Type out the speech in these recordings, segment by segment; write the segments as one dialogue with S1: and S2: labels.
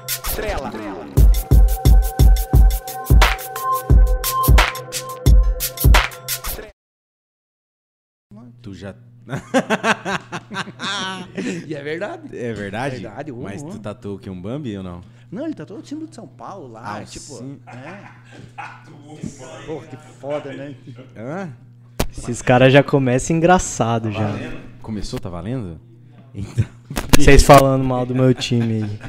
S1: Trela.
S2: Tu já. e é verdade. É verdade?
S1: Verdade, uhum.
S2: Mas tu tatuou o que? Um Bambi ou não?
S1: Não, ele tá todo o símbolo de São Paulo lá,
S2: Ah,
S1: tipo.
S2: sim.
S1: É. Porra, que foda, né?
S2: Hã?
S3: Esses caras já começam engraçado já.
S2: Começou? Tá valendo? Então.
S3: Vocês falando mal do meu time aí.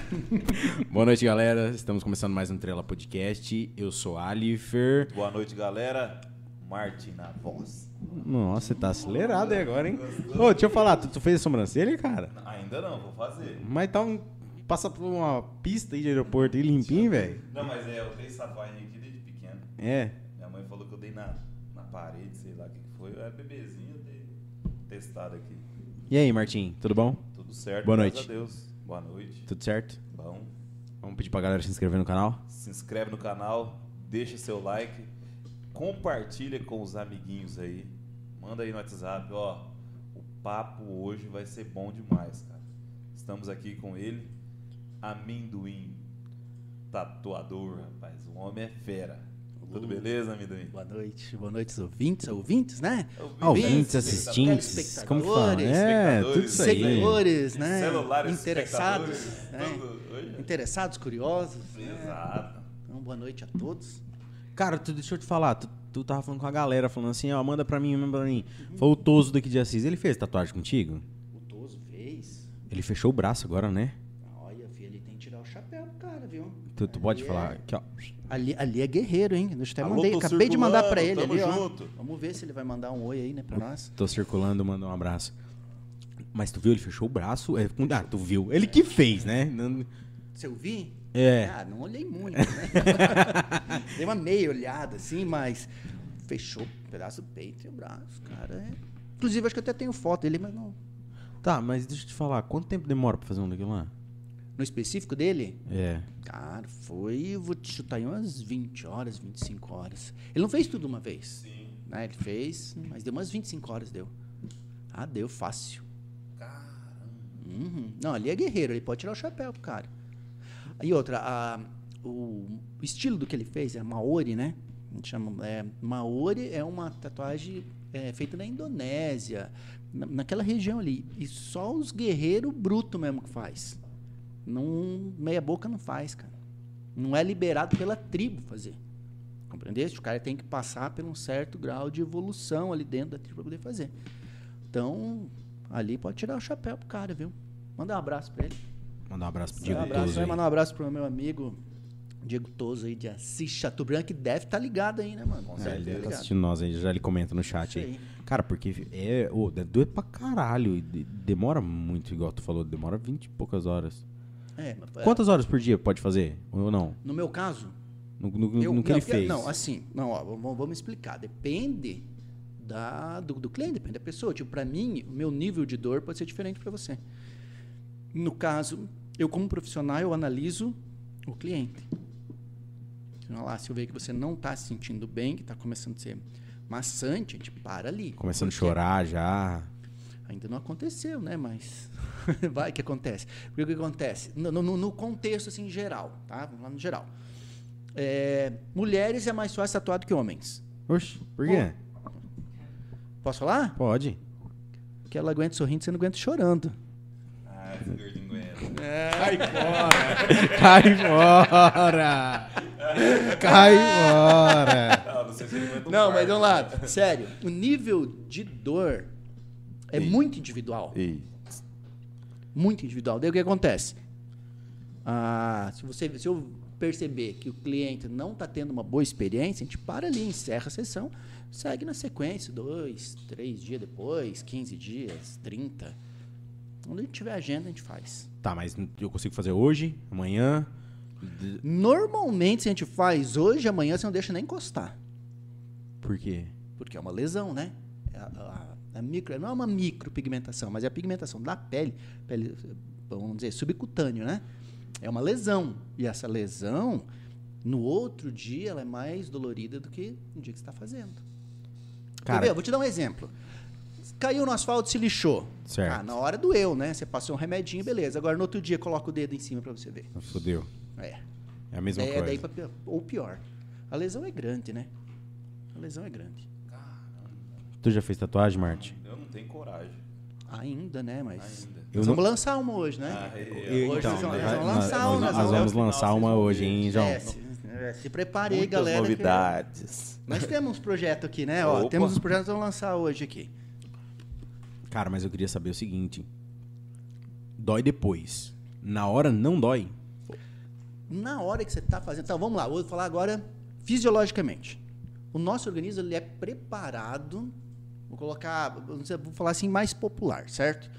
S2: Boa noite, galera. Estamos começando mais um Trela Podcast. Eu sou Alifer.
S4: Boa noite, galera. Martin na voz.
S2: Nossa, você tá acelerado aí agora, hein? Ô, deixa eu falar, tu, tu fez a sobrancelha, cara?
S4: Ainda não, vou fazer.
S2: Mas tá um. Passa por uma pista aí de aeroporto aí limpinho, velho.
S4: Não, mas é, eu dei essa farinha aqui desde pequeno.
S2: É.
S4: Minha mãe falou que eu dei na, na parede, sei lá o que que foi. Eu era bebezinho, eu dei testado aqui.
S2: E aí, Martim, tudo bom?
S4: Tudo certo,
S2: Boa
S4: graças
S2: noite.
S4: a Deus. Boa noite.
S2: Tudo certo?
S4: Bom,
S2: Vamos pedir pra galera se inscrever no canal?
S4: se inscreve no canal, deixa seu like, compartilha com os amiguinhos aí. Manda aí no WhatsApp, ó. O papo hoje vai ser bom demais, cara. Estamos aqui com ele, Amendoim, tatuador, rapaz. O homem é fera.
S1: Uh.
S4: Tudo beleza, Amendoim?
S1: Boa noite, boa noite, ouvintes, ouvintes, né? Ouvintes,
S2: Ah, Ouvintes, assistentes, como que fala? É, tudo isso aí.
S1: Seguidores, né?
S4: Celulares,
S1: Interessados, né?
S4: espectadores, tudo. Oi?
S1: Interessados, curiosos. Né?
S4: Exato.
S1: Então, boa noite a todos.
S2: Cara, tu, deixa eu te falar, tu, tu tava falando com a galera, falando assim, ó, manda pra mim, manda pra mim. Foi o Toso daqui de Assis, ele fez tatuagem contigo?
S1: O Toso fez.
S2: Ele fechou o braço agora, né?
S1: Olha, filho, ele tem que tirar o chapéu pro cara, viu?
S2: Tu, tu pode
S1: Ali é-
S2: falar aqui, ó.
S1: Ali, ali é guerreiro, hein? Eu até
S4: Alô,
S1: mandei,
S4: tô
S1: acabei de mandar pra ele
S4: circulando,
S1: ali,
S4: tamo
S1: ó.
S4: junto.
S1: Vamos ver se ele vai mandar um oi aí, né, pra nós.
S2: Tô circulando, manda um abraço. Mas tu viu, ele fechou o braço? É, com- ah, tu viu. Ele que fez, né? Não-
S1: Se eu vi?
S2: É.
S1: Ah, não olhei muito, né? Dei uma meia olhada, assim, mas fechou um pedaço do peito e o braço, cara. é. Inclusive, acho que eu até tenho foto dele, mas não.
S2: Tá, mas deixa eu te falar, quanto tempo demora pra fazer um daquilo lá?
S1: No específico dele?
S2: É.
S1: Cara, foi, vou te chutar aí umas 20 horas, 25 horas. Ele não fez tudo uma vez. Sim. Né? Ele fez, mas deu umas 25 horas, deu. Ah, deu fácil. Caramba. Não, ali é guerreiro, ele pode tirar o chapéu pro cara. Aí outra, a- o, o estilo do que ele fez é Maori, né? A gente chama, é, Maori é uma tatuagem é, feita na Indonésia, na- naquela região ali. E só os guerreiros brutos mesmo que faz. Não, meia boca não faz, cara. Não é liberado pela tribo fazer. Compreendeste? O cara tem que passar por um certo grau de evolução ali dentro da tribo para poder fazer. Então, ali pode tirar o chapéu pro cara, viu? Manda um abraço pra ele.
S2: Mandar um abraço pro
S1: Manda
S2: Diego
S1: um abraço,
S2: Toso
S1: vai
S2: aí.
S1: mandar um abraço pro meu amigo Diego Toso aí de Assis Chateaubriand, que deve estar ligado aí, né, mano? Com
S2: É, ele deve estar assistindo nós aí, já ele comenta no chat
S1: Isso
S2: aí. Cara, porque é. ô, deve doer pra caralho. e de- Demora muito, igual tu falou, demora 20 e poucas horas.
S1: É, mas, é,
S2: Quantas horas por dia pode fazer? Ou não?
S1: No meu caso,
S2: No, no-
S1: Eu-
S2: no que
S1: não,
S2: ele
S1: porque-
S2: fez.
S1: Não, assim, não, ó, vamos, vamos explicar. Depende da, do, do cliente, depende da pessoa. Tipo, para mim, o meu nível de dor pode ser diferente para você. No caso, eu como profissional, eu analiso o cliente. Então, lá, se eu ver que você não está se sentindo bem, que está começando a ser maçante, a gente para ali.
S2: Começando a
S1: Porque-
S2: chorar já.
S1: Ainda não aconteceu, né? Mas vai que acontece. Porque o que acontece? No, no- no contexto, assim, geral, tá? Vamos lá no geral. É, mulheres é mais fácil tatuar do que homens.
S2: Oxe, por quê?
S1: Posso falar?
S2: Pode.
S1: Porque ela aguenta sorrindo, você não aguenta chorando.
S4: Ah, esse gordinho aguenta.
S2: Cai fora! Cai fora!
S4: Ah, não sei se ele aguenta um
S1: É. Não, mas
S4: quarto.
S1: vamos lá. Sério, o nível de dor é muito individual.
S4: Ei,
S1: Muito individual. Daí o que acontece? Ah, se, você, se eu perceber que o cliente não está tendo uma boa experiência, a gente para ali, encerra a sessão, segue na sequência, dois, três dias depois, 15 dias, 30. Quando a gente tiver agenda, a gente faz.
S2: Tá, mas eu consigo fazer hoje, amanhã.
S1: Normalmente, se a gente faz hoje, amanhã, você não deixa nem encostar.
S2: Por quê?
S1: Porque é uma lesão, né? A, a- a micro, não é uma micropigmentação, mas é a pigmentação da pele, pele, vamos dizer, subcutâneo, né? É uma lesão. E essa lesão, no outro dia, ela é mais dolorida do que no dia que você está fazendo. Cara,
S2: Cara-
S1: Vou te dar um exemplo. Caiu no asfalto, se lixou.
S2: Certo.
S1: Ah, na hora doeu, né? Você passou um remedinho, beleza. Agora, no outro dia, coloca o dedo em cima para você ver.
S2: Fodeu.
S1: É.
S2: É a mesma
S1: é
S2: coisa.
S1: daí pra pior- ou pior. A lesão é grande, né? A lesão é grande.
S2: Tu já fez tatuagem, Marte?
S4: Eu não tenho coragem.
S1: Ainda, né? Mas.
S4: Ainda.
S2: Eu
S1: Nós
S2: não-
S1: vamos lançar uma hoje, né?
S4: Ah, eu-
S1: hoje
S4: então,
S1: nós vamos, nós
S4: vai-
S1: vamos
S4: nós-
S1: lançar
S4: nós-
S1: uma.
S4: nós
S1: vamos-
S2: vamos
S4: Até o
S2: lançar
S4: final,
S2: uma
S4: vocês vão
S2: hoje,
S4: ver.
S2: hein, João?
S1: É, se, é, se prepare aí,
S4: Muitas
S1: galera. que-
S4: novidades.
S1: Nós temos uns projetos aqui, né? Ó,
S4: Opa.
S1: temos uns projetos que vamos lançar hoje aqui.
S2: Cara, mas eu queria saber o seguinte. Dói depois. Na hora não dói.
S1: Na hora que você está fazendo. Então, vamos lá, vou falar agora fisiologicamente. O nosso organismo ele é preparado. Vou colocar. Vou dizer- vou falar assim mais popular, certo?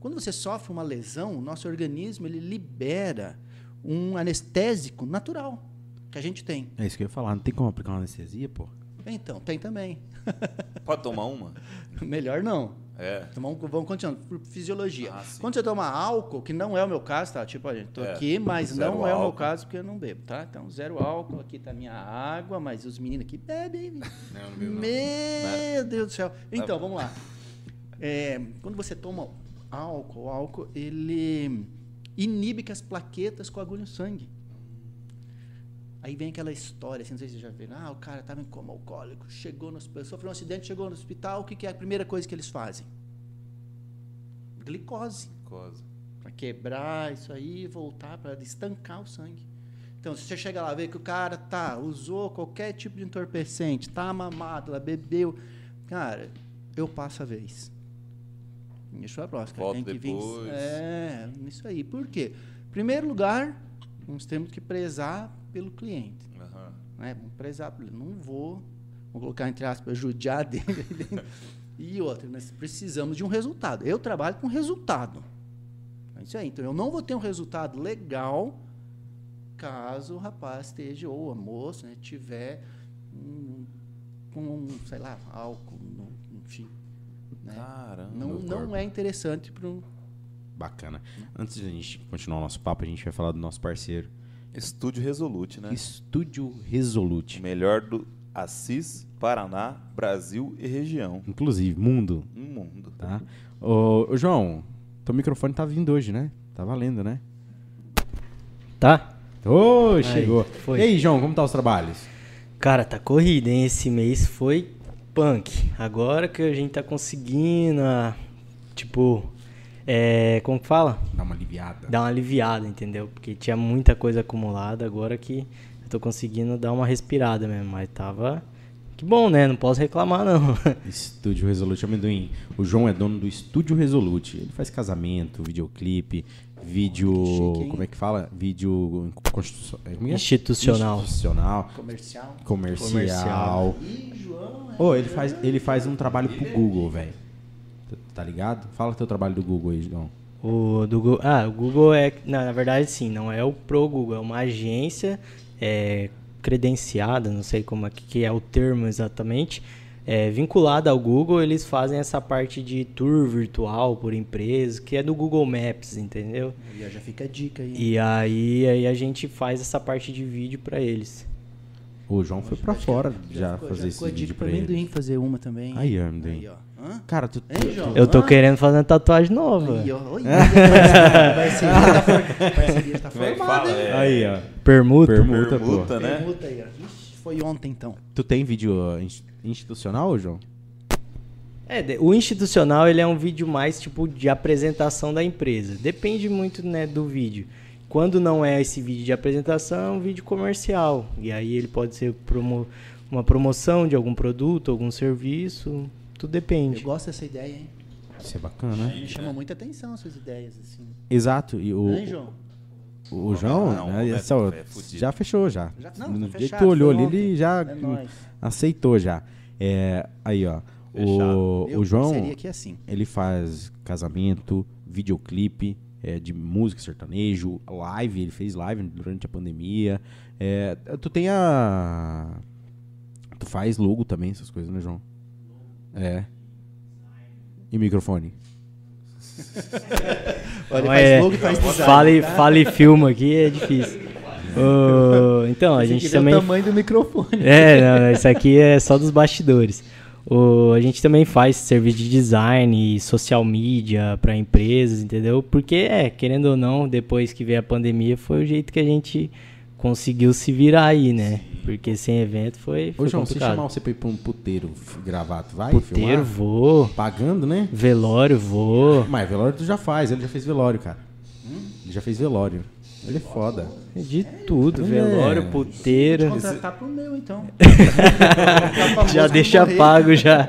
S1: Quando você sofre uma lesão, o nosso organismo ele libera um anestésico natural que a gente tem.
S2: É isso que eu ia falar. Não tem como aplicar uma anestesia, pô.
S1: Então, tem também.
S4: Pode tomar uma?
S1: Melhor não.
S4: É.
S1: Então vamos, vamos continuando, por fisiologia.
S4: Ah, sim.
S1: Quando você toma álcool, que não é o meu caso, tá? Tipo, olha, tô
S4: É,
S1: aqui, mas
S4: zero
S1: não é o meu
S4: álcool.
S1: caso porque eu não bebo, tá? Então, zero álcool, aqui tá minha água, mas os meninos aqui bebem.
S2: Não, não
S4: Né?
S1: Meu Deus do céu.
S4: Tá
S1: Então, vamos lá. É, quando você toma álcool, o álcool, ele inibe que as plaquetas coagulem o sangue. Aí vem aquela história, assim, não sei se vocês já viram, ah, o cara estava em coma alcoólico, chegou no hospital, sofreu um acidente, chegou no hospital, o que, que é a primeira coisa que eles fazem? Glicose
S4: Glicose.
S1: para quebrar isso aí e voltar para estancar o sangue. Então, se você chega lá vê que o cara tá usou qualquer tipo de entorpecente, tá mamado, lá bebeu, cara, eu passo a vez. Isso é próximo.
S4: Volto
S1: tem que
S4: depois.
S1: Vir, é, isso aí. Por quê? Primeiro lugar, nós temos que prezar pelo cliente,
S4: Aham.
S1: né? Vamos prezar pelo não vou, vou colocar entre aspas, judiar dele. e outra, nós precisamos de um resultado. Eu trabalho com resultado. É isso aí. Então, eu não vou ter um resultado legal caso o rapaz esteja, ou a moça, né, tiver um, um, sei lá, álcool, no- enfim. né?
S4: Caramba.
S1: não,
S2: meu
S1: não
S2: corpo.
S1: é interessante para um...
S2: Bacana. Antes de a gente continuar o nosso papo, a gente vai falar do nosso parceiro.
S4: Estúdio Resolute, né?
S2: Estúdio Resolute.
S4: O melhor do Assis, Paraná, Brasil e região.
S2: Inclusive, mundo,
S4: Um mundo.
S2: tá? Ô, ô, João, teu microfone tá vindo hoje, né? Tá valendo, né?
S3: Tá?
S2: Ô, chegou.
S3: foi.
S2: E aí, João, como tá os trabalhos?
S3: Cara, tá corrida, hein? Esse mês foi punk. Agora que a gente tá conseguindo, ah, tipo, é, como que fala?
S2: Dá uma aliviada.
S3: Dar uma aliviada, entendeu? Porque tinha muita coisa acumulada, agora que eu tô conseguindo dar uma respirada mesmo. Mas tava. Que bom, né? Não posso reclamar, não.
S2: Estúdio Resolute Amendoim. O João é dono do Estúdio Resolute. Ele faz casamento, videoclipe, vídeo.
S1: chique, hein?
S2: como é que fala? Vídeo é, constitucional.
S3: Institucional.
S2: Institucional.
S1: comercial.
S2: Comercial.
S1: E João é...
S2: Ô, ele, faz, ele faz um trabalho pro Google, velho. Tá- Tá ligado? Fala teu trabalho do Google aí, João.
S3: O do Google, ah, o Google é, na, na verdade sim, não é o pro Google, é uma agência é, credenciada, não sei como é que que é o termo exatamente, é, vinculada ao Google, eles fazem essa parte de tour virtual por empresa, que é do Google Maps, entendeu?
S1: E aí já fica a dica aí.
S3: E aí, aí a gente faz essa parte de vídeo pra eles.
S2: Ô, O João foi pra fora já fazer esse
S1: ficou a
S2: vídeo
S1: dica
S2: pra
S1: pra mim do
S2: ele.
S1: Yin fazer uma também.
S2: Aí, Amendoim.
S1: Aí, ó. Hã?
S2: Cara, tu.
S1: Hein, João?
S3: Eu tô
S1: Hã?
S3: querendo fazer uma tatuagem nova.
S1: Ah. Aí, ó. Olha, a parceria tá for- parceria tá
S4: Como é que
S1: formada,
S4: fala?
S1: hein?
S4: É,
S2: Aí, ó.
S3: Permuta?
S2: Permuta, pô.
S4: permuta, né?
S1: Permuta aí, ó. Ixi, foi ontem, então.
S2: Tu tem vídeo ó, inst- institucional, ô, João?
S3: É, de- o institucional ele é um vídeo mais tipo de apresentação da empresa. Depende muito né, do vídeo. Quando não é esse vídeo de apresentação, é um vídeo comercial. E aí ele pode ser promo- uma promoção de algum produto, algum serviço. Tudo
S1: Eu
S3: depende.
S1: gosto dessa ideia, hein?
S2: Isso é bacana, né?
S1: Me chama muita atenção essas ideias, assim.
S2: Exato. E o,
S1: Hein, Né, João?
S2: O João,
S4: não,
S2: né,
S4: é-
S2: só-
S4: é fudido.
S2: já fechou já.
S1: Já- não,
S2: no
S1: tá
S2: dia que
S1: fechado,
S2: tu olhou
S1: foi
S2: ali,
S1: ontem.
S2: ele já
S1: É nóis.
S2: aceitou já. É, aí, ó. O,
S1: Meu,
S2: o João,
S1: Seria que é assim.
S2: ele faz casamento, videoclipe é, de música sertanejo, live, ele fez live durante a pandemia. É, tu tem a... Tu faz logo também, essas coisas, né, João? É. E microfone?
S1: Olha,
S3: Então, é,
S1: faz logo e faz design.
S3: fala, e-
S1: tá?
S3: fala e filma aqui é difícil. Ô, então, a
S1: Tem
S3: gente
S1: que ver
S3: também.
S1: o tamanho do microfone.
S3: É, não, isso aqui é só dos bastidores. O- a gente também faz serviço de design, social media para empresas, entendeu? Porque, é, querendo ou não, depois que veio a pandemia, foi o jeito que a gente conseguiu se virar aí, né? Porque sem evento foi, foi
S2: Ô, João, se
S3: complicado.
S2: chamar você pra ir pra um puteiro f- gravar, tu vai filmar?
S3: Puteiro, vou.
S2: Pagando, né?
S3: Velório, vou.
S2: Mas velório tu já faz, ele já fez velório, cara. Ele já fez velório. Ele é foda.
S3: De tudo. Velório, puteiro.
S1: Contratar pro meu, então.
S3: Já deixa pago, já.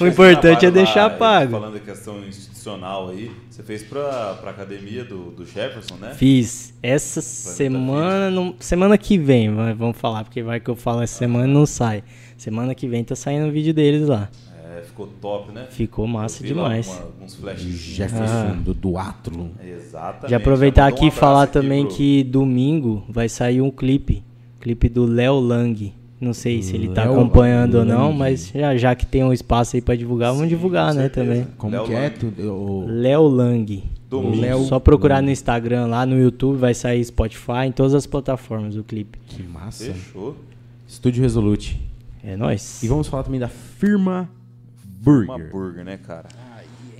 S3: o importante é deixar pago.
S4: Falando da questão institucional aí, você fez pra, pra academia do, do Jefferson, né?
S3: Fiz. Essa semana, não- semana que vem, va- vamos falar, porque vai que eu falo essa semana e não sai. Semana que vem tá saindo o vídeo deles lá.
S4: É, ficou top, né?
S3: Ficou massa
S4: Eu vi lá
S3: demais.
S4: alguma- alguns flashes.
S3: Ah.
S2: Jefferson do, do Atlo.
S4: Exatamente.
S3: Já aproveitar
S4: Mandou um
S3: aqui e
S4: abraço
S3: falar também
S4: pro-
S3: que domingo vai sair um clipe. Clipe do Léo Lang. Não sei se ele tá
S2: Léo
S3: acompanhando ou não,
S2: Lang.
S3: mas já, já que tem um espaço aí pra divulgar, vamos divulgar, né, também.
S2: Como
S4: Léo
S2: que é? Tu, o,
S3: Léo Lang.
S4: Domingo.
S2: Léo
S3: Só procurar no Instagram, lá no YouTube, vai sair Spotify, em todas as plataformas o clipe.
S2: que massa.
S4: Fechou.
S2: Estúdio Resolute.
S3: É nóis.
S2: E vamos falar também da firma Burger.
S4: Uma burger, né, cara?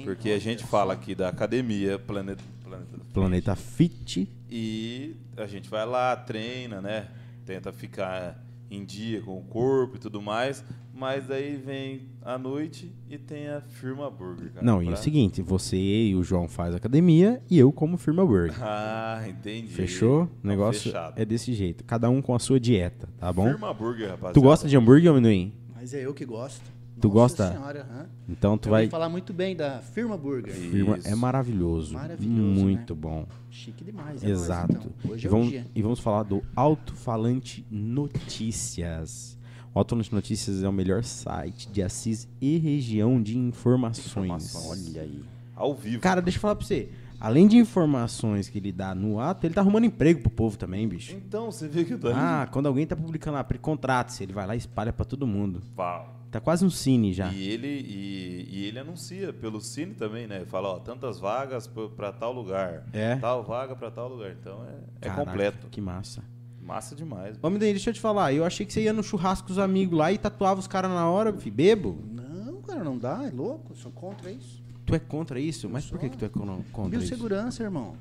S4: Porque a gente fala aqui da academia, planeta, planeta
S2: Planeta Fit.
S4: e a gente vai lá, treina, né? Tenta ficar em dia com o corpo e tudo mais, mas aí vem a noite e tem a firma burger, cara.
S2: Não, e é
S4: Pra-
S2: o seguinte, você e o João faz academia e eu como firma Burger.
S4: Ah, entendi.
S2: Fechou? O
S4: Tá
S2: negócio
S4: fechado.
S2: é desse jeito. Cada um com a sua dieta, tá bom?
S4: Firma burger, rapaziada.
S2: Tu gosta de hambúrguer, ou amendoim?
S1: Mas é eu que gosto.
S2: Tu
S1: Nossa
S2: gosta?
S1: Senhora, aham.
S2: Então tu
S1: Eu
S2: vai.
S1: ouvi falar muito bem da Firma Burger.
S2: Firma
S4: Isso. né?
S2: é maravilhoso.
S1: Maravilhoso,
S2: Muito bom.
S1: Chique demais. é nóis,
S2: Exato.
S1: então. Hoje
S2: e,
S1: é o
S2: vamos,
S1: dia.
S2: e vamos falar do Alto-Falante Notícias. O Alto-Falante Notícias é o melhor site de Assis e região de informações.
S4: Informações.
S1: Olha aí.
S4: Ao vivo.
S2: Cara, deixa eu falar pra você. Além de informações que ele dá no ato, ele tá arrumando emprego pro povo também, bicho.
S4: Então, você vê que eu tô
S2: Ah, quando alguém tá publicando lá, contrata-se. Ele vai lá e espalha pra todo mundo.
S4: Pau.
S2: Tá quase um cine já.
S4: E ele, e, e ele anuncia pelo Cine também, né? Fala, ó, tantas vagas p- pra tal lugar.
S2: É.
S1: tá,
S4: Tal vaga pra tal lugar. Então é, é
S2: Caraca,
S4: completo.
S2: Que massa.
S4: Massa demais.
S2: Ô, Amendoim, deixa eu te falar. Eu achei que você ia no churrasco com os amigos lá e tatuava os caras na hora, fi. Bebo?
S1: Não, cara, não dá. É louco. Eu sou contra isso.
S2: Tu é contra isso? Mas por que, que tu é cono- contra isso?
S1: Biossegurança, irmão.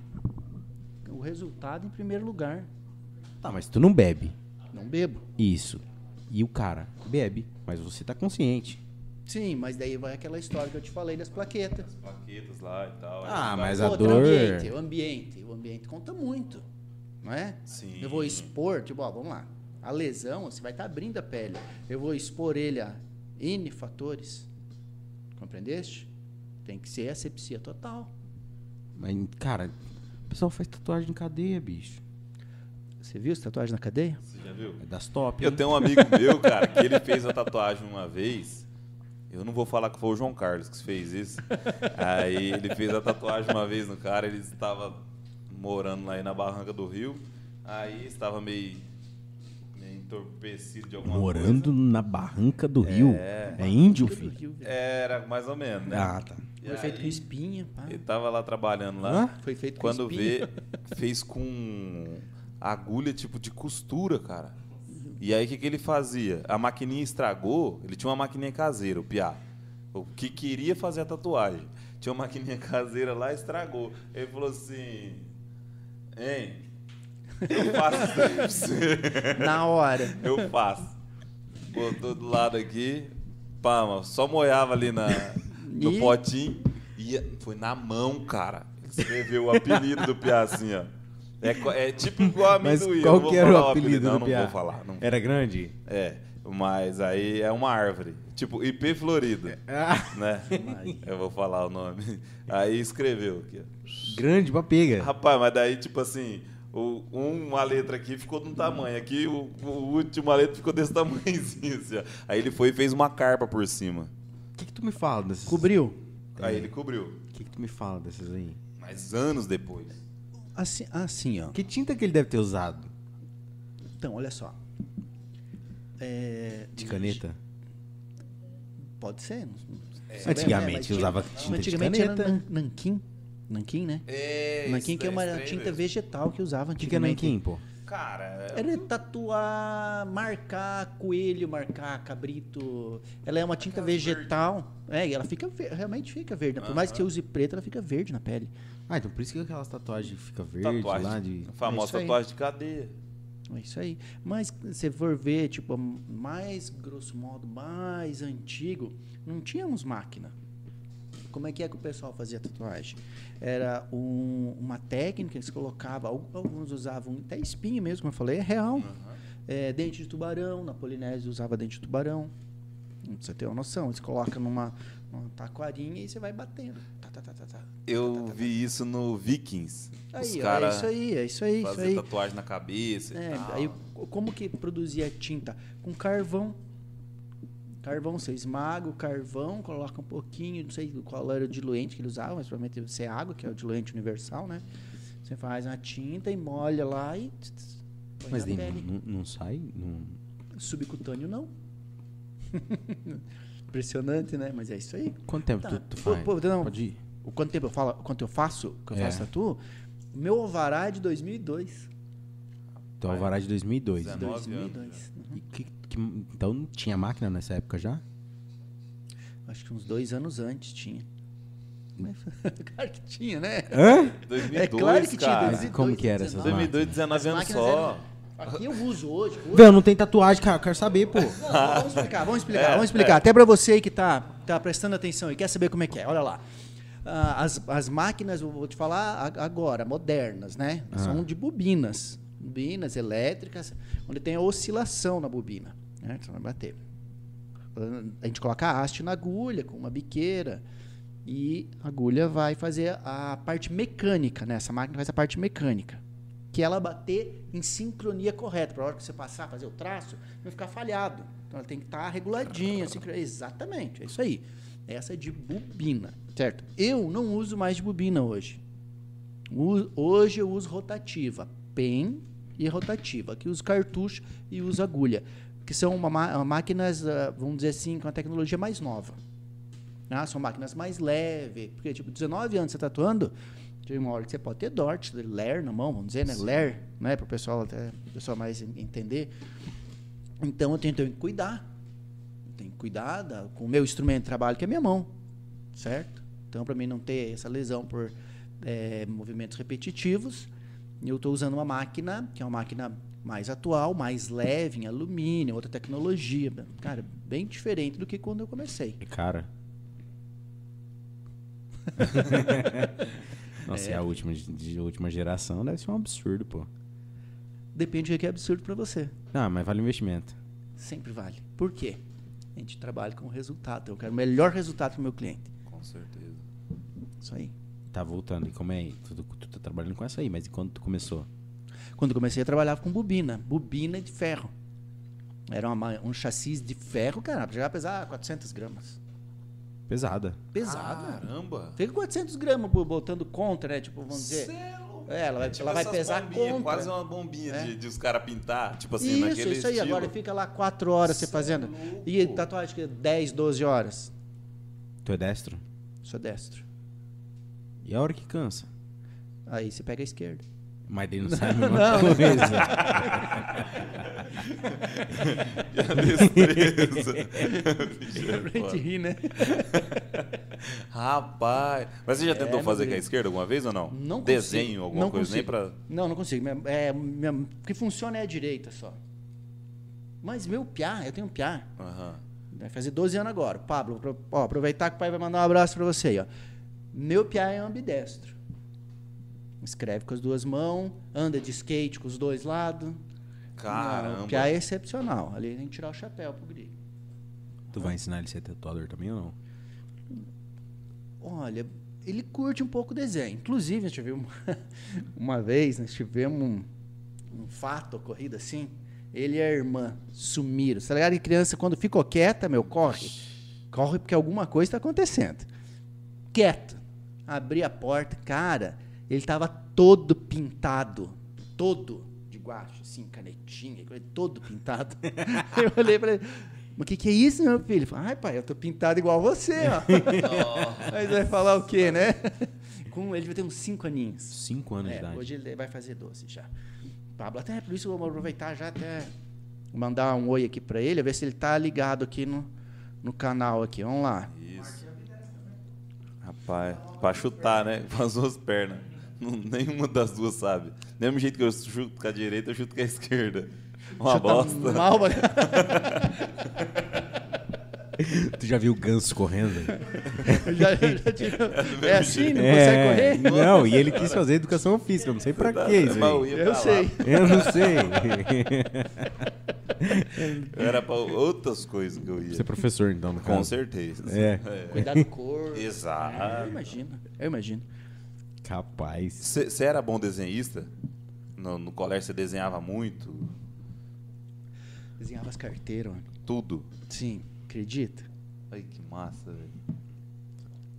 S1: O resultado em primeiro lugar.
S2: Tá, mas tu não bebe.
S1: Não bebo.
S2: Isso. E o cara bebe, mas você tá consciente.
S1: Sim, mas daí vai aquela história que eu te falei das plaquetas.
S4: Plaquetas lá e tal.
S2: Ah,
S4: Aí vai-
S2: mas a-
S1: Outra,
S2: dor-
S1: o ambiente, o ambiente. O ambiente conta muito, não é?
S4: Sim.
S1: Eu vou expor, tipo, ó, vamos lá. A lesão, você vai estar abrindo a pele. Eu vou expor ele a N fatores. Compreendeste? Tem que ser asepsia total.
S2: Mas, cara, o pessoal faz tatuagem em cadeia, bicho.
S1: Você viu as tatuagens na cadeia?
S4: Você já viu?
S2: É das top.
S4: Eu tenho um amigo meu, cara, que ele fez a tatuagem uma vez. Eu não vou falar que foi o João Carlos que fez isso. Aí ele fez a tatuagem uma vez no cara, ele estava morando lá aí na barranca do rio. Aí estava meio, meio entorpecido de alguma coisa.
S2: Morando na barranca do rio. É índio, filho?
S4: Era mais ou menos, né?
S2: Ah, tá.
S4: E
S1: Foi feito
S4: aí,
S1: com espinha. pá.
S4: Ele tava lá trabalhando lá.
S2: Hã?
S1: Foi feito
S4: Quando
S1: com espinha.
S4: vê, fez com agulha tipo de costura, cara. E aí o que, que ele fazia? A maquininha estragou, ele tinha uma maquininha caseira, o Piá. O que queria fazer a tatuagem. Tinha uma maquininha caseira lá, estragou. Ele falou assim. Hein? Eu faço isso aí pra você."
S1: Na hora.
S4: Eu faço. Botou do lado aqui, pá, mano, só moiava ali na, no
S1: E?
S4: potinho. E é, foi na mão, cara. Ele Escreveu o apelido do Piá assim, ó. É, co- é tipo igual
S2: Mas
S4: amendoim. eu não
S2: qual
S4: vou
S2: que era
S4: falar
S2: o apelido
S4: não,
S2: do
S4: não
S2: piá?
S4: vou falar. Não, é.
S2: Era grande?
S4: mas aí é uma árvore. Tipo IP Florida,
S2: Ah,
S4: né? Eu vou falar o nome. Aí escreveu aqui, ó.
S2: grande pra pega.
S4: Rapaz, mas daí, tipo assim, o- uma letra aqui ficou de um tamanho, aqui o, o último a letra ficou desse tamanhozinho. Assim, ó. Aí ele foi e fez uma carpa por cima.
S2: O que, que tu me fala dessas?
S1: Cobriu.
S4: Aí ele cobriu.
S2: O que, que tu me fala dessas aí?
S4: Mas anos depois.
S1: Assim, assim, ó.
S2: Que tinta que ele deve ter usado?
S1: Então, olha só. É,
S2: De caneta?
S1: Pode ser. não- não sei
S2: Antigamente
S1: bem, mas
S2: eu usava
S1: tinha-
S2: tinta de
S1: Antigamente
S2: caneta.
S1: era nan- nanquim. Nanquim, né?
S4: É,
S1: nanquim
S4: isso
S1: que é
S4: daí
S1: uma
S4: estranho
S1: tinta
S4: mesmo.
S1: vegetal que usava
S2: O que, que é
S1: antigamente.
S2: nanquim, pô?
S4: Cara, eu-
S1: Ela é tatuar, marcar coelho, marcar cabrito. Ela é uma tinta
S4: Aquelas
S1: vegetal. É, e ela fica ver- realmente fica verde. né? Por mais que eu use preto, ela fica verde na pele.
S2: Ah, então por isso que aquelas tatuagens fica verde lá
S4: tatuagem.
S2: de.
S4: De...
S1: É isso
S4: Famosa
S1: aí.
S4: tatuagem de cadeia.
S1: É isso aí. Mas se for ver, tipo, mais grosso modo, mais antigo, não tínhamos máquina. Como é que é que o pessoal fazia tatuagem? Era um- uma técnica que se colocava, al- alguns usavam até espinho mesmo, como eu falei, é real. É, dente de tubarão, na Polinésia usava dente de tubarão. Pra Você tem uma noção, eles colocam numa, numa taquarinha e você vai batendo. Tá, tá, tá, tá, tá.
S4: Eu vi isso no Vikings. Os
S1: Aí, ó, é
S4: caras
S1: isso aí, é isso aí, isso
S4: faziam
S1: aí.
S4: tatuagem na cabeça e
S1: É,
S4: tal.
S1: aí co- como que produzia tinta? Com carvão. Carvão, você esmaga o carvão, coloca um pouquinho, não sei qual era o diluente que ele usava, mas provavelmente deve ser água, que é o diluente universal, né? Você faz uma tinta e molha lá e tss, tss, põe
S2: Mas
S1: na
S2: daí
S1: pele.
S2: não, não sai? Não...
S1: Subcutâneo não. Impressionante, né? Mas é isso aí.
S2: Quanto tempo
S1: Tá.
S2: tu, tu
S1: Pô,
S2: faz?
S1: pô, não.
S2: Pode ir.
S1: O quanto tempo eu falo, quanto eu faço, que eu
S2: É.
S1: faço tatu? Meu alvará é de 2002.
S2: Teu Então, alvará de 2002.
S4: Dezenove. Nove anos
S1: 2002.
S2: E que- que- então não tinha máquina nessa época já?
S1: Acho que uns dois anos antes tinha. Mas, claro que tinha, né?
S2: Hã?
S4: 2002,
S1: é claro que tinha.
S4: cara.
S2: Mas e como que era essas
S4: 2002, 19
S1: As
S4: anos
S1: máquinas
S4: só.
S1: eram- Aqui eu uso hoje. hoje-
S2: Velho, não tem tatuagem, cara. Eu quero saber, pô.
S1: Não, vamos explicar, vamos explicar, vamos explicar. Até pra você aí que tá, tá prestando atenção e quer saber como é que é, olha lá. Ah, as, as máquinas, eu vou te falar a- agora, modernas, né? São de bobinas. Bobinas elétricas, onde tem a oscilação na bobina. Né? Você vai bater. A gente coloca a haste na agulha com uma biqueira. E a agulha vai fazer a parte mecânica, né? Essa máquina faz a parte mecânica. Que ela bater em sincronia correta. Para a hora que você passar, fazer o traço, não ficar falhado. Então ela tem que estar reguladinha. sincro- Exatamente, é isso aí. Essa é de bobina, certo? Eu não uso mais de bobina hoje. U- Hoje eu uso rotativa, PEN e rotativa, que usa cartucho e usa agulha, que são uma ma- máquinas, ah, vamos dizer assim, com a tecnologia mais nova. Ah, são máquinas mais leves, porque, tipo, 19 anos você tatuando, tem uma hora que você pode ter dort, ler na mão, vamos dizer, né? Ler, né? Para o pessoal, até, pessoal mais en- entender. Então, eu tenho, tenho que cuidar. Eu Tenho que cuidar da- com o meu instrumento de trabalho, que é a minha mão, certo? Então, para mim não ter essa lesão por eh, movimentos repetitivos, eu estou usando uma máquina, que é uma máquina mais atual, mais leve, em alumínio, outra tecnologia. Cara, bem diferente do que quando eu comecei.
S2: Cara. Nossa, e a última, de- de última geração deve ser um absurdo, pô.
S1: Depende do que é absurdo para você.
S2: Ah, mas vale o investimento.
S1: Sempre vale. Por quê? A gente trabalha com resultado. Eu quero o melhor resultado para o meu cliente.
S4: Com certeza.
S1: Isso aí.
S2: Tá voltando. E como é aí? Tu, tu tá trabalhando com essa aí, mas e quando tu começou?
S1: Quando eu comecei, eu trabalhava com bobina. Bobina de ferro. Era uma ma- um chassi de ferro, cara. Chegava a pesar 400 gramas.
S2: Pesada.
S1: Pesada.
S4: Caramba.
S1: Fica 400 gramas bo- botando contra, né? Tipo, vamos dizer.
S4: Céu.
S1: É, ela vai, ela vai
S4: tipo essas
S1: pesar
S4: bombinhas, é
S1: contra.
S4: Quase uma bombinha
S1: É.
S4: de, de os caras pintar. Tipo assim,
S1: isso,
S4: naquele
S1: isso aí.
S4: estilo.
S1: Agora fica lá 4 horas você
S4: Cê é
S1: fazendo.
S4: louco.
S1: E tatuagem que é 10, 12 horas.
S2: Tu é destro?
S1: Sou destro.
S2: E a hora que cansa?
S1: Aí você pega a esquerda.
S2: Mas daí não sai a mesma coisa.
S4: E a destreza. Bicho, é
S1: Pra gente
S4: foda.
S1: rir, né?
S4: Rapaz. Mas você já tentou
S1: É, meu
S4: fazer com a
S1: Deus.
S4: esquerda alguma vez ou não?
S1: Não consigo.
S4: Desenho, alguma
S1: Não
S4: coisa, nem
S1: consigo.
S4: pra.
S1: Não, não consigo. Minha- é, minha- o que funciona é a direita só. Mas meu piá, eu tenho um piá.
S4: Aham.
S1: Vai fazer 12 anos agora. Pablo, pro- ó, aproveitar que o pai vai mandar um abraço pra você aí, ó. Meu piá é ambidestro. Escreve com as duas mãos, anda de skate com os dois lados. Não,
S4: Caramba.
S1: O piá é excepcional. Ali tem que tirar o chapéu pro grilo.
S2: tu vai ensinar ele a ser tatuador também ou não?
S1: Olha, ele curte um pouco o desenho. Inclusive, nós tivemos uma, uma vez, nós tivemos um, um fato ocorrido assim. Ele e a irmã sumiram. Você tá ligado? E criança, quando ficou quieta, meu, corre. Corre porque alguma coisa está acontecendo. Quieto. Abri a porta, cara, ele tava todo pintado. Todo de guache, assim, canetinha, coisa, todo pintado. Eu olhei pra ele. Mas o que, que é isso, meu filho? Ele falou, Ai, pai, eu tô pintado igual você, ó. Mas vai falar o quê, né? Com, ele vai ter uns 5 aninhos.
S2: Cinco anos de
S1: É,
S2: idade.
S1: hoje ele vai fazer 12 já. Pablo. Até por isso eu vou aproveitar já até mandar um oi aqui para ele, ver se ele tá ligado aqui no, no canal aqui. Vamos lá.
S4: Isso. Rapaz, pra chutar, né? Com as duas pernas. Não- nenhuma das duas sabe. Do mesmo jeito que eu chuto com a direita, eu chuto com a esquerda. Uma
S1: Chuta
S4: bosta.
S1: Mal, mas-
S2: Tu já viu o ganso correndo? velho?
S1: já, já tive-
S4: mesmo
S1: é assim, não
S2: é,
S1: consegue correr? é
S2: não, e ele quis fazer educação física, eu não sei pra
S4: Tá,
S2: quê isso
S4: mas
S2: aí.
S4: ia pra
S1: Eu
S4: lá.
S1: sei.
S2: Eu não sei.
S4: Era pra outras coisas que eu
S2: Você é
S4: ia.
S2: professor, então, no
S4: Com
S2: caso.
S4: certeza.
S2: É.
S1: Cuidar do corpo. Eu
S4: Exato.
S1: imagino, eu imagino.
S2: Capaz.
S4: Você era bom desenhista? No, no colégio você desenhava muito?
S1: Desenhava as carteiras, mano.
S4: Tudo?
S1: Sim, acredita?
S4: Ai, que massa, velho.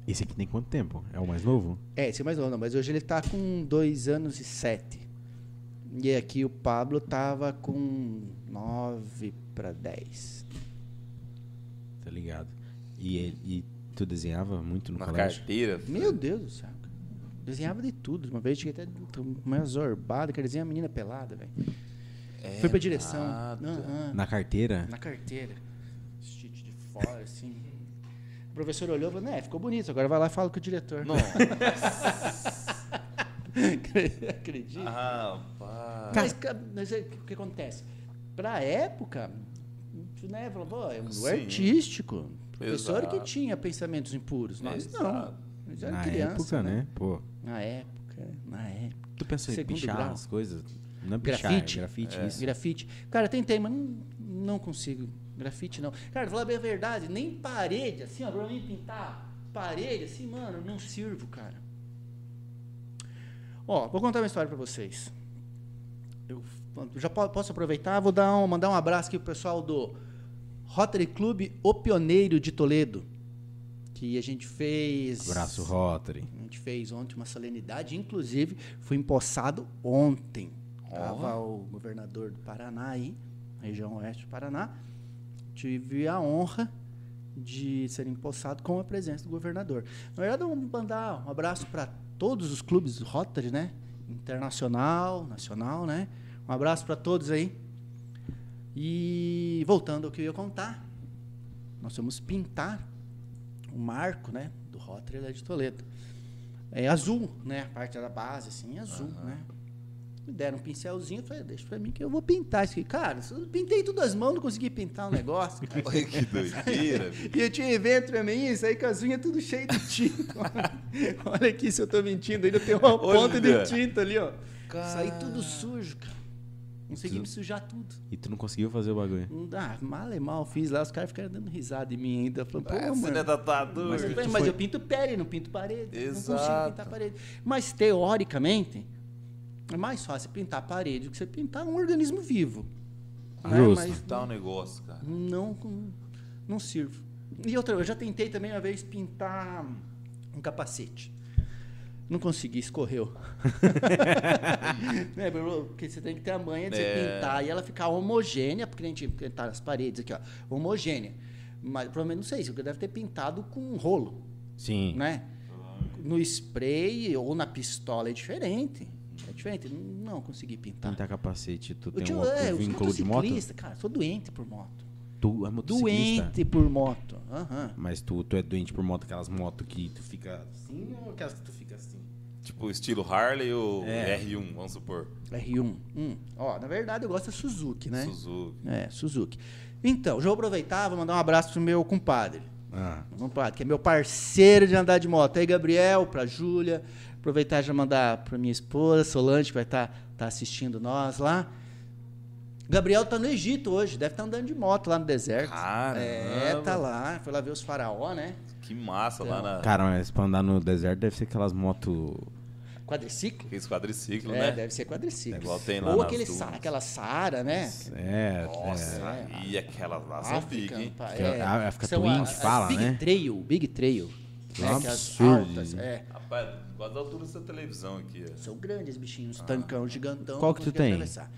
S2: Esse aqui tem quanto tempo? É o mais novo?
S1: É, esse é mais novo, não, mas hoje ele tá com dois anos e sete. E aqui o Pablo tava com nove para dez.
S2: Tá ligado. E, ele- e tu desenhava muito no
S4: Na
S2: colégio?
S4: carteira?
S1: Meu Deus do céu. cara. Desenhava de tudo. Uma vez cheguei até meio azorbado, queria desenhar a menina pelada, velho. Foi pra direção.
S4: É nada.
S1: Aham.
S2: Na carteira?
S1: Na carteira. Chute de fora, assim. O professor olhou e falou, né, ficou bonito, agora vai lá e fala com o diretor.
S4: Não.
S1: Acredito.
S4: Rapaz.
S1: Mas, ca- mas é o que acontece? Pra época, né, falou, pô, é um lugar
S4: Sim.
S1: artístico. Professor
S4: Exato.
S1: que tinha pensamentos impuros. Nós
S4: Exato.
S1: não. Nós
S2: Na
S1: era criança,
S2: época, né? Pô.
S1: Na época, na época.
S2: Tu pensou em
S1: Segundo
S2: pichar
S1: grau.
S2: as coisas? Não é pichar,
S1: Grafite.
S2: é grafite, isso.
S1: Grafite. Cara, tentei, mas não, não consigo. Grafite não. Cara, falar bem a verdade, nem parede, assim, ó, pra mim pintar parede, assim, mano, eu não sirvo, cara. Ó, vou contar uma história pra vocês. Eu já po- posso aproveitar, vou dar um, mandar um abraço aqui pro pessoal do Rotary Clube O Pioneiro de Toledo. Que a gente fez.
S2: Abraço, Rotary.
S1: A gente fez ontem uma solenidade, inclusive fui empossado ontem.
S4: Ó.
S1: Estava o governador do Paraná aí, região oeste do Paraná. Tive a honra de ser empossado com a presença do governador. Na verdade, eu vou mandar um abraço para todos os clubes do Rotary, né? Internacional, nacional, né? Um abraço para todos aí. E voltando ao que eu ia contar, nós fomos pintar o marco, né, do Rotary lá de Toledo. É azul, né, a parte da base assim, é azul, né? Me deram um pincelzinho, eu falei, deixa pra mim que eu vou pintar isso aqui. Cara, eu pintei tudo as mãos, não consegui pintar o negócio. cara.
S4: Olha que doideira, bicho.
S1: E eu tinha evento pra mim, isso aí com as unhas tudo cheio de tinta. Olha aqui se eu tô mentindo, ainda tem uma
S4: Olha.
S1: ponta de tinta ali, ó. Saí tudo sujo, cara. Consegui
S2: Tu-
S1: me sujar tudo.
S2: E tu não conseguiu fazer o bagulho.
S1: Ah, mal e mal fiz lá, os caras ficaram dando risada em mim ainda. Falando, pô,
S4: Ah,
S1: mano.
S4: Você não é tatuador.
S1: Mas,
S2: tu
S1: mas
S2: foi-
S1: eu pinto pele, não pinto parede. Não consigo
S4: Exato.
S1: pintar parede. Mas teoricamente, é mais fácil pintar parede do que você pintar um organismo vivo. né?
S2: Justo.
S1: Mas
S4: Tá um negócio, cara.
S1: não, não sirvo. E outra, eu já tentei também uma vez pintar um capacete. Não consegui, escorreu. né, porque você tem que ter a manha de você
S4: É.
S1: pintar e ela ficar homogênea, porque a gente pintar as paredes aqui, ó, homogênea. Mas provavelmente não sei, isso deve ter pintado com um rolo
S2: Sim.
S1: né? No spray ou na pistola é diferente. É diferente. Não consegui pintar.
S2: Pintar capacete, tu
S1: Tá. Eu
S2: tem
S1: tinha-
S2: um,
S1: é,
S2: um
S1: eu sou
S2: vínculo de moto?
S1: motociclista, cara, sou doente por moto.
S2: Tu é motociclista?
S1: Doente por moto. Aham.
S2: Mas tu, tu é doente por moto, aquelas motos que tu fica assim ou aquelas que tu fica assim?
S4: Tipo, estilo Harley ou
S2: É.
S4: R1, vamos supor.
S1: R1. Hum. Ó, na verdade eu gosto da Suzuki, né?
S4: Suzuki.
S1: É, Suzuki. Então, já vou aproveitar, vou mandar um abraço pro meu compadre.
S2: Ah,
S1: Meu compadre, que é meu parceiro de andar de moto. Aí, Gabriel, pra Júlia. Aproveitar e já mandar pra minha esposa, Solange, que vai estar assistindo nós lá. Gabriel tá no Egito hoje, deve estar andando de moto lá no deserto.
S4: Caramba.
S1: É, tá lá. Foi lá ver os faraó, né?
S4: Que massa lá na.
S2: cara, mas pra andar no deserto deve ser aquelas motos.
S1: Quadriciclo?
S4: Aqueles quadriciclos,
S1: É,
S4: né?
S1: deve ser quadriciclo.
S4: Igual tem lá
S1: Ou
S4: nas
S1: aquele
S4: dunas.
S1: sa aquela Saara, né?
S2: É,
S4: Nossa,
S1: É.
S4: e aquelas lá são pique, hein?
S1: pá,
S2: Que é a- a Africa
S1: São
S2: Twin
S1: as-
S2: que fala,
S1: Big
S2: né?
S1: Trail, Big Trail. Né?
S2: Um
S1: Aquelas
S2: absurdo.
S1: altas, é.
S4: Rapaz, gosto da altura dessa televisão aqui. ó.
S1: São grandes bichinhos, tancão, gigantão.
S2: Qual que tu
S1: consegui
S2: tem?
S1: atravessar.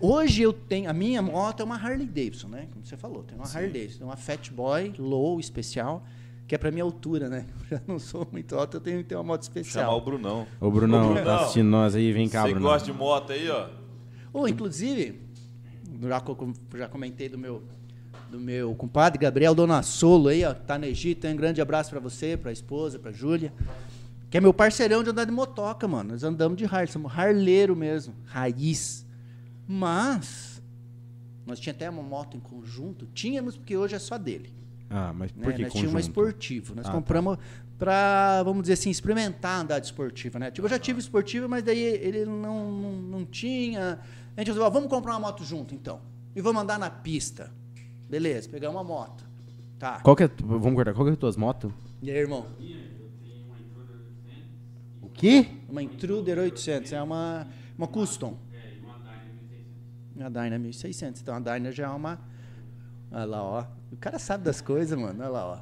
S1: Hoje eu tenho, a minha moto é uma Harley Davidson, né? Como você falou, tem uma Harley Davidson, tem uma Fat Boy Low especial, que é pra minha altura, né? Eu já não sou muito alto, eu tenho que ter uma moto
S4: Chamar o
S1: especial.
S4: Brunão.
S2: Ô, Brunão,
S4: Ô, Brunão.
S2: tá assistindo nós aí, vem cá,
S4: Você
S2: Brunão.
S4: gosta de moto aí, ó?
S1: Ou, inclusive, já, co- já comentei do meu, do meu compadre Gabriel Donassolo aí, ó, que tá no Egito. hein? Um grande abraço pra você, pra esposa, pra Júlia. Que é meu parceirão de andar de motoca, mano. Nós andamos de Harley, somos harleiro mesmo, raiz. Mas, nós tínhamos até uma moto em conjunto, tínhamos, porque hoje é só dele.
S2: Ah, mas
S1: né?
S2: por que
S1: nós tínhamos uma
S2: conjunto?
S1: esportiva. Nós
S2: Ah, tá.
S1: compramos pra, vamos dizer assim, experimentar andar de esportiva, né? Tipo, eu já tive esportiva, mas daí ele não, não, não tinha. A gente resolveu, "Ah, vamos comprar uma moto junto, então. E vamos andar na pista. Beleza, pegamos uma moto. Tá.
S2: Qual que é, tu- vamos guardar, qual que é as tuas motos?
S1: E aí, irmão?
S2: O quê?
S1: Uma Intruder 800, é uma, uma custom. Uma É, Dyna 1600. Então a Dyna já é uma. Olha lá, ó. O cara sabe das coisas, mano. Olha lá, ó.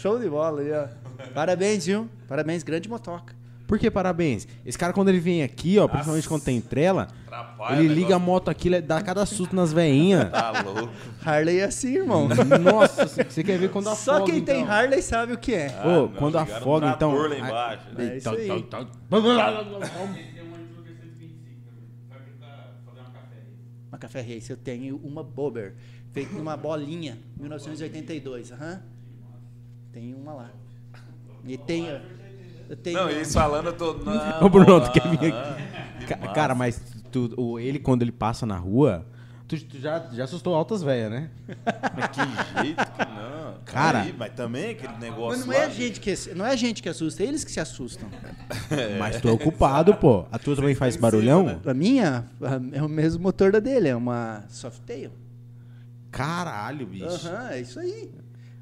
S1: Show de bola aí, ó. Parabéns, viu? Parabéns, grande motoca.
S2: Por que parabéns? Esse cara, quando ele vem aqui, ó, principalmente quando tem trela,
S4: Atrapalha
S2: ele
S4: o
S2: liga a
S4: negócio.
S2: moto aqui, ele dá cada susto nas veinhas.
S4: Tá louco.
S1: Harley é assim, irmão.
S2: Nossa, você quer ver quando afoga,
S1: Só quem tem
S2: então.
S1: Harley sabe o que é.
S2: Ô,
S4: Ah, não,
S2: quando
S4: ligaram
S2: afoga,
S4: um trator
S2: então,
S4: Lá
S2: aí-
S4: embaixo, né?
S1: É isso aí. Uma Café Race, eu tenho uma Bobber, feita numa bolinha, 1982, aham. Tem uma lá. E tem. Eu tenho
S4: Não, eles falando, eu tô. Não,
S2: Ô, Bruno, tu
S4: ah,
S2: quer vir
S4: ah,
S2: aqui? Ca-
S4: massa.
S2: Cara, mas tu- o- ele, quando ele passa na rua, tu, tu já, já assustou altas velhas, né?
S4: Mas que jeito que não.
S2: Cara.
S4: Aí, mas também aquele negócio.
S1: Mas não é,
S4: lá,
S1: a gente que, não é a gente que assusta, é eles que se assustam.
S2: Mas tu é ocupado, pô. A tua também faz barulhão?
S4: né?
S1: A minha a- é o mesmo motor da dele, é uma Softail.
S2: Caralho, bicho.
S1: Aham, é isso aí.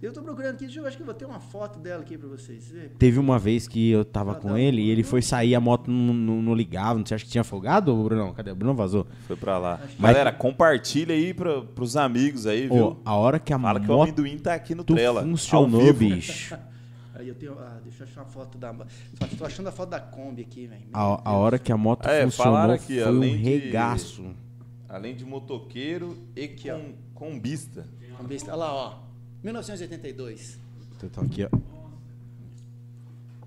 S1: Eu tô procurando aqui, deixa eu- acho que eu vou ter uma foto dela aqui pra vocês. verem.
S2: Teve uma vez que eu tava com
S1: dá.
S2: ele e ele foi sair, a moto não, não- não ligava. Não sei, acho que tinha afogado, ô, Brunão. Cadê? O Brunão vazou.
S4: Foi pra lá.
S2: Mas-
S4: Galera, compartilha aí pra, pros amigos aí,
S2: Ô,
S4: viu?
S2: a hora que a
S4: Fala que o
S2: moto
S4: amendoim tá aqui no Trela. ao
S2: funcionou,
S4: vivo.
S2: bicho.
S1: Aí eu tenho. Ah, deixa eu achar uma foto da. Só que tô achando a foto da Kombi aqui, velho.
S2: A, a hora que a moto
S4: É,
S2: funcionou
S4: falaram aqui,
S2: foi um
S4: além de-
S2: regaço.
S4: Além de motoqueiro e com, combista.
S1: Kombista, Olha lá, ó. 1982.
S2: Então aqui, ó.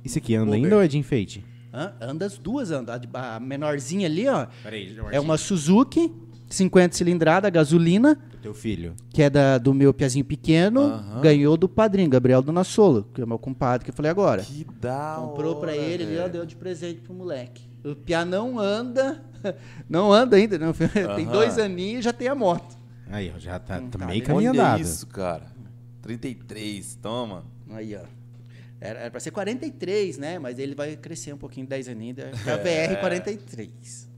S2: Isso aqui anda
S1: Uber.
S2: ainda ou é de enfeite?
S1: Hã? Anda as duas, anda. A de- A menorzinha ali, ó.
S2: Peraí,
S1: É uma Suzuki, 50 cilindrada, gasolina,
S2: Teu filho.
S1: que é da, do meu piazinho pequeno.
S4: Aham.
S1: Ganhou do padrinho, Gabriel Donassolo, que é meu compadre, que eu falei agora.
S4: Que da
S1: Comprou pra
S4: hora,
S1: ele, ele ó,
S4: velho.
S1: deu de presente pro moleque. O Pia não anda, não anda ainda, não. tem
S4: Aham.
S1: dois aninhos e já tem a moto.
S2: Aí, ó, já tá, tá
S1: tá
S2: meio
S1: bem.
S2: caminho
S4: Olha
S2: andado.
S4: isso, cara. 33, toma.
S1: Aí, ó. Era, era pra ser 43, né? Mas ele vai crescer um pouquinho, 10 aninhos, daí
S4: É.
S1: pra VR 43.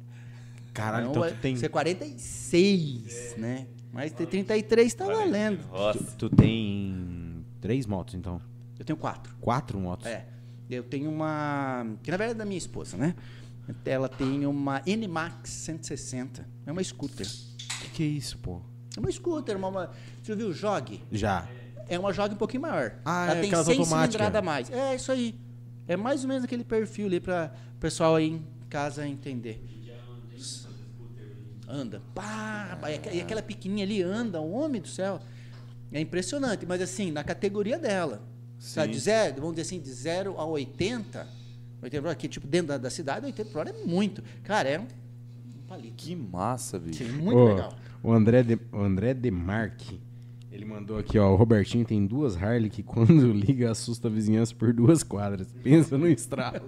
S2: Caralho,
S1: Não, é
S2: então
S1: vai
S2: tu tem,
S1: ser 46, né? Mas ter 33 tá valendo.
S4: Nossa.
S2: tu, tu tem três motos, então.
S1: Eu tenho quatro.
S2: Quatro motos.
S1: É. Eu tenho uma. Que na verdade é da minha esposa, né? Ela tem uma NMAX 160. É uma scooter.
S2: Que que é isso, pô?
S1: É uma scooter, uma. uma você já viu o Jog?
S2: Já.
S1: É uma Jog um pouquinho maior.
S2: Ah,
S1: Ela
S2: é
S1: tem
S2: aquelas automáticas.
S1: cilindrada a mais. É isso aí. É mais ou menos aquele perfil ali pra o pessoal aí em casa entender. Anda. Pá, pá, e aqu- e aquela pequenininha ali anda, homem do céu. É impressionante, mas assim, na categoria dela. Sabe,
S4: Sim.
S1: de zero, vamos dizer assim, de 0 a 80, 80 por hora, que tipo, dentro da, da cidade, 80 por hora é muito. Cara, é um, um palito.
S4: Que massa, bicho.
S1: Sim, muito
S2: Ô,
S1: legal.
S2: O André, de, o André Demarque, ele mandou aqui, ó. O Robertinho tem duas Harley que quando liga assusta a vizinhança por duas quadras. Pensa no estralo.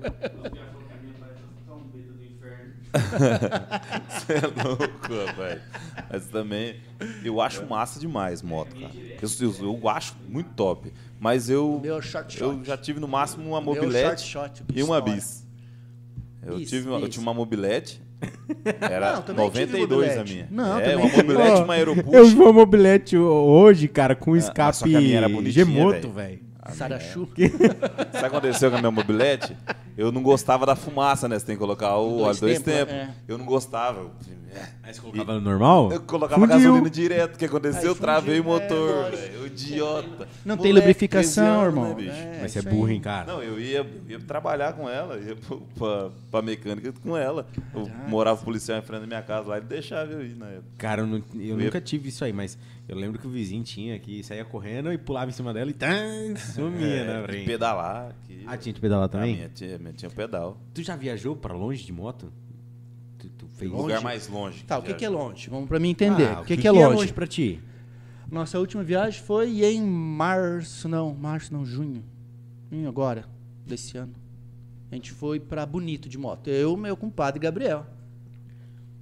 S4: Você é louco, rapaz. Mas também, eu
S1: É.
S4: acho massa demais moto, cara. assim, Eu, eu- eu acho muito top. Mas eu,
S1: O meu é short shot.
S4: eu já tive no máximo uma
S1: O meu é short
S4: mobilete
S1: shot, o
S4: e um uma
S1: pistola.
S4: bis. Eu,
S1: Bis,
S4: tive, uma- eu
S1: bis.
S4: tinha uma mobilete. Era
S1: Não, também tive
S4: 92 a
S1: mobilete.
S4: minha.
S1: Não,
S4: é,
S1: também
S4: uma
S1: tive.
S4: mobilete,
S2: Ó,
S4: uma
S2: Eu
S4: aeropush.
S2: vi uma mobilete hoje, cara, com
S1: Ah,
S4: mas só
S2: escape
S4: que a minha
S1: é
S4: era bonitinha,
S2: gemoto, velho.
S1: Sarachu.
S4: Sabe o que aconteceu com a minha mobilete? Eu não gostava da fumaça, né? Você tem que colocar o
S1: Dois
S4: óleo dois
S1: tempos,
S4: tempos.
S1: é.
S4: Eu não gostava. Eu- é.
S2: Tava no normal?
S4: Eu colocava
S2: Fundiu.
S4: gasolina direto, o que aconteceu?
S1: Aí
S4: Eu travei o
S1: fundiu, é,
S4: motor,
S1: lógico.
S4: velho. Idiota.
S1: Não tem
S4: Moleque,
S1: lubrificação,
S4: 15 anos,
S1: irmão.
S4: né, bicho?
S1: É,
S2: Mas você é
S1: isso
S2: burro,
S1: aí.
S2: hein, cara?
S4: Não, eu ia, eu ia trabalhar com ela, ia pro- pra, pra mecânica com ela. Eu morava o policial em frente da minha casa lá, ele deixava eu ir né? na época.
S2: Cara, eu, nu- eu
S4: ia-
S2: nunca tive isso aí, mas eu lembro que o vizinho tinha que saía correndo e pulava em cima dela e tá, sumia, né,
S4: É, de
S2: velho?
S4: pedalar. Que...
S2: Ah, tinha de pedalar
S4: A
S2: também?
S4: um minha tinha, minha tinha pedal.
S2: Tu já viajou pra longe de moto? tu, tu fez.
S1: Longe?
S4: Lugar mais longe.
S1: Tá, o que,
S4: já-
S1: que é longe? Vamos pra mim entender.
S2: Ah,
S1: o que, que é longe?
S2: pra ti?
S1: Nossa última viagem foi em março, não, março não, junho. Junho agora, desse ano. A gente foi pra Bonito de moto. Eu, meu compadre Gabriel.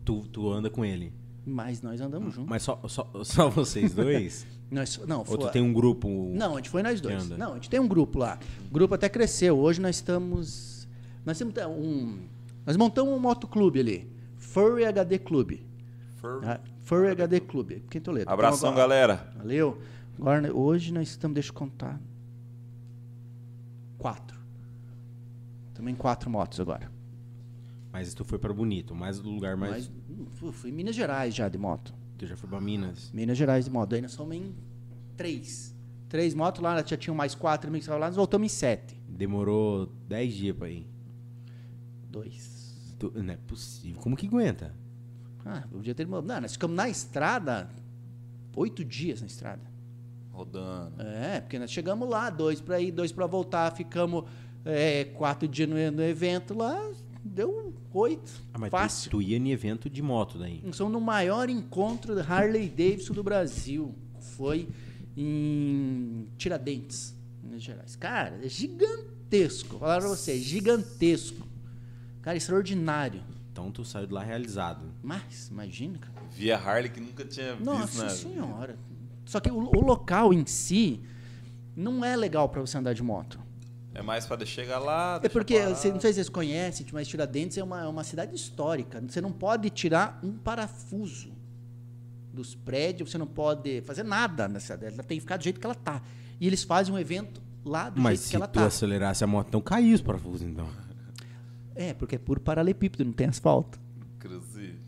S2: Tu, tu anda com ele.
S1: Mas nós andamos juntos.
S2: Mas só, só, só vocês dois?
S1: Nós, não,
S2: Ou tu
S1: foi-
S2: tem um grupo? um-
S1: Não, a gente foi nós
S2: que
S1: dois.
S2: anda?
S1: Não, a gente tem um grupo lá. O grupo até cresceu. Hoje nós estamos. Nós temos até um. Nós montamos um motoclube ali. Furry HD Clube.
S4: Fur-
S1: Ah, Furry HD Clube. Então, Quem tô lendo?
S4: Abração, galera.
S1: Valeu. Agora, né, hoje nós estamos, deixa eu contar. Quatro. Estamos em quatro motos agora.
S2: Mas tu foi pra Bonito, mais do lugar mais.
S1: Mas, hum, fui, fui em Minas Gerais já de moto.
S2: Tu já foi pra Minas.
S1: Minas Gerais de moto. Daí nós somos em três. Três motos lá, nós já tinham mais quatro amigos que estavam lá, nós voltamos em sete.
S2: Demorou 10 dias pra ir.
S1: Dois.
S2: Tu- não é possível. Como que aguenta?
S1: Ah, podia ter. Não, nós ficamos na estrada oito dias na estrada.
S4: Rodando.
S1: É, porque nós chegamos lá, dois pra ir, dois pra voltar, ficamos é, quatro dias no, no evento lá, deu oito.
S2: Ah, mas
S1: fácil.
S2: Tu, tu ia em evento de moto daí.
S1: Nós somos no maior encontro da Harley Davidson do Brasil. Foi em Tiradentes, Minas Gerais. Cara, é gigantesco. Falar pra você, é gigantesco. Cara, extraordinário.
S2: Então tu saiu de lá realizado.
S1: Mas, imagina, cara.
S4: Via Harley que nunca tinha visto né?
S1: Nossa
S4: na
S1: senhora. Só que o, o local em si não é legal para você andar de moto.
S4: É mais pra chegar lá.
S1: É
S4: deixa
S1: porque,
S4: parar.
S1: você, não sei se vocês conhecem, mas Tiradentes é uma, é uma cidade histórica. Você não pode tirar um parafuso dos prédios, você não pode fazer nada nessa cidade. Ela tem que ficar do jeito que ela tá. E eles fazem um evento lá do
S2: Mas
S1: jeito
S2: se
S1: que ela
S2: tu
S1: tá.
S2: acelerasse a moto, então caiu os parafusos então.
S1: É, porque é puro paralelepípedo, não tem asfalto.
S4: Inclusive.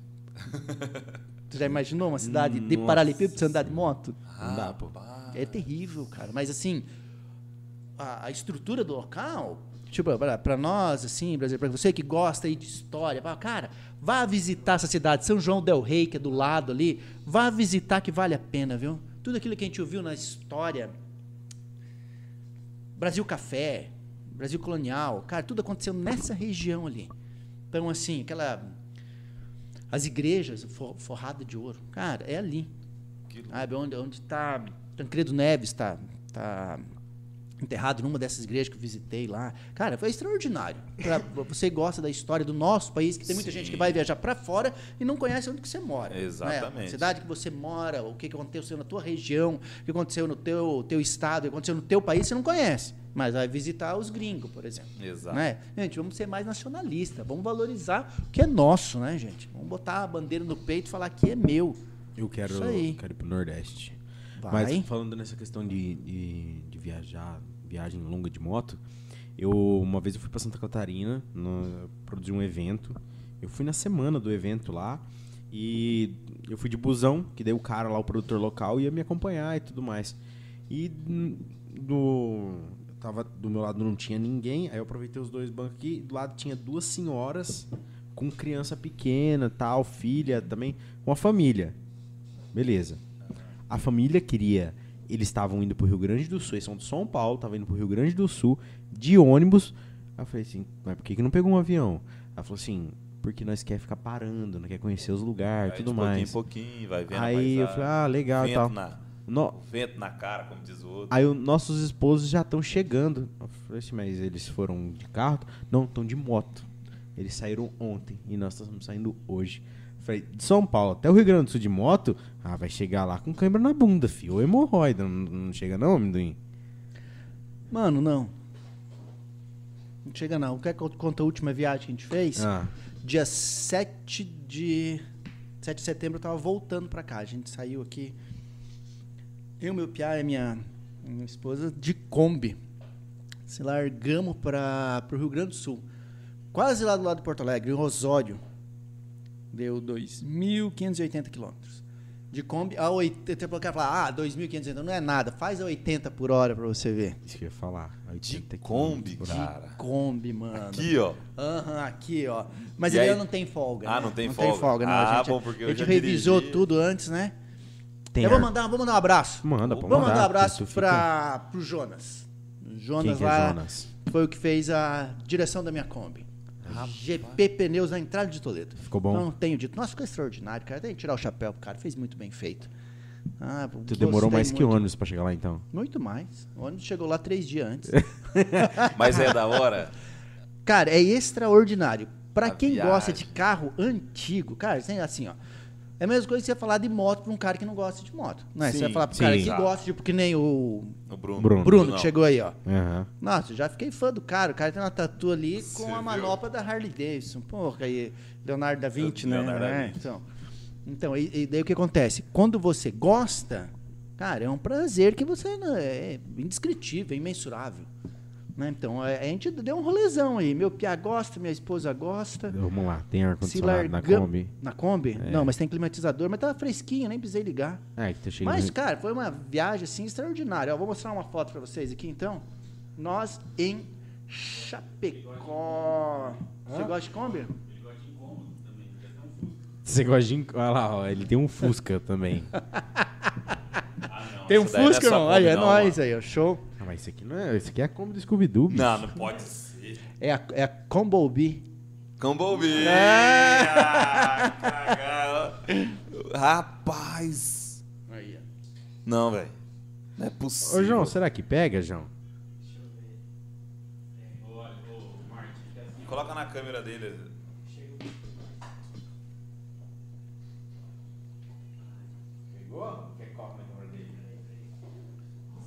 S1: Você já imaginou uma cidade de
S2: Nossa
S1: paralelepípedo você andar de moto?
S2: Não dá, pô.
S4: Rapaz.
S1: É terrível, cara. Mas assim, a, a estrutura do local, tipo, pra, pra nós, assim, brasileiro, pra você que gosta aí de história, fala, cara, vá visitar essa cidade, São João Del Rey, que é do lado ali, vá visitar que vale a pena, viu? Tudo aquilo que a gente ouviu na história. Brasil Café, Brasil Colonial, cara, tudo aconteceu nessa região ali. Então, assim, aquela. As igrejas for, forradas de ouro. Cara, é ali.
S4: Que louco.
S1: Sabe, onde, onde tá Tancredo Neves está enterrado numa dessas igrejas que eu visitei lá. Cara, foi extraordinário. Pra- você gosta da história do nosso país, que tem muita
S4: Sim.
S1: gente que vai viajar para fora e não conhece onde que você mora. né?
S4: Exatamente.
S1: A cidade que você mora, o que que aconteceu na tua região, o que aconteceu no teu, teu estado, o que aconteceu no teu país, você não conhece. Mas vai visitar os gringos, por exemplo.
S4: Exato.
S1: Né? Gente, vamos ser mais nacionalista, vamos valorizar o que é nosso, né, gente? Vamos botar a bandeira no peito e falar que é meu.
S2: Eu quero,
S1: Isso aí.
S2: quero ir pro Nordeste.
S1: Vai.
S2: Mas falando nessa questão de, de, de viajar, viagem longa de moto, eu uma vez eu fui para Santa Catarina, no, produzi um evento. Eu fui na semana do evento lá e eu fui de busão, que daí o cara lá, o produtor local, ia me acompanhar e tudo mais. E hum, do, eu tava, do meu lado não tinha ninguém, aí eu aproveitei os dois bancos aqui, do lado tinha duas senhoras com criança pequena, tal, filha também, uma família. Beleza. A família queria. Eles estavam indo pro Rio Grande do Sul, eles são de São Paulo, estavam indo pro Rio Grande do Sul, de ônibus. Aí eu falei assim, mas por que, que não pegou um avião? Ela falou assim, porque nós quer ficar parando, não quer conhecer os lugares,
S4: Vai
S2: tudo
S4: de
S2: mais.
S4: pouquinho em pouquinho, vai um vendo
S2: Aí eu falei, ah, legal e
S4: vento
S2: tal.
S4: na,
S2: No-
S4: o vento na cara, como diz o outro.
S2: Aí os nossos esposos já estão chegando. Eu falei assim, mas eles foram de carro? Não, estão de moto. Eles saíram ontem e nós estamos saindo hoje. Eu Falei, de São Paulo até o Rio Grande do Sul de moto? Ah, vai chegar lá com câimbra na bunda, fio. Ou hemorroida. Não, não chega não, amendoim?
S1: Mano, não. Não chega não. Quer que eu conte a última viagem que a gente fez?
S2: Ah,
S1: Dia 7 de... 7 de setembro eu tava voltando pra cá. A gente saiu aqui. Eu, meu piá e minha, minha esposa de Kombi. Se largamos para pro Rio Grande do Sul. Quase lá do lado de Porto Alegre, em Osório. Deu 2.580 quilômetros. De Kombi a 80. O cara fala, ah, 2.580 não é nada. Faz a 80 por hora pra você ver.
S2: isso que eu ia falar.
S4: De
S2: 80
S4: Kombi,
S2: quilômetros.
S4: cara.
S1: Kombi, mano.
S4: Aqui, ó.
S1: Aham, aqui, ó. Mas
S4: E
S1: ele
S4: aí-
S1: não tem folga.
S4: Ah,
S1: né?
S4: não tem
S1: Não
S4: folga.
S1: tem folga, não.
S4: Ah,
S1: a gente,
S4: bom, porque eu
S1: a gente
S4: já
S1: revisou
S4: dirigi.
S1: tudo antes, né?
S2: Tem
S1: eu vou
S2: ar-
S1: mandar, vou mandar um abraço.
S2: Manda, pode
S1: vamos mandar, um
S2: mandar,
S1: abraço
S2: tu fica-
S1: pra, pro Jonas. O Jonas
S2: Quem que é
S1: lá
S2: Jonas?
S1: foi o que fez a direção da minha Kombi. GP Pneus na entrada de Toledo.
S2: Ficou bom?
S1: Não tenho dito. Nossa, ficou extraordinário, cara. Tem que tirar o chapéu pro cara. Fez muito bem feito. Ah,
S2: Tu demorou mais que
S1: muito,
S2: ônibus pra chegar lá, então.
S1: Muito mais. O ônibus chegou lá três dias antes.
S4: Mas é da hora.
S1: Cara, é extraordinário. Pra
S4: A
S1: quem
S4: viagem.
S1: gosta de carro antigo, cara, assim, assim, ó. É a mesma coisa que você falar de moto pra um cara que não gosta de moto. Né? Você
S4: Sim,
S1: vai falar pro
S2: sim.
S1: cara que
S4: Exato.
S1: gosta, tipo, que nem o
S4: O
S2: Bruno.
S4: Bruno.
S1: Bruno
S4: Brunão.
S1: que chegou aí, ó.
S2: Aham.
S1: Nossa, eu já fiquei fã do cara. O cara tem uma tatu ali
S4: Você
S1: com a
S4: viu?
S1: manopla da Harley Davidson. Porra, aí, Leonardo da Vinci, né?
S4: Leonardo da
S1: É,
S4: Vinci.
S1: Então, então e, e daí o que acontece? Quando você gosta, cara, é um prazer que você não- é indescritível, é imensurável. Né? Então, a, a gente deu um rolezão aí. Meu piá gosta, minha esposa gosta.
S2: Vamos lá, tem
S1: Se
S2: ar-condicionado na
S1: largamos-
S2: Kombi.
S1: Na Kombi? Não, mas tem climatizador, mas tava fresquinho, nem precisei ligar.
S2: É, que tá chegando.
S1: Mas, cara, foi uma viagem assim extraordinária. Ó, vou mostrar uma foto pra vocês aqui então. Nós em Chapecó. Você gosta de Kombi?
S2: Você gosta de. enc- Olha lá, ó, ele tem um Fusca também.
S1: Tem
S4: essa daí não é só
S1: Aí
S4: Kombi,
S1: é
S4: não,
S1: nóis aí, ó. Show.
S2: Ah, mas isso aqui não é. Isso aqui é a Kombi do Scooby-Doo. bicho.
S4: Não, não pode ser.
S1: É a, é a Combo B.
S4: Cambobi!
S1: É.
S4: Ah, cagada. Rapaz!
S1: Aí, ó.
S4: Não, velho. Não é possível.
S2: Ô, João, será que pega, João?
S4: Coloca na câmera dele.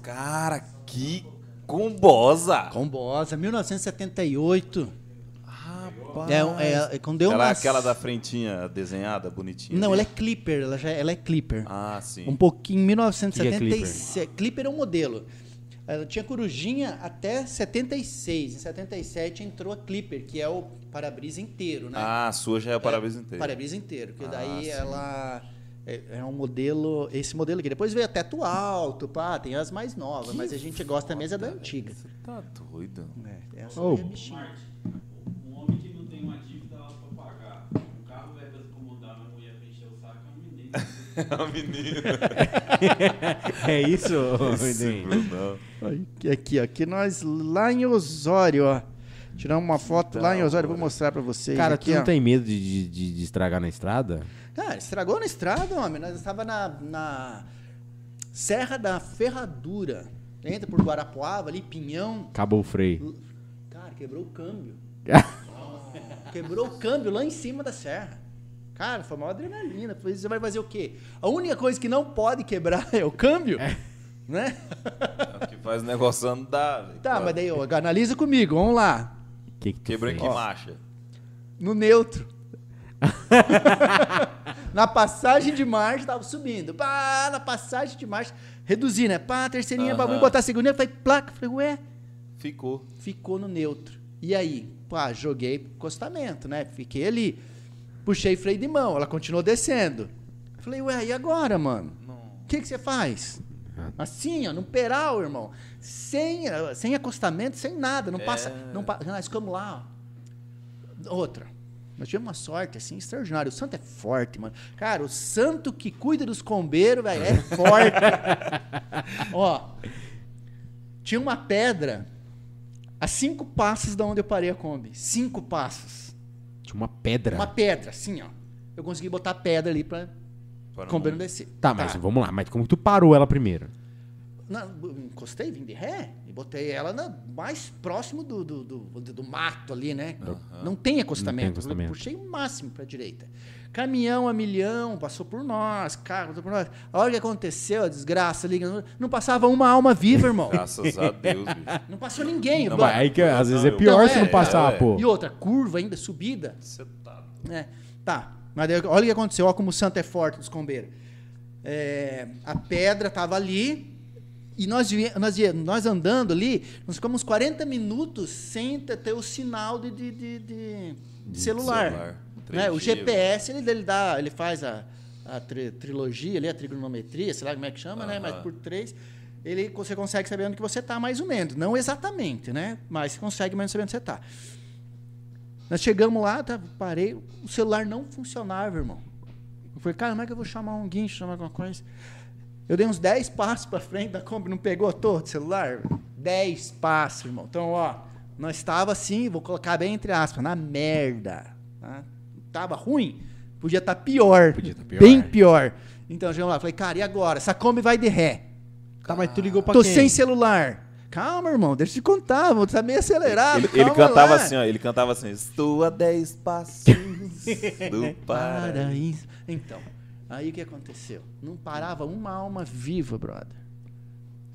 S4: Cara, que combosa!
S1: Combosa, 1978.
S4: Rapaz!
S1: É, um- é, é quando eu
S4: ela é
S1: nasci-
S4: aquela da frentinha desenhada, bonitinha.
S1: Não, ela
S4: ali?
S1: é Clipper. Ela, já, ela é Clipper.
S4: Ah, sim.
S1: Um pouquinho,
S2: O
S1: 1976. Clipper? é um modelo. Ela tinha Corujinha até 76. Em 77 entrou a Clipper, que é o para-brisa inteiro, né?
S4: Ah, a sua já é o parabéns inteiro.
S1: Para-brisa inteiro. Que
S4: Ah,
S1: daí
S4: sim.
S1: ela é, é um modelo, esse modelo aqui. Depois veio a teto alto, pá, tem as mais novas, mas a gente gosta mesmo é da antiga.
S4: Você tá doido?
S1: É, essa
S2: Oh.
S1: daí é bichinha.
S5: Um homem que não tem uma dívida pra pagar. O carro vai pra incomodar, mas a mulher pra encher o saco é um menino.
S4: É o menino.
S2: É isso,
S4: Esse Brunão.
S1: Aqui, Aqui, ó, aqui nós lá em Osório, ó. Tiramos uma foto lá em Osório, vou mostrar pra vocês.
S2: Cara,
S1: aqui,
S2: tu não
S1: ó.
S2: tem medo de, de- de- de estragar na estrada?
S1: Cara, estragou na estrada, homem. Nós estava na, na Serra da Ferradura. Entra por Guarapuava, ali, Pinhão.
S2: Acabou o freio.
S1: Cara, quebrou o câmbio.
S2: Hum.
S1: quebrou o câmbio lá em cima da serra. Cara, foi uma adrenalina. Foi- Você vai fazer o quê? A única coisa que não pode quebrar é o câmbio, né?
S4: É o que faz o negócio andar, velho.
S1: Tá, mas daí, ó, analisa comigo, vamos lá.
S2: Que que tu
S4: Quebrou em
S2: fez?
S4: que marcha?
S1: No neutro. na passagem de marcha, tava subindo. Pá, na passagem de marcha, reduzir, né? Pá, terceirinha,
S4: Aham.
S1: bagulho, botar a segunda, falei, placa. Falei, ué,
S4: Ficou.
S1: ficou no neutro. E aí, pá, joguei pro encostamento, né? Fiquei ali. Puxei freio de mão, ela continuou descendo. Falei, ué, e agora, mano? O que que você faz? Assim, ó, num peral, irmão. Sem, eh, sem acostamento, sem nada. Não passa. Não pa nós ficamos lá, ó. Outra. Nós tivemos uma sorte, assim, extraordinária. O santo é forte, mano. Cara, o santo que cuida dos combeiros, velho, é forte. ó, tinha uma pedra a cinco passos da onde eu parei a Kombi. Cinco passos.
S2: Tinha uma pedra.
S1: Uma pedra, assim, ó. Eu consegui botar a pedra ali pra
S4: Para
S1: Kombi
S4: não-
S1: não descer.
S2: Tá, mas vamos lá. Mas como tu parou ela primeiro?
S1: Não, eu encostei, vim de ré e botei ela na- mais próximo do, do, do, do mato ali, né? Não tem acostamento.
S2: Não tem acostamento.
S1: Eu puxei o máximo para direita. Caminhão a milhão, passou por nós, carro passou por nós. A hora que aconteceu, a desgraça ali, não passava uma alma viva, irmão.
S4: Graças a Deus, bicho.
S1: não passou ninguém.
S4: Não,
S1: mano.
S4: mas
S2: Aí que às vezes é
S4: Não,
S2: pior
S1: eu-
S2: se não
S1: é,
S2: passar,
S4: é,
S2: pô.
S1: E outra, curva ainda, subida.
S4: Você tá
S1: né? Tá. Mas daí, olha o que aconteceu, olha como o santo é forte dos combeiros. É, a pedra tava ali e nós, vie- nós, vie- nós andando ali, nós ficamos uns 40 minutos sem ter ter o sinal de, de- de- de- de celular.
S4: celular.
S1: Né? O
S4: 3G,
S1: GPS, ele, ele dá, ele faz a, a tri- trilogia ali, a trigonometria, sei lá como é que chama, né? Mas
S4: Aham.
S1: por três, ele, você consegue saber onde que você está mais ou menos. Não exatamente, né? Mas você consegue mais ou menos saber onde você tá. está. Nós chegamos lá, tá, parei, o celular não funcionava, irmão. Eu falei, cara, como é que eu vou chamar um guincho, chamar alguma coisa? Eu dei uns 10 passos pra frente da Kombi, não pegou todo o celular? 10 passos, irmão. Então, ó, Nós estava assim, vou colocar bem entre aspas, na merda. Tá? Tava ruim, podia estar pior.
S2: Podia tá pior.
S1: Bem pior. Então, chegamos lá, falei, cara, e agora? Essa Kombi vai de ré.
S2: Tá, mas tu ligou pra
S1: Tô
S2: quem?
S1: sem celular. Calma, irmão, deixa eu te contar, você tá meio acelerado.
S4: Ele, ele
S1: calma
S4: cantava
S1: lá.
S4: assim, ó. Ele cantava assim. Estou a 10 passos do Paraíso.
S1: Paraíso. Então, aí o que aconteceu? Não parava uma alma viva, brother.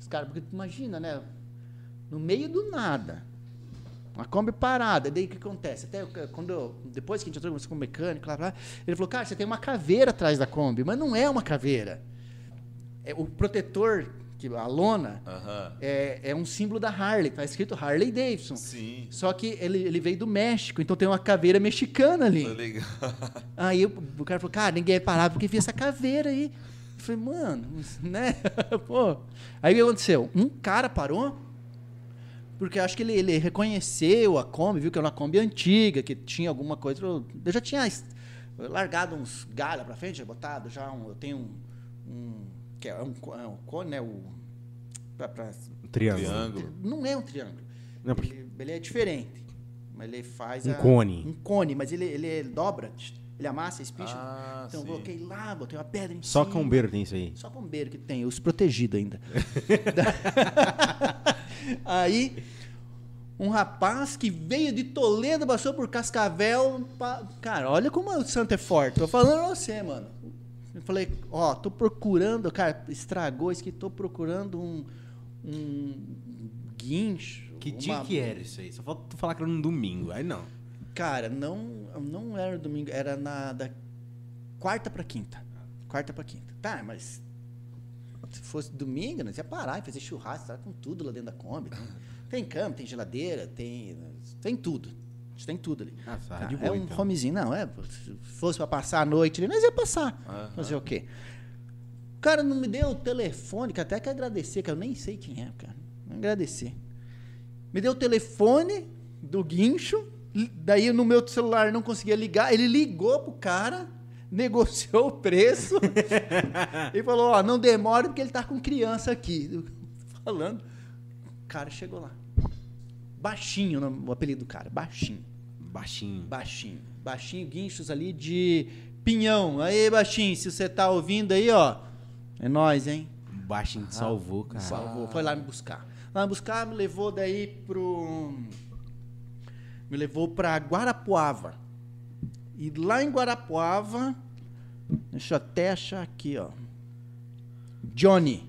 S1: Os caras, porque tu imagina, né? No meio do nada. Uma Kombi parada. Daí o que acontece? Até eu- quando eu- depois que a gente entrou conversou com o mecânico, lá, lá, ele falou: Cara, você tem uma caveira atrás da Kombi, mas não é uma caveira. É o protetor, que, a lona,
S4: Aham.
S1: é, é um símbolo da Harley. Tá escrito Harley Davidson.
S4: Sim.
S1: Só que ele, ele veio do México, então tem uma caveira mexicana ali.
S4: Tô ligado.
S1: Aí o, o cara falou, cara, ninguém vai parar porque vi essa caveira aí. Eu falei, mano, mas, né? Pô. Aí o que aconteceu? Um cara parou, porque eu acho que ele, ele reconheceu a Kombi, viu que era uma Kombi antiga, que tinha alguma coisa. Eu eu já tinha es- largado uns galhos pra frente, já botado já um. Eu tenho um. um que é um, co- é um cone, né? O, pra- pra-
S2: Triângulo.
S4: Triângulo.
S1: não é um triângulo.
S2: Não, porque-
S1: Ele, ele é diferente. Mas ele faz.
S2: Um
S1: a-
S2: cone.
S1: Um cone, mas ele, ele dobra, tch, ele amassa, espicha.
S4: Ah,
S1: então
S4: sim.
S1: eu coloquei lá, botei uma pedra em
S2: Só um
S1: cima.
S2: cambeiro tem isso aí.
S1: Só combeiro que tem, os protegidos ainda. Aí, um rapaz que veio de Toledo, passou por Cascavel. pa- Cara, olha como o Santo é forte. Tô falando pra você, mano. Eu falei, ó, tô procurando, cara, estragou isso que tô procurando um, um guincho.
S2: Que
S1: uma-
S2: dia que era isso aí? Só falta tu falar que era num domingo. Aí não.
S1: Cara, não, não era domingo, era na da quarta pra quinta. Quarta pra quinta. Tá, mas se fosse domingo, nós ia parar e fazer churrasco, tá com tudo lá dentro da Kombi. Tem, tem cama, tem geladeira, tem tem tudo. A gente Tem tudo ali.
S2: Ah, tá
S1: Tá,
S2: de
S1: é
S2: boa,
S1: um
S2: então.
S1: homezinho, não, é, se fosse pra passar a noite ali, nós ia passar.
S4: Aham.
S1: Fazer o quê? O cara não me deu o telefone, que até que agradecer, que eu nem sei quem é, cara. Agradecer. Me deu o telefone do guincho, li- daí no meu celular não conseguia ligar. Ele ligou pro cara, negociou o preço e falou: Ó, não demore porque ele tá com criança aqui. Eu Falando. O cara chegou lá. Baixinho o nome- o apelido do cara, baixinho.
S2: Baixinho.
S1: Baixinho. Baixinho, guinchos ali de pinhão. Aí, baixinho, se você tá ouvindo aí, ó. É nós, hein?
S2: Baixinho te salvou,
S1: Ah,
S2: cara.
S1: Salvou. Foi lá me buscar. Lá me buscar, me levou daí pro. Me levou pra Guarapuava. E lá em Guarapuava. Deixa eu até achar aqui, ó. Johnny.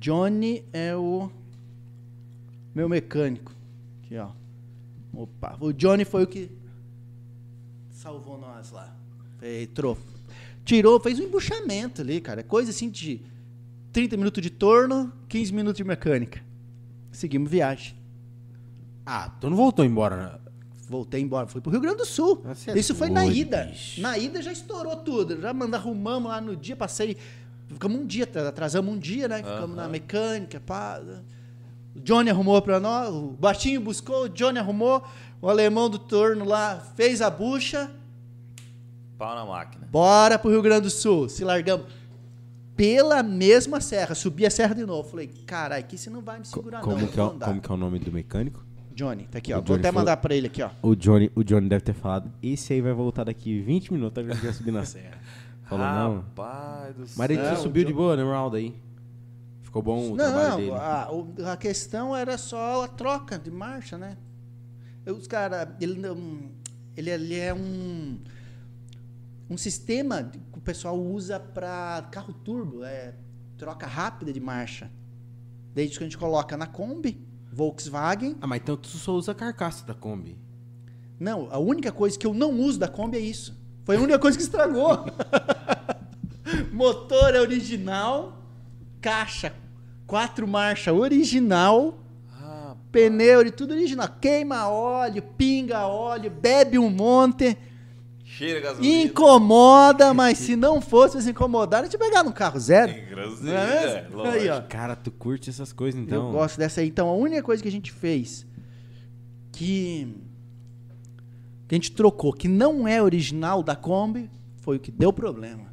S1: Johnny é o. Meu mecânico. Aqui, ó. Opa. O Johnny foi o que salvou nós lá. Entrou. Tirou, fez um embuchamento ali, cara. Coisa assim de 30 minutos de torno, 15 minutos de mecânica. Seguimos viagem.
S2: Ah, tu não voltou embora, né?
S1: Voltei embora, fui pro Rio Grande do Sul.
S2: Você é
S1: Isso foi na
S2: doido,
S1: ida.
S2: bicho.
S1: Na ida já estourou tudo. Já manda, arrumamos lá no dia, passei. Ficamos um dia, tra- atrasamos um dia, né? Ficamos na mecânica, pá. O Johnny arrumou pra nós, o Baixinho buscou, o Johnny arrumou, o alemão do torno lá fez a bucha.
S4: Pau na máquina.
S1: Bora pro Rio Grande do Sul. Se largamos pela mesma serra. Subi a serra de novo. Falei, carai, que você não vai me segurar, não.
S2: Como
S1: eu
S2: que, é,
S1: vou
S2: o-
S1: andar."
S2: como que é o nome do mecânico?
S1: Johnny, tá aqui,
S2: O
S1: ó. Vou
S2: Johnny
S1: até
S2: falou-
S1: mandar pra ele aqui, ó.
S2: O Johnny, o Johnny deve ter falado, esse aí vai voltar daqui 20 minutos, a gente vai subir na serra. Falou,
S1: Ah,
S2: não.
S4: Rapaz do
S2: Mas ele
S4: céu.
S2: subiu de boa, né, Ronaldo, aí? Ficou bom o trabalho dele. Ah,
S1: Não, a, o- a questão era só a troca de marcha, né? Eu- Os cara, ele não- ele, ele é um um sistema de- que o pessoal usa para carro turbo, é troca rápida de marcha. Desde que a gente coloca na Kombi, Volkswagen.
S2: Ah, mas então tu só usa a carcaça da Kombi.
S1: Não, a única coisa que eu não uso da Kombi é isso. Foi a única coisa que estragou. Motor é original, caixa quatro marchas original,
S4: Ah,
S1: pneu de tudo original. Queima óleo, pinga óleo, bebe um monte,
S4: cheira a gasolina.
S1: incomoda, mas se não fosse se incomodar, eu tinha pegado um carro zero.
S4: Tem
S1: Não
S4: gasolina,
S1: é
S4: é,
S1: mesmo?
S4: lógico.
S1: Aí, ó.
S2: Cara, tu curte essas coisas, então?
S1: Eu gosto dessa aí. Então, a única coisa que a gente fez que, que a gente trocou, que não é original da Kombi, foi o que deu problema.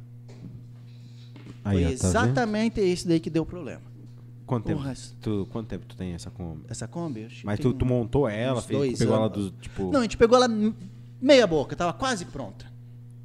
S2: Aí,
S1: foi
S2: ó, tá vendo?
S1: exatamente isso daí que deu problema.
S2: Quanto tempo,
S1: Porra, essa-
S2: tu, quanto tempo tu tem essa Kombi?
S1: Essa Kombi, eu acho que
S2: Mas
S1: tem
S2: tu, tu
S1: um-
S2: montou ela,
S1: uns
S2: fez,
S1: dois
S2: pegou ela
S1: anos.
S2: do tipo.
S1: Não, a gente pegou ela m- meia boca, tava quase pronta.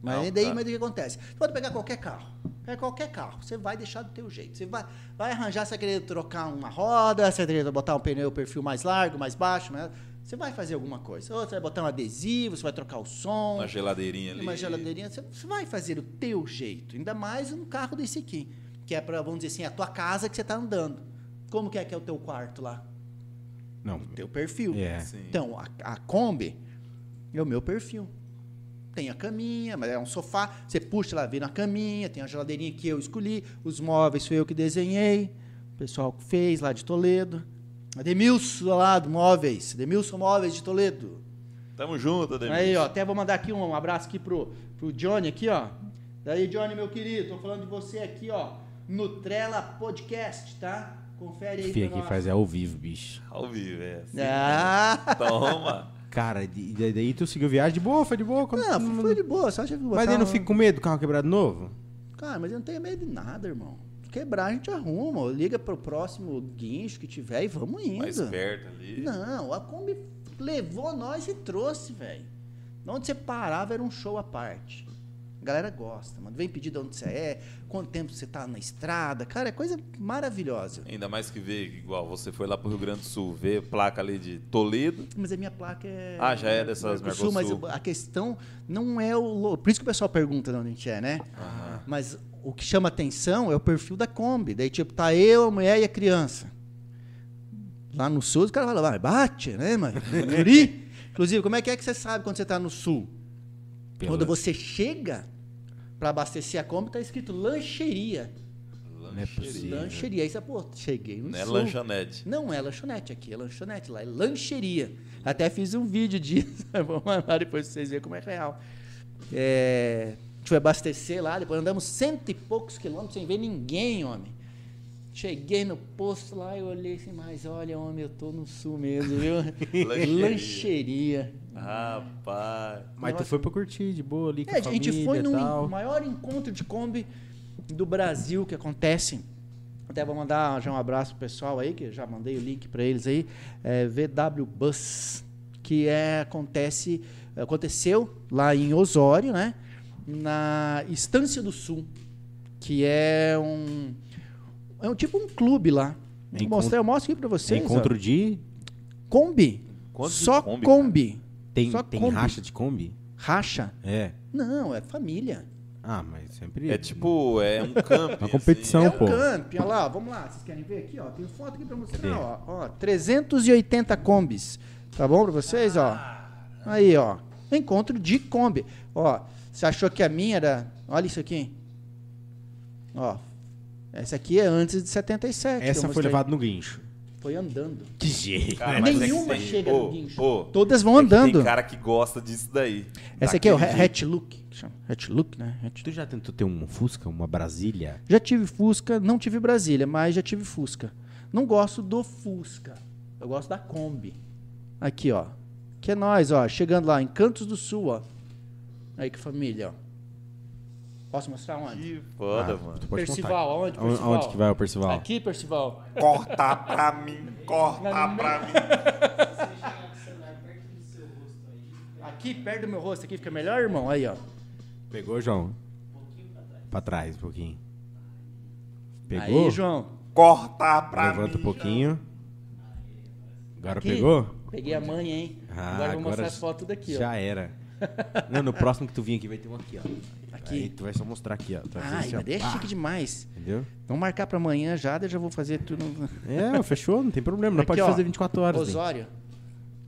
S1: Mas
S4: Não,
S1: daí,
S4: tá.
S1: mas o que acontece? Você pode pegar qualquer carro. Pega qualquer carro, você vai deixar do teu jeito. Você vai, vai arranjar, você vai querer trocar uma roda, você vai querer botar um pneu perfil mais largo, mais baixo, mas você vai fazer alguma coisa. Ou você vai botar um adesivo, você vai trocar o som.
S4: Uma geladeirinha ali.
S1: Uma geladeirinha, você você vai fazer o teu jeito, ainda mais um carro desse aqui, que é para, vamos dizer assim, a tua casa que você está andando. Como que é que é o teu quarto lá?
S2: Não.
S1: Teu perfil.
S2: É.
S4: Sim.
S1: Então, a, a Kombi é o meu perfil. Tem a caminha, mas é um sofá, você puxa lá, vira a caminha, tem a geladeirinha que eu escolhi, os móveis foi eu que desenhei, o pessoal que fez lá de Toledo. Ademilson lá do Móveis, Ademilson Móveis de Toledo.
S4: Tamo junto, Ademir.
S1: Aí, ó, até vou mandar aqui um, um abraço aqui pro, pro Johnny aqui, ó. Daí, Johnny, meu querido, tô falando de você aqui, ó, Nutrela Podcast, tá? Confere aí
S2: Fih,
S1: pra
S2: aqui
S1: nós.
S2: faz é ao vivo, bicho.
S4: Ao vivo, é. Sim.
S1: Ah!
S4: Toma.
S2: Cara, e daí, daí tu seguiu viagem de boa, foi de boa? Quando-
S1: Não, Ah, foi de boa, só achei que
S2: Mas
S1: ele
S2: daí não fica com medo do carro quebrado novo?
S1: Cara, mas eu não tenho medo de nada, irmão. Quebrar a gente arruma, liga pro próximo guincho que tiver e vamos indo.
S4: Mais perto ali.
S1: Não, a Kombi levou nós e trouxe, velho. Onde você parava era um show à parte. A galera gosta, mano. Vem pedir de onde você é, quanto tempo você tá na estrada. Cara, é coisa maravilhosa.
S4: Ainda mais que vê, igual você foi lá pro Rio Grande do Sul, vê placa ali de Toledo.
S1: Mas a minha placa é.
S4: Ah, já é dessas
S1: Mercosul, Mas
S4: Mercosul.
S1: a questão não é o. lo- Por isso que o pessoal pergunta de onde a gente é, né? Mas o que chama atenção é o perfil da Kombi. Daí, tipo, tá eu, a mulher e a criança. Lá no sul, os caras falam, "Vai, bate, né, mãe? Guri." Inclusive, como é que é que você sabe quando você tá no sul?
S2: Pela-
S1: Quando você chega para abastecer a Kombi, tá escrito lancheria.
S4: Não
S2: é possível. Sim.
S1: Lancheria. Aí você, pô, cheguei no
S4: Não é
S1: sul.
S4: lanchonete.
S1: Não é lanchonete aqui, é lanchonete lá, é lancheria. Até fiz um vídeo disso, vou mandar depois pra vocês verem como é real. É, a gente foi abastecer lá, depois andamos cento e poucos quilômetros sem ver ninguém, homem. Cheguei no posto lá e olhei assim, mas olha, homem, eu tô no sul mesmo, viu?
S4: Lancheria.
S1: lancheria.
S4: Rapaz.
S2: Mas tu foi pra curtir de boa ali com
S1: É, a
S2: a
S1: gente
S2: família
S1: foi
S2: e
S1: no
S2: tal.
S1: maior encontro de Kombi do Brasil que acontece. Até vou mandar já um abraço pro pessoal aí, que eu já mandei o link para eles aí. É VW Bus, que é, acontece, aconteceu lá em Osório, né? Na Estância do Sul, que é um. É um tipo um clube lá. Vou
S2: Encon-
S1: mostrar, eu mostro aqui pra
S2: Tem
S1: vocês. ó.
S2: encontro de.
S1: Kombi.
S4: Encontro de
S1: Só
S4: Kombi,
S1: Kombi.
S4: cara.
S2: Tem,
S1: Só
S2: tem
S1: Kombi.
S2: racha de Kombi?
S1: Racha?
S2: É.
S1: Não, é família.
S2: Ah, mas sempre.
S4: É tipo, é um campo.
S2: Uma competição,
S1: É
S2: pô.
S1: um camping, olha lá, vamos lá, vocês querem ver aqui, ó, tem foto aqui pra
S2: Cadê?
S1: mostrar, ó, ó, 380 combis, tá bom pra vocês, ó?
S4: Ah.
S1: Aí, ó, encontro de Kombi, ó, você achou que a minha era, olha isso aqui, ó, essa aqui é antes de 77. que eu
S2: Essa foi
S1: mostrei.
S2: levada no guincho. Né?
S1: Foi andando.
S2: Que jeito.
S4: é
S1: Nenhuma chega no guincho.
S4: Pô,
S1: Todas vão
S4: é que
S1: andando.
S4: Tem cara que gosta disso daí. Tá
S1: Essa aqui é o
S4: Daquele jeito.
S1: Hatchlook, que chama, Hatchlook, né? Hatch-
S2: Tu já tentou ter um Fusca, uma Brasília?
S1: Já tive Fusca, não tive Brasília, mas já tive Fusca. Não gosto do Fusca. Eu gosto da Kombi. Aqui, ó. Que é nós, ó. Chegando lá em Cantos do Sul, ó. Aí que família, ó. Posso mostrar onde?
S4: Que foda,
S2: Ah,
S4: mano.
S2: tu pode
S1: Percival,
S2: contar.
S1: aonde,
S2: Aon-
S1: Percival?
S2: Aonde que vai o Percival?
S1: Aqui, Percival.
S4: Corta pra mim, corta pra mim.
S1: Aqui, perto do meu rosto, aqui fica melhor, irmão. Aí, ó.
S2: Pegou, João? Um pouquinho pra trás. um pouquinho. Pegou?
S1: Aí, João.
S4: Corta pra
S2: Levanta um pouquinho. Agora
S1: Aqui.
S2: pegou?
S1: Peguei a mãe, hein?
S2: Ah,
S1: agora eu vou mostrar
S2: agora
S1: as fotos daqui,
S2: Já
S1: ó.
S2: era. Não, no próximo que tu vir aqui vai ter um aqui, ó.
S1: Aqui.
S2: Aí tu vai só mostrar aqui, ó. Tu vai fazer
S1: Ai,
S2: assim, ó.
S1: mas daí é
S2: Pá.
S1: chique demais.
S2: Entendeu?
S1: Vamos marcar pra amanhã já, daí eu já vou fazer tudo.
S2: É, fechou, não tem problema. Não
S1: Aqui,
S2: pode
S1: ó,
S2: fazer 24 horas. né?
S1: Osório.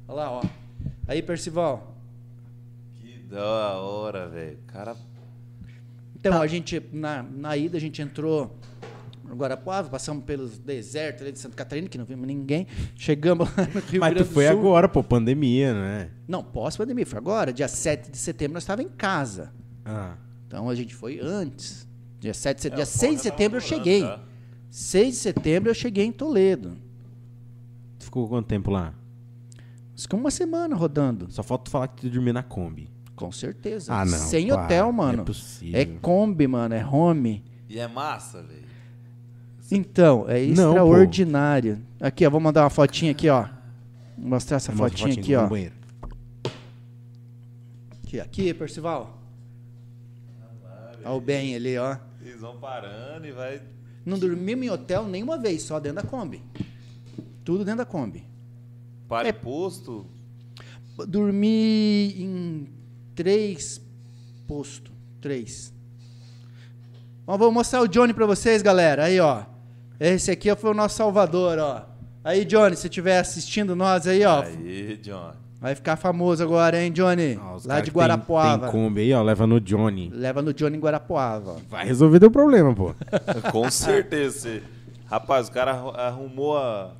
S1: Olha lá, ó. Aí, Percival.
S4: Que da hora, velho. Cara,
S1: Então,
S2: Tá.
S1: a gente, na, na ida, a gente entrou no Guarapuava, passamos pelos desertos ali de Santa Catarina, que não vimos ninguém. Chegamos lá no Rio
S2: Mas
S1: Grande
S2: tu foi
S1: do Sul.
S2: agora, pô, pandemia, né?
S1: Não, pós-pandemia, foi agora. Dia 7 de setembro, nós estávamos em casa.
S2: Ah.
S1: Então, a gente foi antes. Dia, 7 de setembro,
S4: É, o
S1: dia 6 de
S4: Paulo já tava
S1: setembro eu
S4: morando,
S1: cheguei.
S4: tá?
S1: 6 de setembro eu cheguei em Toledo.
S2: Tu ficou quanto tempo lá?
S1: Ficou uma semana rodando.
S2: Só falta tu falar que tu dormia na Kombi.
S1: Com certeza.
S2: Ah, não,
S1: Sem
S2: para,
S1: hotel,
S2: não é
S1: mano.
S2: possível.
S1: é Kombi, mano. É home.
S4: e é massa, velho.
S1: Então, é
S2: Não, pô.
S1: extraordinário. Aqui, ó, vou mandar uma fotinha aqui, ó. Vou mostrar essa
S2: Mostra a
S1: fotinha,
S2: fotinha
S1: aqui,
S2: no
S1: ó.
S2: banheiro.
S1: Aqui, aqui, Percival. Olha o Ben ali, ó.
S4: Eles vão parando e vai.
S1: Não dormimos em hotel nenhuma vez, só dentro da Kombi. Tudo dentro da Kombi.
S4: Para
S1: É.
S4: em posto.
S1: Dormi em três posto. Três. Bom, vou mostrar o Johnny pra vocês, galera. Aí, ó. Esse aqui ó, foi o nosso salvador, ó. Aí, Johnny, se estiver assistindo nós aí, ó.
S4: Aí, John.
S1: Vai ficar famoso agora, hein, Johnny?
S2: Ah, os
S1: Lá
S2: cara
S1: de
S2: que tem-
S1: Guarapuava.
S2: Tem Kombi aí, ó, leva no Johnny.
S1: Leva no Johnny em Guarapuava.
S2: Vai resolver teu problema, pô.
S4: Com certeza. você- Rapaz, o cara arru- arrumou a-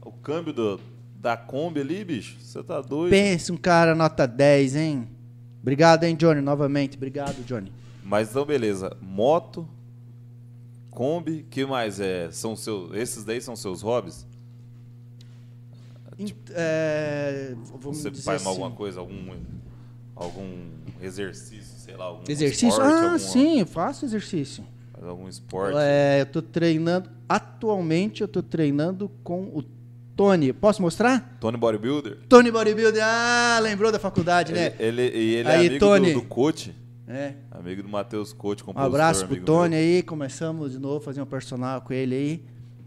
S4: o câmbio do- da Kombi ali, bicho. Você tá doido.
S1: Pense um cara nota 10, hein? Obrigado, hein, Johnny, novamente. Obrigado, Johnny.
S4: Mas então, beleza. Moto, Kombi, que mais é? São seus, esses daí são seus hobbies?
S1: Em- é, vamos
S4: Tipo, Você
S1: dizer
S4: faz
S1: assim.
S4: alguma coisa, algum, algum exercício, sei lá, algum
S1: Exercício?
S4: esporte,
S1: ah,
S4: alguma-
S1: sim, eu faço exercício.
S4: faz algum esporte.
S1: É, eu tô treinando. Atualmente eu tô treinando com o Tony. Posso mostrar?
S4: Tony Bodybuilder?
S1: Tony Bodybuilder. Ah, lembrou da faculdade, né?
S4: Ele, ele, e ele
S1: Aí,
S4: é amigo
S1: Tony.
S4: do, do Coach,
S1: É.
S4: amigo do Matheus Coach,
S1: Um
S4: compositor.
S1: abraço pro
S4: amigo
S1: Tony
S4: meu.
S1: aí. Começamos de novo, fazer um personal com ele aí.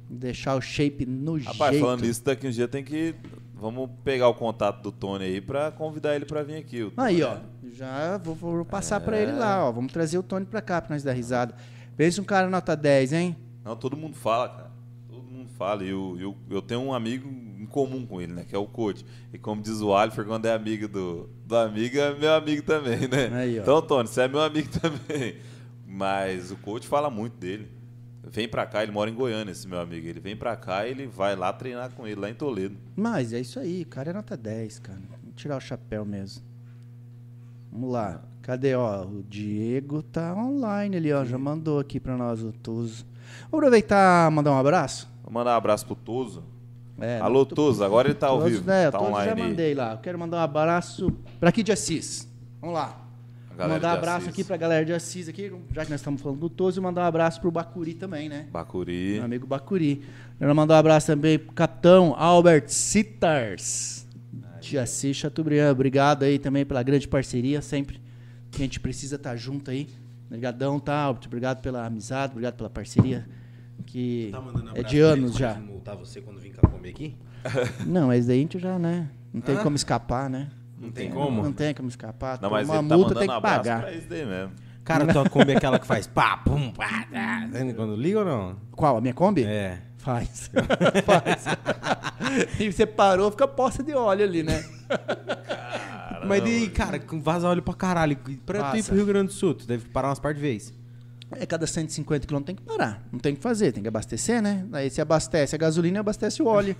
S1: Deixar o shape no
S4: Rapaz,
S1: jeito.
S4: falando nisso, daqui um dia tem que... Vamos pegar o contato do Tony aí pra convidar ele pra vir aqui. O
S1: Aí,
S4: Tony é-
S1: ó. Já vou, vou passar pra ele lá, ó. Vamos trazer o Tony pra cá pra nós dar risada. Pensa um cara nota 10, hein?
S4: Não, todo mundo fala, cara. Todo mundo fala. E eu, eu, eu tenho um amigo em comum com ele, né? Que é o coach. E como diz o Alifer, quando é amigo do, do amigo, é meu amigo também, né?
S1: Aí, ó.
S4: então, Tony, você é meu amigo também. Mas o coach fala muito dele. Vem pra cá, ele mora em Goiânia, esse meu amigo. Ele vem pra cá e ele vai lá treinar com ele, lá em Toledo.
S1: Mas é isso aí, o cara é nota 10, cara. Vou tirar o chapéu mesmo. Vamos lá. Cadê, ó? O Diego tá online ali, ó. Já mandou aqui pra nós o Tuso. Vou aproveitar e mandar um abraço.
S4: Vou mandar um abraço pro Toso.
S1: É,
S4: Alô, Toso, agora ele tá ao
S1: todos,
S4: vivo.
S1: né,
S4: tá
S1: todos
S4: online
S1: já
S4: aí.
S1: mandei lá. Eu quero mandar um abraço pra aqui de Assis. Vamos lá.
S4: A galera
S1: Mandar um
S4: de
S1: abraço
S4: Assis.
S1: aqui pra galera de Assis aqui, já que nós estamos falando do Toso, mandar um abraço pro Bacuri também, né?
S4: Bacuri.
S1: Meu amigo Bacuri. Quero mandar um abraço também pro capitão Albert Citars. De Assis Chateaubriand. Obrigado aí também pela grande parceria, sempre que a gente precisa estar junto aí. Obrigadão, tá, Albert? Obrigado pela amizade, obrigado pela parceria. Que
S2: Tá um
S1: é de anos já.
S2: multar você quando vim cá comer aqui?
S1: Não, mas daí a gente já, né? Não tem como escapar, né?
S2: Não tem como.
S1: Não tem como escapar.
S4: Não,
S1: Toma
S4: mas
S1: uma
S4: ele
S1: multa
S4: tá mandando
S1: tem
S4: um
S1: que
S4: abraço
S1: pagar.
S4: pra isso daí mesmo.
S2: Cara, tua Kombi é aquela que faz pá, pum, pá, tá. Entende Quando liga ou não?
S1: Qual? A minha Kombi?
S2: É.
S1: Faz. Faz. e você parou, fica poça de óleo ali, né?
S2: Mas daí, cara, com vaza óleo pra caralho. Pra tu ir
S1: Vaza.
S2: pro Rio Grande do Sul, tu deve parar umas par de vezes.
S1: É cada 150 km tem que parar. Não tem o que fazer, tem que abastecer, né? Aí você abastece a gasolina e abastece o óleo.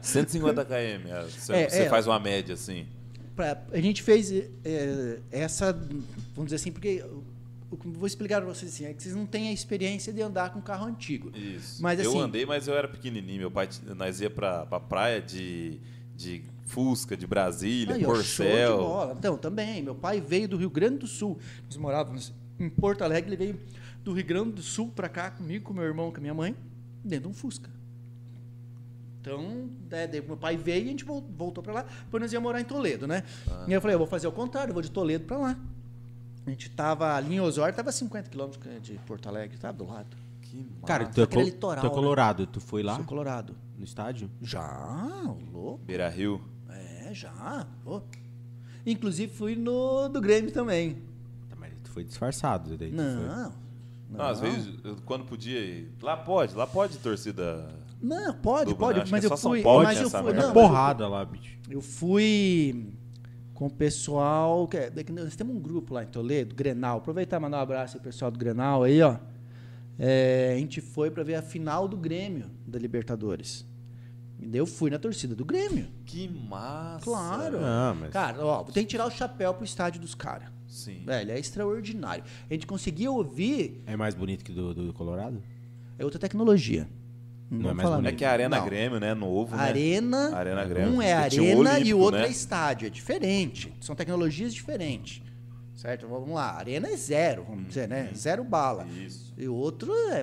S4: 150 km. é, Você,
S1: É,
S4: você
S1: é.
S4: faz uma média assim.
S1: Pra- a gente fez é, essa, vamos dizer assim, porque eu, eu vou explicar pra vocês assim, é que vocês não têm a experiência de andar com carro antigo.
S4: Isso.
S1: Mas
S4: eu
S1: assim-
S4: andei, mas eu era pequenininho. Meu pai, t- nós ia pra, pra praia de, de Fusca, de Brasília,
S1: Aí, ó, show de
S4: Porcel.
S1: bola. Então, também, meu pai veio do Rio Grande do Sul. Nós morávamos em Porto Alegre, ele veio do Rio Grande do Sul pra cá comigo, com meu irmão, com a minha mãe, dentro de um Fusca. Então, né, daí meu pai veio e a gente vol- voltou pra lá, depois nós ia morar em Toledo, né?
S4: Ah.
S1: E eu falei, eu vou fazer o contrário, eu vou de Toledo pra lá. A gente tava ali em Osório, tava 50 quilômetros de Porto Alegre, tava do lado.
S4: Que massa.
S2: Cara, tu
S1: Só
S2: é,
S1: que era
S2: col-
S1: litoral,
S2: tu é
S1: né?
S2: colorado, tu foi lá
S1: Sou colorado.
S2: no estádio?
S1: Já, louco.
S4: Beira Rio.
S1: É, já. Ô. Inclusive fui no do Grêmio também.
S2: Tá, mas tu foi disfarçado. Daí tu foi.
S1: Não.
S4: Não, Ah, às vezes, eu- quando podia ir. Lá pode, lá pode torcida.
S1: Não, pode,
S4: Dupla, né?
S1: pode,
S4: Acho
S1: mas
S4: que é
S1: eu
S4: só São
S1: fui,
S4: Paulo
S1: mas
S4: que
S1: eu
S4: essa
S1: fui,
S4: merda.
S1: não,
S2: Era
S1: mas
S2: porrada lá, bicho.
S1: eu fui com o pessoal, que, é- que nós temos um grupo lá em Toledo, Grenal. Aproveitar e mandar um abraço aí pro pessoal do Grenal aí, ó. É, a gente foi pra ver a final do Grêmio da Libertadores. E daí eu fui na torcida do Grêmio.
S4: Que massa.
S1: Claro.
S2: Ah, mas-
S1: Cara, ó, tem que tirar o chapéu pro estádio dos caras.
S4: Sim.
S1: Velho, é extraordinário. A gente conseguia ouvir
S2: É mais bonito que do, do Colorado?
S1: é outra tecnologia.
S2: Não é
S1: vamos
S2: mais
S1: falar
S2: bonito.
S4: É que a Arena
S1: Não.
S4: Grêmio, né? Novo. né?
S1: Arena,
S4: Arena Grêmio.
S1: um é
S4: Porque tinha o
S1: arena e o
S4: Olímpico,
S1: outro
S4: né?
S1: é estádio. É diferente. São tecnologias diferentes. Certo? Vamos lá. Arena é zero, vamos dizer, né? Zero bala.
S4: Uhum. Isso.
S1: E o outro é,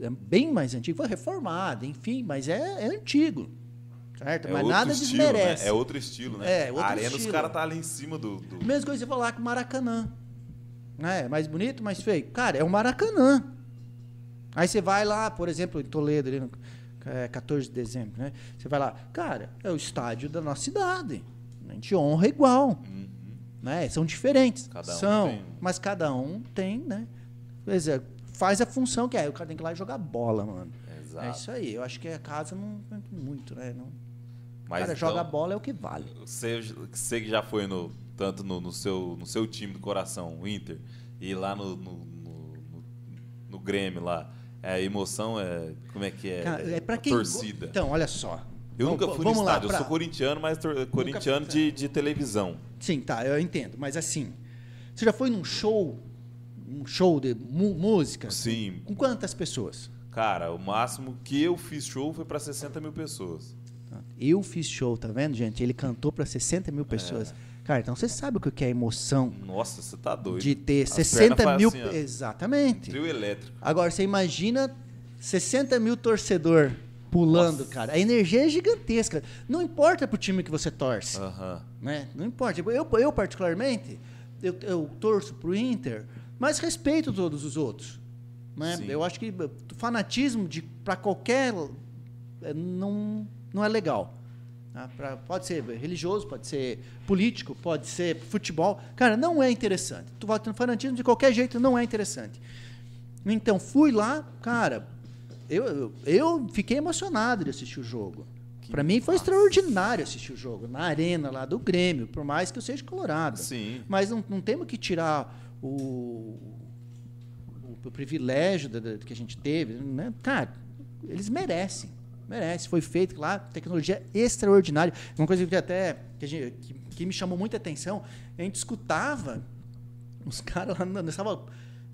S1: é bem mais antigo, foi reformado, enfim, mas é, é antigo. Certo?
S4: É
S1: mas
S4: outro
S1: nada
S4: estilo, né?
S1: desmerece.
S4: É outro estilo, né?
S1: É, outro
S4: a arena os
S1: estilo.
S4: caras tá ali em cima do. do-
S1: Mesma coisa que você falar que o Maracanã. Né? É mais bonito, mais feio. Cara, é o Maracanã. Aí você vai lá, por exemplo, em Toledo, ali no, é, 14 de dezembro, né? Você vai lá, cara, é o estádio da nossa cidade. A gente honra igual. Né? São diferentes.
S4: Uhum. Cada um
S1: são,
S4: tem-
S1: mas cada um tem, né? Por exemplo, faz a função que é. O cara tem que ir lá e jogar bola, mano. É
S4: Exato.
S1: isso aí. Eu acho que a casa não não tem muito, né? Não, o
S4: Mas
S1: cara
S4: então,
S1: joga bola é o que vale.
S4: Você, você que já foi no, tanto no, no seu, no seu time do coração, o Inter, e lá no, no, no, no- no Grêmio lá. É, a emoção é. Como é que é?
S1: Cara, é pra
S4: A
S1: quem
S4: torcida.
S1: Então, olha só.
S4: eu
S1: Vamos-
S4: nunca fui no
S1: vamos lá,
S4: estádio, eu
S1: pra-
S4: sou corintiano, mas tor- corintiano de, de televisão.
S1: Sim, tá, eu entendo. Mas assim, você já foi num show, um show de mu- música?
S4: Sim.
S1: Com quantas pessoas?
S4: Cara, o máximo que eu fiz show foi pra 60 mil pessoas.
S1: Eu fiz show, tá vendo, gente? Ele cantou pra 60
S4: É.
S1: mil pessoas. Cara, então você sabe o que é a emoção
S4: Nossa, você tá doido.
S1: de ter
S4: As pernas
S1: 60
S4: fazem
S1: mil.
S4: assim, ó.
S1: Exatamente.
S4: Trio elétrico.
S1: Agora, você imagina 60 mil torcedor pulando, cara. A energia é gigantesca. Não importa pro time que você torce.
S4: Aham.
S1: né? Não importa. Eu, eu particularmente, eu, eu torço pro Inter, mas respeito todos os outros. Né?
S4: Sim.
S1: Eu acho que eh, fanatismo de para qualquer eh, não não é legal. tá? Pra- pode ser religioso, pode ser político, pode ser futebol. Cara, não é interessante. Tu vota no fanatismo de qualquer jeito, não é interessante. Então fui lá, cara, eu, eu, eu fiquei emocionado de assistir o jogo. Pra mim foi extraordinário assistir o jogo na arena lá do Grêmio, por mais que eu seja colorado.
S4: Sim.
S1: Mas não, não temos que tirar o, o, o privilégio da- da- que a gente teve. Né? Cara, eles merecem. Merecem. Foi feito lá, tecnologia extraordinária. Uma coisa que até que, a gente- que- que me chamou muita atenção, a gente escutava os caras lá, na- nós estava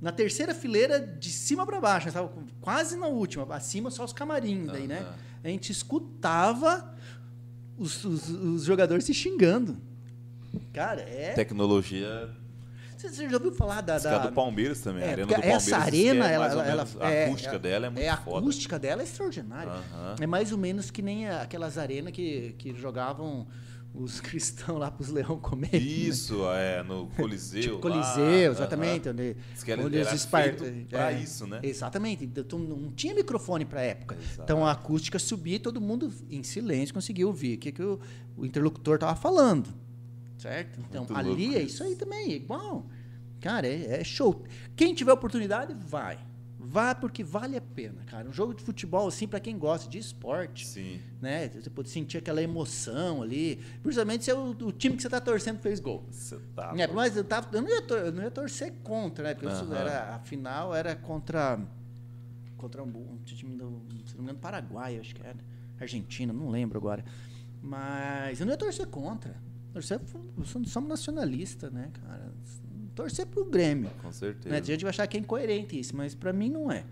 S1: na terceira fileira de cima para baixo, nós estava quase na última, acima só os camarim daí, né?
S4: Aham.
S1: A gente escutava os, os- os jogadores se xingando. Cara, é
S4: Tecnologia.
S1: você, você já ouviu falar da.
S4: Esse cara
S1: da-
S4: do Palmeiras também.
S1: É,
S4: a arena do
S1: porque
S4: Palmeiras.
S1: essa
S4: diz que
S1: arena,
S4: é
S1: ela,
S4: mais ou
S1: ela,
S4: menos-
S1: ela-
S4: a acústica dela é muito
S1: é, a
S4: foda.
S1: acústica dela é extraordinária.
S4: Aham.
S1: É mais ou menos que nem a- aquelas arenas que, que jogavam os cristãos lá pros leão comer.
S4: Isso, é, no Coliseu.
S1: né? Tipo
S4: lá,
S1: Coliseu,
S4: aham.
S1: exatamente. Onde,
S4: Diz que era-
S1: onde os
S4: era
S1: espartanos.
S4: feito pra isso, né?
S1: Exatamente. Então, tu não tinha microfone pra época. Então a acústica subia e todo mundo, em silêncio, conseguia ouvir o que, que o, o interlocutor tava falando. Certo? Então
S4: Muito
S1: ali
S4: louco
S1: é isso aí também, é igual. Cara, é, é show. Quem tiver oportunidade, vai. Vá porque vale a pena, cara. Um jogo de futebol, assim, pra quem gosta de esporte
S4: Sim.
S1: né? Você pode sentir aquela emoção ali, principalmente se é o, o time que você está torcendo fez gol.
S4: Você tá.
S1: É, mas eu, tava, eu, não ia tor- eu não ia torcer contra, né? Porque isso
S4: Aham.
S1: era, a final era contra contra um, um time do, se não me engano, Paraguai, acho que era. Argentina, não lembro agora. Mas eu não ia torcer contra. Torcer, eu sou- somos nacionalista, né, cara? Torcer pro Grêmio.
S4: Com certeza.
S1: Né? A gente vai achar que é incoerente isso, mas pra mim não é.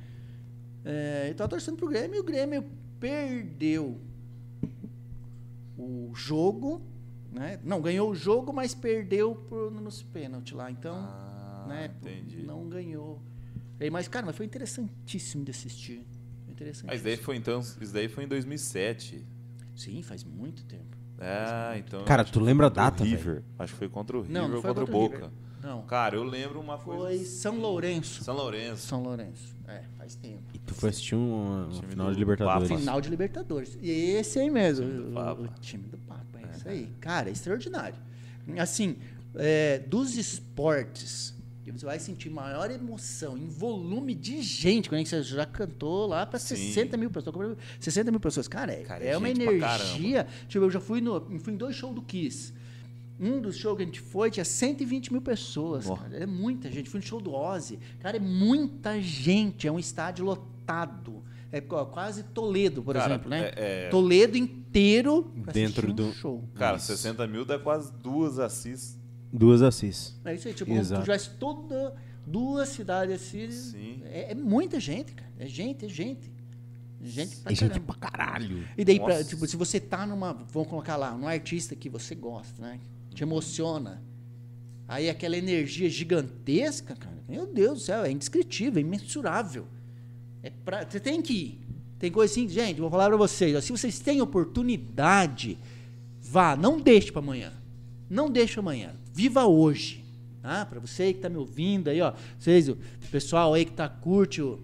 S1: é eu tava torcendo pro Grêmio e o Grêmio perdeu o jogo, né? Não, ganhou o jogo, mas perdeu pro, nos pênaltis lá. Então,
S4: Ah,
S1: né?
S4: entendi.
S1: Não ganhou. E aí, Mas, cara, mas foi interessantíssimo de assistir. Foi Interessantíssimo.
S4: Ah, isso daí foi então. Isso daí foi em 2007.
S1: Sim, faz muito tempo.
S4: Ah, então.
S2: Cara,
S4: acho
S2: tu
S4: que
S2: lembra a
S4: foi contra
S2: data,
S4: o
S2: velho?
S4: River. Acho que foi contra o River
S1: Não,
S4: ou
S1: não foi
S4: contra o
S1: contra o River.
S4: Boca.
S1: Não.
S4: Cara, eu lembro uma coisa. assim,
S1: Foi São Lourenço.
S4: São Lourenço.
S1: São Lourenço. É, faz tempo.
S2: E tu foi assistir um, um
S4: Time
S2: final
S4: do
S2: de Libertadores.
S4: Papa.
S1: Final de Libertadores. E esse aí mesmo.
S4: Time do
S1: o-
S4: Papa.
S1: O, time do Papa, é isso aí. Cara, é extraordinário. Assim, é, dos esportes, que você vai sentir maior emoção em volume de gente. Quando é você já cantou lá para
S4: Sim.
S1: 60 mil pessoas. 60 mil pessoas. Cara, é,
S4: Cara, é
S1: é, uma
S4: gente pra
S1: energia. Tipo, eu já fui, no, fui em dois shows do Kiss. Um dos shows que a gente foi tinha 120 mil pessoas,
S4: Ó.
S1: cara. É muita gente. Fui no show do Ozzy. Cara, é muita gente. É um estádio lotado. É qu- quase Toledo, por
S4: Cara,
S1: exemplo, né?
S4: é- é-
S1: Toledo inteiro pra
S2: Dentro
S1: assistir um
S2: do-
S1: show.
S4: Cara, 60 mil dá quase duas assis.
S2: Duas assis.
S1: É isso aí, tipo,
S2: Exato.
S1: tu já toda duas cidades assim.
S4: Sim.
S1: É, é muita gente, cara. É gente, é gente. Gente pra
S2: É gente
S1: caramba.
S2: pra caralho.
S1: E daí, pra-
S4: Nossa.
S1: tipo, se você tá numa. Vamos colocar lá, num artista que você gosta, né? Te emociona. Aí aquela energia gigantesca, cara, meu Deus do céu, é indescritível, é imensurável. É pra, você tem que ir. Tem coisa assim, gente, vou falar pra vocês, ó, se vocês têm oportunidade, vá, não deixe pra amanhã. Não deixe pra amanhã. Viva hoje. Tá? Pra você que tá me ouvindo aí, ó, vocês, o pessoal aí que tá curte o,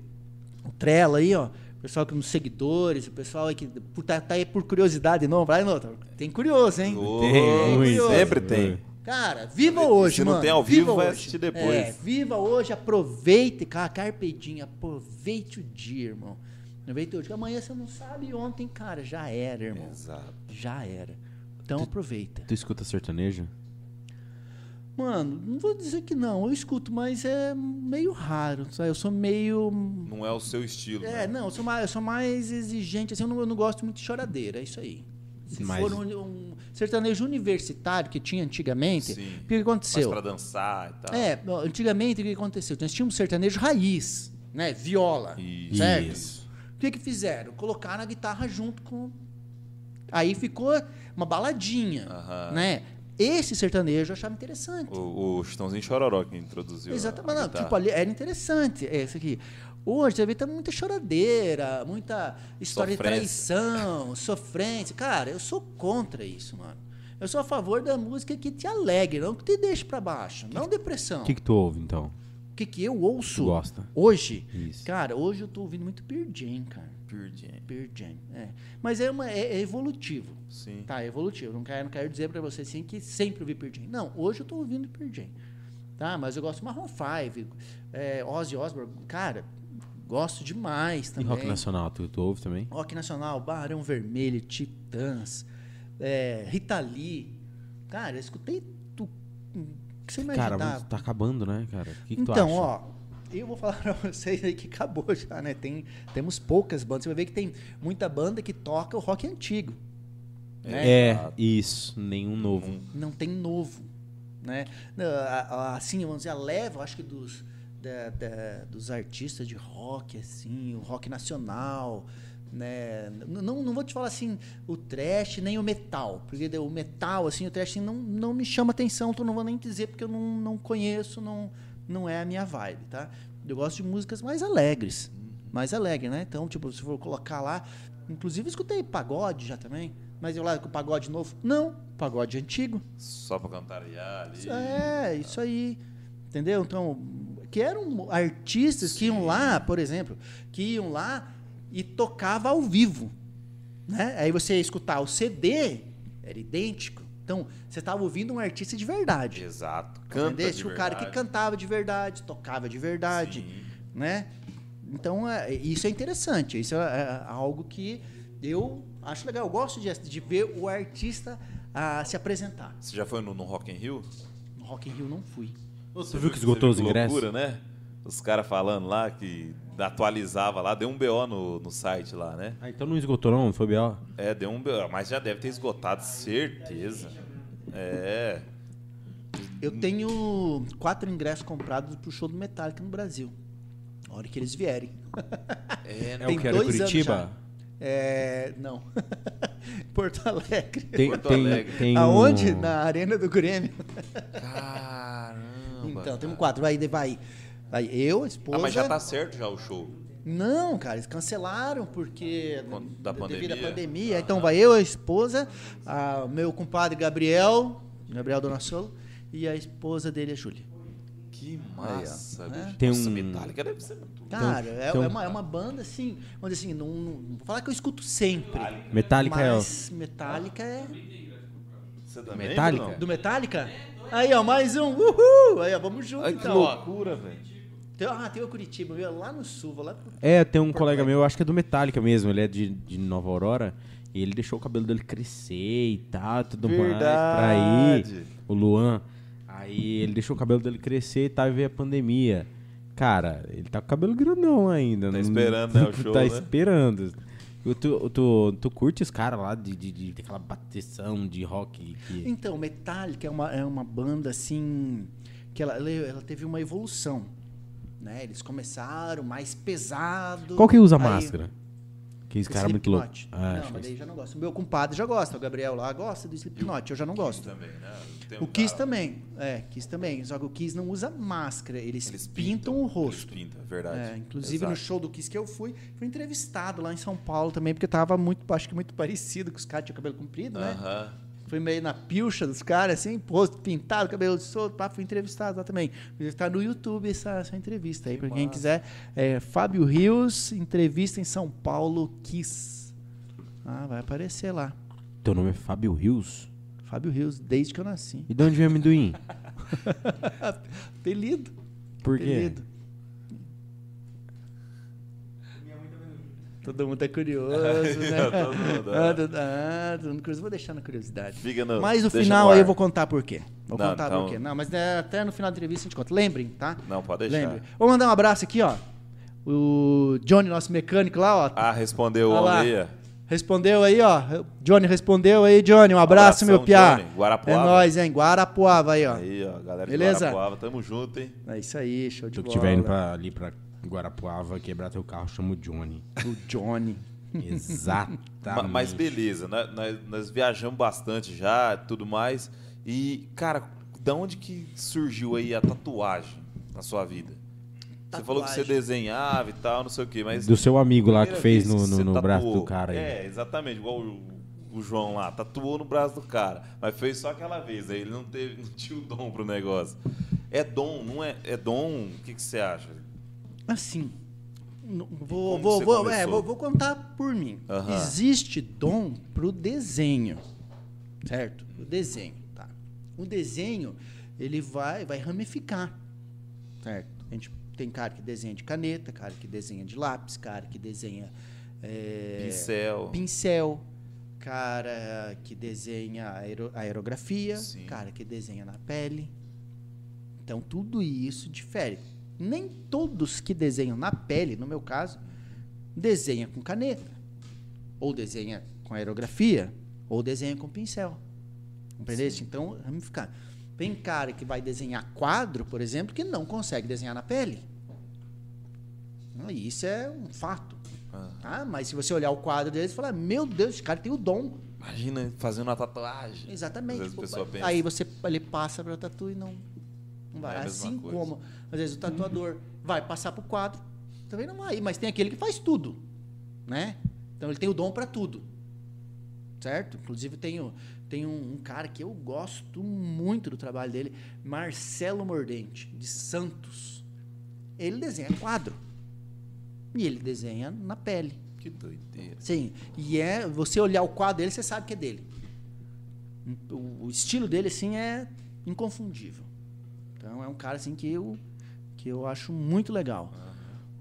S1: o Trello aí, ó, o pessoal que nos seguidores, o pessoal aí que por, tá, tá aí por curiosidade, não, vai, não, tá- tem curioso, hein?
S4: Tem,
S1: curioso.
S4: sempre tem.
S1: Cara, viva hoje,
S4: Se não
S1: mano.
S4: tem ao vivo,
S1: viva
S4: vai
S1: hoje.
S4: assistir depois.
S1: É, viva hoje, aproveite, cara, carpedinho, aproveite o dia, irmão. Aproveite hoje, que amanhã você não sabe, e ontem, cara, já era, irmão.
S4: Exato.
S1: Já era. Então aproveita.
S2: Tu escuta sertanejo?
S1: Mano, não vou dizer que não, eu escuto, mas é meio raro, sabe? Eu sou meio...
S4: Não é o seu estilo.
S1: É,
S4: né?
S1: não, eu sou mais, eu sou mais exigente, assim, eu não, eu não gosto muito de choradeira, é isso aí. Se
S2: Mas-
S1: for um, um sertanejo universitário que tinha antigamente,
S4: Sim.
S1: o que
S4: Mas
S1: aconteceu?
S4: pra dançar e tal.
S1: É, ó, antigamente o que aconteceu? Nós tínhamos um sertanejo raiz, né? Viola.
S4: Isso.
S1: Certo?
S4: Isso.
S1: O que, que fizeram? Colocaram a guitarra junto com. Aí ficou uma baladinha,
S4: Aham.
S1: né? Esse sertanejo eu achava interessante.
S4: O, o Chitãozinho Chororó que introduziu. a-
S1: Exatamente,
S4: a
S1: não,
S4: guitarra.
S1: tipo, ali era interessante é, isso aqui. Hoje você vê tá muita choradeira, muita história de
S4: Sofrência.
S1: traição, sofrência. Cara, eu sou contra isso, mano. Eu sou a favor da música que te alegre, não que te deixe pra baixo, não depressão.
S2: O que, que tu ouve, então?
S1: O que, que eu
S2: Tu
S1: ouço
S2: gosta?
S1: hoje?
S2: Isso.
S1: Cara, hoje eu tô ouvindo muito Pearl Jam, cara.
S4: Pure Jam.
S1: Pearl Jam, é. Mas é, uma, é, é evolutivo.
S4: Sim.
S1: Tá, é evolutivo. Não quero, não quero dizer pra você assim que sempre ouvi Pearl Jam. Não, hoje eu tô ouvindo Pearl Jam. Tá, mas eu gosto de Marron 5, é, Ozzy Osbourne. Cara, gosto demais
S2: E
S1: também.
S2: rock nacional, tu, tu ouve também?
S1: Rock Nacional, Barão Vermelho, Titãs, é, Rita Lee. Cara, eu escutei tudo. que você
S2: Cara,
S1: imaginar.
S2: mas tá acabando, né, cara? O que, que tu acha?
S1: Então, ó, eu vou falar pra vocês aí que acabou já, né? Tem, temos poucas bandas. Você vai ver que tem muita banda que toca o rock antigo. Né?
S2: É, isso, nenhum novo.
S1: Não tem novo. Né? Não, a- a- Assim, vamos dizer, a leva, eu acho que dos, da- da- dos artistas de rock, assim, o rock nacional. Né? N- Não, não vou te falar assim o trash nem o metal, porque o metal, assim, o trash assim, não, não me chama atenção, então não vou nem dizer porque eu não, não conheço, não, não é a minha vibe, tá? Eu gosto de músicas mais alegres, mais alegre, né? Então, tipo, se for colocar lá, inclusive eu escutei pagode já também, mas eu lá com pagode novo, não, pagode antigo,
S4: Só pra cantar ali.
S1: é, isso aí. Entendeu? Então, que eram artistas que iam lá, por exemplo, que iam lá e tocava ao vivo. Né? Aí você ia escutar o CD, era idêntico. Então, você estava ouvindo um artista de verdade.
S4: Exato. Canta
S1: Entendeu?
S4: de
S1: o cara que
S4: verdade.
S1: cantava de verdade, tocava de verdade
S4: Sim.
S1: né? Então, é, isso é interessante. Isso é, é, algo que eu acho legal. Eu gosto de, de ver o artista ah, se apresentar.
S4: Você já foi no, no Rock in Rio?
S1: No Rock in Rio não fui.
S4: Você
S2: viu que esgotou os ingressos?
S4: loucura, né? Os caras falando lá que atualizava lá, deu um BO no, no site lá, né?
S2: Ah, então não esgotou não, foi B.O.?
S4: É, deu um BO, mas já deve ter esgotado, certeza. É.
S2: Hum.
S1: Eu tenho quatro ingressos comprados pro show do Metallica no Brasil. A hora que eles vierem.
S4: É,
S2: É
S1: Tem
S2: o que era
S1: dois anos
S2: Curitiba?
S1: já. É, não. Porto Alegre.
S2: Tem,
S4: Porto
S2: tem,
S4: Alegre.
S2: tem um-
S1: Aonde? Na Arena do Grêmio.
S4: Caramba.
S1: então, temos
S4: cara.
S1: quatro. Vai, vai. Vai eu, a esposa.
S4: Ah, mas já tá certo já o show.
S1: Não, cara, eles cancelaram porque
S4: Por conta da
S1: de- devido à
S4: pandemia.
S1: pandemia. Então vai eu, a esposa, a- meu compadre Gabriel, Gabriel Donassolo, e a esposa dele, a Júlia.
S4: Que massa,
S1: né?
S4: bicho.
S2: Tem
S4: Nossa,
S2: um-
S4: Metallica deve ser muito.
S1: Cara, é,
S2: então-
S1: é uma, é uma banda assim, onde assim, não, não- não vou falar que eu escuto sempre.
S2: Metallica é o-
S1: mas Metallica é.
S4: Você também,
S2: Metallica?
S4: Brunão?
S1: Do Metallica? Aí, ó, mais um. Uhul! Aí, ó, vamos junto
S4: Ai, que
S1: então, ó.
S4: loucura, velho.
S1: Tem, ah, tem o Curitiba, viu? lá no sul, vou lá pro
S2: É, tem um colega meu, acho que é do Metallica mesmo, ele é de, de Nova Aurora, e ele deixou o cabelo dele crescer e tal, tudo mais, pra
S4: Verdade.
S2: ir, o Luan. Aí ele deixou o cabelo dele crescer e tal, e veio a pandemia. Cara, ele tá com o cabelo grandão ainda.
S4: Tá
S2: não-
S4: esperando, né, o show,
S2: Tá
S4: né?
S2: esperando. Tu, tu, tu, tu curte os caras lá de, de, de, daquela bateção de rock que...
S1: Então, Metallica é uma, é uma banda assim que ela, ela, ela teve uma evolução, né? Eles começaram mais pesado.
S2: Qual que usa
S1: aí-
S2: máscara? Que esse cara é muito louco.
S1: Slipknot.
S2: Ah,
S1: não,
S2: acho
S1: mas
S2: que-
S1: daí já não gosto. O meu compadre já gosta, o Gabriel lá gosta do Slipknot, eu já não gosto.
S4: Também, né? Tem
S1: O
S4: um
S1: Kiss
S4: cara-
S1: também, é, Kiss também. Só que o Kiss não usa máscara, eles,
S4: Eles
S1: pintam, o tá rosto.
S4: Eles pintam, é verdade.
S1: É, inclusive no
S4: Exato.
S1: show do Kiss que eu fui, fui entrevistado lá em São Paulo também, porque tava muito, acho que muito parecido com os caras, tinha cabelo comprido, né?
S4: Aham.
S1: Fui meio na pilcha dos caras, assim, rosto pintado, cabelo solto, pá, fui entrevistado lá também. Está no YouTube essa, essa entrevista aí,
S4: Que
S1: para quem
S4: massa.
S1: quiser. É, Fábio Rios, entrevista em São Paulo, Kiss. Ah, vai aparecer lá.
S2: Teu nome é Fábio Rios?
S1: Fábio Rios, desde que eu nasci.
S2: E de onde vem amendoim?
S1: Apelido.
S2: Por quê?
S1: Apelido. Todo mundo é curioso, né?
S4: Todo mundo, é.
S1: Ah, todo- ah, todo mundo curioso. Vou deixar na curiosidade.
S4: Fica no.
S1: Mas no
S4: deixa
S1: final
S4: no
S1: aí
S4: ar.
S1: eu vou contar por quê. Vou
S4: Não,
S1: contar
S4: então-
S1: por quê. Não, mas né, até no final da entrevista a gente conta. Lembrem, tá?
S4: Não, pode deixar.
S1: Lembrem. Vou mandar um abraço aqui, ó. O Johnny, nosso mecânico lá, ó.
S4: Ah, respondeu
S1: Olha
S4: o
S1: lá.
S4: Aldeia.
S1: Respondeu aí, ó. Johnny respondeu aí, Johnny. Um abraço,
S4: Abração,
S1: meu piá.
S4: Johnny. Guarapuava.
S1: É nóis, hein? Guarapuava aí, ó.
S4: Aí, ó, galera
S1: Beleza?
S4: de Guarapuava, tamo junto, hein?
S1: É isso aí, show de
S2: Tu que
S1: bola.
S2: estiver indo pra, ali pra Guarapuava quebrar teu carro, chama o Johnny.
S1: O Johnny.
S4: Ma-
S2: Exatamente.
S4: Mas beleza, né? nós, nós viajamos bastante já, tudo mais. E, cara, da onde que surgiu aí a tatuagem na sua vida? Você falou que você
S1: Tatuagem.
S4: desenhava e tal, não sei o quê, mas...
S2: Do seu amigo lá que
S4: primeira
S2: fez
S4: vez
S2: no, no,
S4: você
S2: no
S4: tatuou-
S2: braço do cara aí.
S4: É, exatamente, igual o, o João lá, tatuou no braço do cara, mas fez só aquela vez, aí ele não, teve, não tinha o dom pro negócio. É dom, não é? É dom? O que, que você acha?
S1: Assim, n- vou,
S4: como
S1: vou,
S4: você
S1: vou,
S4: começou?
S1: é, vou, vou contar por mim.
S4: Aham.
S1: Existe dom pro desenho, certo? O desenho, tá? O desenho, ele vai, vai ramificar, certo? A gente tem cara que desenha de caneta, cara que desenha de lápis, cara que desenha... é,
S4: Pincel.
S1: pincel, cara que desenha aero- aerografia,
S4: Sim.
S1: cara que desenha na pele. Então tudo isso difere. Nem todos que desenham na pele, no meu caso, desenha com caneta, ou desenha com aerografia, ou desenha com pincel. Compreendeste? Então, ramificar. Tem cara que vai desenhar quadro, por exemplo, que não consegue desenhar na pele. Ah, Isso é um fato.
S4: Ah.
S1: Ah, mas se você olhar o quadro deles, você fala, meu Deus, esse cara tem o dom.
S4: Imagina fazendo uma tatuagem. Às
S1: Exatamente.
S4: vezes a
S1: Pô,
S4: pessoa pensa.
S1: aí você ele passa para o tatu e não, não vai.
S4: É a mesma
S1: assim
S4: coisa.
S1: como, às vezes, o tatuador vai passar para o quadro, também não vai. Mas tem aquele que faz tudo, né? Então, ele tem o dom para tudo, certo? Inclusive, tem, o- tem um, um cara que eu gosto muito do trabalho dele, Marcelo Mordente, de Santos. Ele desenha quadro. E ele desenha na pele.
S4: Que doideira.
S1: Sim. E é, você olhar o quadro dele, você sabe que é dele. O, o estilo dele, assim, é inconfundível. Então, é um cara, assim, que eu, que eu acho muito legal.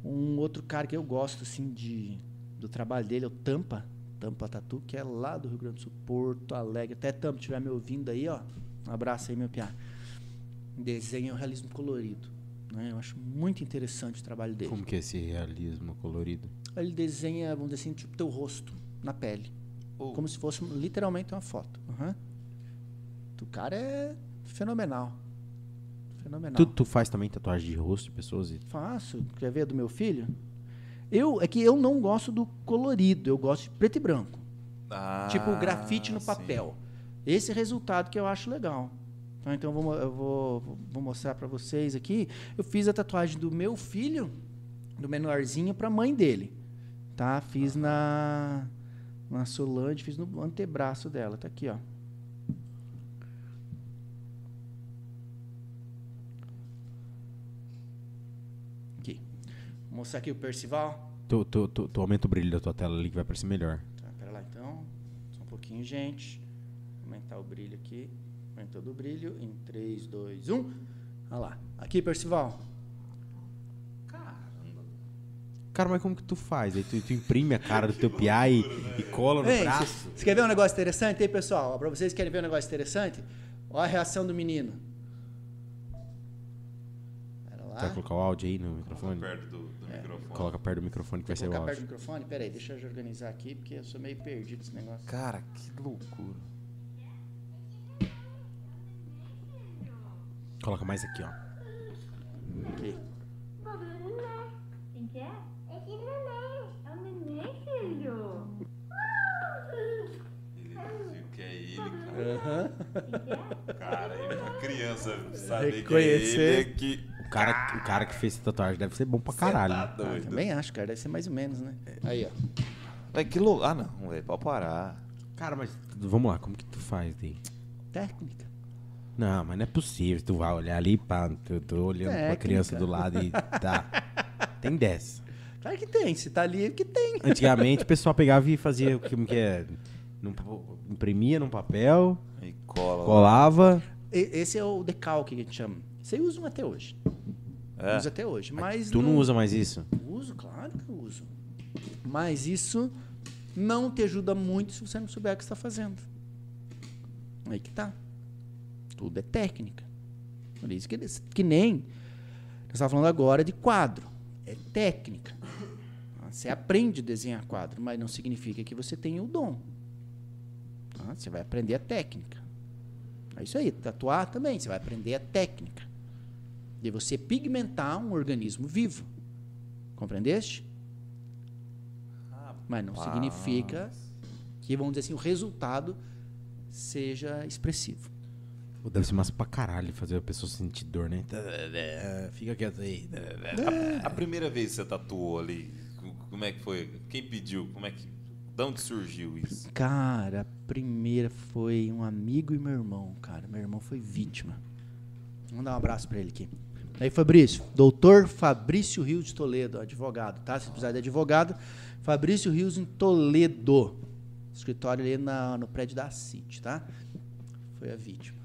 S1: Um outro cara que eu gosto, assim, de, do trabalho dele é o Tampa. Tampa Tatu, que é lá do Rio Grande do Sul, Porto Alegre. Até Tampa, estiver me ouvindo aí, ó. Um abraço aí, meu piá. Desenha o realismo colorido. Né? Eu acho muito interessante o trabalho dele.
S2: Como que é esse realismo colorido?
S1: Ele desenha, vamos dizer assim, tipo teu rosto na pele.
S4: Oh.
S1: Como se fosse literalmente uma foto. Aham. O cara é fenomenal. Fenomenal.
S2: Tu, tu faz também tatuagem de rosto de pessoas? E...
S1: Faço. Quer ver a do meu filho? Eu, é que eu não gosto do colorido, eu gosto de preto e branco.
S4: Ah,
S1: tipo grafite no
S4: sim.
S1: papel. Esse resultado que eu acho legal. Tá, Então eu vou, mo- eu vou- vou mostrar para vocês aqui. Eu fiz a tatuagem do meu filho, do menorzinho, para mãe dele. Tá? Fiz na na Solange, fiz no antebraço dela. Tá aqui, ó. Aqui. Vou mostrar aqui o Percival.
S2: Tu, tu, tu, tu aumenta o brilho da tua tela ali que vai parecer melhor.
S1: Tá, pera lá então. Só um pouquinho, gente. Aumentar o brilho aqui. Aumentando o brilho. Em 3, 2, 1. Olha lá. Aqui, Percival.
S2: Cara, mas como que tu faz? Aí tu, tu imprime a cara do teu piá e, e cola no
S1: Ei,
S2: braço.
S1: Você quer ver um negócio interessante aí, pessoal? Ó, Pra vocês que querem ver um negócio interessante, olha a reação do menino. Pera lá.
S2: Vai colocar o áudio aí no
S4: Tá
S2: microfone?
S4: Perto do, do
S1: É.
S4: microfone.
S2: Coloca perto do microfone que vai
S1: Vou
S2: ser o
S1: colocar perto do
S2: áudio.
S1: microfone. Pera aí, deixa eu organizar aqui, porque eu sou meio perdido esse negócio.
S4: Cara, que loucura.
S2: Coloca mais aqui, ó.
S1: Aqui.
S6: Problema, né? Quem que é? É que neném. É o neném, filho.
S4: Ele decidiu que é ele, cara.
S1: Aham.
S4: Cara, ele é uma criança saber
S1: Reconhecer.
S4: que é ele que.
S2: O cara, o cara que fez essa tatuagem deve ser bom pra caralho.
S4: Tá
S2: né?
S1: Ah,
S4: doido.
S1: também acho, cara. Deve ser mais ou menos, né?
S2: É.
S1: Aí, ó.
S4: Mas que lugar. Ah, não, velho. Pode parar.
S2: Cara, mas vamos lá, como que tu faz daí?
S1: Técnica.
S2: Não, mas não é possível. Tu vai olhar ali, pá, tu tô olhando pra
S1: Técnica.
S2: criança do lado e tá. Tem dessa.
S1: Claro que tem. Se tá ali, é que tem.
S2: Antigamente o pessoal pegava e fazia o que como que é. num pa- imprimia num papel,
S4: E cola.
S2: colava.
S1: E- Esse é o decalque que a gente chama. Você usa um até hoje.
S4: É.
S1: Usa até hoje. Mas
S2: Tu não usa mais isso.
S1: Uso, claro que eu uso. Mas isso não te ajuda muito se você não souber o que está fazendo. Aí que tá. Tudo é técnica. Por isso que, eles- que nem. Eu estava falando agora de quadro. É técnica. Tá? Você aprende a desenhar quadro, mas não significa que você tenha o dom. Tá? Você vai aprender a técnica. É isso aí. Tatuar também, você vai aprender a técnica. De você pigmentar um organismo vivo. Compreendeste? Mas não significa que, vamos dizer assim, o resultado seja expressivo.
S2: Pô, deve ser massa pra caralho fazer a pessoa sentir dor, né? Fica quieto aí.
S4: A primeira vez que você tatuou ali, co- como é que foi? Quem pediu? Como é que. De onde surgiu isso?
S1: Cara, a primeira foi um amigo e meu irmão, cara. Meu irmão foi vítima. Vamos dar um abraço pra ele aqui. Aí, Fabrício, doutor Fabrício Rios de Toledo, advogado, tá? Se precisar de advogado, Fabrício Rios em Toledo. Escritório ali na- no prédio da CIT, tá? Foi a vítima.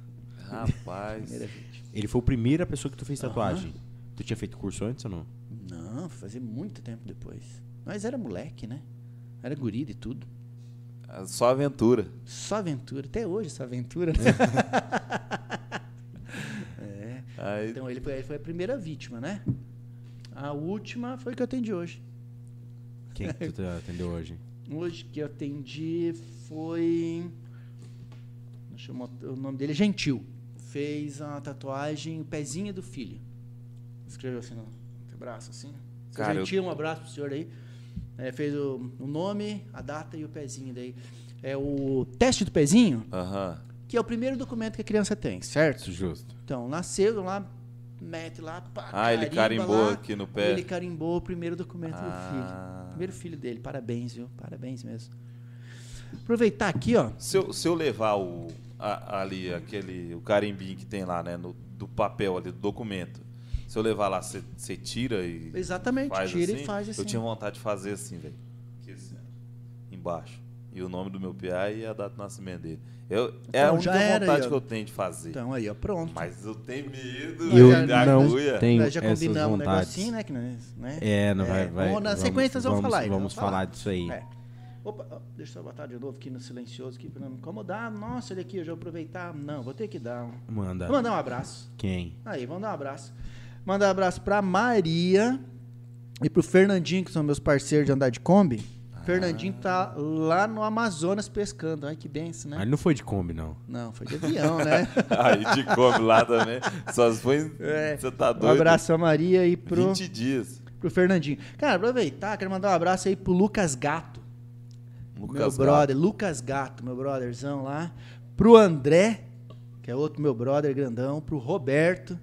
S4: Rapaz.
S1: Primeira vítima.
S2: Ele foi a primeira pessoa que tu fez tatuagem. Tu tinha feito curso antes ou não?
S1: Não, foi fazer muito tempo depois. Nós era moleque, né? Era gurida e tudo.
S4: Ah, Só aventura.
S1: Só aventura. Até hoje, só aventura. né?
S4: Aí,
S1: então ele foi, ele foi a primeira vítima, né? A última foi que eu atendi hoje.
S2: Quem que tu atendeu hoje?
S1: Hoje que eu atendi foi. Deixa eu mot- o nome dele é Gentil. Fez a tatuagem Pezinha do Filho. Escreveu assim no no braço, assim. Seu
S4: Cara, eu-
S1: Gentil, um abraço pro senhor aí. É, fez o, o nome, a data e o pezinho daí. É o teste do pezinho,
S4: aham.
S1: que é o primeiro documento que a criança tem, certo?
S2: justo.
S1: Então, nasceu lá, mete lá, pá,
S4: Ah, ele
S1: carimba
S4: carimbou
S1: lá,
S4: aqui no pé.
S1: Ele carimbou o primeiro documento do
S4: Ah.
S1: filho. Primeiro filho dele, parabéns, viu? Parabéns mesmo. Aproveitar aqui, ó.
S4: Se eu, se eu levar o, a- ali, aquele, o carimbinho que tem lá, né? no- do papel ali, do documento. Se eu levar lá, você você tira e.
S1: Exatamente, tira
S4: assim?
S1: e faz assim.
S4: Eu tinha vontade de fazer assim, velho. Aqui assim, ó. Embaixo. E o nome do meu PA e a data de nascimento dele. Eu, é a
S1: Então,
S4: única
S1: já era
S4: vontade
S1: aí, ó.
S4: que eu tenho de fazer.
S1: Então aí, ó, pronto.
S4: Mas eu tenho medo
S2: E eu
S4: velho, da
S2: não
S4: agulha.
S2: tenho
S1: Nós já
S2: essas
S1: combinamos um
S2: vontades.
S1: negocinho, né? Que nós, né?
S2: É, não vai, vai.
S1: Bom, na
S2: vamos-
S1: sequência nós vamos, falar. ainda,
S2: Vamos falar disso aí.
S1: É. Opa, ó, deixa eu só botar de novo aqui no silencioso aqui pra não me incomodar. Nossa, olha aqui, eu já vou aproveitar. Não, vou ter que dar um.
S2: Manda.
S1: Vou mandar um abraço.
S2: Quem?
S1: Aí, vamos dar um abraço. Mandar um abraço pra Maria e pro Fernandinho, que são meus parceiros de andar de Kombi.
S4: Ah.
S1: Fernandinho tá lá no Amazonas pescando. Ai, que benção, né?
S2: Mas não foi de Kombi, não.
S1: Não, foi de avião, né?
S4: Aí te come lá também. Só se foi.
S1: É.
S4: Você tá
S1: Um
S4: doido.
S1: abraço a Maria e pro,
S4: 20 dias.
S1: pro Fernandinho. Cara, aproveitar, quero mandar um abraço aí pro Lucas Gato. meu
S4: Lucas
S1: brother, Lucas Gato, meu brotherzão lá. Pro André, que é outro meu brother grandão. Pro Roberto,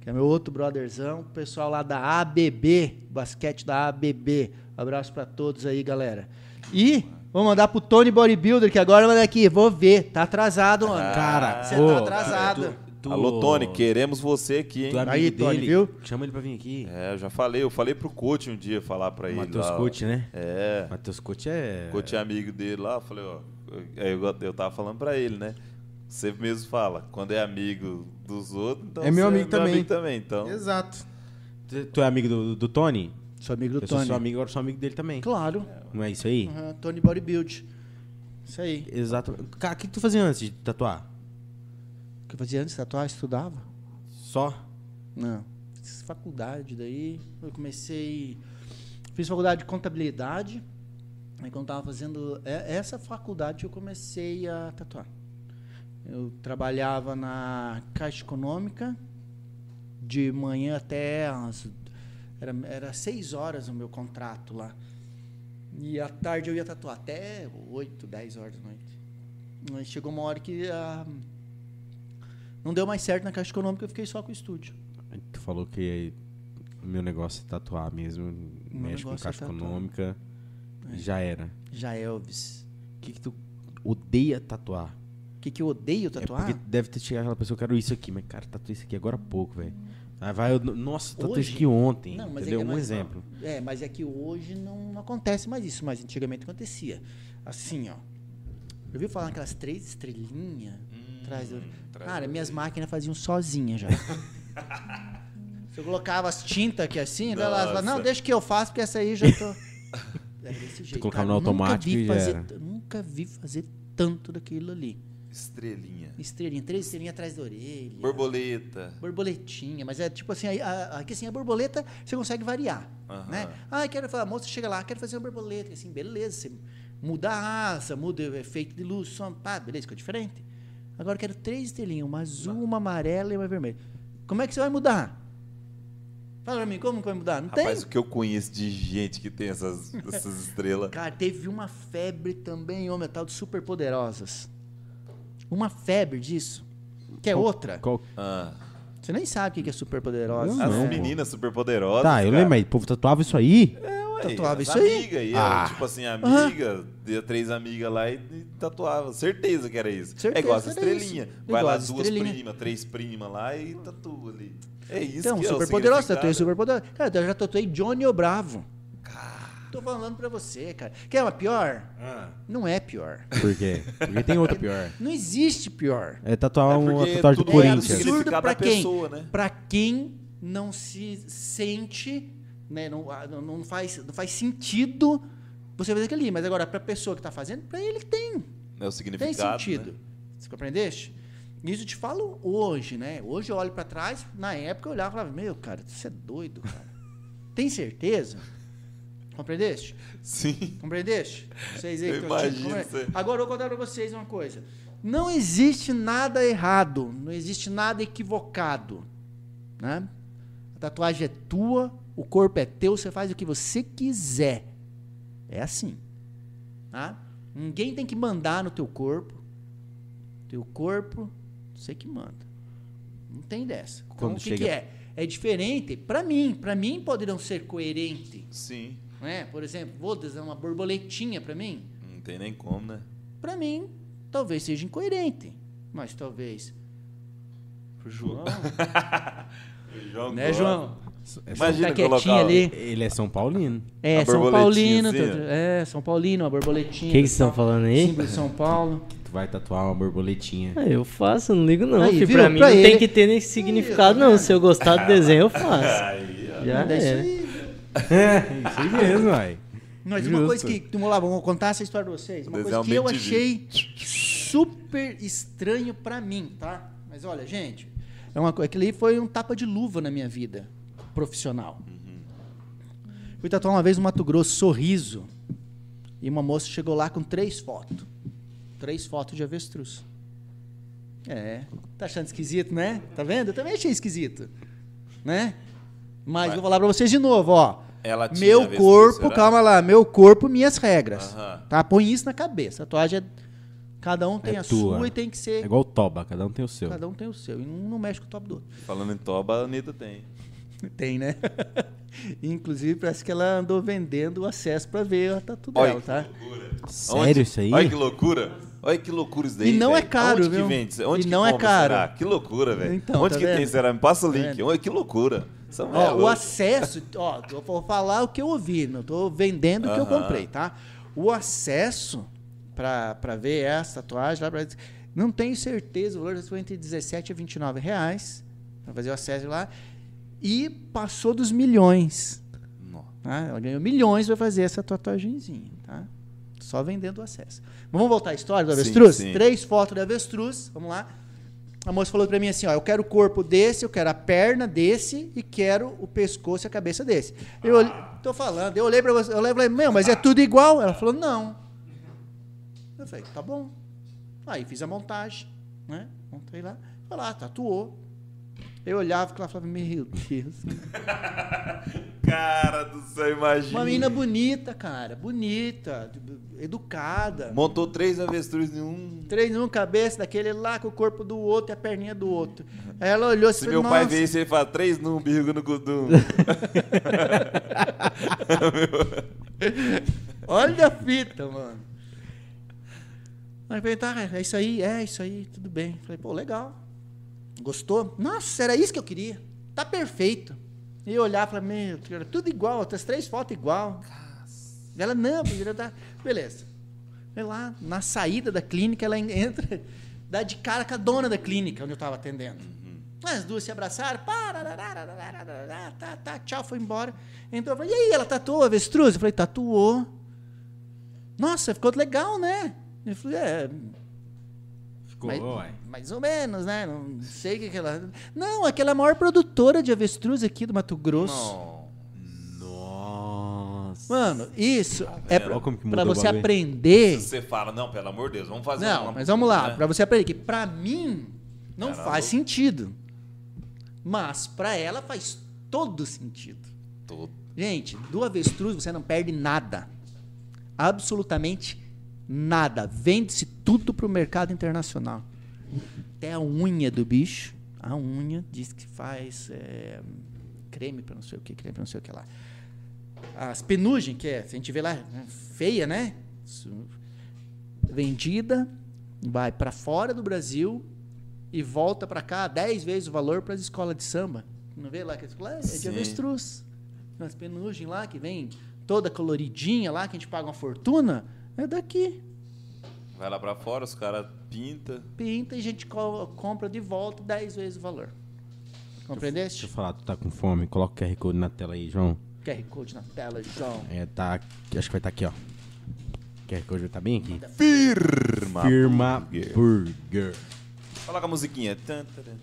S1: que é meu outro brotherzão. Pro pessoal lá da ABB, basquete da ABB. Abraço pra todos aí, galera. E vou mandar pro Tony Bodybuilder, que agora manda aqui. Vou ver, tá atrasado, mano.
S2: Cara,
S1: você
S2: Ah, ô,
S1: tá atrasado.
S2: Tu-
S4: Alô, Tony, queremos você aqui, hein?
S2: Tu é amigo
S1: Aí,
S2: dele,
S1: Tony, viu?
S2: Chama ele pra vir aqui.
S4: É, eu já falei, eu falei pro coach um dia falar pra ele.
S2: Matheus
S4: lá,
S2: Coach, né?
S4: É.
S2: Matheus Coach é.
S4: O coach é amigo dele lá, eu falei, ó. Aí eu, eu tava falando pra ele, né? Você mesmo fala, quando é amigo dos outros, então
S2: É meu
S4: você
S2: amigo também.
S4: amigo também, então.
S2: Exato. Tu, tu é amigo do, do Tony?
S1: Sou amigo do
S2: eu sou
S1: Tony.
S2: seu amigo, agora sou amigo dele também.
S1: Claro.
S2: Não é isso aí?
S1: Aham, Tony Bodybuild. Isso aí.
S2: Exato. Cara, o que, que tu fazia antes de tatuar?
S1: O que eu fazia antes, tatuar, estudava?
S2: Só?
S1: Não. Fiz faculdade daí. Eu comecei. Fiz faculdade de contabilidade. Aí quando tava fazendo é- essa faculdade eu comecei a tatuar. Eu trabalhava na Caixa Econômica de manhã até as Era, era seis horas o meu contrato lá. E à tarde eu ia tatuar até 8, 10 horas da noite. Aí chegou uma hora que ah, não deu mais certo na Caixa Econômica, eu fiquei só com o estúdio.
S2: Tu falou que meu negócio é tatuar mesmo, mexe com
S1: negócio é
S2: caixa
S1: tatuar.
S2: econômica. Já era.
S1: Já Elvis.
S2: O que, que tu odeia tatuar?
S1: O que, que eu odeio
S2: É
S1: tatuar?
S2: porque deve ter chegado aquela pessoa, eu quero isso aqui, mas cara, tatuei isso aqui agora há pouco, velho. Aí vai, eu- nossa, tatuei isso
S1: Hoje?
S2: aqui ontem.
S1: Não, mas é
S2: entendeu?
S1: que
S2: um
S1: nós-
S2: exemplo.
S1: É, mas é que hoje não acontece mais isso, mas antigamente acontecia. Assim, ó. Eu vi falar naquelas três estrelinhas
S4: Hum,
S1: atrás
S2: Hum,
S1: do.
S4: atrás
S1: Cara,
S4: da
S1: minhas máquinas faziam sozinha já. Se eu colocava as tintas aqui assim, daí elas falavam, não,
S4: Nossa.
S1: deixa que eu faço, porque essa aí já tô. Era desse jeito.
S2: colocava
S1: cara.
S2: no
S1: Eu nunca
S2: automático
S1: vi
S2: e já
S1: fazer-
S2: era.
S1: eu Nunca vi fazer tanto daquilo ali.
S4: Estrelinha.
S1: Estrelinha, três estrelinhas atrás da orelha.
S4: Borboleta.
S1: Borboletinha, mas é tipo assim, aí, a- aqui assim, a borboleta você consegue variar,
S4: Aham.
S1: né? Ah, eu quero falar, a moça chega lá, quero fazer uma borboleta, assim, beleza, você muda a asa, muda o efeito de luz, som, pá, beleza, ficou diferente. Agora eu quero três estrelinhas, uma azul, uma amarela e uma vermelha. Como é que você vai mudar? Fala pra mim, como que vai mudar? Não
S4: Rapaz,
S1: tem?
S4: o que eu conheço de gente que tem essas, essas estrelas.
S1: Cara, teve uma febre também, homem, a tal de superpoderosas. Uma febre disso. Que é outra.
S2: Qual-
S4: Ah,
S1: Você nem sabe o que que é superpoderosa.
S2: Não,
S4: as
S2: não.
S1: né?
S4: meninas superpoderosas.
S2: Tá, eu
S4: cara.
S2: lembro aí, o povo tatuava isso aí.
S4: Ué,
S1: Tatuava
S4: as
S1: isso aí?
S4: amiga, E
S2: Ah.
S4: eu, tipo assim, amiga, deu três amigas lá e, e tatuava. Certeza que era isso.
S1: Certeza
S4: é igual essa
S1: que era
S4: estrelinha.
S1: isso.
S4: Vai
S1: Igual
S4: lá
S1: as
S4: duas
S1: estrelinha.
S4: primas, três primas lá e tatua ali. É isso
S1: Então,
S4: que é o
S1: super poderoso, tatuei
S4: significado.
S1: super poderoso. Cara, eu já tatuei Johnny o Bravo. Tô falando pra você, cara. Quer uma pior?
S4: Ah.
S1: Não é pior.
S2: Por quê? Porque tem outra pior.
S1: Não existe pior.
S2: É tatuar
S4: É
S2: uma
S4: porque
S2: tatuagem do
S4: tudo é
S2: Corinthians.
S4: significado
S1: Absurdo
S4: da
S1: pra quem?
S4: pessoa, né?
S1: Pra quem não se sente, né? Não, ah, não- não faz, não faz sentido você fazer aquilo ali. Mas agora, pra pessoa que tá fazendo, pra ele tem.
S4: É o
S1: Tem
S4: significado.
S1: sentido.
S4: né?
S1: Você compreendeste? Isso eu te falo hoje, né? Hoje eu olho pra trás, na época eu olhava e falava, meu, cara, você é doido, cara. Tem certeza? Compreendeste?
S4: Sim.
S1: Compreendeste? Vocês aí
S4: Eu
S1: que estão assistindo,
S4: imagino
S1: compreendem?
S4: isso aí.
S1: Agora eu vou contar pra vocês uma coisa. Não existe nada errado, não existe nada equivocado. Né? A tatuagem é tua, o corpo é teu, você faz o que você quiser. É assim. Tá? Ninguém tem que mandar no teu corpo. Teu corpo, você que manda. Não tem dessa. Então,
S2: Quando
S1: o que,
S2: chega-
S1: que é? É diferente pra mim. Pra mim poderão ser coerentes
S4: Sim.
S1: né? Por exemplo, vou desenhar uma borboletinha pra mim.
S4: Não tem nem como, né?
S1: Pra mim, talvez seja incoerente, mas talvez,
S4: João. João
S1: né,
S4: gosta.
S1: João?
S4: Imagina
S1: tá
S4: colocar
S1: quietinho ali.
S2: É Ele é São Paulino.
S1: É,
S4: A
S1: São
S4: borboletinha
S1: Paulino,
S4: assim,
S1: tá-
S4: ó.
S1: é, São Paulino, uma borboletinha.
S3: O que que vocês estão falando aí?
S1: Símbolo de São Paulo.
S2: Tu vai tatuar uma borboletinha.
S3: Ah, eu faço, não ligo não.
S1: Aí,
S3: filho.
S1: viu?
S3: Pra mim
S1: Pra
S3: não
S1: ele-
S3: tem que ter nem significado, não. Se eu gostar do desenho, eu faço.
S4: Aí, ó.
S3: Já
S1: É isso
S3: é.
S1: aí.
S2: É, isso aí mesmo, vai.
S1: Mas uma coisa
S2: Justo.
S1: que, vamos lá, vamos contar essa história pra vocês. Uma coisa
S4: Desenhar
S1: que eu
S4: um
S1: achei super estranho pra mim, tá? Mas olha, gente, é uma coisa, aquilo ali foi um tapa de luva na minha vida profissional. Fui tatuar uma vez no Mato Grosso, sorriso, e uma moça chegou lá com três fotos. Três fotos de avestruz. É, tá achando esquisito, né? Tá vendo? Eu também achei esquisito, né? Mas vou falar pra vocês de novo, ó.
S4: Ela tinha
S1: Meu
S4: avestruz,
S1: corpo,
S4: será?
S1: calma lá, meu corpo, minhas regras.
S4: Aham.
S1: Tá? Põe isso na cabeça. Tatuagem é. Cada um tem
S2: É
S1: a
S2: tua.
S1: sua e tem que
S2: É
S1: ser.
S2: igual o Toba, cada um tem o seu.
S1: Cada um tem o seu. E um não mexe com o top do outro.
S4: Falando em toba, a Anitta tem.
S1: Tem, né? Inclusive, parece que ela andou vendendo o acesso pra ver a tatu
S4: Olha
S1: dela,
S4: que
S1: tá?
S4: loucura.
S2: Sério
S4: Onde-
S2: isso aí?
S4: Olha que loucura. Olha que loucura isso daí.
S1: E não é
S4: velho.
S1: caro,
S4: Onde que
S1: viu?
S4: vende? isso? Onde
S1: E
S4: que
S1: não é
S4: compra,
S1: caro.
S4: Será? Que loucura, velho.
S1: Então,
S4: Onde
S1: tá
S4: que tem,
S1: vendo?
S4: será? Me passa o link.
S1: vendo?
S4: Olha que loucura. Essa
S1: Ó,
S4: mulher é
S1: o
S4: louca.
S1: acesso, ó, eu vou falar o que eu ouvi, não tô vendendo o que eu
S4: Aham.
S1: comprei, tá? O acesso pra, pra ver essa tatuagem lá, pra- não tenho certeza, o valor foi entre 17 e 29 reais pra fazer o acesso lá. E passou dos milhões.
S4: Nossa.
S1: Tá? Ela ganhou milhões pra fazer essa tatuagemzinha, tá? Só vendendo o acesso. Vamos voltar à história do
S4: Sim,
S1: avestruz?
S4: sim.
S1: Três fotos do avestruz, vamos lá. A moça falou pra mim assim, ó, eu quero o corpo desse, eu quero a perna desse e quero o pescoço e a cabeça desse. Eu olhei, tô falando, eu olhei pra você, eu olhei e falei, meu, mas é tudo igual? Ela falou, não. Eu falei, tá bom. Aí fiz a montagem, né? Montei lá, foi lá, tatuou. Eu olhava e ficava- falava, meu Deus.
S4: Cara do céu, imagina.
S1: Uma menina bonita, cara. Bonita, de- educada.
S4: Montou três avestruz em um.
S1: Três num cabeça daquele lá com o corpo do outro e a perninha do outro. Aí ela olhou assim,
S4: Se meu
S1: nossa,
S4: pai vê isso, ele fala três num umbigo no cudum.
S1: olha a fita, mano. Aí eu falei, tá, é isso aí, é isso aí, tudo bem. Falei, pô, legal. Gostou? Nossa, era isso que eu queria. Tá perfeito. E eu olhar e falar, meu, era tudo igual, as três fotos igual. Ela, não, poderia dar. Beleza. Foi lá, na saída da clínica, ela en- entra, dá de cara com a dona da clínica, onde eu estava atendendo. As duas se abraçaram, pá, rararararararará, tá, tá, tchau, foi embora. Entrou, eu falei, e aí, ela tatuou a avestruz? Eu falei, tatuou. Nossa, ficou legal, né? Ele falou, é,
S2: Ficou,
S1: mas-
S2: uai.
S1: mais ou menos, né? Não sei o que que ela. Não, aquela é a maior produtora de avestruz aqui do Mato Grosso.
S4: Não.
S2: Nossa. Ah,
S1: Mano, isso é
S2: Olha
S1: pra,
S2: como que
S1: pra
S2: mudou o
S1: você
S2: bagulho.
S1: aprender.
S4: Você fala, não, pelo amor de Deus, vamos fazer
S1: Não,
S4: uma-
S1: mas vamos lá.
S4: né?
S1: Pra você aprender que pra mim não
S4: Cara,
S1: faz
S4: louco.
S1: sentido. Mas pra ela faz todo sentido.
S4: Todo.
S1: Gente, do avestruz você não perde nada. Absolutamente nada. Vende-se tudo pro mercado internacional. Até a unha do bicho. A unha diz que faz é, creme pra não sei o que, creme pra não sei o que lá. As penugem, que é, se a gente vê lá, né, feia, né? Isso. Vendida, vai pra fora do Brasil e volta pra cá 10 vezes o valor para as escolas de samba. Não vê lá que a escola é de
S4: Sim.
S1: avestruz. Nas penugem lá, que vem toda coloridinha lá, que a gente paga uma fortuna, é daqui.
S4: Vai lá pra fora, os caras pintam.
S1: Pinta e a gente co- compra de volta 10 vezes o valor.
S2: Deixa eu
S1: Compreendeste?
S2: falar, tu tá com fome? Coloca o QR Code na tela aí, João.
S1: QR Code na tela, João.
S2: É, tá. Acho que vai estar aqui, ó. QR Code vai estar bem aqui.
S4: Firma.
S2: Firma
S4: Burger.
S2: Burger.
S4: Coloca a musiquinha. Tan, taran.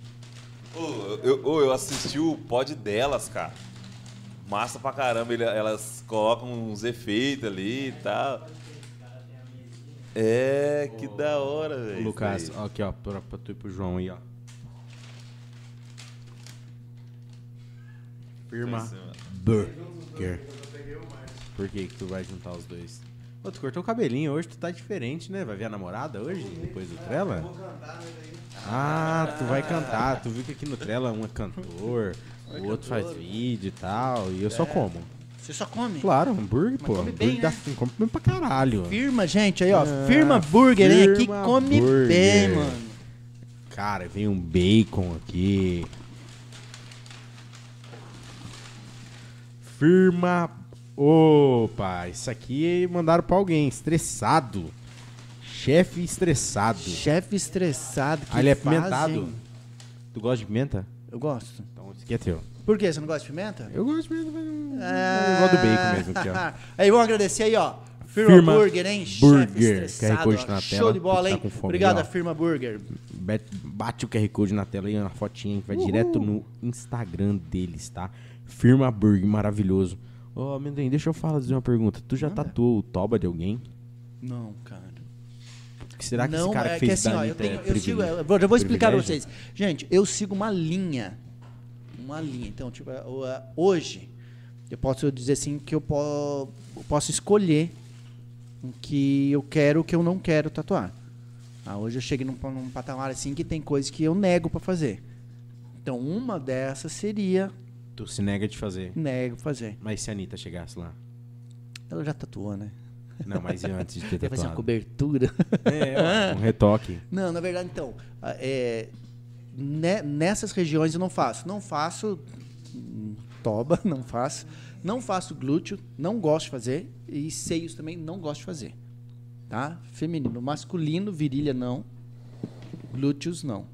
S4: Ô, eu, ô, eu assisti o pod delas, cara. Massa pra caramba, ele- elas colocam uns efeitos ali e tal. É, que da hora, velho. É isso
S2: Lucas,
S4: daí.
S2: ó, aqui, ó, pra, pra tu e pro João aí, ó. Firma Burger. Por que que tu vai juntar os dois? Ô, tu cortou o cabelinho hoje, tu tá diferente, né? Vai ver a namorada hoje, depois do Trela?
S1: né,
S2: Ah, tu vai cantar. Tu viu que aqui no Trela um é cantor, o outro faz vídeo e tal, e eu só como.
S1: Você só come?
S2: Claro, hambúrguer, pô.
S1: É. come
S2: Hambúrguer
S1: bem,
S2: dá
S1: né?
S2: fome, come bem pra caralho.
S1: Firma, gente, aí, ó.
S2: Ah,
S1: firma Burger, hein? Aqui
S2: Firma
S1: come
S2: Burger.
S1: bem, mano.
S2: Cara, vem um bacon aqui. Firma. Opa, isso aqui mandaram pra alguém. Estressado. Chefe estressado.
S1: Chefe estressado. Que
S2: Ah, ele é
S1: fazem-
S2: pimentado. Tu gosta de pimenta?
S1: Eu gosto.
S2: Então esse aqui é teu.
S1: Por quê? Você não gosta de pimenta?
S2: Eu gosto de pimenta, mas não.
S1: Ah.
S2: Eu gosto do bacon mesmo aqui, ó.
S1: aí, vamos agradecer aí, ó. Firma,
S2: Firma
S1: Burger, hein?
S2: Burger.
S1: Chefe estressado.
S2: QR Code
S1: ó.
S2: na
S1: Show
S2: tela,
S1: de bola,
S2: tá
S1: hein?
S2: com fome,
S1: Obrigado,
S2: ó.
S1: a Firma Burger.
S2: Bet- Bate o QR Code na tela aí, na fotinha, que vai direto no Instagram deles, tá? Firma Burger, maravilhoso. Ô, amendoim, deixa eu falar, fazer uma pergunta. Tu já tatuou o toba de alguém?
S1: Não, cara.
S2: O que Será que
S1: não,
S2: esse cara
S1: é
S2: que fez
S1: que assim,
S2: da
S1: ó, eu,
S2: Anitta é
S1: tenho, eu sigo,
S2: privilégio?
S1: eu vou, eu vou explicar pra
S2: Privilégio?
S1: vocês. Gente, eu sigo uma linha. Uma linha. Então, tipo, eu, ah, hoje, eu posso dizer assim que eu, po- eu posso escolher o que eu quero e o que eu não quero tatuar. Ah, hoje eu cheguei num, pa- num patamar assim que tem coisas que eu nego pra fazer. Então, uma dessas seria
S2: Tu se nega de fazer.
S1: nego fazer.
S2: Mas se a Anitta chegasse lá?
S1: Ela já tatuou, né?
S2: Não, mas e antes de ter
S1: Vai fazer uma
S2: tatuado?
S1: cobertura.
S2: É, ó, um retoque.
S1: Não, na verdade, então, a- é, ne- nessas regiões eu não faço. Não faço hum, toba, não faço. Não faço glúteo, não gosto de fazer. E seios também não gosto de fazer. Tá? Feminino. Masculino, virilha não. Glúteos não.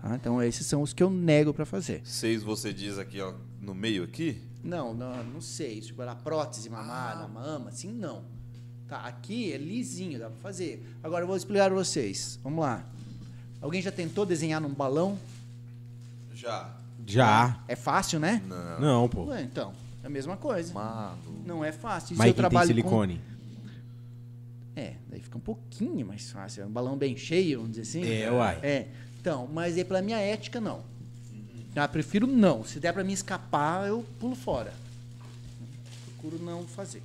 S1: Tá? Então, esses são os que eu nego pra fazer.
S4: Seis você diz aqui, ó, no meio aqui.
S1: Não, não, não sei. Tipo, era prótese,
S2: Ah.
S1: mamária, mama, assim, não. Tá, aqui é lisinho, dá pra fazer. Agora eu vou explicar pra vocês. Vamos lá. Alguém já tentou desenhar num balão?
S4: Já.
S2: Já.
S1: É fácil, né?
S2: Não, pô.
S1: Ué, então, é a mesma coisa.
S4: Maluco.
S1: Não é fácil. E se
S2: Mas
S1: eu
S2: quem tem
S1: trabalho com-
S2: silicone?
S1: É, daí fica um pouquinho mais fácil. É um balão bem cheio, vamos dizer assim.
S2: É, uai.
S1: É. Então, mas aí pela minha ética, não.
S2: Uhum.
S1: Ah, prefiro não. Se der pra mim escapar, eu pulo fora. Procuro não fazer.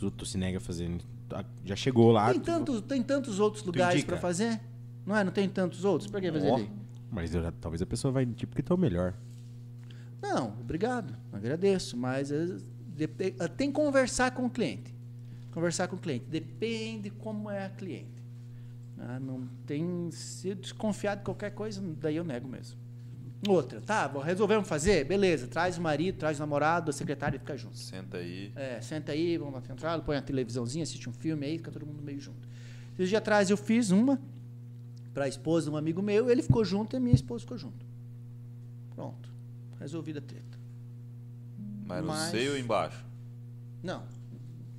S2: Tu, tu se nega a fazer. Ah, Já chegou lá.
S1: tem,
S2: tu-
S1: tantos, tem tantos outros lugares
S4: indica.
S1: pra fazer? Não é? Não tem tantos outros? Pra que fazer
S4: Ó.
S1: ali?
S2: Mas eu já- talvez a pessoa vai tipo que tá o melhor.
S1: Não, obrigado, agradeço, mas eh, às vezes, depe- tem que conversar com o cliente. Conversar com o cliente, depende como é a cliente. Ah, não tem se desconfiar de qualquer coisa, daí eu nego mesmo. Outra, tá, bom, resolvemos fazer? Beleza, traz o marido, traz o namorado, a secretária e fica junto.
S4: Senta aí.
S1: É, senta aí, vamos lá pra entrar, põe a televisãozinha, assiste um filme aí, fica todo mundo meio junto. Esses dias atrás eu fiz uma para a esposa de um amigo meu, ele ficou junto e a minha esposa ficou junto. Pronto, resolvida a treta.
S4: Mas no
S1: Mas-
S4: seio ou embaixo?
S1: Não,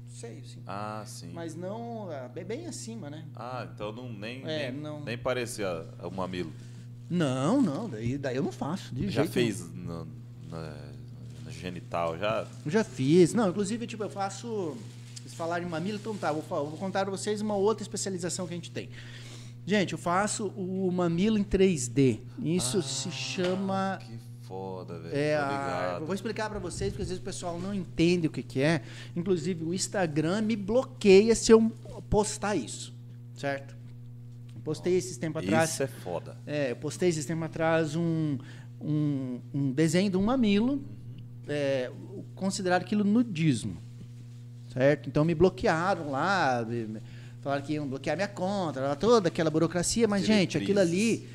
S1: sei, sim.
S4: Ah, sim.
S1: Mas não, ah, bem, bem acima, né?
S4: Ah, então não, nem,
S1: É,
S4: nem,
S1: não.
S4: nem parecia o mamilo.
S1: Não, não, daí, daí eu não faço, de
S4: já
S1: jeito
S4: fez no, na- no genital, já?
S1: Eu já fiz. Não, inclusive, tipo, eu faço. Vocês falaram em mamilo, então tá, vou, fa- vou contar pra vocês uma outra especialização que a gente tem. Gente, eu faço o mamilo em 3D. Isso se chama.
S4: Ah, Que foda, velho.
S1: É,
S4: Tô
S1: a-
S4: ligado.
S1: eu vou explicar pra vocês, porque às vezes o pessoal não entende o que, que é. Inclusive, o Instagram me bloqueia se eu postar isso, certo? Eu Postei esses tempos atrás.
S4: Isso é foda.
S1: É, eu postei esse tempo atrás um, um, um desenho de um mamilo, é, o- considerado aquilo nudismo, certo? Então me bloquearam lá, me- me- falaram que iam bloquear minha conta, lá, toda aquela burocracia, mas, gente, aquilo ali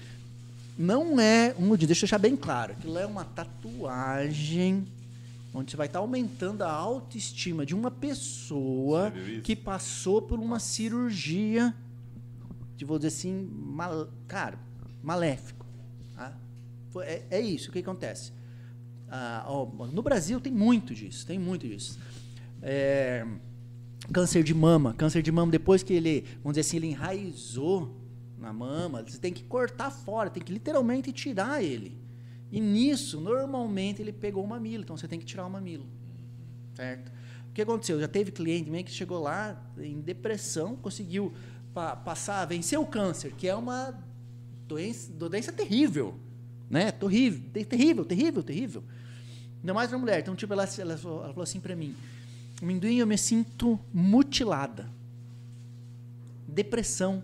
S1: não é um nudismo, deixa eu deixar bem claro, aquilo é uma tatuagem onde você vai estar aumentando a autoestima de uma pessoa
S4: Você viu isso?
S1: que passou por uma cirurgia de vou dizer assim, mal, cara, maléfico. tá? Foi- É, é isso o que acontece. Ah, ó, no Brasil tem muito disso, tem muito disso. É, câncer de mama, câncer de mama depois que ele, vamos dizer assim, ele enraizou na mama, você tem que cortar fora, tem que literalmente tirar ele. E nisso, normalmente ele pegou o mamilo, então você tem que tirar o mamilo certo? O que aconteceu? Já teve cliente meio que chegou lá em depressão, conseguiu pa- passar, vencer o câncer, que é uma doença, doença terrível, né? Terrível, te- terrível, terrível, terrível. Ainda mais pra mulher. Então, tipo, ela, ela falou ela falou assim pra mim, amendoim, eu me sinto mutilada. Depressão.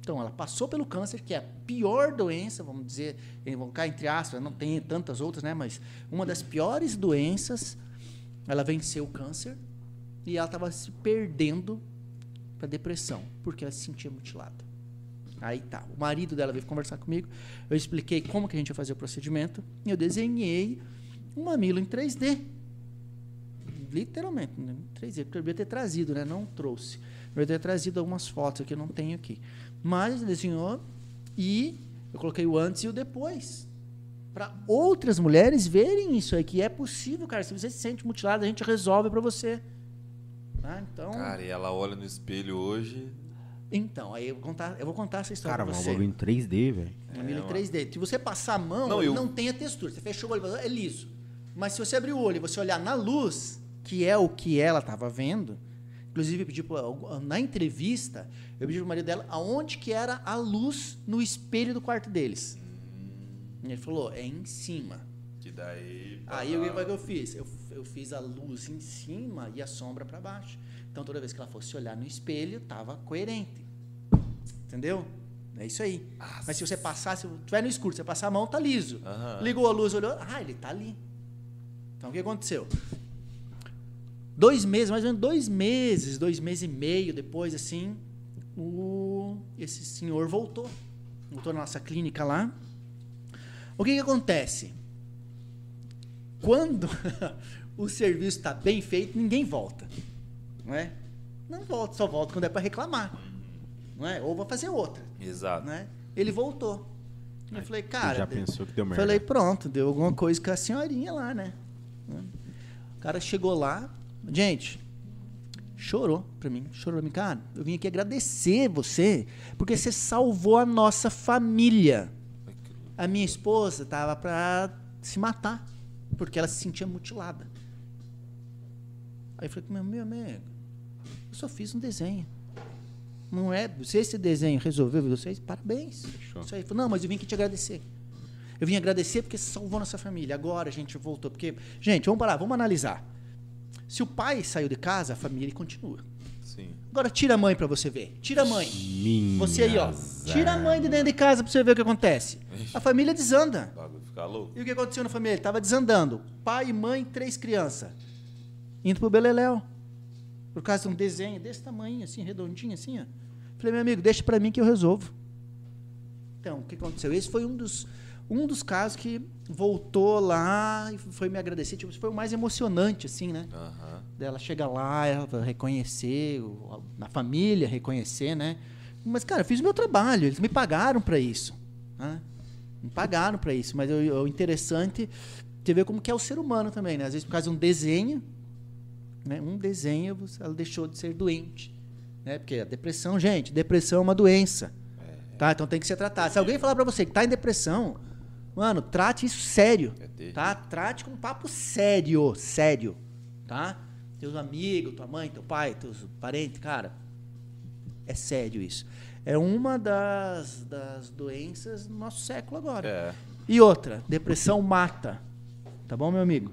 S1: Então, ela passou pelo câncer, que é a pior doença, vamos dizer, em- vou colocar entre aspas, não tem tantas outras, né? Mas uma das piores doenças ela venceu o câncer e ela estava se perdendo para depressão, porque ela se sentia mutilada. Aí tá, o marido dela veio conversar comigo, eu expliquei como que a gente ia fazer o procedimento e eu desenhei um mamilo em 3D. Literalmente, né? em 3D, porque eu devia ter trazido, né? Não trouxe. Eu devia ter trazido algumas fotos que eu não tenho aqui. Mas desenhou e eu coloquei o antes e o depois para outras mulheres verem isso aí, que é possível, cara. Se você se sente mutilado, a gente resolve para você. Tá? Então,
S4: Cara, e ela olha no espelho hoje.
S1: então, aí eu vou contar, eu vou contar essa história
S2: Cara,
S1: pra
S2: mas um
S1: você.
S2: bagulho em 3D, velho.
S1: Mamilo em 3D. Se você passar a mão,
S4: É, Não,
S1: ele
S4: eu-
S1: não tem a textura. Você fechou o olho, é liso. Mas se você abrir o olho e você olhar na luz, que é o que ela estava vendo, inclusive eu pedi pro- na entrevista, eu pedi pro marido dela aonde que era a luz no espelho do quarto deles. E ele falou, é em cima.
S4: Que daí. pra
S1: Aí o que
S4: lá-
S1: foi que eu fiz? Eu, eu fiz a luz em cima e a sombra para baixo. Então toda vez que ela fosse olhar no espelho, tava coerente. Entendeu? É isso aí. Mas se você passar, se tiver no escuro, você passar a mão, tá liso.
S4: Aham.
S1: Ligou a luz, olhou, ah, ele tá ali. Então o que aconteceu? Dois meses, mais ou menos dois meses, dois meses e meio depois, assim, o, esse senhor voltou. Voltou na nossa clínica lá. O que, que acontece? Quando o serviço está bem feito, ninguém volta. Não é? Não volta, só volta quando é para reclamar. Não é? Ou vai fazer outra.
S4: Exato.
S1: Né? Ele voltou. Eu falei, cara.
S2: já
S1: deu-
S2: pensou que deu merda.
S1: Falei, pronto, deu alguma coisa com a senhorinha lá, né? O cara chegou lá, gente, chorou pra mim, chorou pra mim, cara. Eu vim aqui agradecer você, porque você salvou a nossa família. A minha esposa tava pra se matar, porque ela se sentia mutilada. Aí eu falei, meu, meu amigo, eu só fiz um desenho. Não é? Se esse desenho resolveu vocês, parabéns.
S2: Fechou.
S1: Isso aí. Falei, Não, mas eu vim aqui te agradecer. Eu vim agradecer porque salvou nossa família. Agora a gente voltou. Porque, gente, vamos parar, vamos analisar. Se o pai saiu de casa, a família continua.
S4: Sim.
S1: Agora tira a mãe pra você ver. Tira a mãe.
S2: Minha
S1: Você aí, ó.
S2: zá.
S1: Tira a mãe de dentro de casa pra você ver o que acontece. A família desanda.
S4: O bagulho fica louco.
S1: E o que aconteceu na família? Ele tava desandando. Pai, mãe, três crianças. Indo pro Beleléu. Por causa de um desenho desse tamanho, assim, redondinho, assim, ó. Falei, meu amigo, deixa pra mim que eu resolvo. Então, o que aconteceu? Esse foi um dos, um dos casos que voltou lá e foi me agradecer. Tipo, foi o mais emocionante, assim, né?
S4: Aham.
S1: dela chega lá, ela reconhecer, o- a- na família reconhecer, né? Mas, cara, eu fiz o meu trabalho, eles me pagaram para isso. Né? Me pagaram para isso, mas eu- eu- o interessante você ver como que é o ser humano também, né? Às vezes, por causa de um desenho, né? um desenho, você- ela deixou de ser doente. Né? Porque a depressão, gente, depressão é uma doença. Tá? Então tem que ser tratado. Se alguém falar para você que tá em depressão, mano, trate isso sério
S4: É terrível.
S1: tá? Trate com um papo sério, sério, tá? Teus amigos, tua mãe, teu pai, teus parentes, cara, é sério isso. É uma das, das doenças do nosso século agora.
S4: É.
S1: E outra, depressão mata, tá bom, meu amigo?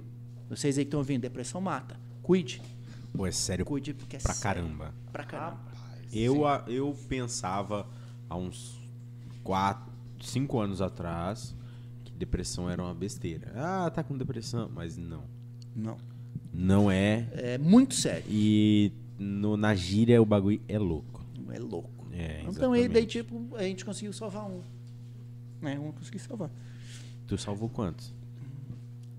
S1: Vocês aí que estão ouvindo, depressão mata. Cuide,
S2: Pô, é sério
S1: cuide, porque é
S2: pra
S1: sério.
S2: caramba.
S1: Pra caramba.
S2: Eu, a- eu pensava há uns 4, 5 anos atrás que depressão era uma besteira. Ah, tá com depressão. Mas não.
S1: Não.
S2: Não é.
S1: É muito sério.
S2: E no, na gíria o bagulho é louco.
S1: É louco.
S2: É,
S1: então, aí, daí,
S2: exatamente.
S1: tipo, a gente conseguiu salvar um. Né? Um eu consegui salvar.
S2: Tu salvou quantos?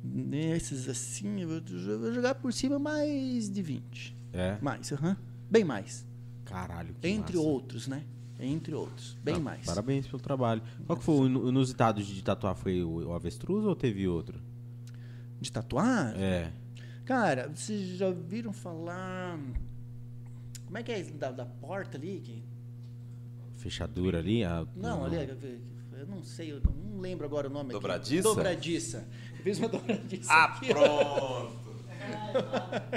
S1: Nesses assim, eu vou, eu vou jogar por cima mais de 20.
S2: É?
S1: Mais, aham. Bem mais.
S2: Caralho, que
S1: Entre
S2: massa.
S1: outros, né? Entre outros. Bem
S2: Ah,
S1: mais.
S2: Parabéns pelo trabalho. Qual que foi o inu- inusitado de tatuar? Foi o, o avestruz ou teve outro?
S1: De tatuar?
S2: É.
S1: Cara, vocês já ouviram falar. Como é que é isso da, da porta ali? que-
S2: Fechadura ali? a-
S1: Não, ali, eu não sei, eu não lembro agora o nome aqui.
S4: Dobradiça?
S1: Dobradiça. Eu fiz uma dobradiça. aqui, é- ó.
S4: Ah, Pronto.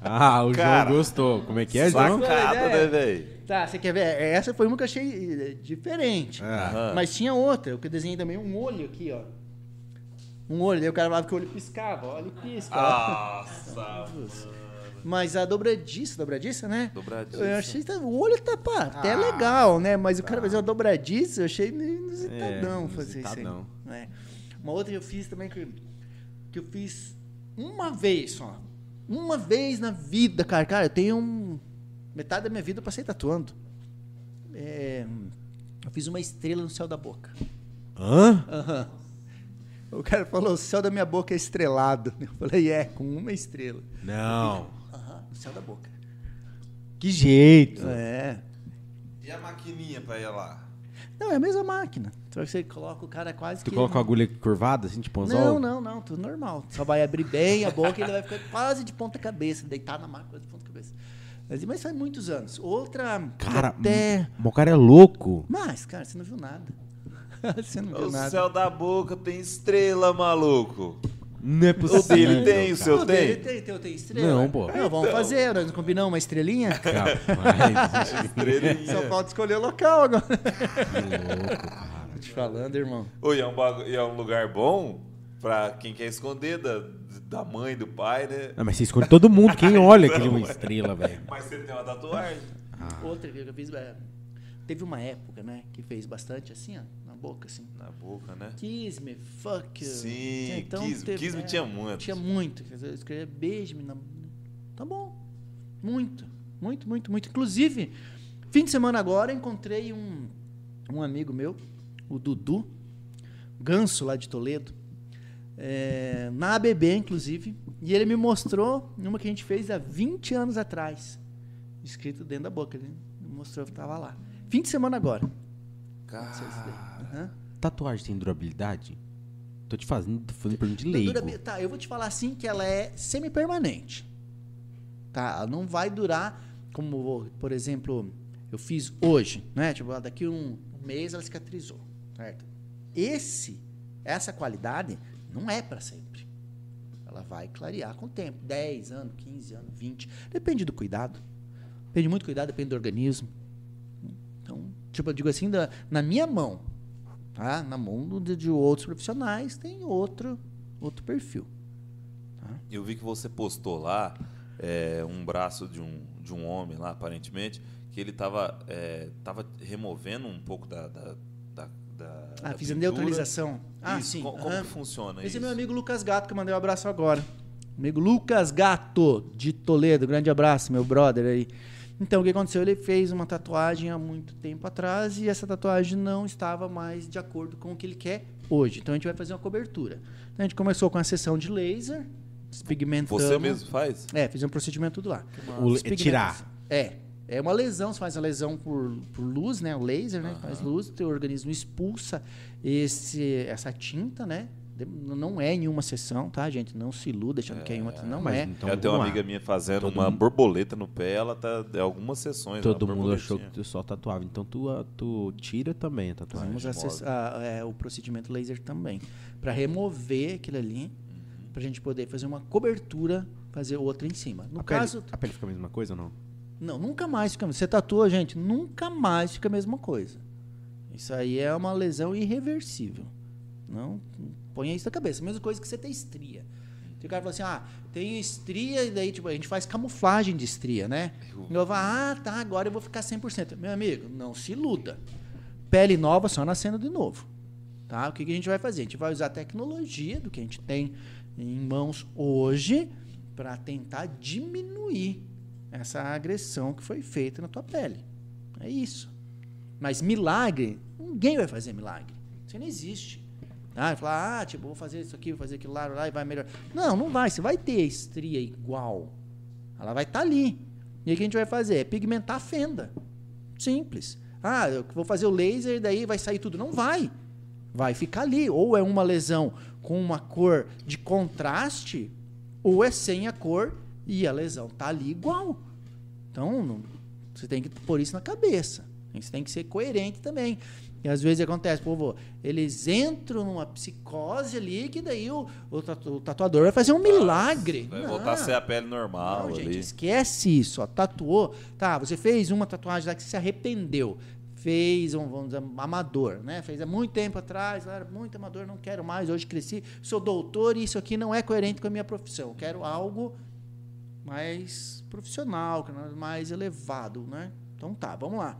S2: Ah, o
S4: Cara.
S2: João gostou. Como é que é, João?
S4: Sacada, né, velho?
S1: Tá, você quer ver? Essa foi uma que eu achei eh, diferente.
S2: Ah.
S1: Mas tinha outra, eu que desenhei também um olho aqui, ó. Um olho, daí o cara falava que o olho piscava, ó, ele pisca.
S2: Ah.
S1: ó.
S4: Nossa.
S1: Mas a dobradiça, dobradiça, né?
S4: Dobradiça.
S1: Eu achei, tá- o olho tá, pá, até
S2: Ah.
S1: legal, né? Mas o cara fazer uma dobradiça, eu achei meio inusitadão
S2: É,
S1: fazer isso aí.
S2: inusitadão.
S1: É. Uma outra que eu fiz também, que, que eu fiz uma vez só. Uma vez na vida, cara. Cara, eu tenho um- metade da minha vida eu passei tatuando. É, eu fiz uma estrela no céu da boca.
S2: Hã?
S1: Aham. O cara falou, o céu da minha boca é estrelado. Eu falei, é, com uma estrela.
S2: Não.
S1: Aham, no céu da boca.
S2: Que jeito.
S1: É.
S4: E a maquininha pra ir lá?
S1: Não, é a mesma máquina. Só que você coloca o cara quase
S2: Tu
S1: que...
S2: coloca a agulha curvada, assim, tipo anzol?
S1: Não, não, não, tudo normal. Só vai abrir bem a boca e ele vai ficar quase de ponta cabeça, deitar na máquina de ponta cabeça. Mas, mas faz muitos anos. Outra...
S2: Cara,
S1: Até...
S2: o cara é louco.
S1: Mas, cara, você não viu nada. você não viu
S4: O
S1: nada.
S4: céu da boca tem estrela, maluco.
S2: Não é
S4: O
S2: possível.
S4: dele tem, o
S1: Não,
S4: seu Então.
S1: dele
S4: tem.
S1: Tem, tem, tem estrela.
S2: Não, pô.
S1: Não, vamos fazer, nós combinamos uma estrelinha.
S2: Capaz,
S1: Só
S4: Estrelinha.
S1: falta escolher o local agora.
S2: É. que louco, cara.
S1: Te falando, irmão.
S4: Oi, é um, bagu- e é um lugar bom pra quem quer esconder da, da mãe, do pai, né?
S2: Não, mas você esconde todo mundo. Quem olha que ele é uma estrela, velho?
S4: Mas você tem uma tatuagem.
S2: Ah.
S1: Outra que eu fiz. é, Teve uma época, né? Que fez bastante assim, ó, na boca, assim.
S4: Na boca, né?
S1: Kiss me, fuck you.
S4: Sim, kiss me, kiss me
S1: é,
S4: tinha muito.
S1: Tinha muito. quer dizer, Eu escrevia beijo-me na. Tá bom. Muito. Muito, muito, muito. Inclusive, fim de semana agora, eu encontrei um, um amigo meu, o Dudu, ganso lá de Toledo, é, na ABB, inclusive, e ele me mostrou uma que a gente fez há 20 anos atrás, escrito dentro da boca. Ele me mostrou que estava lá. Fim de semana agora. aconteceu isso daí.
S4: Cara,
S1: Aham.
S2: Tatuagem tem durabilidade? Tô te fazendo, tô fazendo pergunta de leigo.
S1: Durabi- Tá, eu vou te falar assim que ela é semi-permanente. Tá, ela não vai durar como, por exemplo, eu fiz hoje, né? Tipo, ah, daqui um mês ela cicatrizou, certo? Esse, essa qualidade não é para sempre. Ela vai clarear com o tempo, 10 anos, 15 anos, 20, depende do cuidado. Depende muito do cuidado, depende do organismo. Então, tipo, eu digo assim, da- na minha mão, Tá? No mundo de, de outros profissionais tem outro, outro perfil.
S4: Eu vi que você postou lá é, um braço de um, de um homem lá, aparentemente, que ele estava é, tava removendo um pouco da. da, da, da
S1: Ah,
S4: da
S1: fiz a
S4: pintura.
S1: neutralização. Ah,
S4: Isso,
S1: sim.
S4: co- Como,
S1: aham.
S4: que funciona
S1: Esse
S4: isso?
S1: é meu amigo Lucas Gato, que eu mandei um abraço agora. Amigo Lucas Gato, de Toledo. Grande abraço, meu brother aí. Então, o que aconteceu? Ele fez uma tatuagem há muito tempo atrás e essa tatuagem não estava mais de acordo com o que ele quer hoje. Então, a gente vai fazer uma cobertura. Então, a gente começou com a sessão de laser, despigmentamos.
S4: Você mesmo faz?
S1: É, fiz um procedimento tudo lá.
S2: O le-
S1: Os pigmentos-
S2: tirar.
S1: É. É uma lesão, você faz a lesão por, por luz, né? O laser, né? Faz luz, teu organismo expulsa esse, essa tinta, né? De- Não é em uma sessão, tá, gente? Não se iluda achando que é em outra. Não
S2: Mas
S1: é.
S2: então,
S4: eu tenho
S2: vamos
S4: uma
S2: lá.
S4: amiga minha fazendo
S2: Todo
S4: uma
S2: mundo-
S4: borboleta no pé, ela tá. é, algumas sessões.
S2: Todo
S4: uma
S2: mundo achou que
S4: borboletinha.
S2: tu só tatuava. Então tu, ah, tu tira também a tatuagem. Tipo,
S1: Fazemos
S4: de
S1: a
S4: moda.
S1: sess- a- é, o procedimento laser também. Pra remover aquilo ali,
S2: Uhum.
S1: pra gente poder fazer uma cobertura, fazer outra em cima. No
S2: a,
S1: caso.
S2: pele, a pele fica a mesma coisa ou não?
S1: Não, nunca mais fica. Você tatua, gente, nunca mais fica a mesma coisa. Isso aí é uma lesão irreversível. Não ponha isso na cabeça. Mesma coisa que você ter estria. Se o cara fala assim, ah, tem estria, e daí tipo, a gente faz camuflagem de estria, né? E eu falo, ah, tá, agora eu vou ficar 100%. Meu amigo, não se iluda. Pele nova só nascendo de novo. Tá? O que, que a gente vai fazer? A gente vai usar a tecnologia do que a gente tem em mãos hoje para tentar diminuir essa agressão que foi feita na tua pele. É isso. Mas milagre, ninguém vai fazer milagre. Isso não existe. Ah, e falar, ah, tipo, vou fazer isso aqui, vou fazer aquilo lá, lá e vai melhorar. Não, não vai. Você vai ter a estria igual. Ela vai estar ali. E aí o que a gente vai fazer? É pigmentar a fenda. Simples. Ah, eu vou fazer o laser e daí vai sair tudo. Não vai. Vai ficar ali. Ou é uma lesão com uma cor de contraste, ou é sem a cor e a lesão tá ali igual. Então, não- você tem que pôr isso na cabeça. Você tem que ser coerente também. E às vezes acontece, povo, eles entram numa psicose ali que daí o, o tatu- o tatuador vai fazer um milagre.
S4: Vai
S1: Não.
S4: voltar a ser a pele normal
S1: Não, gente,
S4: ali.
S1: esquece isso. Ó. Tatuou. Tá, você fez uma tatuagem lá que se arrependeu. Fez um, vamos dizer, amador, né? Fez há muito tempo atrás, lá era muito amador, não quero mais, hoje cresci, sou doutor e isso aqui não é coerente com a minha profissão. Eu Quero algo mais profissional, é mais elevado, né? Então tá, vamos lá.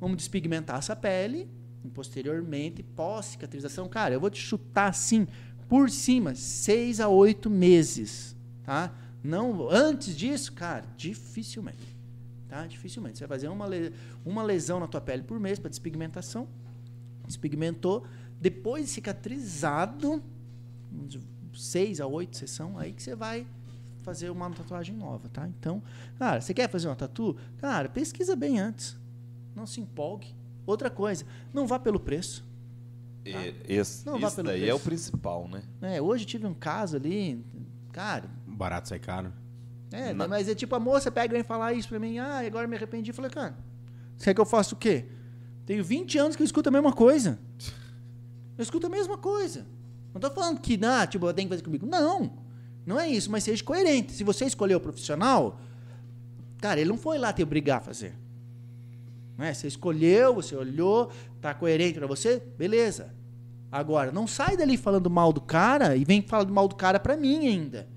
S1: Vamos despigmentar essa pele e posteriormente, pós-cicatrização, cara, eu vou te chutar assim por cima, seis a oito meses, tá? Não, antes disso, cara, dificilmente. Tá? Dificilmente. Você vai fazer uma, le- uma lesão na tua pele por mês para despigmentação. Despigmentou, depois de cicatrizado, uns seis a oito sessão, aí que você vai fazer uma tatuagem nova, tá? Então, cara, você quer fazer uma tatu? Cara, pesquisa bem antes. Não se empolgue. Outra coisa, não vá pelo preço.
S4: E- Esse,
S1: tá- Não, vá
S4: esse
S1: pelo
S4: daí é
S1: preço.
S4: o principal, né?
S1: né? Hoje tive um caso ali, cara,
S2: Barato sai caro.
S1: É,
S4: Na-
S1: mas é tipo, a moça pega e vem falar isso pra mim. Ah, agora me arrependi. Eu falei, cara, você quer que eu faça o quê? Tenho 20 anos que eu escuto a mesma coisa. Eu escuto a mesma coisa. Não tô falando que, ah, tipo, tem que fazer comigo. Não. Não é isso, mas seja coerente. Se você escolheu o profissional, cara, ele não foi lá te obrigar a fazer. Né? Você escolheu, você olhou, tá coerente pra você, beleza. Agora, não sai dali falando mal do cara e vem falando mal do cara pra mim ainda.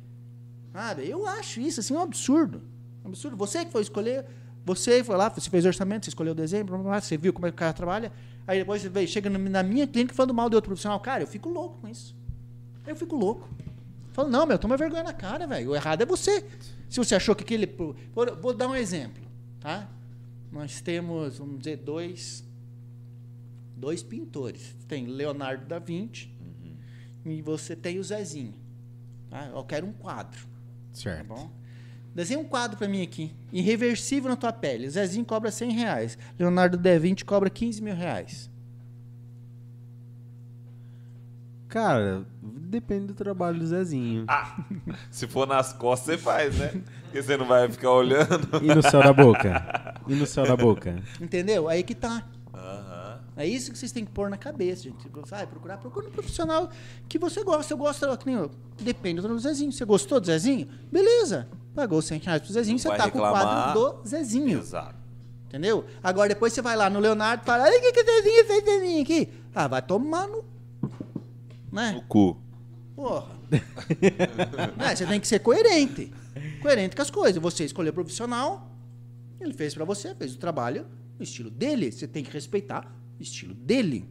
S1: Sabe? Eu acho isso assim um absurdo. Um absurdo. Você que foi escolher, você foi lá, você fez orçamento, você escolheu o desenho, blá, blá, blá, você viu como é que o cara trabalha. Aí depois você veio, chega no- na minha clínica falando mal de outro profissional. Cara, eu fico louco com isso. Eu fico louco. Falo, não, meu, toma vergonha na cara, velho. O errado é você. Se você achou que aquele. pro- por- Vou dar um exemplo, tá? Nós temos, vamos dizer, dois. Dois pintores. Tem Leonardo da Vinci e você tem o Zezinho. tá? Eu quero um quadro. Tá
S2: Certo.
S1: bom? Desenha um quadro pra mim aqui. Irreversível na tua pele. O Zezinho cobra 100 reais. Leonardo Da Vinci cobra 15 mil reais.
S2: Cara, depende do trabalho do Zezinho.
S4: Se for nas costas, você faz, né? Porque você não vai ficar olhando.
S2: E no céu da boca? E no céu da boca?
S1: Entendeu? Aí que tá.
S4: Aham.
S1: É isso que vocês têm que pôr na cabeça, gente. Vai procurar, procura um profissional que você gosta. Eu gosto, que nem eu. Depende do Zezinho. Você gostou do Zezinho? Beleza. Pagou 100 reais pro Zezinho,
S4: Não
S1: você
S4: vai
S1: tá com o
S4: reclamar.
S1: quadro do Zezinho.
S4: Exato.
S1: Entendeu? Agora depois você vai lá no Leonardo e fala: Olha o que, que o Zezinho fez de mim aqui. Ah, vai tomar no. Né?
S4: No cu.
S1: Porra. Né, Você tem que ser coerente. Coerente com as coisas. Você escolheu profissional, ele fez pra você, fez o trabalho, o estilo dele. Você tem que respeitar o estilo dele.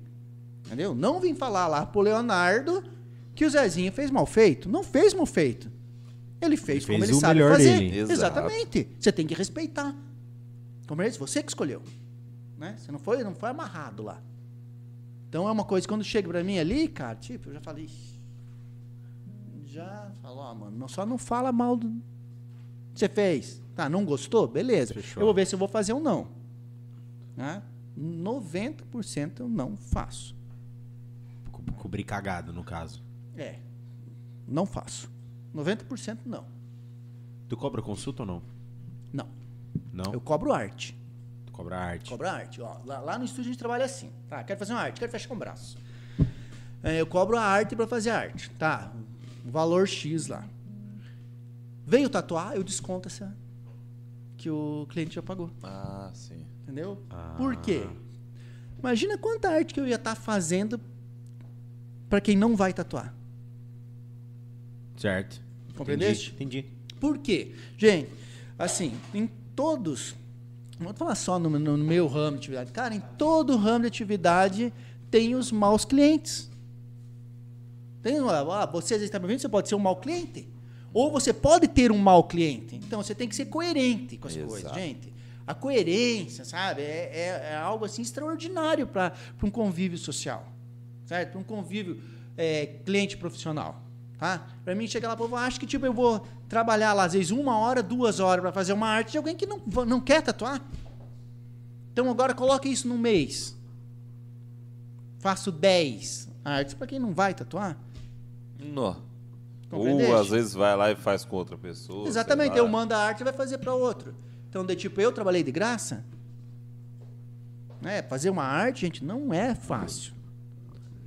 S1: Entendeu? Não vim falar lá pro Leonardo que o Zezinho fez mal feito. Não fez mal feito. Ele fez,
S2: Ele
S1: como
S2: fez
S1: ele
S2: o
S1: sabe
S2: melhor
S1: fazer.
S2: dele.
S4: Exato.
S1: Exatamente. Você tem que respeitar. Como é isso? Você que escolheu. Né? Você não foi, não foi amarrado lá. Então é uma coisa, quando chega pra mim ali, cara, tipo, eu já falei. "Ixi, Já falou, ó, mano, não- só não fala mal do. Você fez. Tá, não gostou? Beleza.
S2: Fechou.
S1: Eu vou ver se eu vou fazer ou não. Né? 90% eu não faço.
S2: Co- Cobrir cagado, no caso.
S1: É. Não faço. 90% não.
S2: Tu cobra consulta ou não?
S1: Não.
S2: Não?
S1: Eu cobro arte.
S2: Tu cobra arte.
S1: Cobra arte. Ó, lá, lá no estúdio a gente trabalha assim. Tá, quero fazer uma arte, quero fechar um braço. É, eu cobro a arte pra fazer a arte. Tá, um valor X lá. Veio tatuar, eu desconto essa que o cliente já pagou.
S4: Ah, sim.
S1: Entendeu? Por quê? Imagina quanta arte que eu ia estar fazendo pra quem não vai tatuar.
S2: Certo.
S1: Compreendeste?
S2: Entendi. entendi.
S1: Por quê? Gente, assim, em todos. Não vou falar só no, no meu ramo de atividade. Cara, em todo ramo de atividade tem os maus clientes. Tem, ah, você às vezes está me vendo, você pode ser um mau cliente. Ou você pode ter um mau cliente. Então você tem que ser coerente com as
S4: Exato.
S1: coisas, gente. A coerência, sabe? É, é- é algo assim extraordinário para um convívio social. Certo? Para um convívio é, cliente profissional. Tá? Para mim, chegar lá, pô, eu acho que tipo, eu vou trabalhar lá, às vezes, uma hora, duas horas para fazer uma arte de alguém que não, va- não quer tatuar. Então agora coloque isso num mês. Faço 10 artes para quem não vai tatuar.
S4: Nó.
S1: Compreendeste?
S4: Ou às vezes vai lá e faz com outra pessoa.
S1: Exatamente, é
S4: sei
S1: eu
S4: lá.
S1: mando a arte e vai fazer para outro. Então, de tipo, eu trabalhei de graça. Né? Fazer uma arte, gente, não é fácil.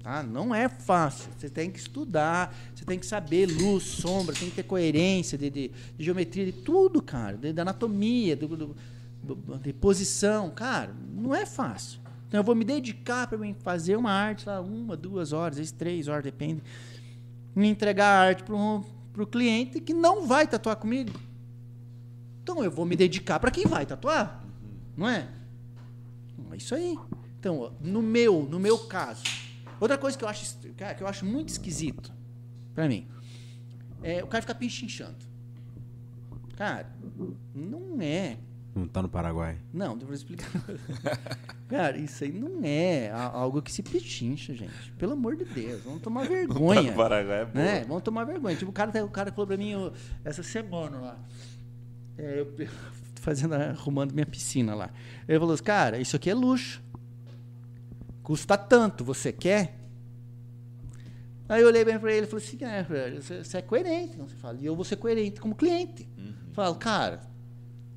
S1: Tá? Não é fácil. Você tem que estudar, você tem que saber luz, sombra, tem que ter coerência de, de- de geometria, de tudo, cara. De, da anatomia, do- do- do- de posição. Cara, não é fácil. Então, eu vou me dedicar para fazer uma arte lá, uma, duas horas, às vezes três horas, depende me entregar a arte para o cliente que não vai tatuar comigo. Então eu vou me dedicar para quem vai tatuar, não é? É isso aí. Então, ó, no meu, no meu caso. Outra coisa que eu acho, est- cara, que eu acho muito esquisito para mim. É o cara ficar pinchinchando. Cara, não é
S2: Não tá no Paraguai.
S1: não, depois eu explicar. Cara, isso aí não é a- algo que se pechincha, gente. Pelo amor de Deus, vamos tomar vergonha.
S4: no Paraguai é boa.
S1: né? Vamos tomar vergonha. Tipo, o cara, tá- o cara falou pra mim ô, essa semana lá. É, eu eu tô fazendo, a- arrumando minha piscina lá. Ele falou assim, cara, isso aqui é luxo. Custa tanto, você quer? Aí eu olhei bem pra ele e falei assim, é, velho, você, você é coerente, não se fala. E eu vou ser coerente como cliente.
S4: Uhum.
S1: Falo, cara,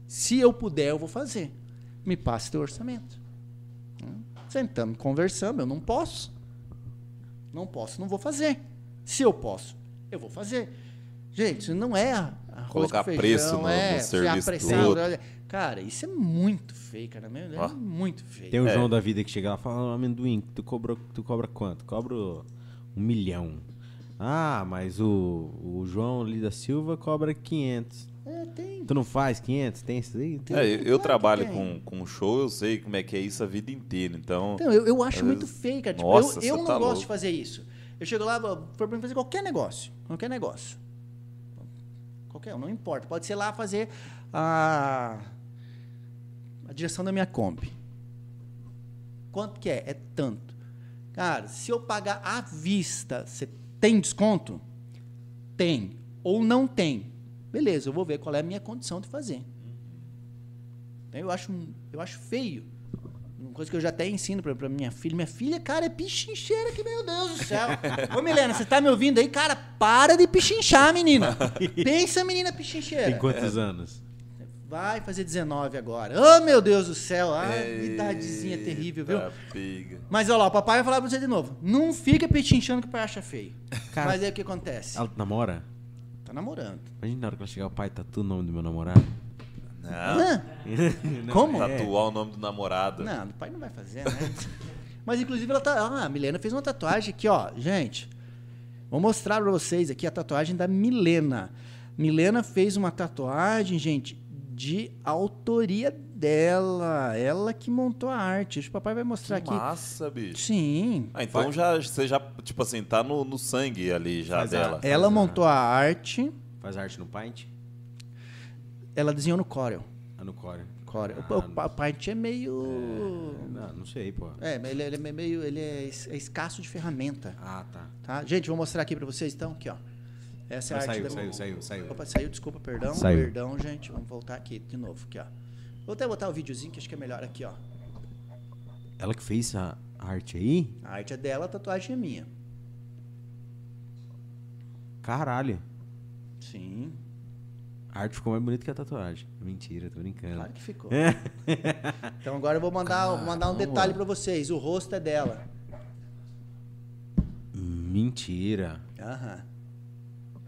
S1: se eu puder, eu vou fazer. Me passe teu orçamento. Hum? Sentamos, conversamos, eu não posso. Não posso, não vou fazer. Se eu posso, eu vou fazer. Gente, isso não é arroz
S4: Colocar
S1: com feijão,
S4: preço no-
S1: é,
S4: no
S1: ser
S4: serviço
S1: apressado,
S4: todo.
S1: olha. Cara, isso é muito feio, cara. Meu,
S4: Ó.
S1: é muito feio.
S2: Tem o
S4: É.
S2: João da vida que chega lá e fala, "Ah, amendoim, tu, cobrou, tu cobra quanto? Cobro um milhão. Ah, mas o, o João ali da Silva cobra 500.
S1: É, tem.
S2: Tu não faz 500? Tem isso aí? Tem.
S4: É, eu, eu
S1: Claro que
S4: trabalho
S1: tem.
S4: com, com show, eu sei como é que é isso a vida inteira. Então,
S1: Então, eu, eu acho
S4: Às
S1: muito
S4: vezes-
S1: feio, cara. Tipo,
S4: Nossa,
S1: eu-
S4: você
S1: eu, não
S4: tá
S1: gosto
S4: louco.
S1: de fazer isso. Eu chego lá, vou- for pra mim fazer qualquer negócio. Qualquer negócio. Qualquer um, não importa. Pode ser lá fazer a, a direção da minha Kombi. Quanto que é? É tanto. Cara, se eu pagar à vista, você tem desconto? Tem. Ou não tem? Beleza, eu vou ver qual é a minha condição de fazer. Então, eu acho, eu acho feio. Uma coisa que eu já até ensino pra, pra minha filha. Minha filha, cara, é pichincheira que, meu Deus do céu. Ô, Milena, você tá me ouvindo aí? Cara, para de pichinchar, menina. Pensa, menina
S2: Tem
S1: pichincheira.
S2: quantos anos?
S1: Vai fazer 19 agora. Ô, meu Deus do céu. Ah, idadezinha terrível, viu?
S4: Eita, é Piga.
S1: Mas olha lá, o papai vai falar pra você de novo. Não fica pechinchando que o pai acha feio.
S2: Cara-
S1: Mas aí o que acontece?
S2: Ela namora?
S1: Tá namorando.
S2: Imagina na hora que ela chegar, o pai tatu o nome do meu namorado.
S4: Não, Ah.
S1: Hã? Como?
S4: tá
S1: É.
S4: tatuar o nome do namorado.
S1: Não, o pai não vai fazer, né? Mas inclusive ela tá. Ah, a Milena fez uma tatuagem aqui, ó. Gente, vou mostrar pra vocês aqui a tatuagem da Milena. Milena fez uma tatuagem, gente, de autoria dela. Ela que montou a arte. Acho que o papai vai mostrar
S4: Que
S1: aqui.
S4: massa, bicho.
S1: Sim.
S4: Ah, então já, você já, tipo assim, tá no, no sangue ali já
S2: Mas a-
S4: dela.
S1: Ela
S2: Faz a-
S1: montou a arte,
S2: Faz arte no Paint?
S1: ela desenhou no Corel.
S2: Ah, no Core.
S1: Corel.
S2: Ah,
S1: O- o, pa- Paint é meio.
S2: Não, Ah, não sei, pô.
S1: É, mas ele, ele é meio. Ele é, es- é escasso de ferramenta.
S2: Ah, tá.
S1: Tá? Gente, vou mostrar aqui pra vocês então, aqui, ó. Essa é a
S2: Mas
S1: arte
S2: saiu,
S1: da
S2: saiu, saiu, saiu.
S1: Opa, saiu, desculpa, perdão.
S2: Saiu.
S1: Perdão, gente. Vamos voltar aqui de novo, aqui, ó. Vou até botar o videozinho que acho que é melhor aqui, ó.
S2: Ela que fez a arte aí?
S1: A arte é dela, a tatuagem é minha.
S2: Caralho.
S1: Sim.
S2: A arte ficou mais bonita que a tatuagem. Mentira, tô brincando.
S1: Claro que ficou. Então agora eu vou mandar, vou mandar um
S2: Caramba.
S1: detalhe pra vocês. O rosto é dela.
S2: Mentira.
S1: Aham.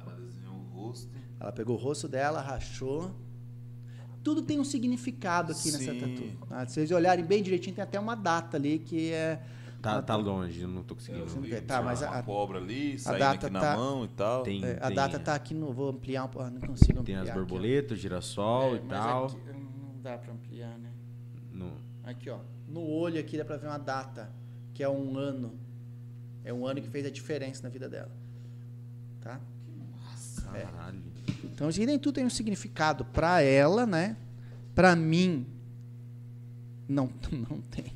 S4: Ela desenhou o rosto.
S1: Ela pegou o rosto dela, rachou. Tudo tem um significado aqui nessa
S4: Sim.
S1: tatu. Ah, se vocês olharem bem direitinho, tem até uma data ali que é.
S2: Tá,
S1: Ah,
S2: tá longe, eu não tô
S4: Eu
S2: conseguindo.
S1: Sim.
S4: vi,
S1: Tá, mas
S4: uma
S1: a-
S4: cobra ali, saindo
S1: data
S4: aqui na
S1: tá-
S4: mão e tal.
S2: Tem,
S1: é, a
S2: tem-
S1: data tá aqui no. Vou ampliar um pouco. Não consigo ampliar.
S2: Tem as
S1: aqui, ó.
S2: borboletas, girassol
S1: É,
S2: e
S1: mas
S2: tal.
S1: aqui, hum, não dá pra ampliar, né?
S2: No-
S1: Aqui, ó. No olho aqui dá pra ver uma data, que é um ano. É um ano que fez a diferença na vida dela. Tá? É.
S2: Caralho.
S1: Então isso aqui nem tudo tem um significado pra ela, né? Pra mim não não tem.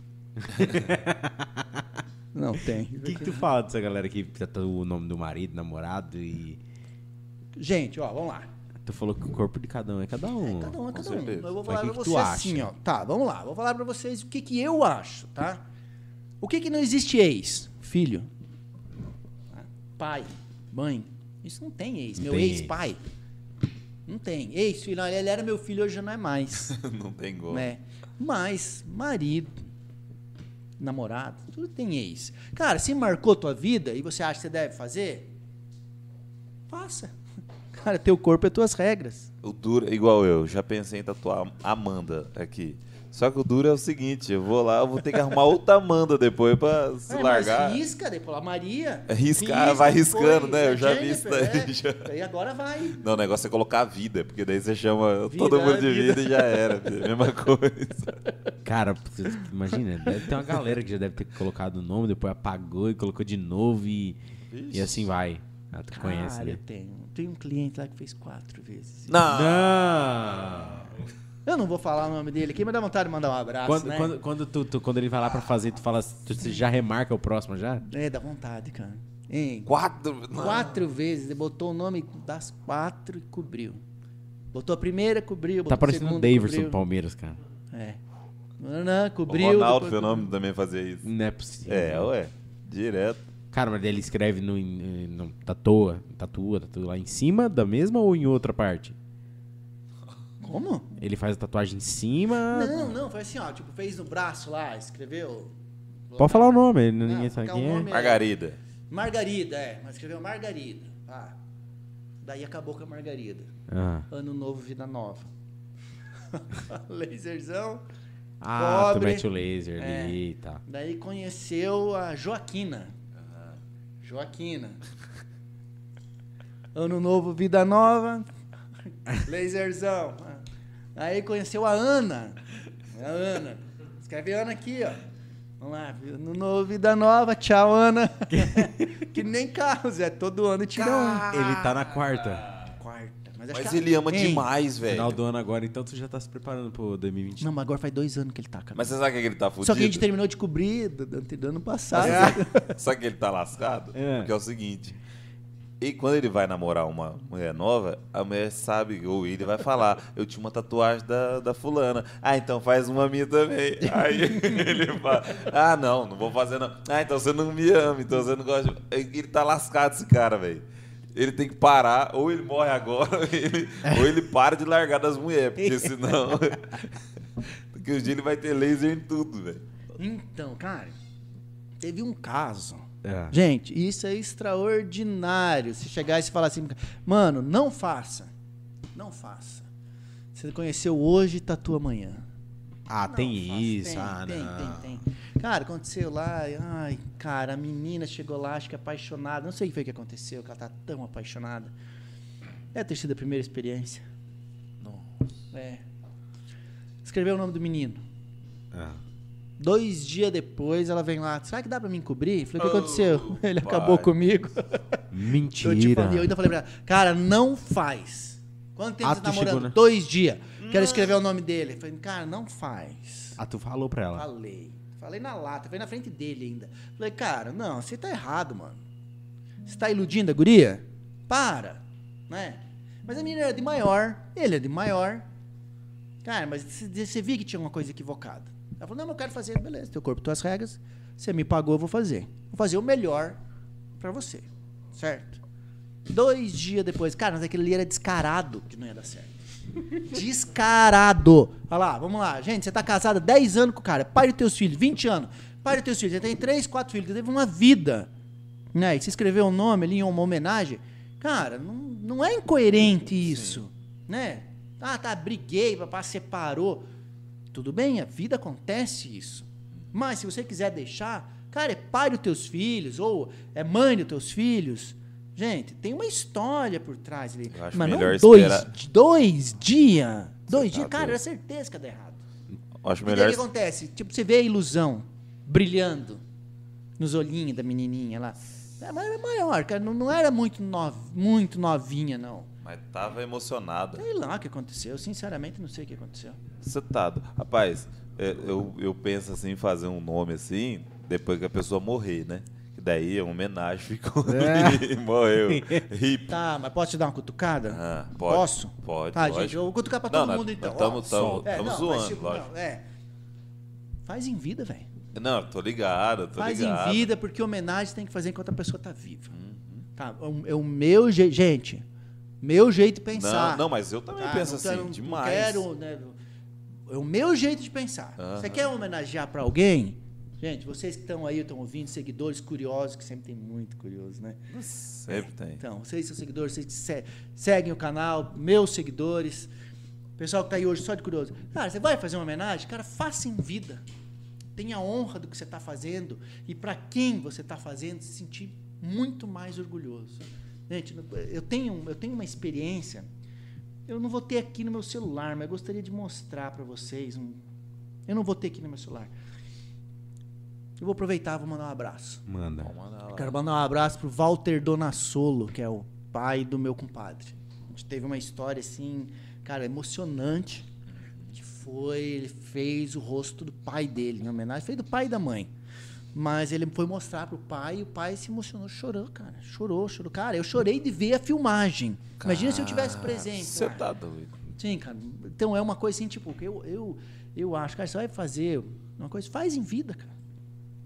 S1: não tem.
S2: O que, que tu fala dessa galera que tatua o nome do marido, namorado e.
S1: Gente, ó, vamos lá.
S2: Tu falou que o corpo de cada um é cada um.
S1: Cada um é
S4: Com
S1: cada um.
S4: certeza.
S1: Eu vou
S2: Mas
S1: falar pra
S2: o que que tu
S1: vocês
S2: acha?
S1: assim, ó. Tá, vamos lá. Vou falar pra vocês o que que eu acho, tá? O que que não existe ex? Filho. Tá? Pai. Mãe. Isso não tem ex.
S2: Não
S1: meu
S2: tem ex.
S1: ex-pai. Não tem. Ex-filho. não, Ele era meu filho, hoje já não é mais.
S4: não tem gol.
S1: né? Mas marido, namorado, tudo tem ex. Cara, se marcou tua vida e você acha que você deve fazer, faça. Cara, teu corpo é tuas regras.
S4: O duro, igual eu, já pensei em tatuar Amanda aqui. Só que o duro é o seguinte, eu vou lá, eu vou ter que arrumar outra Amanda depois pra se
S1: É,
S4: largar.
S1: Mas risca, depois a Maria.
S4: Riscar, vai riscando,
S1: depois
S4: né? Eu
S1: a
S4: já vi isso daí,
S1: é.
S4: já.
S1: Daí agora vai.
S4: Não, o negócio é colocar a vida, porque daí você chama
S1: Vida,
S4: todo mundo de
S1: vida.
S4: vida, e já era. filho, Mesma coisa.
S2: Cara, você- imagina, deve ter uma galera que já deve ter colocado o nome, depois apagou e colocou de novo e. E assim vai. Ah, tu conhece,
S1: Cara, eu
S2: né?
S1: tenho. Tem um cliente lá que fez quatro vezes.
S4: Não.
S1: Ah.
S2: Não!
S1: Eu não vou falar o nome dele aqui, mas dá vontade de mandar um abraço,
S2: Quando,
S1: né?
S2: quando, quando, tu, tu- quando ele vai lá pra fazer, tu fala. Tu, você já remarca o próximo já? Tá
S1: É, dá vontade, cara. Hein?
S4: Quatro. não.
S1: Quatro vezes, ele botou o nome das quatro e cobriu. Botou a primeira, cobriu.
S2: Tá
S1: botou a
S2: parecendo o
S1: segunda,
S2: Davidson do
S1: cobriu.
S2: Palmeiras, cara.
S1: É. Nanã,
S4: O
S1: cobriu.
S4: Ronaldo
S1: depois-
S4: Fenômeno também fazia isso.
S2: Não é possível.
S4: É, ué. Direto.
S2: Cara, mas ele escreve no, em- no tá tatua, tatua, tatua tá lá em cima da mesma ou em outra parte?
S1: Como?
S2: Ele faz a tatuagem em cima.
S1: Não, não, foi assim, ó. Tipo, fez no braço lá, escreveu.
S2: Pode falar o nome, ele- ninguém
S1: Não,
S2: sabe
S1: Ah, ficar o
S2: quem é.
S1: nome-
S4: Margarida.
S1: Margarida, é. Mas escreveu Margarida. Ah. Daí acabou com a Margarida.
S2: Ah,
S1: Ano novo, vida nova. Laserzão.
S2: ah tu
S1: Pobre.
S2: mete o laser
S1: É.
S2: ali e tá.
S1: Daí conheceu a Joaquina. Joaquina. Ano novo, vida nova. Laserzão. Aí conheceu a Ana. É A Ana. Escreve Ana aqui, ó. Vamos lá. Ano novo, vida nova. Tchau, Ana. que nem carros, é. Todo ano tira um. É
S2: Ele tá na quarta.
S1: Quarta. Mas, acho
S4: Mas
S1: que-
S4: ele ama
S1: Hein?
S4: demais, velho.
S2: Final do ano agora, então tu já tá se preparando pro 2020.
S1: Não, mas agora faz dois anos que ele tá, cara.
S4: Mas você sabe que ele tá fudido? é
S1: Só que a gente terminou de cobrir do, do- do ano passado.
S4: Sabe que ele tá lascado?
S2: É.
S4: Porque é o seguinte. E quando ele vai namorar uma mulher nova, a mulher sabe, ou ele vai falar, eu tinha uma tatuagem da, da fulana. Ah, então faz uma minha também. Aí ele fala, ah, não, não vou fazer não. Ah, então você não me ama, então você não gosta. de- Ele tá lascado esse cara, velho. Ele tem que parar, ou ele morre agora, ou ele, ou ele para de largar das mulheres, porque senão. porque um dia ele vai ter laser em tudo, velho.
S1: Então, cara, teve um caso.
S2: É.
S1: Gente, isso é extraordinário. Se chegar e se falar assim, mano, não faça. Não faça. Você conheceu hoje, tá tatua amanhã.
S2: Ah,
S1: Não
S2: tem
S1: faça.
S2: isso.
S1: Tem,
S2: ah,
S1: tem,
S2: não.
S1: tem, tem. Cara, aconteceu lá, e, ai, cara, a menina chegou lá, acho que apaixonada. Não sei o que foi que aconteceu, que ela tá tão apaixonada. É ter sido a primeira experiência. Nossa. É. Escreveu o nome do menino.
S2: Ah.
S1: Dois dias depois ela vem lá, será que dá pra me encobrir? Falei, o que
S4: Oh,
S1: aconteceu? Ele
S4: pai.
S1: acabou comigo.
S2: Ah, Mentira.
S1: Eu, te falei, eu ainda falei pra ela, cara, não faz. Quanto tempo
S2: Ah,
S1: você
S2: tu
S1: tá
S2: chegou,
S1: namorando?
S2: né? Hum.
S1: Dois dias. Quero escrever o nome dele. Falei, cara, não faz.
S2: Ah, tu falou pra ela.
S1: Falei. Falei na lata, falei na frente dele ainda. Falei, cara, não, você tá errado, mano. Você tá iludindo a guria? Para, né? Mas a menina era de maior, ele é de maior. Cara, mas você- você via que tinha uma coisa equivocada. Ela falou, não, mas eu quero fazer, beleza, teu corpo, tuas regras. Você me pagou, eu vou fazer. Vou fazer o melhor pra você, certo? Dois dias depois, cara, mas aquele ali era descarado que não ia dar certo. Descarado. Olha lá, vamos lá. Gente, você tá casada há 10 anos com o cara. Pai dos teus filhos, 20 anos. Pai dos teus filhos. Você tem 3, 4 filhos. Você teve uma vida. Né? E se escrever um nome ali, uma homenagem. Cara, não, não é incoerente isso. Né? Ah, tá, briguei, papai separou. Tudo bem, a vida acontece isso. Mas se você quiser deixar, cara, é pai dos teus filhos, ou é mãe dos teus filhos. Gente, tem uma história por trás ali.
S4: Eu acho
S1: Mas
S4: melhor
S1: não dois,
S4: esperar-
S1: dois dias. Dois
S4: tá
S1: dias, cara,
S4: doido.
S1: era certeza que ia dar errado.
S4: Acho
S1: E daí
S4: melhor.
S1: o que acontece? Tipo, você vê a ilusão brilhando nos olhinhos da menininha lá. É, Mas era maior, cara, não, não era muito, nov, muito novinha, não.
S4: Mas tava emocionado.
S1: Sei lá o que aconteceu, sinceramente não sei o que aconteceu.
S4: Você tá. Rapaz, é, eu, eu penso assim, em fazer um nome assim, depois que a pessoa morrer, né? Que daí é uma homenagem, ficou
S1: É.
S4: ali, morreu. Hip.
S1: Tá, mas posso te dar uma cutucada?
S4: Ah, pode.
S1: Posso?
S4: Pode,
S1: Tá,
S4: lógico.
S1: gente, eu vou cutucar pra
S4: Não,
S1: todo
S4: nós-
S1: mundo então.
S4: nós tamo-
S1: Ó,
S4: tamo-
S1: solta.
S4: tamo
S1: não, mas,
S4: zoando, lógico.
S1: não, é. Faz em vida, velho.
S4: Não, tô ligado, tô
S1: Faz
S4: ligado. Uhum.
S1: em vida, porque homenagem tem que fazer enquanto a pessoa tá viva. Tá, é o- é o meu jeito. Gente, meu jeito de pensar.
S4: Não, não, mas eu também
S1: Tá,
S4: penso
S1: não
S4: assim,
S1: quero-
S4: demais.
S1: Não quero, né, é o meu jeito de pensar.
S4: Aham.
S1: Você quer homenagear pra alguém? Gente, vocês que estão aí, estão ouvindo, seguidores curiosos, que sempre tem muito curioso, né?
S4: Sempre tem.
S1: Então, vocês são seguidores, vocês que se- seguem o canal, meus seguidores, pessoal que tá aí hoje só de curioso. Cara, você vai fazer uma homenagem? Cara, faça em vida. Tenha a honra do que você está fazendo e para quem você está fazendo se sentir muito mais orgulhoso. Gente, eu tenho, eu tenho uma experiência, eu não vou ter aqui no meu celular, mas eu gostaria de mostrar para vocês. um- eu não vou ter aqui no meu celular. Eu vou aproveitar, vou mandar um abraço.
S2: Manda.
S1: Quero mandar um abraço pro Walter Donassolo, que é o pai do meu compadre. A gente teve uma história assim, cara, emocionante. Que foi, ele fez o rosto do pai dele, em homenagem, fez do pai e da mãe. Mas ele foi mostrar pro pai e o pai se emocionou, chorou, cara. Chorou, chorou. Cara, eu chorei de ver a filmagem. Imagina se eu tivesse presente.
S4: Você
S1: cara.
S4: Ah, tá doido.
S1: Sim, cara. Então é uma coisa assim, tipo, que eu, eu, eu acho, cara, você vai fazer uma coisa, faz em vida, cara.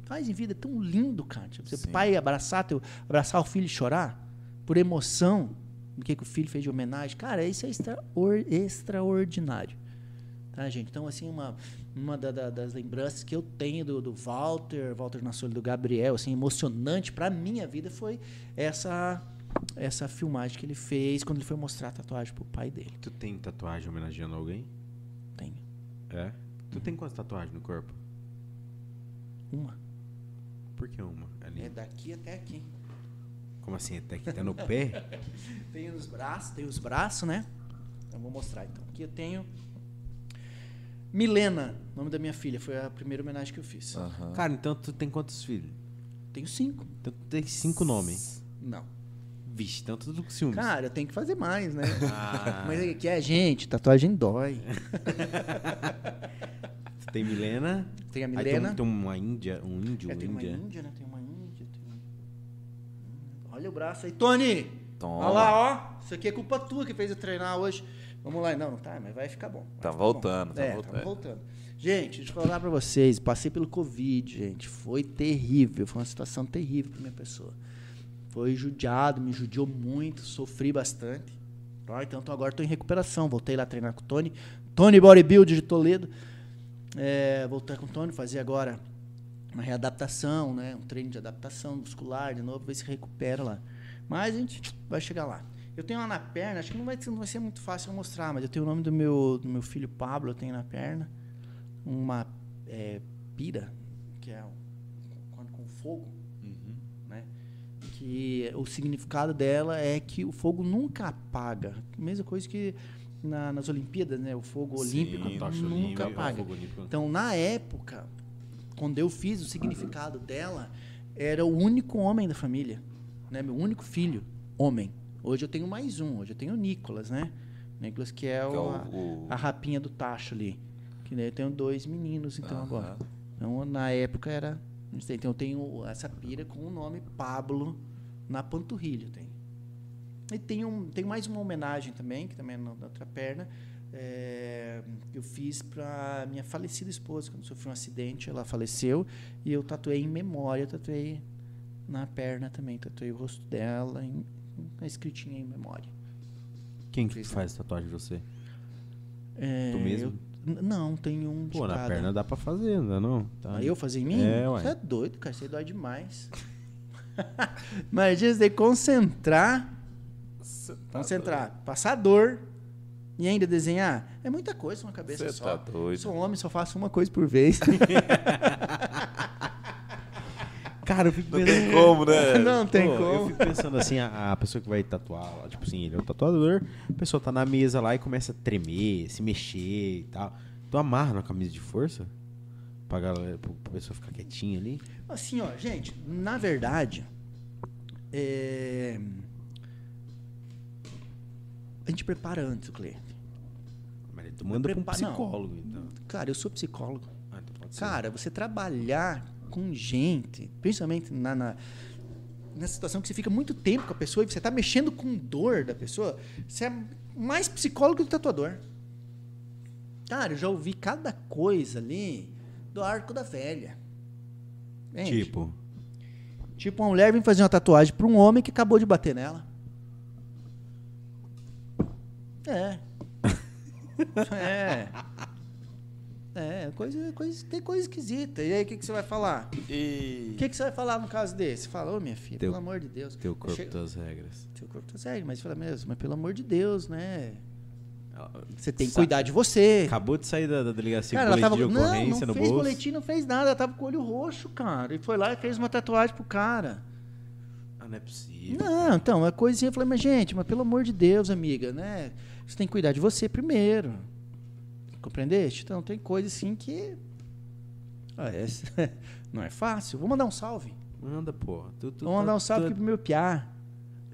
S1: Faz em vida, é tão lindo, cara. Tipo, você
S4: Sim.
S1: pai abraçar, teu, abraçar o filho e chorar por emoção do que, que o filho fez de homenagem. Cara, isso é extraor- extraordinário. Tá, gente? Então, assim, uma, uma da- da- das lembranças que eu tenho do, do Walter, Walter Nassoli, do Gabriel, assim, emocionante pra minha vida foi essa essa filmagem que ele fez quando ele foi mostrar a tatuagem pro pai dele.
S2: Tu tem tatuagem homenageando alguém?
S1: Tenho.
S2: É. Tu tem quantas tatuagens no corpo?
S1: Uma.
S2: Por que uma? Ali.
S1: É daqui até aqui. É.
S2: Como assim? Até que tá no pé?
S1: Tem os braços, tem os braços, né? Eu vou mostrar então. Aqui eu tenho. Milena, nome da minha filha, foi a primeira homenagem que eu fiz.
S2: Cara, então tu tem quantos filhos?
S1: Tenho cinco.
S2: Então tu tem cinco nomes.
S1: Não.
S2: Vixe, então tudo com ciúmes.
S1: Cara, eu tenho que fazer mais, né?
S2: Ah.
S1: Mas é que é, gente, tatuagem dói.
S2: Tu tem Milena.
S1: Tem a
S2: Aí tem,
S1: Milena.
S2: um- tem uma Índia, um índio,
S1: É, tem uma
S2: Índia.
S1: Índia, né? Tem uma Índia. Tem uma... Hum, Olha o braço aí. Tony!
S4: Toma.
S1: Olha lá, ó. Isso aqui é culpa tua que fez eu treinar hoje. Vamos lá. Não, não tá, mas vai ficar bom. Vai
S4: Tá
S1: ficar
S4: voltando,
S1: bom.
S4: tá
S1: é,
S4: voltando.
S1: Tá voltando. Gente, deixa eu falar pra vocês. Passei pelo Covid, gente. Foi terrível. Foi uma situação terrível pra minha pessoa. Foi judiado, me judiou muito. Sofri bastante. Tá? Então tô- agora tô em recuperação. Voltei lá a treinar com o Tony. Tony Bodybuild de Toledo. É, voltar com o Tony, fazer agora uma readaptação, né? Um treino de adaptação muscular de novo, ver se recupera lá. Mas a gente vai chegar lá. Eu tenho lá na perna, acho que não vai, ser- não vai ser muito fácil eu mostrar, mas eu tenho o nome do meu, do meu filho Pablo, eu tenho na perna. Uma é, pira, que é o, quando com fogo,
S4: Uhum.
S1: né? Que o significado dela é que o fogo nunca apaga. Mesma coisa que na- nas Olimpíadas, né? O fogo
S4: Sim,
S1: olímpico
S4: a tocha
S1: nunca
S4: olímpica,
S1: apaga. Então, na época, quando eu fiz o significado dela, era o único homem da família, né? Meu único filho, homem. Hoje eu tenho mais um, hoje eu tenho o Nicolas, né? Nicolas que é,
S4: Que é
S1: o, a-
S4: o- o-
S1: a rapinha do tacho ali. Que daí eu tenho dois meninos, então,
S4: Aham.
S1: agora. Então, na época era... Não sei, então eu tenho essa pira com o nome Pablo na panturrilha, tem. E tem, um, tem mais uma homenagem também, que também é na na outra perna, é, eu fiz para minha falecida esposa, quando sofreu um acidente, ela faleceu, e eu tatuei em memória, eu tatuei na perna também, tatuei o rosto dela, em, uma escritinha em memória.
S2: Quem que
S1: Fez, né?
S2: faz tatuagem de você?
S1: É,
S2: Tu mesmo?
S1: eu- n- não, tem um de
S2: Pô, na
S1: cada.
S2: perna dá pra fazer, não dá não? Tá.
S1: Aí eu fazer em mim?
S2: É, ué.
S1: Você é doido, cara. Isso aí dói demais. Imagina você concentrar,
S4: Cê tá
S1: concentrar, passar dor e ainda desenhar. É muita coisa uma cabeça
S4: Cê
S1: só.
S4: tá doido.
S1: Sou homem, só faço uma coisa por vez.
S2: Cara, eu fico
S4: Não tem como, né?
S1: Não tem
S2: Pô, Eu
S1: como.
S2: fico pensando assim, a, a pessoa que vai tatuar, lá, tipo assim, ele é um tatuador, a pessoa tá na mesa lá e começa a tremer, se mexer e tal. Tu amarra na camisa de força? Pra, galera, pra pra pessoa ficar quietinha ali?
S1: Assim, ó, gente, na verdade, é, a gente prepara antes o cliente.
S2: Mas tu manda pra um
S1: preparo- não.
S2: psicólogo, então.
S1: Cara, eu sou psicólogo.
S2: Ah, então pode ser.
S1: Cara, você trabalhar com gente, principalmente na, na, na situação que você fica muito tempo com a pessoa e você tá mexendo com dor da pessoa, você é mais psicólogo do que tatuador. Cara, eu já ouvi cada coisa ali do arco da velha. Entende?
S2: tipo,
S1: Tipo, uma mulher vem fazer uma tatuagem pra um homem que acabou de bater nela. É. é. É, coisa, coisa, tem coisa esquisita. E aí, o que, que você vai falar?
S4: E...
S1: O que, que você vai falar no caso desse? Fala, ô minha filha,
S2: Teu-
S1: pelo amor de Deus.
S2: teu corpo,
S1: Chega-
S2: tuas regras.
S1: Teu corpo tá sério, mas fala mesmo, mas pelo amor de Deus, né?
S2: Ela-
S1: Você tem que
S2: Ah, Sa-
S1: cuidar de você.
S2: Acabou de sair da, da delegacia
S1: Cara,
S2: com
S1: ela tava.
S2: boletim de
S1: Não, não
S2: ocorrência
S1: fez
S2: no bolso.
S1: boletim, não fez nada. Ela tava com o olho roxo, cara. E foi lá e fez uma tatuagem pro cara.
S2: Ah, não é possível.
S1: Não, então, é coisinha. Eu falei, mas gente, mas pelo amor de Deus, amiga, né? Você tem que cuidar de você primeiro. Compreendeste? Então, tem coisa assim que. Ah, é- não é fácil. Vou mandar um salve.
S2: Manda, pô. Tu, tu,
S1: Vou mandar
S2: tá-
S1: um salve
S2: tu-
S1: aqui pro meu piá.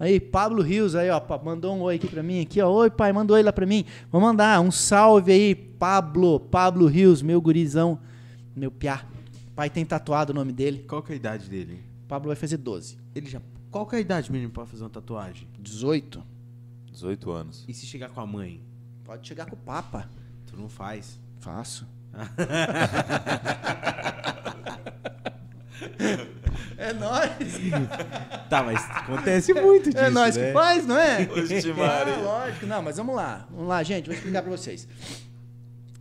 S1: Aí, Pablo Rios, aí, ó, pa- mandou um oi aqui pra mim, aqui, ó. Oi, pai, mandou oi lá pra mim. Vou mandar um salve aí, Pablo, Pablo Rios, meu gurizão, meu piá. Pai tem tatuado o nome dele.
S2: Qual que é a idade dele?
S1: Pablo vai fazer 12.
S2: Ele já. Qual que é a idade mínima pra fazer uma tatuagem?
S1: 18.
S4: 18 anos.
S2: E se chegar com a mãe?
S1: Pode chegar com o Papa.
S2: Tu não faz.
S1: Faço. é nós.
S2: Tá, mas acontece muito disso,
S1: É nós
S2: né?
S1: que faz, não é?
S4: Oxe, Mari.
S1: Ah, lógico. Não, mas vamos lá. Vamos lá, gente. Vou explicar pra vocês.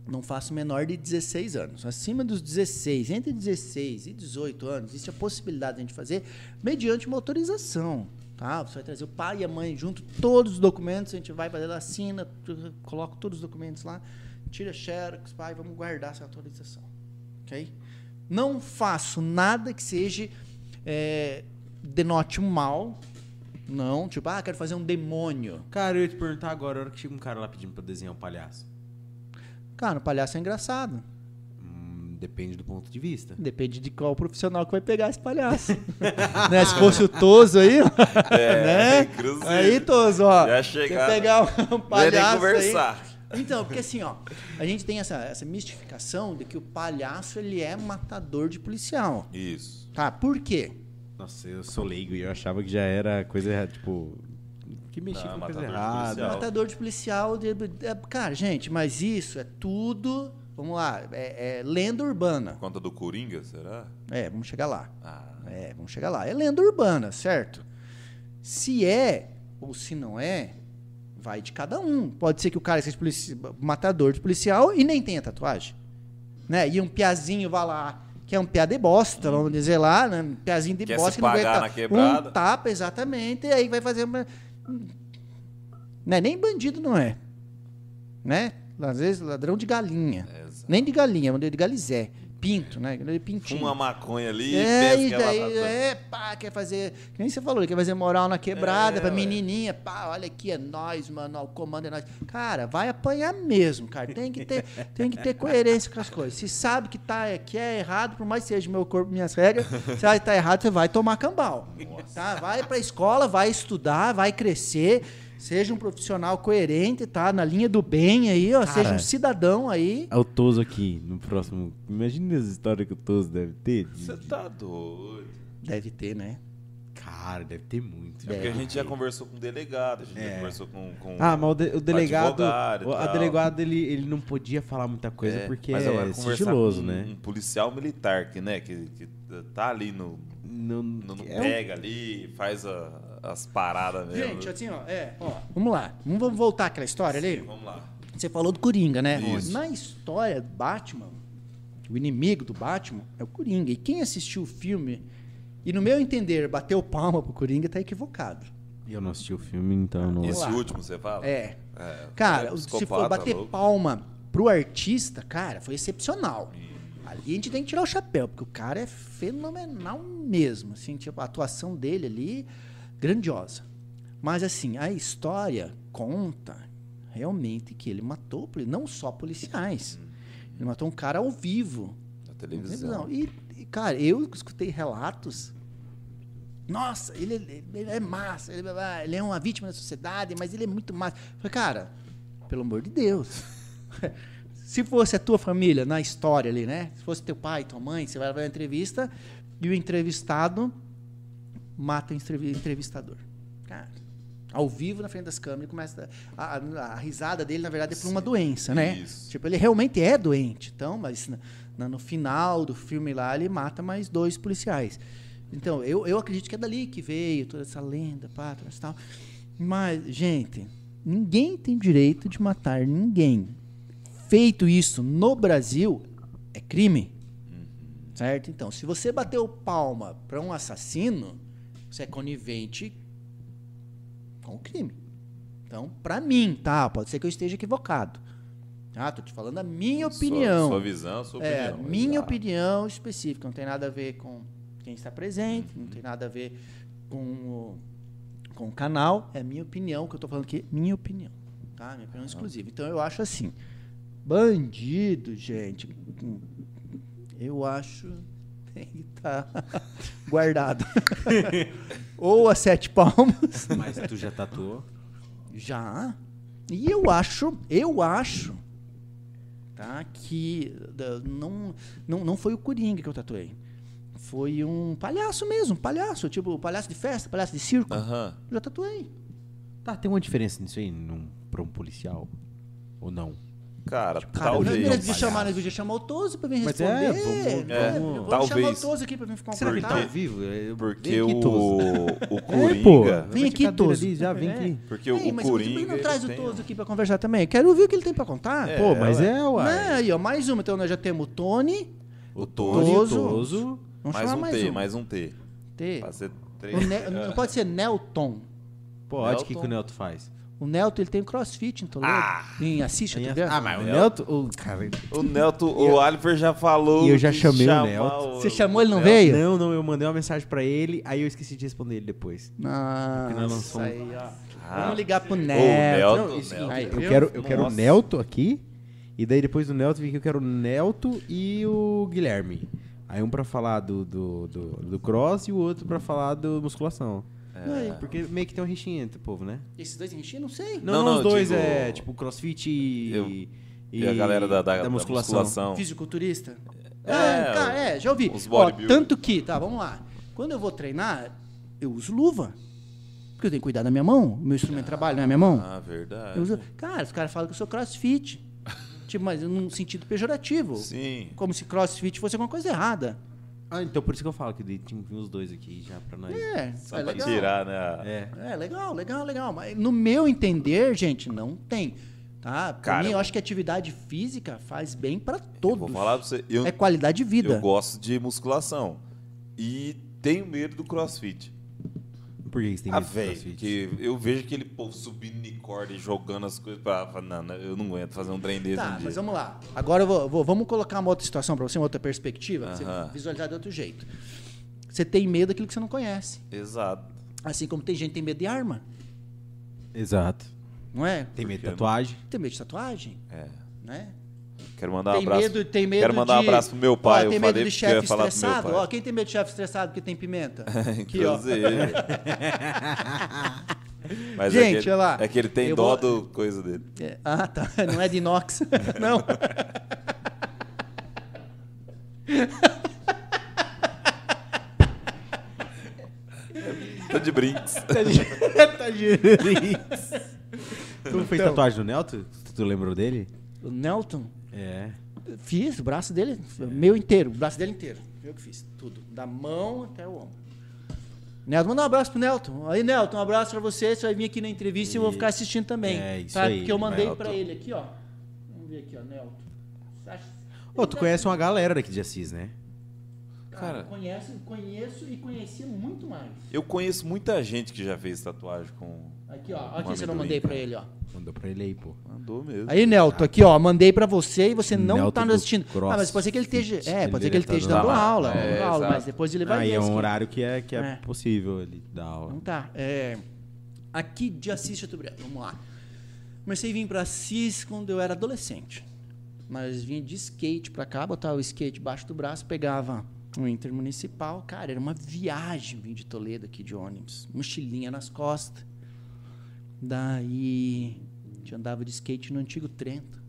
S1: Não faço menor de 16 anos. Acima dos 16, entre 16 e 18 anos, existe a possibilidade de a gente fazer mediante uma autorização. Tá? Você vai trazer o pai e a mãe junto, todos os documentos, a gente vai fazer, ela assina, tu- coloca todos os documentos lá, tira xerox, pai, vamos guardar essa autorização. Ok? Não faço nada que seja é, denote um mal. Não, tipo, ah, quero fazer um demônio.
S2: Cara, eu ia te perguntar agora, a hora que chega um cara lá pedindo pra desenhar um palhaço.
S1: Cara, o palhaço é engraçado.
S2: Hum, depende do ponto de vista.
S1: Depende de qual profissional que vai pegar esse palhaço. né? Se fosse o Toso aí, ó,
S4: É,
S1: né?
S4: inclusive.
S1: Aí, Toso, ó.
S4: Já
S1: você
S4: chegaram.
S1: pegar um, um
S4: né? Não ia nem
S1: palhaço aí.
S4: conversar.
S1: Então, porque assim, ó, a gente tem essa, essa mistificação de que o palhaço ele é matador de policial.
S4: Isso.
S1: Tá, por quê?
S2: Nossa, eu sou leigo e eu achava que já era coisa errada, tipo... Que mexia
S4: Não,
S2: com coisa
S4: matador de
S2: errada.
S4: policial.
S1: Matador de policial. de- é, cara, gente, mas isso é tudo. Vamos lá, é- é lenda urbana.
S4: Por conta do Coringa, será?
S1: É, vamos chegar lá.
S4: Ah,
S1: É, vamos chegar lá. É lenda urbana, certo? Se é ou se não é, vai de cada um. Pode ser que o cara seja polici- matador de policial e nem tenha tatuagem. Né? E um piazinho vai lá, que é um piá de bosta, vamos dizer lá, né? Um piazinho de
S4: Quer se
S1: bosta que não
S4: pagar
S1: aguenta
S4: na quebrada.
S1: um tapa, exatamente, e aí vai fazer uma... Não é nem bandido, não é. Né? Às vezes ladrão de galinha.
S4: exato.
S1: Nem é um de galinha, mas de galizé. pinto, né? Ele pintinho.
S4: Fuma uma maconha ali,
S1: É,
S4: pesca
S1: e
S4: ela tá
S1: daí,
S4: na-
S1: é, pá, quer fazer. Que nem você falou, ele quer fazer moral na quebrada,
S4: É,
S1: pra
S4: ué.
S1: menininha, pá, olha aqui, é nós, mano, ó, o comando é nós. Cara, vai apanhar mesmo, cara. Tem que ter, tem que ter coerência com as coisas. Se sabe que, tá, que é errado, por mais que seja meu corpo, minhas regras, se acha que tá errado, você vai tomar cambal. Tá? Vai pra escola, vai estudar, vai crescer. Seja um profissional coerente, tá? Na linha do bem aí, ó. Seja um cidadão aí.
S2: É o Toso aqui, no próximo. Imagina as histórias que o Toso deve ter. de-
S4: Você tá doido.
S1: Deve ter, né?
S2: Cara, deve ter muito.
S4: É porque a gente já conversou com o delegado, a gente já conversou com. com
S2: Ah, mas o, de- o delegado.
S4: advogado e
S2: O a
S4: tal.
S2: delegado, ele, ele não podia falar muita coisa
S4: É,
S2: porque
S4: mas agora
S2: é
S4: conversar
S2: sigiloso,
S4: com
S2: né?
S4: Um policial militar que, né, que, que tá ali no.
S2: Não,
S4: Não, não
S2: é um-
S4: pega ali, faz a- as paradas mesmo.
S1: Gente, assim, ó, é, ó, vamos lá. Vamos, vamos voltar àquela história ali?
S4: Vamos lá.
S1: Você falou do Coringa, né?
S4: Isso.
S1: Na história do Batman, o inimigo do Batman é o Coringa. E quem assistiu o filme, e no meu entender, bateu palma pro Coringa, tá equivocado.
S2: Eu não assisti o filme, então eu não.
S4: Esse
S1: lá.
S4: último você fala?
S1: É.
S4: É, o cara é
S1: Cara, se
S4: psicopata,
S1: for bater
S4: louco.
S1: palma pro artista, cara, foi excepcional. Ali a gente tem que tirar o chapéu, porque o cara é fenomenal mesmo. Assim, tipo, a atuação dele ali, grandiosa. Mas assim, a história conta realmente que ele matou poli- não só policiais. Ele matou um cara ao vivo.
S4: Na
S1: na
S4: televisão.
S1: televisão. E, e, cara, eu escutei relatos. Nossa, ele, ele- ele é massa, ele, ele é uma vítima da sociedade, mas ele é muito massa. Eu Falei, cara, pelo amor de Deus. Se fosse a tua família na história ali, né? Se fosse teu pai, tua mãe, você vai para a entrevista e o entrevistado mata o entrevi- entrevistador. Cara, ao vivo na frente das câmeras, ele começa a, a- a risada dele, na verdade, é por uma doença, né?
S4: isso.
S1: Tipo, ele realmente é doente. Então, mas na- na- no final do filme lá, ele mata mais dois policiais. Então, eu, eu acredito que é dali que veio toda essa lenda, pátria e tal. Mas, gente, ninguém tem direito de matar ninguém. Feito isso no Brasil, é crime. Certo? Então, se você bateu palma para um assassino, você é conivente com o crime. Então, para mim, tá? Pode ser que eu esteja equivocado. Ah, tô te falando a minha opinião.
S4: Sua, sua visão, sua
S1: É,
S4: opinião.
S1: minha
S4: exato.
S1: opinião específica, não tem nada a ver com quem está presente, não tem nada a ver com o, com o canal, é a minha opinião, que eu estou falando aqui, minha opinião, tá? Minha opinião exclusiva. Então eu acho assim, bandido, gente, eu acho tem que estar guardado. Ou a sete palmas.
S2: Mas tu já tatuou?
S1: Já. E eu acho, eu acho, tá? Que da- não, não, não foi o Coringa que eu tatuei. Foi um palhaço mesmo, palhaço, tipo palhaço de festa, palhaço de circo.
S4: Aham.
S1: Eu Já tatuei.
S2: Tá, tem uma diferença nisso aí num, pra um policial? Ou não?
S4: Cara,
S1: Tipo, Cara, não
S4: talvez.
S1: merecia de
S2: palhaço.
S1: chamar, nós podia chamar o Toso pra vir
S2: Mas
S1: responder.
S2: é, vamos-
S1: né?
S4: vamos-
S1: Vamos chamar
S4: talvez.
S1: o Toso aqui pra vir ficar um
S4: Será que ele tá
S1: confortável.
S2: vivo?
S4: Porque o, o
S2: É, pô.
S4: Coringa.
S1: Vem aqui,
S2: Cadeira
S1: Toso.
S2: ali, já vem
S1: É.
S2: aqui.
S4: Porque o-
S1: Ei,
S4: o
S1: mas por que
S4: Coringa.
S1: não traz
S4: ele
S1: o
S4: tem um-
S1: Toso aqui pra conversar também. Quero ouvir o que ele tem pra contar.
S4: É,
S2: Pô, mas
S4: ué.
S2: é,
S1: né?
S2: uai.
S1: Aí, ó, mais uma. Então nós já temos o Tony.
S2: O Toso. e o
S1: Toso.
S2: Toso.
S1: Vamos
S4: Mais
S1: chamar
S4: um
S1: mais
S4: T,
S1: um.
S4: mais um T.
S1: T.
S4: Pra ser três.
S1: O Ne- não pode ser Nelton.
S2: Pode, o que, que
S4: Nelton.
S2: o Nelto faz?
S1: O Nelton, ele tem crossfit em Toledo. Em Assis, eu tô vendo.
S2: Ah, mas o Nelto. O cara.
S4: O Nelto, o Alifer já falou.
S2: E eu já
S4: de
S2: chamei o
S4: chamar
S2: Nelto.
S1: Você chamou, ele não
S4: Nelto.
S1: veio?
S2: Não, não, eu mandei uma mensagem pra ele, aí eu esqueci de responder ele depois. Porque nós não é
S1: Nossa,
S2: somos-
S1: aí, ó.
S4: Ah.
S1: Vamos ligar pro
S4: Ô,
S1: Nelton.
S4: Nelto,
S2: isso-
S4: Nelto.
S1: Aí,
S2: Eu
S1: viu?
S2: quero, eu quero o
S4: Nossa.
S2: Nelto aqui, e daí depois do Nelto vem que eu quero o Nelto e o Guilherme. Aí um pra falar do, do, do, do cross e o outro pra falar do musculação.
S4: É.
S2: Aí, porque meio que tem uma rixinha entre o povo, né?
S1: Esses dois enchiam? Não sei.
S2: Não,
S4: Não,
S2: não,
S4: não,
S2: os dois
S4: digo-
S2: é tipo crossfit e,
S4: Eu- E a galera da, da, da musculação.
S1: Fisiculturista?
S4: É,
S1: É, cara, é, já ouvi.
S4: os
S1: Ó,
S4: bodybuilders.
S1: tanto que, tá, vamos lá. Quando eu vou treinar, eu uso luva. Porque eu tenho que cuidar da minha mão. Meu instrumento de trabalho não é minha mão.
S4: Ah, verdade.
S1: Eu uso- Cara, os caras falam que eu sou crossfit. tipo, mas num sentido pejorativo.
S4: Sim.
S1: Como se crossfit fosse alguma coisa errada.
S2: Ah, então por isso que eu falo que daí tinha que vir os dois aqui já pra nós.
S1: É,
S4: Só
S1: é
S4: pra
S1: legal.
S4: tirar, né?
S2: É.
S1: É, legal, legal, legal. Mas no meu entender, gente, não tem. Tá? Pra
S4: Cara,
S1: mim, eu
S4: eu-
S1: acho que atividade física faz bem pra
S4: Eu
S1: todos.
S4: vou falar pra você. Eu,
S1: É qualidade de vida.
S4: eu gosto de musculação. E tenho medo do crossfit.
S2: Por que você tem
S4: Ah,
S2: medo do
S4: velho,
S2: crossfit?
S4: porque eu vejo aquele povo subindo em corda e jogando as coisas pra. pra- Não, não, eu não aguento fazer um trem desse. um
S1: Tá,
S4: dia.
S1: mas vamos lá. Agora eu vou- vou- vamos colocar uma outra situação pra você, uma outra perspectiva, pra
S4: Aham.
S1: você visualizar de outro jeito. Você tem medo daquilo que você não conhece.
S4: Exato.
S1: Assim como tem gente que tem medo de arma,
S2: Exato.
S1: não é?
S2: Tem medo de
S4: Porque-
S2: tatuagem?
S1: Tem medo de tatuagem,
S4: É.
S1: né?
S4: Quero mandar um
S1: tem
S4: abraço.
S1: medo, tem medo
S4: Quero mandar um
S1: de-
S4: abraço pro meu pai.
S1: Ó, tem
S4: eu
S1: medo
S4: falei
S1: de
S4: porque eu
S1: chefe
S4: ia falar pro meu
S1: estressado?
S4: pai.
S1: Ó, quem tem medo de chefe estressado que tem pimenta? Aqui, ó.
S4: Inclusive. Mas
S1: Gente,
S4: é que, ele-
S1: olha lá.
S4: É que ele tem
S1: Eu
S4: dó
S1: vou-
S4: do coisa dele.
S1: É, Ah, tá. Não é de inox. Não.
S4: Tô de brinks.
S2: tá Tu fez
S1: Então.
S2: tatuagem do Nelto? Tu, tu lembrou dele?
S1: O Nelton,
S2: É.
S1: fiz o braço dele, meu inteiro, o braço dele inteiro. Eu que fiz, tudo. Da mão até o ombro. Nelton, manda um abraço pro Nelton. Aí, Nelton, um abraço pra você. Você vai vir aqui na entrevista e eu vou ficar assistindo também.
S2: É, isso
S1: tá?
S2: aí,
S1: Porque eu mandei
S4: Nelton.
S1: pra ele aqui, ó. Vamos ver aqui, ó, Nelton. Você acha-
S2: Ô, tu conhece uma galera daqui de Assis, né?
S1: Cara,
S4: Cara.
S1: conheço, conheço e conhecia muito mais.
S4: Eu conheço muita gente que já fez tatuagem com.
S1: Aqui, ó.
S4: com
S1: Olha aqui se eu não
S4: amendoim,
S1: mandei pra
S4: cara.
S1: ele, ó.
S2: Mandou pra ele aí, pô.
S4: Mandou mesmo.
S1: Aí, Nelton, aqui, ó, mandei pra você e você não
S2: Nelton
S1: tá
S2: do
S1: nos assistindo.
S2: Cross
S1: Ah, mas pode ser que ele esteja. É,
S2: Fit,
S1: pode ser que ele
S2: ele
S1: esteja
S2: tá
S1: dando
S4: lá.
S1: aula,
S4: É,
S1: dando aula,
S4: exato.
S1: mas depois ele vai
S2: Aí
S1: ver
S2: é
S1: isso
S2: um
S1: aqui.
S2: horário que é, que é,
S1: É.
S2: possível ele dar aula.
S1: Então tá. É, aqui de Assis Chateaubriand, vamos lá. Comecei a vir pra Assis quando eu era adolescente. Mas vinha de skate pra cá, botava o skate debaixo do braço, pegava um intermunicipal. Cara, era uma viagem vir de Toledo aqui de ônibus. Mochilinha nas costas. Daí, a gente andava de skate no antigo Trento.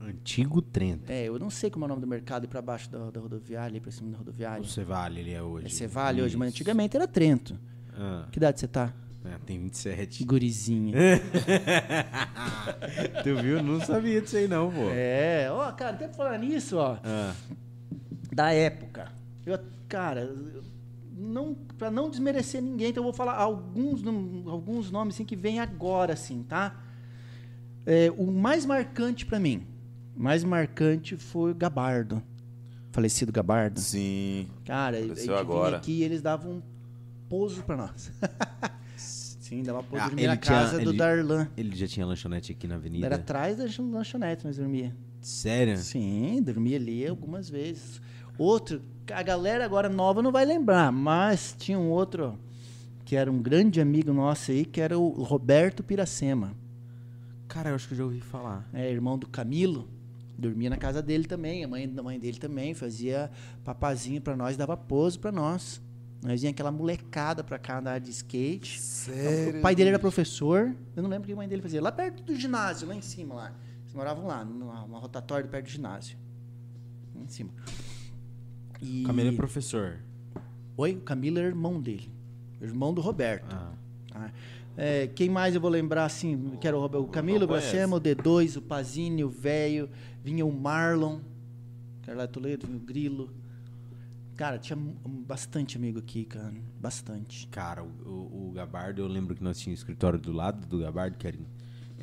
S2: Antigo Trento.
S1: É, eu não sei como é o nome do mercado e pra baixo da, da rodoviária, ali pra cima da rodoviária.
S2: O Cevale ele é hoje.
S1: É Cevale hoje, mas
S2: Isso.
S1: antigamente era Trento.
S2: Ah,
S1: Que idade você tá?
S2: é, tem 27.
S1: Gurizinha.
S2: tu viu? Não sabia disso aí não, pô.
S1: É, ó, cara, até pra falar nisso, ó.
S2: Ah,
S1: Da época. Eu, cara, eu não, pra não desmerecer ninguém, então eu vou falar alguns, nom- alguns nomes assim, que vem agora, assim, tá? É, o mais marcante pra mim, mais marcante foi o Gabardo. Falecido Gabardo.
S4: Sim.
S1: Cara, a gente
S4: Apareceu
S1: vinha
S4: agora.
S1: aqui e eles davam um pouso pra nós. Sim, dava um pouso.
S2: Ah,
S1: dormia na
S2: ele tinha-
S1: casa do
S2: ele-
S1: Darlan.
S2: ele já tinha lanchonete aqui na avenida.
S1: Era atrás da lanchonete, nós dormia. É.
S2: Sério?
S1: Sim, dormia ali algumas vezes. Outro, a galera agora nova não vai lembrar, mas tinha um outro que era um grande amigo nosso aí, que era o Roberto Piracema.
S2: Cara, eu acho que eu já ouvi falar.
S1: né, irmão do Camilo, dormia na casa dele também, a mãe da mãe dele também fazia papazinho pra nós, dava pouso pra nós. Nós vinha aquela molecada pra cá andar de skate. O pai dele era professor, eu não lembro o que a mãe dele fazia. Lá perto do ginásio, lá em cima lá. Eles moravam lá, numa uma rotatória perto do ginásio. Lá em cima. E...
S2: O Camilo é professor.
S1: Oi, o Camilo é irmão dele. Irmão do Roberto.
S2: Ah.
S1: Ah, é, quem mais eu vou lembrar assim? Que era o, Robe- o Camilo, o
S4: conhece.
S1: Bracema, o D2, o Pazini, o Velho, vinha o Marlon, que era lá de Toledo, vinha o Grilo. Cara, tinha mu- um, bastante amigo aqui, cara. Bastante.
S2: Cara, o, o- o Gabardo, eu lembro que nós tínhamos um escritório do lado do Gabardo, que era,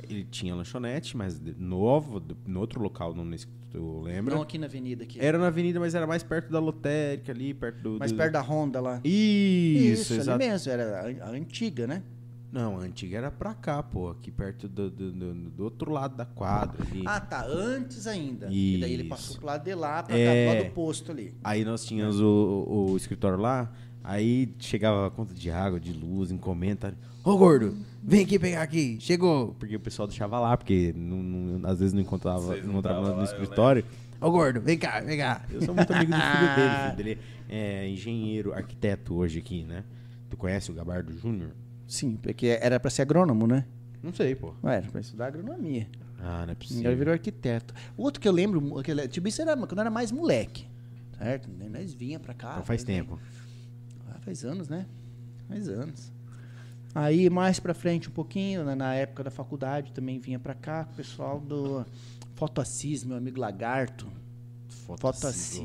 S2: ele tinha lanchonete, mas de- novo, de- no outro local, não nesse que tu
S1: Não
S2: lembra.
S1: aqui na avenida aqui.
S2: Era na avenida, mas era mais perto da lotérica ali, perto do...
S1: mas
S2: do-
S1: perto da Honda lá.
S2: Isso,
S1: ali
S2: exato.
S1: mesmo, era a, a antiga, né?
S2: Não, a antiga era pra cá, pô, aqui perto do, do, do- do outro lado da quadra ali.
S1: Ah, tá, antes ainda. E daí ele
S2: Isso.
S1: passou pro lado de lá, pra
S2: É.
S1: cá, pro lado do posto ali.
S2: Aí nós tínhamos o, o- o escritório lá, aí chegava a conta de água, de luz, encomenda. Ô gordo, vem aqui pegar aqui, chegou! Porque o pessoal deixava lá, porque não- não- às vezes não encontrava,
S4: Vocês
S2: não
S4: não
S2: encontrava
S4: tava
S2: nós no
S4: lá, eu
S2: escritório. Ô gordo, vem cá, vem cá. Eu sou muito amigo do filho dele, filho dele é engenheiro, arquiteto hoje aqui, né? Tu conhece o Gabardo Júnior?
S1: Sim, porque era pra ser agrônomo, né?
S2: Não sei, pô.
S1: Não era, pra estudar agronomia.
S2: Ah, não é
S1: Ele
S2: possível.
S1: virou arquiteto. O outro que eu lembro, aquele, tipo, isso era quando eu era mais moleque. Certo? Daí Nós vinha pra cá.
S2: Então faz
S1: nós
S2: tempo.
S1: vinha- Ah, faz anos, né? Faz anos. Aí mais pra frente um pouquinho, na, na época da faculdade, também vinha pra cá com o pessoal do Fotoassis, meu amigo Lagarto. Fotoassis.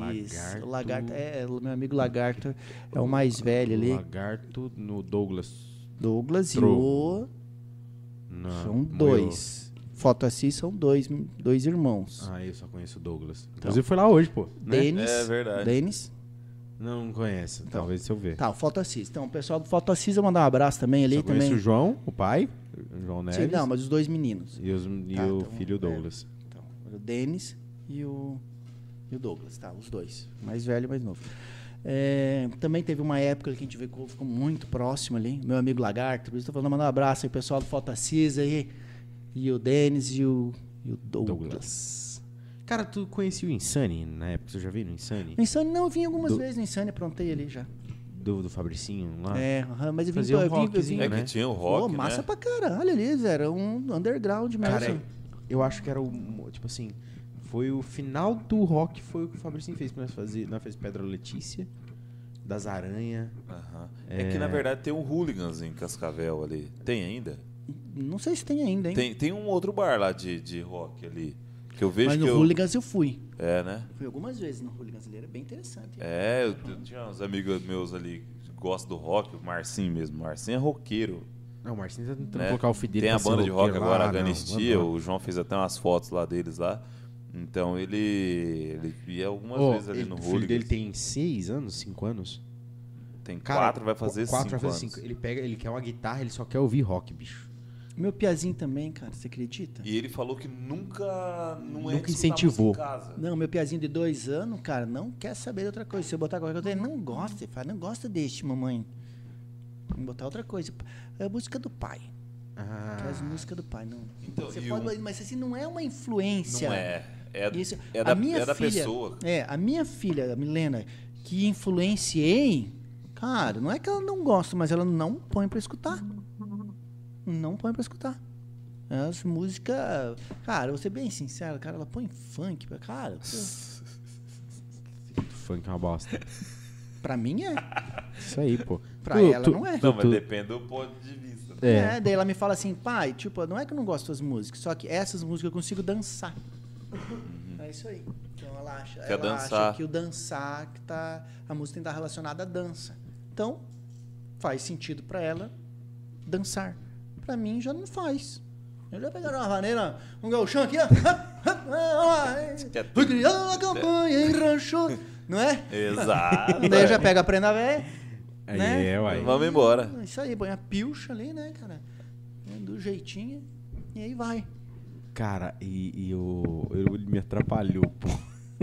S1: O Lagarto, é, é, o meu amigo Lagarto é o mais velho ali.
S2: Lagarto no Douglas.
S1: Douglas e
S2: Tro-
S1: o.
S2: Não,
S1: São
S2: Moyo.
S1: dois. Fotoassis são dois, dois irmãos. Então.
S2: Ah, eu só conheço o Douglas. Inclusive foi lá hoje, pô. Ah, né?
S1: Denis.
S4: É verdade.
S1: Denis.
S2: Não conheço. Talvez se eu ver.
S1: Tá, o Fotoassis. Então, o pessoal do Fotoassis, eu mandar um abraço também. Ele
S2: Só
S1: aí
S2: conheço
S1: também.
S2: o né? João, o pai, o João Neves,
S1: Sim, não, mas os dois meninos.
S2: e, os- e
S1: Tá,
S2: o
S1: então,
S2: filho
S1: é.
S2: Douglas.
S1: Então, o Denis e o, e o Douglas, tá? Os dois. Mais velho e mais novo. É, também teve uma época que a gente ficou, ficou muito próximo ali. Meu amigo Lagarto, por isso eu tô falando, mandar um abraço aí, pessoal do Fotoassis aí. E o Denis e o, e o Douglas.
S2: Cara, tu conhecia o Insane na época? Você já viu no Insane?
S1: No Insane, não, eu vim algumas
S2: Do-
S1: vezes no Insane, aprontei ali já.
S2: Do, do Fabricinho lá?
S1: É, aham, mas eu vim,
S2: Ah. Fazia um
S1: eu vim, eu vim,
S2: rockzinho,
S4: É
S2: né?
S4: que tinha o
S1: Pô,
S4: rock,
S1: massa
S4: né? é-
S1: pra caralho ali, velho. Era um underground mesmo.
S2: Cara, eu acho que era o. Tipo assim, foi o final do rock, foi o que o Fabricinho fez pra nós fazer. Nós fez Pedra Letícia, Das Aranha.
S4: Aham. É... que, na verdade, tem um Hooligans em Cascavel ali. Tem ainda?
S1: Não sei se tem ainda, hein?
S4: Tem, tem um outro bar lá de, de rock ali. Que eu vejo
S1: mas no
S4: que eu...
S1: Hooligans eu fui.
S4: É, né?
S1: Fui algumas vezes no Hooligans ali, era bem interessante.
S4: É, eu, eu tinha uns amigos meus ali que gostam do rock, o Marcinho mesmo. Marcinho é roqueiro.
S2: Não, o Marcinho tá tentando
S4: né?
S2: colocar o filho dele
S4: Tem a
S2: pra ser
S4: banda de rock
S2: roqueiro
S4: agora,
S2: lá, né?
S4: a
S2: não,
S4: Anistia.
S2: vamos lá.
S4: O João fez até umas fotos lá deles lá. Então ele, ele ia algumas
S2: Ó,
S4: vezes ali
S2: ele-
S4: no
S2: o
S4: Hooligans.
S2: filho dele tem 6 anos, 5 anos?
S4: Tem
S2: Cara,
S4: quatro, vai fazer
S2: qu- quatro
S4: cinco
S2: vai fazer
S4: anos.
S2: cinco. Ele pega, ele quer uma guitarra, ele só quer ouvir rock, bicho.
S1: Meu piazinho também, cara, você acredita?
S4: E ele falou que nunca... Não é
S2: Nunca
S4: de escutar
S2: incentivou.
S4: música em casa.
S1: Não, meu piazinho de dois anos, cara, não quer saber de outra coisa. Se eu botar qualquer coisa, ele não gosta. Ele fala, não gosta deste, mamãe. Vamos botar outra coisa. É a música do pai.
S2: Ah.
S1: Quer as músicas do pai, não.
S4: Então,
S1: você
S4: e
S1: pode,
S4: o-
S1: mas assim, não é uma influência.
S4: Não é. É,
S1: Isso,
S4: é
S1: a
S4: da,
S1: minha
S4: é da
S1: filha,
S4: pessoa.
S1: É, a minha filha, a Milena, que influenciei, cara, não é que ela não gosta, mas ela não põe pra escutar. Não põe pra escutar. As músicas. Cara, eu vou ser bem sincero, cara, ela põe funk. pra- Cara,
S2: Funk é uma bosta.
S1: pra mim é.
S2: Isso aí, pô.
S1: Pra ela não é.
S4: Não, mas
S2: tu-
S4: depende do ponto de vista.
S2: É.
S1: É, daí ela me fala assim, pai, tipo, não é que eu não gosto das músicas, só que essas músicas eu consigo dançar. É isso aí. Então ela acha,
S4: Quer
S1: ela acha
S4: dançar.
S1: que o dançar que tá. A música tem que estar relacionada à dança. Então, faz sentido pra ela dançar. Pra mim já não faz. Eu já pegaram uma vaneira, um galchão aqui, ó.
S4: é
S1: Fui criando a campanha em rancho, não é?
S4: Exato.
S1: Daí
S4: é.
S1: já pega a prenda velha.
S2: Aí
S1: né?
S2: é, uai.
S4: Vamos embora.
S1: É Isso aí, põe a pilcha ali, né, cara? É, Do jeitinho. E aí vai.
S2: Cara, e, e o, eu- ele me atrapalhou, pô.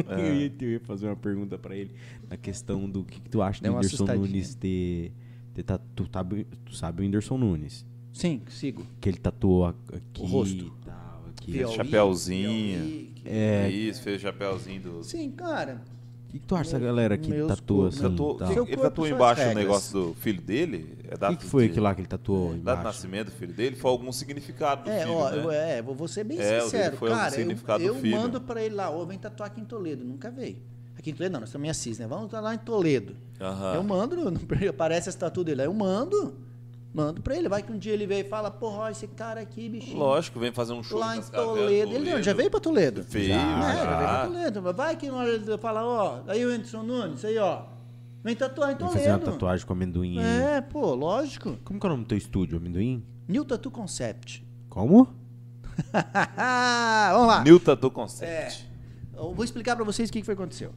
S4: É.
S2: Eu, ia, eu ia fazer uma pergunta pra ele na questão do que, que tu acha
S1: Deu
S2: do
S1: uma
S2: Whindersson
S1: assustadinha.
S2: Nunes ter. ter tatu- tu, sabe, tu sabe o Whindersson Nunes.
S1: Sim, sigo.
S2: Que ele tatuou a- aqui.
S1: O rosto.
S2: e Tal, aqui.
S1: Piauí,
S4: chapeuzinho.
S1: Piauí, que-
S4: É. Isso, fez o chapéuzinho do.
S1: Sim, cara.
S2: O que, que tu acha dessa galera que
S1: meus
S2: tatua
S1: cu-
S2: assim?
S4: Tatuou-
S2: tal?
S1: que-
S2: O
S1: tá. Seu
S4: Ele
S1: corpo,
S4: tatuou
S1: suas
S4: embaixo o
S1: regras.
S4: negócio do filho dele? É data
S2: que, que foi
S4: de-
S2: aquilo lá que ele tatuou
S4: Data de
S2: embaixo?
S4: nascimento do filho dele? Foi algum significado do
S1: É,
S4: filho,
S1: ó,
S4: né?
S1: eu, é, vou vou ser bem
S4: É, o
S1: sincero,
S4: dele foi o
S1: cara.
S4: significado do
S1: eu eu
S4: filho.
S1: mando pra ele lá, ô, vem tatuar aqui em Toledo. Nunca veio. Aqui em Toledo não, nós estamos em Assis, né? Vamos lá em Toledo.
S4: Aham.
S1: Eu mando, não- aparece a tatu dele. Aí eu mando, mando pra ele. Vai que um dia ele vem e fala, porra, ó, esse cara aqui, bichinho.
S4: Lógico, vem fazer um show
S1: lá
S4: em
S1: em
S4: Cascavel,
S1: Toledo. Ele não, já veio pra Toledo.
S4: Veio,
S1: já.
S4: já.
S1: É, já veio pra Toledo. Mas Vai que na hora ele fala, ó, aí o Anderson Nunes, aí, ó. Vem tatuar em
S2: Ele
S1: Toledo.
S2: fazia uma tatuagem com amendoim. aí.
S1: É, pô, lógico.
S2: Como que é o nome do teu estúdio, amendoim?
S1: New Tattoo Concept.
S2: Como?
S1: Vamos lá.
S4: New Tattoo Concept.
S1: Eu vou explicar pra vocês o que que foi que aconteceu.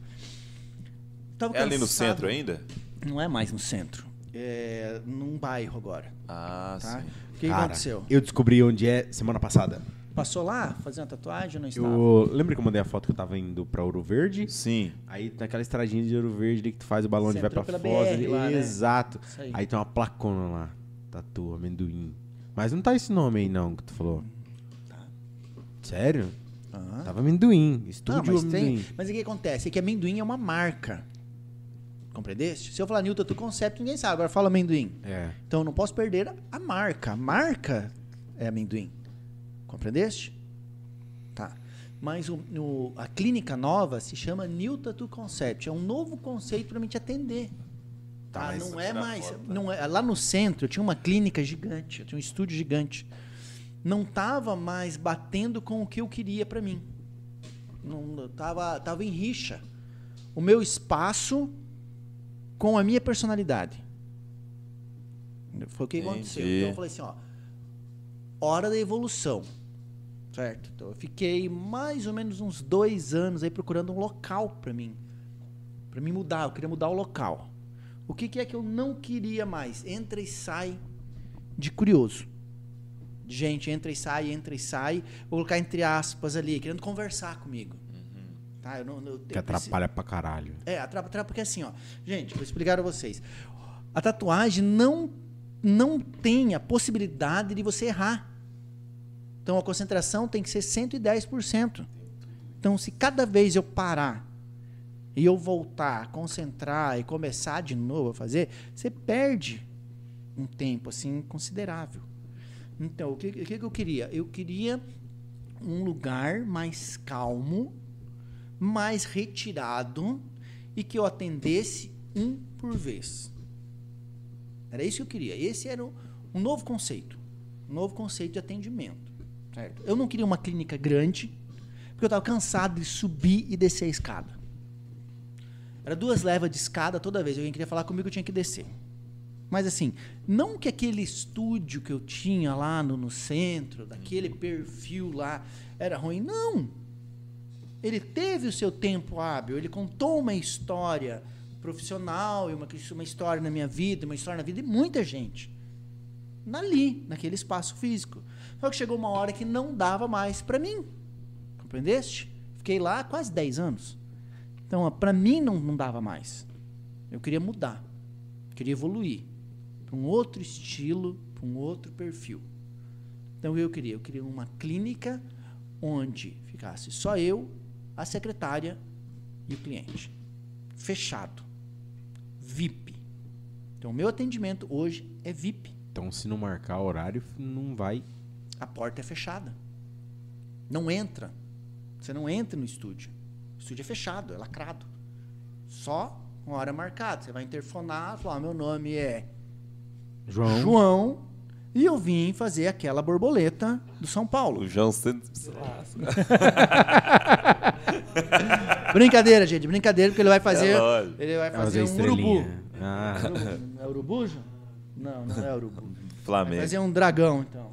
S1: Tava
S4: É, ali no
S1: cansado-
S4: centro ainda?
S1: Não é mais no centro. É num bairro agora,
S4: Ah,
S1: tá?
S4: sim.
S1: O que que
S2: Cara,
S1: aconteceu?
S2: eu descobri onde é semana passada.
S1: Passou lá, fazer uma tatuagem, não estava.
S2: Eu lembra que eu mandei a foto que eu tava indo pra Ouro Verde?
S4: Sim.
S2: Aí naquela estradinha de Ouro Verde ali que tu faz o balão
S1: Você
S2: de vai pra
S1: entrou
S2: Foz.
S1: pela BR
S2: ali.
S1: lá, né?
S2: Exato.
S1: Isso
S2: Aí.
S1: aí.
S2: tem uma placona lá. Tatu, amendoim. Mas não tá esse nome aí não que tu falou. Sério?
S1: Aham.
S2: Tava amendoim.
S1: Não,
S2: Estúdio
S1: Tá. mas
S2: amendoim.
S1: tem. Mas o que acontece? É que amendoim é uma marca. Compreendeste? Se eu falar Newton Tattoo Concept, ninguém sabe. Agora fala amendoim.
S2: É.
S1: Então eu não posso perder a- a marca. A marca é amendoim. Compreendeste? Tá. Mas o- o- a clínica nova se chama New Tattoo Concept. É um novo conceito para mim te atender.
S2: Tá,
S1: Tá,
S2: mas-
S1: não é
S4: Tirar
S1: mais.
S2: né?
S4: foto.
S1: Não é, lá no centro eu tinha uma clínica gigante, eu tinha um estúdio gigante. Não tava mais batendo com o que eu queria para mim. Não, eu tava, tava em rixa. O meu espaço com a minha personalidade. Foi o que
S4: Entendi.
S1: aconteceu. Então eu falei assim, ó. Hora da evolução. Certo? Então eu fiquei mais ou menos uns dois anos aí procurando um local para mim. Para me mudar, eu queria mudar o local. O que, que é que eu não queria mais? Entra e sai de curioso. De gente, entra e sai, entra e sai. Vou colocar entre aspas ali, querendo conversar comigo. Tá? Eu não, eu,
S2: Que
S1: eu preciso-
S2: atrapalha pra caralho.
S1: é, atrapa, atrapa porque assim, ó. Gente, vou explicar a vocês. A tatuagem não não tem a possibilidade de você errar. Então a concentração tem que ser 110%. Então se cada vez eu parar e eu voltar, concentrar e começar de novo a fazer, você perde um tempo assim considerável. Então, o que, o que que eu queria? Eu queria um lugar mais calmo, mais retirado e que eu atendesse um por vez. Era isso que eu queria. Esse era o- um novo conceito, um novo conceito de atendimento. Certo? Eu não queria uma clínica grande, porque eu estava cansado de subir e descer a escada. Era duas levas de escada toda vez. Alguém queria falar comigo, eu tinha que descer. Mas assim, não que aquele estúdio que eu tinha lá no, no centro, daquele perfil lá, era ruim. Não! Ele teve o seu tempo hábil, ele contou uma história profissional, e uma, uma história na minha vida, uma história na vida de muita gente. Ali, naquele espaço físico. Só que chegou uma hora que não dava mais para mim. Compreendeste? Fiquei lá quase 10 anos. Então, para mim não, não dava mais. Eu queria mudar. Queria evoluir para um outro estilo, para um outro perfil. Então eu queria, eu queria uma clínica onde ficasse só eu, a secretária e o cliente. Fechado. VIP. Então o meu atendimento hoje é VIP.
S2: Então, se não marcar horário, não vai.
S1: A porta é fechada. Não entra. Você não entra no estúdio. O estúdio é fechado, é lacrado. Só uma hora marcada. Você vai interfonar, falar: "Ah, meu nome é
S2: João.
S1: João e eu vim fazer aquela borboleta do São Paulo.
S4: O João Santos.
S1: Tá. Brincadeira, gente, brincadeira, porque ele vai fazer.
S4: É lógico.
S1: ele vai
S2: Vai
S1: fazer, um
S2: estrelinha.
S1: urubu.
S2: Ah,
S1: É urubu, João? Não, não é urubu. Vai
S4: Flamengo.
S1: fazer um dragão, então.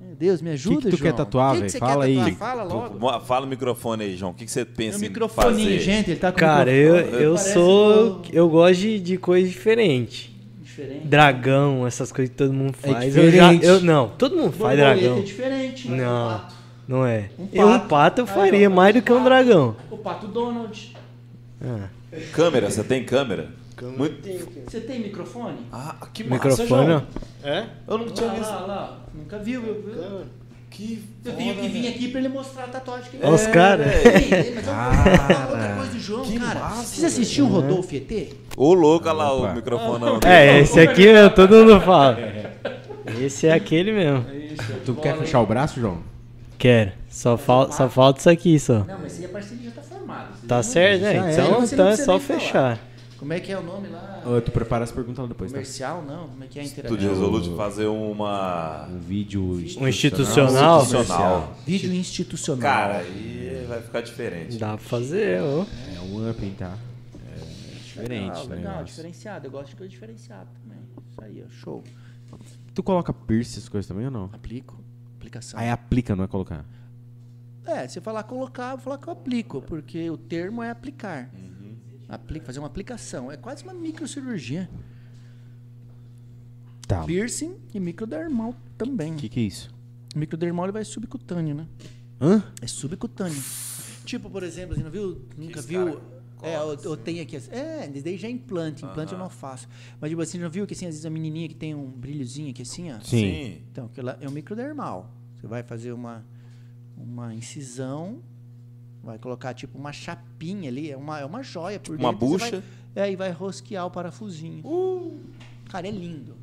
S1: Meu Deus, me ajuda,
S2: Que que tu
S1: João.
S2: quer
S1: O
S2: tatuar,
S1: que que
S2: velho?
S1: você
S2: Fala
S1: quer
S2: aí.
S1: tatuar? Fala logo.
S4: Mo- Fala o microfone aí, João. O que, que você pensa
S1: Meu
S4: em
S1: microfoninho,
S4: fazer?
S1: gente, ele tá com
S3: Cara,
S1: microfone.
S3: eu, eu
S1: Parece
S3: sou.
S1: um-
S3: Eu gosto de, de coisa diferente.
S1: Diferente.
S3: Dragão, essas coisas que todo mundo
S2: É
S3: faz. eu já.
S2: diferente.
S3: Eu, não, todo mundo faz
S1: Borboleta
S3: dragão.
S1: é diferente. né? O
S3: Não,
S1: pato.
S3: não é.
S1: Um
S3: Eu, um
S1: pato.
S3: pato eu
S1: Aí, ó,
S3: faria mais do que um dragão.
S1: O Pato Donald.
S4: Câmera, você tem câmera? Muito-
S1: Você tem microfone?
S4: Ah, que massa,
S3: Microfone,
S4: João.
S3: ó.
S7: É?
S4: Eu não tinha
S1: Olha lá,
S4: visto.
S1: olha lá. Nunca viu, viu? viu?
S4: Que
S1: Eu tenho que vir aqui pra ele mostrar a tatuagem que ele
S3: Olha os caras.
S1: Ei, mas eu vou falar outra coisa do João, cara. Vocês assistiam o Rodolfo ET?
S4: Ô, louco, olha lá
S2: Opa.
S4: o microfone.
S1: Ah.
S4: ó.
S3: É, esse aqui eu, todo mundo fala. Esse é aquele mesmo.
S2: tu quer fechar o braço, João?
S3: Quero. Só, fal, só falta isso aqui, só.
S1: Não, mas esse parceiro já tá formado. Vocês
S3: Tá
S1: não-
S3: certo,
S1: já
S3: né?
S1: é,
S3: Então,
S1: você não
S3: então é
S1: precisa
S3: só
S1: nem falar.
S3: fechar.
S1: Como é que é o nome lá?
S2: Ah, tu prepara as perguntas lá depois, tá?
S1: Comercial, não? Como é que é a
S4: Tu
S1: interação?
S4: resolveu de fazer uma.
S2: Um vídeo institucional.
S3: institucional?
S4: Institucional.
S1: Vídeo institucional.
S4: Cara, aí vai ficar diferente.
S3: Dá pra fazer, ô.
S2: É um up, hein, tá? É diferente,
S1: Ah, legal,
S2: né?
S1: legal,
S2: negócio.
S1: diferenciado. Eu gosto de coisa diferenciada também. Isso aí, ó, show.
S2: Tu coloca piercing as coisas também ou não?
S1: Aplico. Aplicação.
S2: Aí aplica, não é colocar.
S1: É, se eu falar colocar, eu vou falar que eu aplico, porque o termo é aplicar. Apli- fazer uma aplicação. É quase uma microcirurgia.
S2: Tá. O
S1: Piercing e microdermal também.
S2: que que é isso?
S1: O microdermal ele vai subcutâneo, né?
S2: Hã?
S1: É subcutâneo. Tipo, por exemplo, assim, não viu? Nunca viu? É, eu, eu tenho aqui. assim, É, mas daí já é implante. Implante eu não faço. Mas, tipo assim, não viu que assim, às vezes a menininha que tem um brilhozinho aqui assim, ó?
S4: Sim.
S1: Então, aquilo lá é um microdermal. Você vai fazer uma, uma incisão, vai colocar tipo uma chapinha ali, é uma, é uma joia por
S4: Tipo uma
S1: dentro, você
S4: bucha? Uh!
S1: vai- é, e vai rosquear o parafusinho. Cara, é lindo.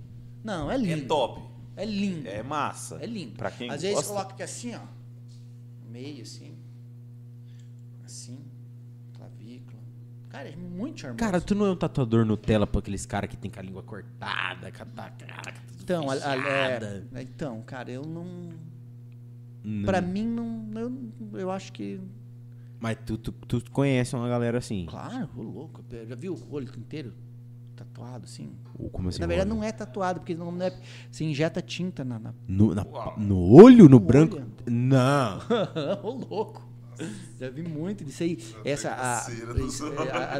S1: Não, é
S4: É
S1: lindo. É,
S4: top.
S1: lindo.
S4: É massa.
S1: lindo.
S4: Pra quem
S1: Às vezes
S4: gosta.
S1: coloca aqui assim, ó. no Meio assim. Assim. Clavícula. Cara, é muito charmoso.
S2: Cara, tu não é um tatuador Nutella pra aqueles caras que tem com a língua cortada, com a tá- cara que tá tudo
S1: Então, a- a- é,
S2: fechada.
S1: então, cara, eu não. Pra mim, não. Eu, eu acho que.
S2: Mas tu, tu, tu conhece uma galera assim.
S1: Claro, ô louco. eu Já viu o olho inteiro? Tatuado, assim.
S2: Ou como assim?
S1: na verdade,
S2: olha?
S1: não é tatuado, porque não, não é. Você injeta tinta na. na...
S2: No, na- no olho, no branco?
S1: olho.
S2: Não.
S1: ô louco. Já vi muito disso aí. Essa a,
S7: terceira do
S1: isso, é,
S7: seu-
S1: a- a-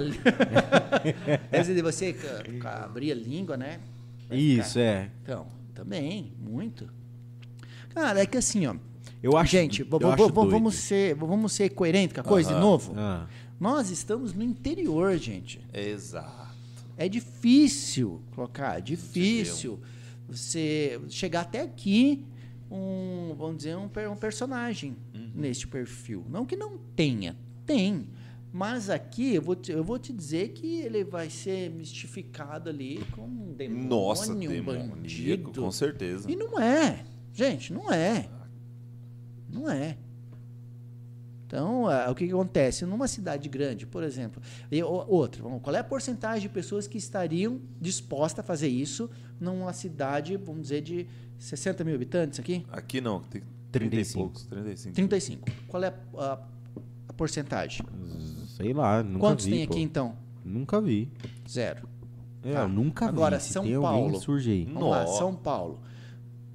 S1: essa de você ca- ca- abrir a língua, né? Vai
S2: Isso,
S1: ficar-
S2: é.
S1: Então, também, muito. Cara, é que assim, ó.
S2: Eu acho-
S1: Gente,
S2: eu
S1: vo- vo-
S2: acho
S1: vo-
S2: doido.
S1: vamos ser, vamos ser coerentes com a coisa de novo.
S2: Ah,
S1: Nós estamos no interior, gente.
S4: Exato.
S1: É difícil colocar, é difícil você chegar até aqui um, vamos dizer, um, per- um personagem
S2: Uhum.
S1: neste perfil. Não que não tenha, tem. Mas aqui eu vou, te, eu vou te dizer que ele vai ser mistificado ali como um demônio,
S4: Nossa,
S1: um
S4: demoníaco,
S1: bandido.
S4: com certeza.
S1: E não é. Gente, não é. Não é. Então, ah, o que, que acontece? Numa cidade grande, por exemplo, e o- outra, vamos, qual é a porcentagem de pessoas que estariam dispostas a fazer isso numa cidade, vamos dizer, de 60 mil habitantes aqui?
S4: Aqui não, tem 30 e
S2: 35.
S4: poucos, 35.
S1: 35. Qual é a, a- a porcentagem?
S2: sei lá, nunca
S1: Quantos
S2: vi.
S1: tem
S2: pô.
S1: aqui, então?
S2: Nunca vi.
S1: Zero.
S2: É,
S1: Tá.
S2: eu nunca vi.
S1: Agora,
S2: Se
S1: São
S2: tem
S1: Paulo.
S2: Alguém, surge aí.
S1: Vamos lá,
S4: Nó.
S1: São Paulo.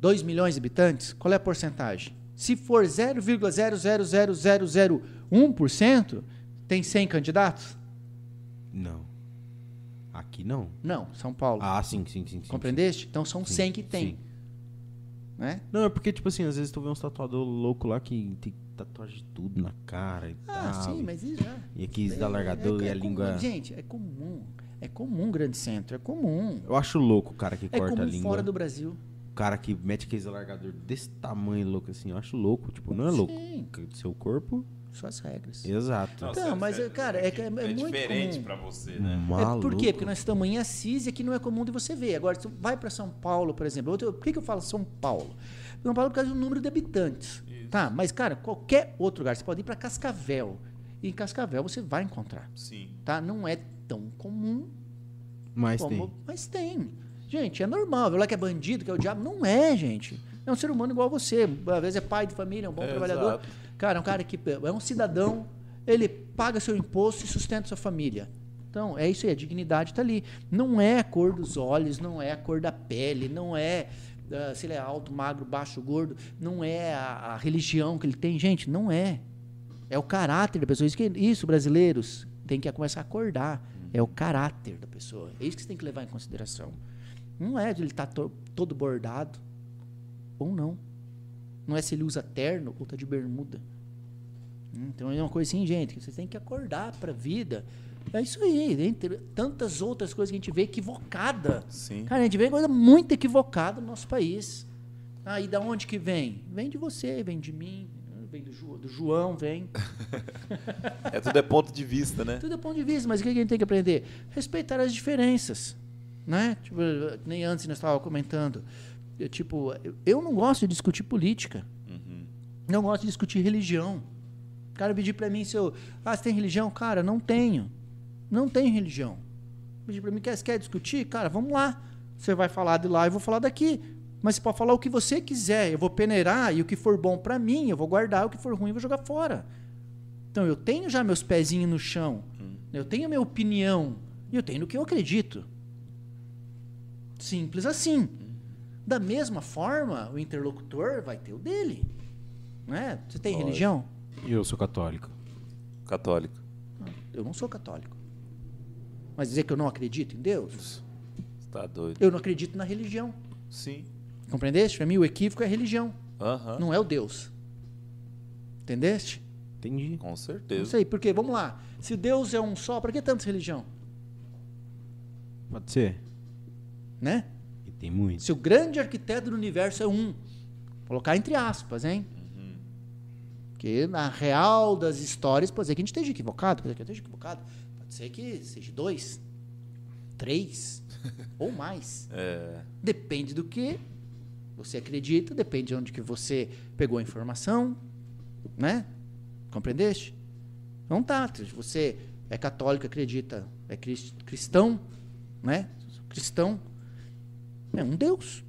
S1: 2 milhões de habitantes, qual é a porcentagem? Se for 0,00001%, tem 100 candidatos?
S2: Não. Aqui não.
S1: Não, São Paulo.
S2: Ah, sim, sim, sim. sim
S1: Compreendeste? Então são
S2: sim,
S1: 100 que tem,
S2: sim.
S1: né?
S2: Não, é porque, tipo assim, às vezes tu vê uns tatuador louco lá que tem tatuagem de tudo na cara e
S1: Ah,
S2: tal.
S1: sim, mas isso já...
S2: E aqui
S1: é-
S2: da largador
S1: é-
S2: e
S1: é
S2: a
S1: comum,
S2: língua.
S1: Gente, é comum. É comum grande centro, é comum.
S2: Eu acho louco o cara que
S1: É
S2: corta a
S1: comum
S2: língua.
S1: fora do Brasil.
S2: O cara que mete aquele alargador desse tamanho louco assim, eu acho louco. Tipo, não é louco.
S1: Sim.
S2: Seu corpo.
S1: Suas regras.
S2: Exato.
S4: Não,
S1: Então,
S4: sério,
S1: mas,
S4: sério,
S1: cara, é que é- é muito
S4: diferente
S1: comum.
S4: pra você, né?
S1: É, por quê? Porque nós estamos em Assis e aqui não é comum de você ver. Agora, se tu vai para São Paulo, por exemplo, outro- por que, que eu falo São Paulo? São Paulo é por causa do número de habitantes. Tá, mas, cara, qualquer outro lugar. Você pode ir para Cascavel. E em Cascavel você vai encontrar.
S4: Sim.
S1: Tá? Não é tão comum,
S2: Mas
S1: como-
S2: tem.
S1: mas tem. Gente, é normal. Lá que é bandido, que é o diabo. Não é, gente. É um ser humano igual a você. Às vezes é pai de família, é um bom
S4: É,
S1: trabalhador.
S4: exato.
S1: Cara, é um cara que é um cidadão, ele paga seu imposto e sustenta sua família. Então, é isso aí, a dignidade está ali. Não é a cor dos olhos, não é a cor da pele, não é ah, se ele é alto, magro, baixo, gordo, não é a, a religião que ele tem. Gente, não é. É o caráter da pessoa. Isso, que, isso brasileiros, tem que começar a acordar. É o caráter da pessoa. É isso que você tem que levar em consideração. Não é de ele estar todo bordado ou não. Não é se ele usa terno ou tá de bermuda. Então é uma coisa assim, gente, que você tem que acordar pra vida. É isso aí, entre tantas outras coisas que a gente vê equivocada.
S4: Sim.
S1: Cara, a gente vê coisa muito equivocada no nosso país. Ah, e da onde que vem? Vem de você, vem de mim, vem do, Ju- do João, vem.
S4: É tudo é ponto de vista, né?
S1: Tudo é ponto de vista, mas o que a gente tem que aprender? Respeitar as diferenças, né? Tipo, eh, nem antes nós estávamos comentando. Eu, tipo, eu- eu não gosto de discutir política. Não gosto de discutir religião. O cara pedir pra mim se eu... Ah, você tem religião? Cara, não tenho. Não tenho religião. Pedir pra mim, quer, quer discutir? Cara, vamos lá. Você vai falar de lá, eu vou falar daqui. Mas você pode falar o que você quiser. Eu vou peneirar e o que for bom pra mim, eu vou guardar. O que for ruim, eu vou jogar fora. Então eu tenho já meus pezinhos no chão. Eu tenho a minha opinião. E eu tenho no que eu acredito. Simples assim. Da mesma forma, o interlocutor vai ter o dele. Né? Você tem religião?
S2: Eu sou católico.
S4: Católico.
S1: Eu não sou católico. Mas dizer que eu não acredito em Deus?
S4: Você tá doido.
S1: Eu não acredito na religião.
S4: Sim.
S1: Compreendeste? Para mim, o equívoco é a religião,
S4: Aham.
S1: não é o Deus. Entendeste?
S2: Entendi.
S4: Com
S1: Não
S4: certeza.
S1: sei, porque, vamos lá. Se Deus é um só, para que tanta religião?
S2: Pode ser?
S1: Né?
S2: E tem muito.
S1: Se o grande arquiteto do universo é um, colocar entre aspas, hein? Porque na real das histórias pode ser que a gente esteja equivocado, pode ser que eu esteja equivocado, pode ser que seja dois, três ou mais. Depende do que você acredita, depende de onde que você pegou a informação, né? Compreendeste? Não tá. Se você é católico, acredita, é cris- cristão, né? Cristão, é um Deus.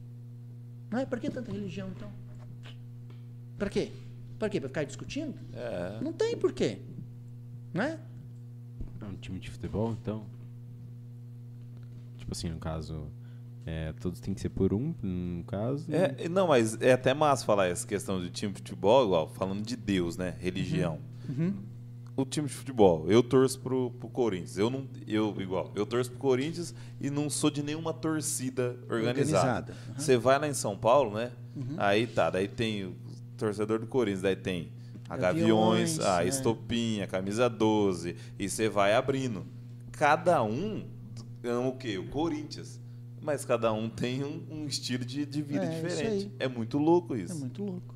S1: Não é? Para que tanta religião, então? Para quê? Para quê? Para ficar discutindo?
S4: É.
S1: Não tem porquê. Né?
S2: É um time de futebol, então. Tipo assim, no caso. é, todos têm que ser por um, no caso.
S4: É, não, mas é até massa falar essa questão de time de futebol, igual, falando de Deus, né? Religião.
S1: Uhum.
S4: o time de futebol. Eu torço pro, pro Corinthians. Eu não, eu igual. Eu torço pro Corinthians e não sou de nenhuma torcida organizada.
S1: Organizada, Uhum. aham.
S4: Você vai lá em São Paulo, né? Aí tá, daí tem o torcedor do Corinthians, daí tem ah, a Gaviões,
S1: Gaviões,
S4: a
S1: é.
S4: Estopinha, camisa 12, e você vai abrindo. Cada um ama o quê? O Corinthians. Mas cada um tem um, um estilo de, de vida
S1: É, isso
S4: diferente.
S1: aí.
S4: É muito louco
S1: É
S4: isso.
S1: muito louco.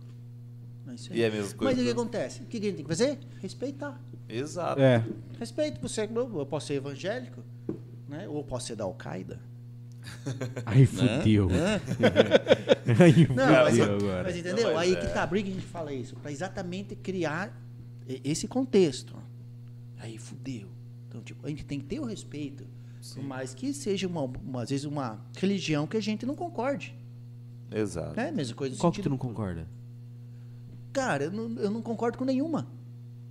S1: É isso aí.
S4: E é a mesma coisa.
S1: Mas o que
S4: né?
S1: acontece? O que que a gente tem que fazer? Respeitar.
S4: Exato.
S2: É.
S1: Respeito por ser globo. Eu posso ser evangélico, né? Ou eu posso ser da Al-Qaeda.
S2: Aí fudeu. Aí
S1: Não,
S4: Cara,
S1: mas,
S2: fudeu
S4: eu-
S2: agora.
S1: mas entendeu?
S4: Não, mas
S1: Aí
S4: é.
S1: que tá, briga a gente fala isso, pra exatamente criar e- esse contexto. Aí fudeu. Então, tipo, a gente tem que ter o respeito, por mais que seja uma, uma- às vezes uma religião que a gente não concorde,
S4: Exato.
S1: né? Mesma coisa no
S2: Qual que tu
S1: sentido.
S2: não concorda?
S1: Cara, eu não, eu não concordo com nenhuma.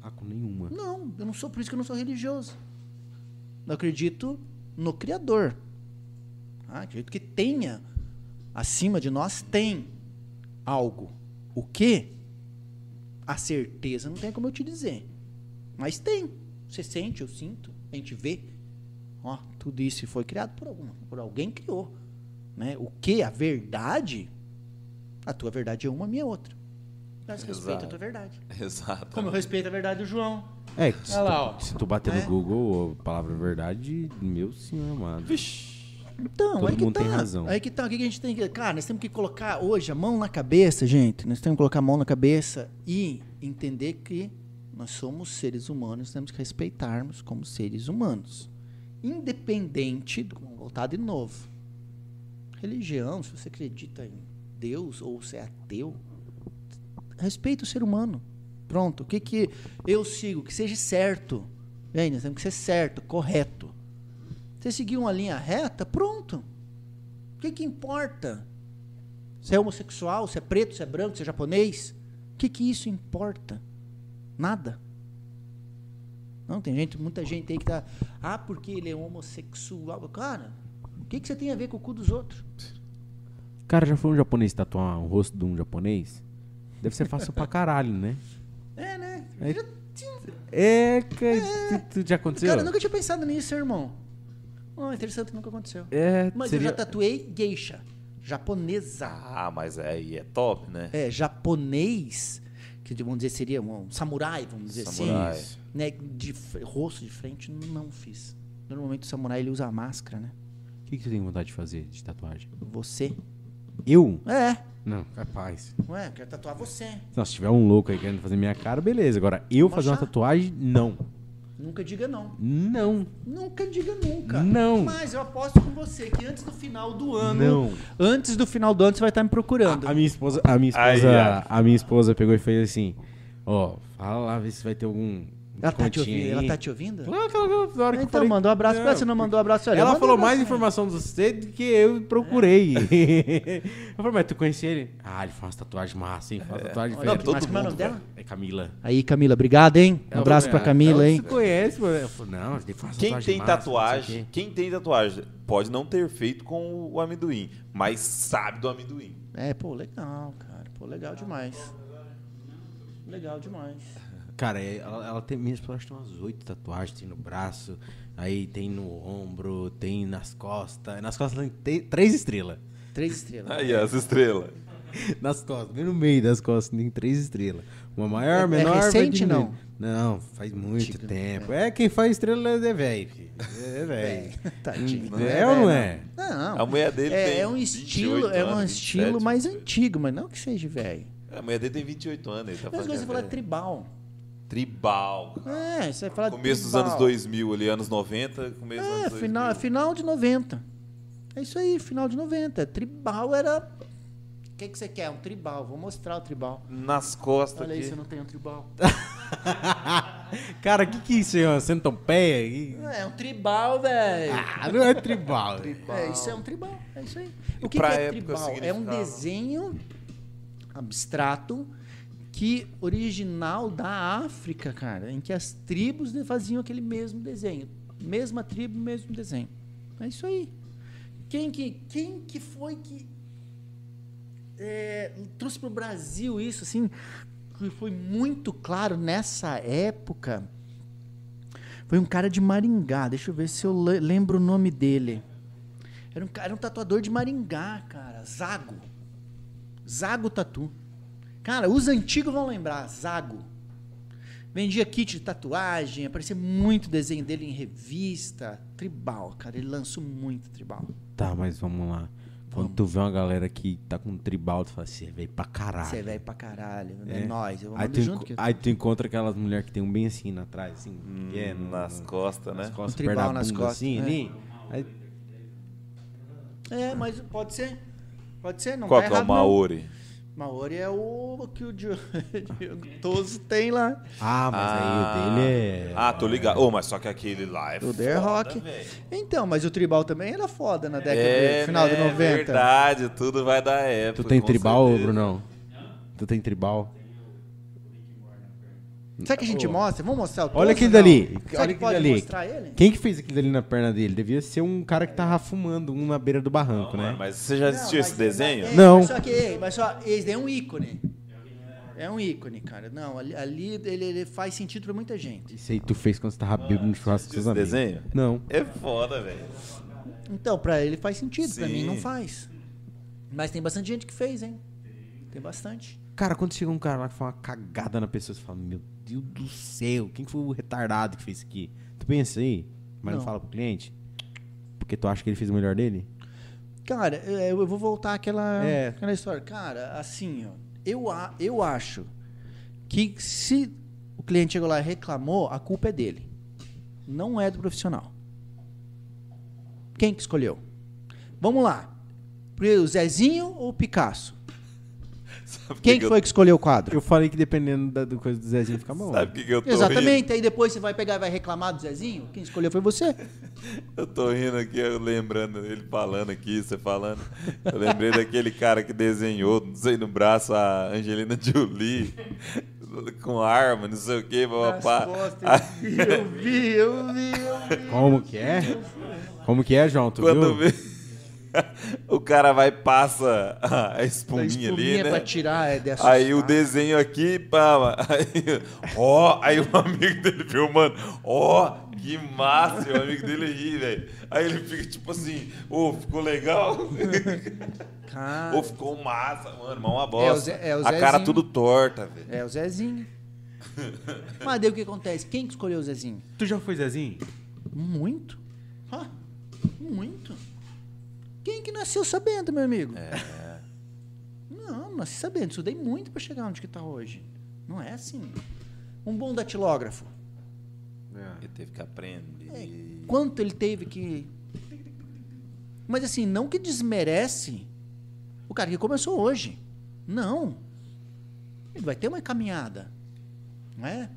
S2: Ah, com nenhuma.
S1: Não, eu não sou por isso que eu não sou religioso. Eu acredito no Criador. Ah, acredito que tenha acima de nós tem algo. O que? A certeza não tem como eu te dizer. Mas tem. Você sente, eu sinto, a gente vê. Ó, tudo isso foi criado por alguma, por alguém criou, né? O que? A verdade? A tua verdade é uma, a minha é outra. Mas respeita a
S4: Exato.
S1: tua verdade.
S4: Exato.
S1: Como eu respeito a verdade do João,
S2: É, que se,
S1: Olha lá, ó.
S2: tu, se tu bater
S1: É.
S2: no Google, a palavra verdade, meu senhor amado.
S1: Então,
S2: Todo
S1: aí que
S2: mundo
S1: tá.
S2: tem razão.
S1: Aí que tá. O que que a gente tem que. Cara, nós temos que colocar hoje a mão na cabeça, gente. Nós temos que colocar a mão na cabeça e entender que nós somos seres humanos, temos que respeitarmos como seres humanos. Independente do. Vamos voltar de novo. Religião, se você acredita em Deus ou você é ateu, respeita o ser humano. Pronto. O que, que eu sigo? Que seja certo. Bem, nós temos que ser certo, correto. Você seguir uma linha reta, pronto. O que, que importa? Se é homossexual, se é preto, se é branco, se é japonês? O que, que isso importa? Nada. Não, tem gente, muita gente aí que tá. Ah, porque ele é homossexual. Cara, o que, que você tem a ver com o cu dos outros?
S2: Cara, já foi um japonês tatuar o rosto de um japonês? Deve ser fácil pra caralho, né?
S1: É, né?
S2: É.
S1: Já-
S2: É, cara, isso tu- tu já aconteceu?
S1: Cara, eu nunca tinha pensado nisso, irmão. Ah, interessante, nunca aconteceu.
S2: É,
S1: Mas
S2: seria...
S1: eu já tatuei geisha. Japonesa.
S4: Ah, mas aí é top, né?
S1: é, japonês, que vamos dizer seria um samurai, vamos dizer
S4: Samurai.
S1: assim, né, de f- rosto de frente, não fiz. Normalmente o samurai ele usa a máscara, né?
S2: O que, que tu tem vontade de fazer de tatuagem?
S1: Você.
S2: Eu?
S1: É,
S2: Não, capaz.
S1: ué, eu quero tatuar você.
S2: Não, se tiver um louco aí querendo fazer minha cara, beleza. Agora, eu fazer uma
S1: Machado.
S2: tatuagem, não.
S1: Nunca diga não.
S2: Não.
S1: Nunca diga nunca.
S2: Não.
S1: Mas eu aposto com você que antes do final do ano,
S2: Não. Ah,
S1: antes do final do ano você vai estar me procurando.
S2: A minha esposa, a minha
S4: Ai,
S2: esposa,
S4: ai.
S2: a minha esposa pegou e fez assim, ó, fala lá, vê se vai ter algum
S1: ela tá te
S2: continho
S1: ouvindo?
S2: aí.
S1: Ela tá te ouvindo?
S2: ah, Claro que ela- ela- na hora que eu
S1: Então,
S2: falei-
S1: mandou um abraço pra ela, você não mandou um abraço pra ela.
S2: Ela
S1: Manda um
S2: falou mais
S1: abraço pra ela.
S2: informação do você do que eu procurei.
S1: É.
S2: eu falei, mas tu conhecia ele? Ah, ele faz tatuagem massa, hein? Faz tatuagem
S1: Olha,
S2: diferente.
S1: que massa, como é o nome
S2: velho.
S1: dela?
S2: É Camila.
S1: Aí, Camila, obrigado, hein?
S2: É
S1: Um abraço pra Camila, hein?
S2: Você conhece, mano? Eu falei, não, ele faz tatuagem
S4: Quem tem
S2: massa, não sei
S4: tatuagem,
S2: o quê.
S4: quem tem tatuagem, pode não ter feito com o amendoim, mas sabe do amendoim.
S1: É, pô, legal, cara. Pô, legal demais. Legal demais.
S2: Cara, é- ela, ela tem, minha esposa acho que tem umas oito tatuagens, tem no braço, aí tem no ombro, tem nas costas. Nas costas ela tem três estrelas.
S1: Três estrelas.
S4: Aí, as estrelas.
S2: Nas costas, bem no meio das costas, tem três estrelas. Uma maior,
S1: É- é
S2: menor. vai
S1: recente,
S2: diminuindo. Não, faz muito tempo. É. quem faz estrela é velho. filho. É velho.
S1: Tadinho.
S2: É, ou não é?
S1: Não.
S4: né? A mulher dele
S1: é,
S4: tem
S1: é um
S4: 28
S1: estilo, é um
S4: anos,
S1: estilo
S4: 27,
S1: mais
S4: velho.
S1: antigo, mas não que seja velho.
S4: A mulher dele tem 28 anos, ele tá
S1: Mas
S4: falando.
S1: você fala tribal.
S4: Tribal.
S1: É, você fala
S4: Começo dos
S1: tribal.
S4: anos 2000 ali, anos 90, começo dos
S1: É,
S4: anos 2000.
S1: final, final de 90. É isso aí, final de 90. Tribal era. O que, que você quer? Um tribal. Vou mostrar o tribal.
S4: Nas costas
S1: Olha aí,
S4: aqui.
S1: você não tem um tribal.
S2: Cara, o que, que é isso é? Uma centopeia? Que-
S1: É, um tribal, velho.
S2: Ah, não é tribal.
S1: É, isso é um tribal, é isso aí. O
S4: E
S1: que,
S4: pra
S1: que é
S4: época
S1: tribal? É um
S4: significava?
S1: desenho abstrato que original da África, cara, em que as tribos de- faziam aquele mesmo desenho, mesma tribo, mesmo desenho. É isso aí. Quem que, quem que foi que é, trouxe para o Brasil isso assim? que foi muito claro nessa época foi um cara de Maringá. Deixa eu ver se eu le- lembro o nome dele. Era um, ca- era um tatuador de Maringá, cara. Zago. Zago Tatu. Cara, os antigos vão lembrar. Zago. Vendia kit de tatuagem, aparecia muito desenho dele em revista. Tribal, cara. Ele lançou muito tribal.
S2: Tá, mas vamos lá. Quando tu vê uma galera que tá com tribal, tu fala assim, velho, pra
S4: Ah.
S2: caralho.
S1: Você é velho pra caralho. É,
S2: É.
S1: nóis. Eu Hum, vou
S2: Aí
S1: mandar
S2: tu,
S1: junto.
S2: enco-
S1: que-
S2: aí tu encontra aquelas mulheres que tem um bem assim na trás, assim, que é, no-
S4: Nas
S2: no-
S4: costas,
S2: nas
S4: né?
S2: costas,
S1: Um tribal
S2: perto da
S1: nas
S2: bunda,
S1: costas,
S2: assim,
S1: né?
S2: ali. Aí-
S1: É, mas pode ser. Pode ser, não
S4: Qual
S1: tá
S4: que é o
S1: errado, não.
S4: Maori?
S1: Maori é o que o Diogo Diogo Toso tem lá.
S2: ah, mas aí o dele é...
S4: Ah, tô ligado. Ô, mas só que aquele lá é
S1: O
S4: foda,
S1: The Rock.
S4: velho.
S1: Então, mas o tribal também era foda na década
S4: É,
S1: de final
S4: né?
S1: de 90.
S4: verdade, tudo vai dar época.
S2: Tu tem
S4: com
S2: tribal,
S4: certeza.
S2: Brunão? Tu tem tribal?
S1: Será que a gente mostra? Vamos mostrar o Toso?
S2: Olha aquele
S1: não?
S2: dali.
S1: Será
S2: Olha
S1: que
S2: aquele
S1: pode
S2: dali.
S1: mostrar ele?
S2: Quem que fez aquilo ali na perna dele? Devia ser um cara que tava fumando um na beira do barranco,
S4: Não, é
S2: né?
S4: mano, Mas você já assistiu
S1: mas-
S4: esse desenho?
S1: mas-
S2: Não.
S1: Mas só que, mas só, esse daí é um ícone. É um ícone, cara. Não, ali, ali ele, ele faz sentido pra muita gente.
S2: Isso aí tu fez quando você tava bêbado no churrasco com seus
S4: Esse
S2: amigos.
S4: desenho?
S2: Não.
S4: É foda, velho.
S1: Então, pra ele faz sentido, pra
S4: Sim.
S1: mim não faz. Mas tem bastante gente que fez, hein? Tem bastante.
S2: Cara, quando chega um cara lá que faz uma cagada na pessoa, você fala, meu Deus do céu, quem foi o retardado que fez isso aqui? Tu pensa aí, mas não,
S1: Não.
S2: fala pro cliente? Porque tu acha que ele fez o melhor dele?
S1: Cara, é, eu vou voltar àquela,
S2: É.
S1: àquela história. Cara, assim, ó, eu, a- eu acho que se o cliente chegou lá e reclamou, a culpa é dele. Não é do profissional. Quem que escolheu? Vamos lá. Primeiro, O Zezinho ou o Picasso?
S4: Sabe
S1: Quem que
S4: eu-
S1: foi que escolheu o quadro?
S2: Eu falei que dependendo da, do coisa do Zezinho fica bom.
S4: Sabe o que, que eu tô
S1: Exatamente. Aí depois você vai pegar e vai reclamar do Zezinho? Quem escolheu foi você.
S4: rindo? Eu tô rindo aqui, eu lembrando, ele falando aqui, você falando. Eu lembrei daquele cara que desenhou, não sei, no braço, a Angelina Jolie, com arma, não sei o que, papapá.
S1: Eu vi, eu vi, eu vi.
S2: Como que é? Como que é, João? Tu
S4: Quando
S2: viu?
S4: vê. O cara vai e passa a- a espuminha, ali, né?
S1: pra tirar, é de
S4: Aí o
S1: assustar.
S4: desenho aqui, pá, mano. aí, ó, aí um amigo dele viu, mano, ó, que massa, e o amigo dele ri, velho. Aí ele fica tipo assim, ô, ficou legal,
S1: Cara,
S4: ô, ficou massa, mano, mas uma
S1: Ah, É o
S4: bosta.
S1: Zé- é o
S4: a cara
S1: Zezinho.
S4: tudo torta, velho.
S1: É o Zezinho. Mas daí o que acontece? Quem que escolheu o Zezinho?
S2: Tu já foi Zezinho?
S1: Muito. Hã? muito. Quem que nasceu sabendo, meu amigo? É. Não, nasci sabendo. Estudei muito pra chegar onde que tá hoje. Não é assim. Um bom datilógrafo.
S4: Ele teve que aprender.
S1: Quanto ele teve que... Mas assim, não que desmerece o cara que começou hoje. Não. Ele vai ter uma caminhada. Não é?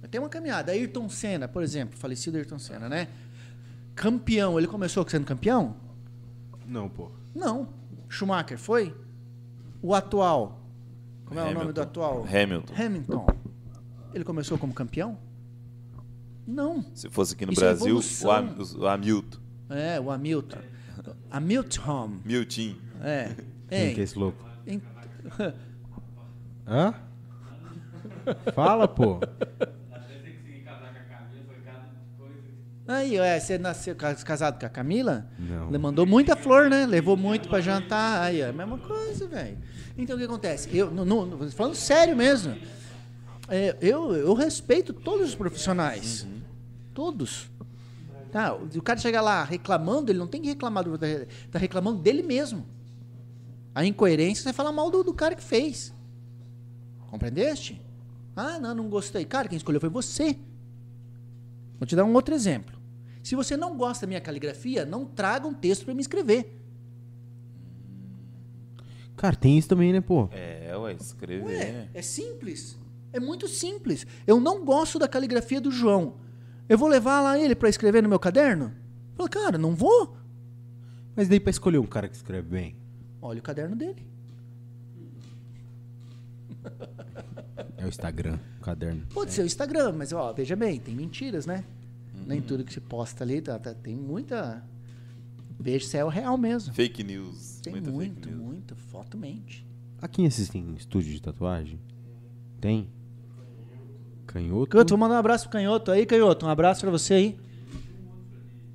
S1: Vai ter uma caminhada. Ayrton Senna, por exemplo, falecido Ayrton Senna, né? Campeão, ele começou sendo campeão?
S2: Não, pô.
S1: Não. Schumacher foi? O atual. Como é o nome
S4: Hamilton.
S1: do atual?
S4: Hamilton.
S1: Hamilton. Ele começou como campeão? Não.
S4: Se fosse aqui no
S1: Isso é
S4: Brasil,
S1: evolução.
S4: o, Am, os- o Hamilton.
S1: É, o Hamilton. Hamilton.
S4: Milton.
S1: É.
S2: Quem que é
S1: Ei,
S2: esse louco?
S1: em-
S2: Hã? Fala, pô.
S5: Às vezes você conseguir casar com a Camila, foi cada coisa.
S1: Aí, é, você nasceu ca- casado com a Camila?
S2: Não.
S1: Le- Mandou muita flor, né? Levou muito pra jantar. Aí, é a mesma coisa, velho. Então, o que acontece? Eu, no- no- no- falando sério mesmo, é, eu, eu respeito todos os profissionais. Todos. Tá, o o cara chega lá reclamando, ele não tem que reclamar do outro, tá reclamando dele mesmo. A incoerência você fala mal do, do cara que fez. Compreendeste? Ah, não, não gostei. Cara, quem escolheu foi você. Vou te dar um outro exemplo. Se você não gosta da minha caligrafia, não traga um texto para me escrever.
S2: Cara, tem isso também, né, pô?
S4: É, ué, escrever. né?
S1: Ué, é simples. É muito simples. Eu não gosto da caligrafia do João. Eu vou levar lá ele para escrever no meu caderno? Fala, cara, não vou.
S2: Mas daí pra escolher um cara que escreve bem.
S1: Olha o caderno dele.
S2: É o Instagram, o caderno.
S1: Pode ser o Instagram, mas ó, veja bem, tem mentiras, né? Nem tudo que se posta ali, tá, tá- tem muita. Veja se é o real mesmo.
S4: Fake news.
S1: Tem
S4: muita
S1: muito,
S4: fake news.
S1: muito, foto mente.
S2: Aqui assistem estúdio de tatuagem? Tem? Canhoto?
S1: Canhoto, vou mandar um abraço pro Canhoto aí, Canhoto. Um abraço pra você aí.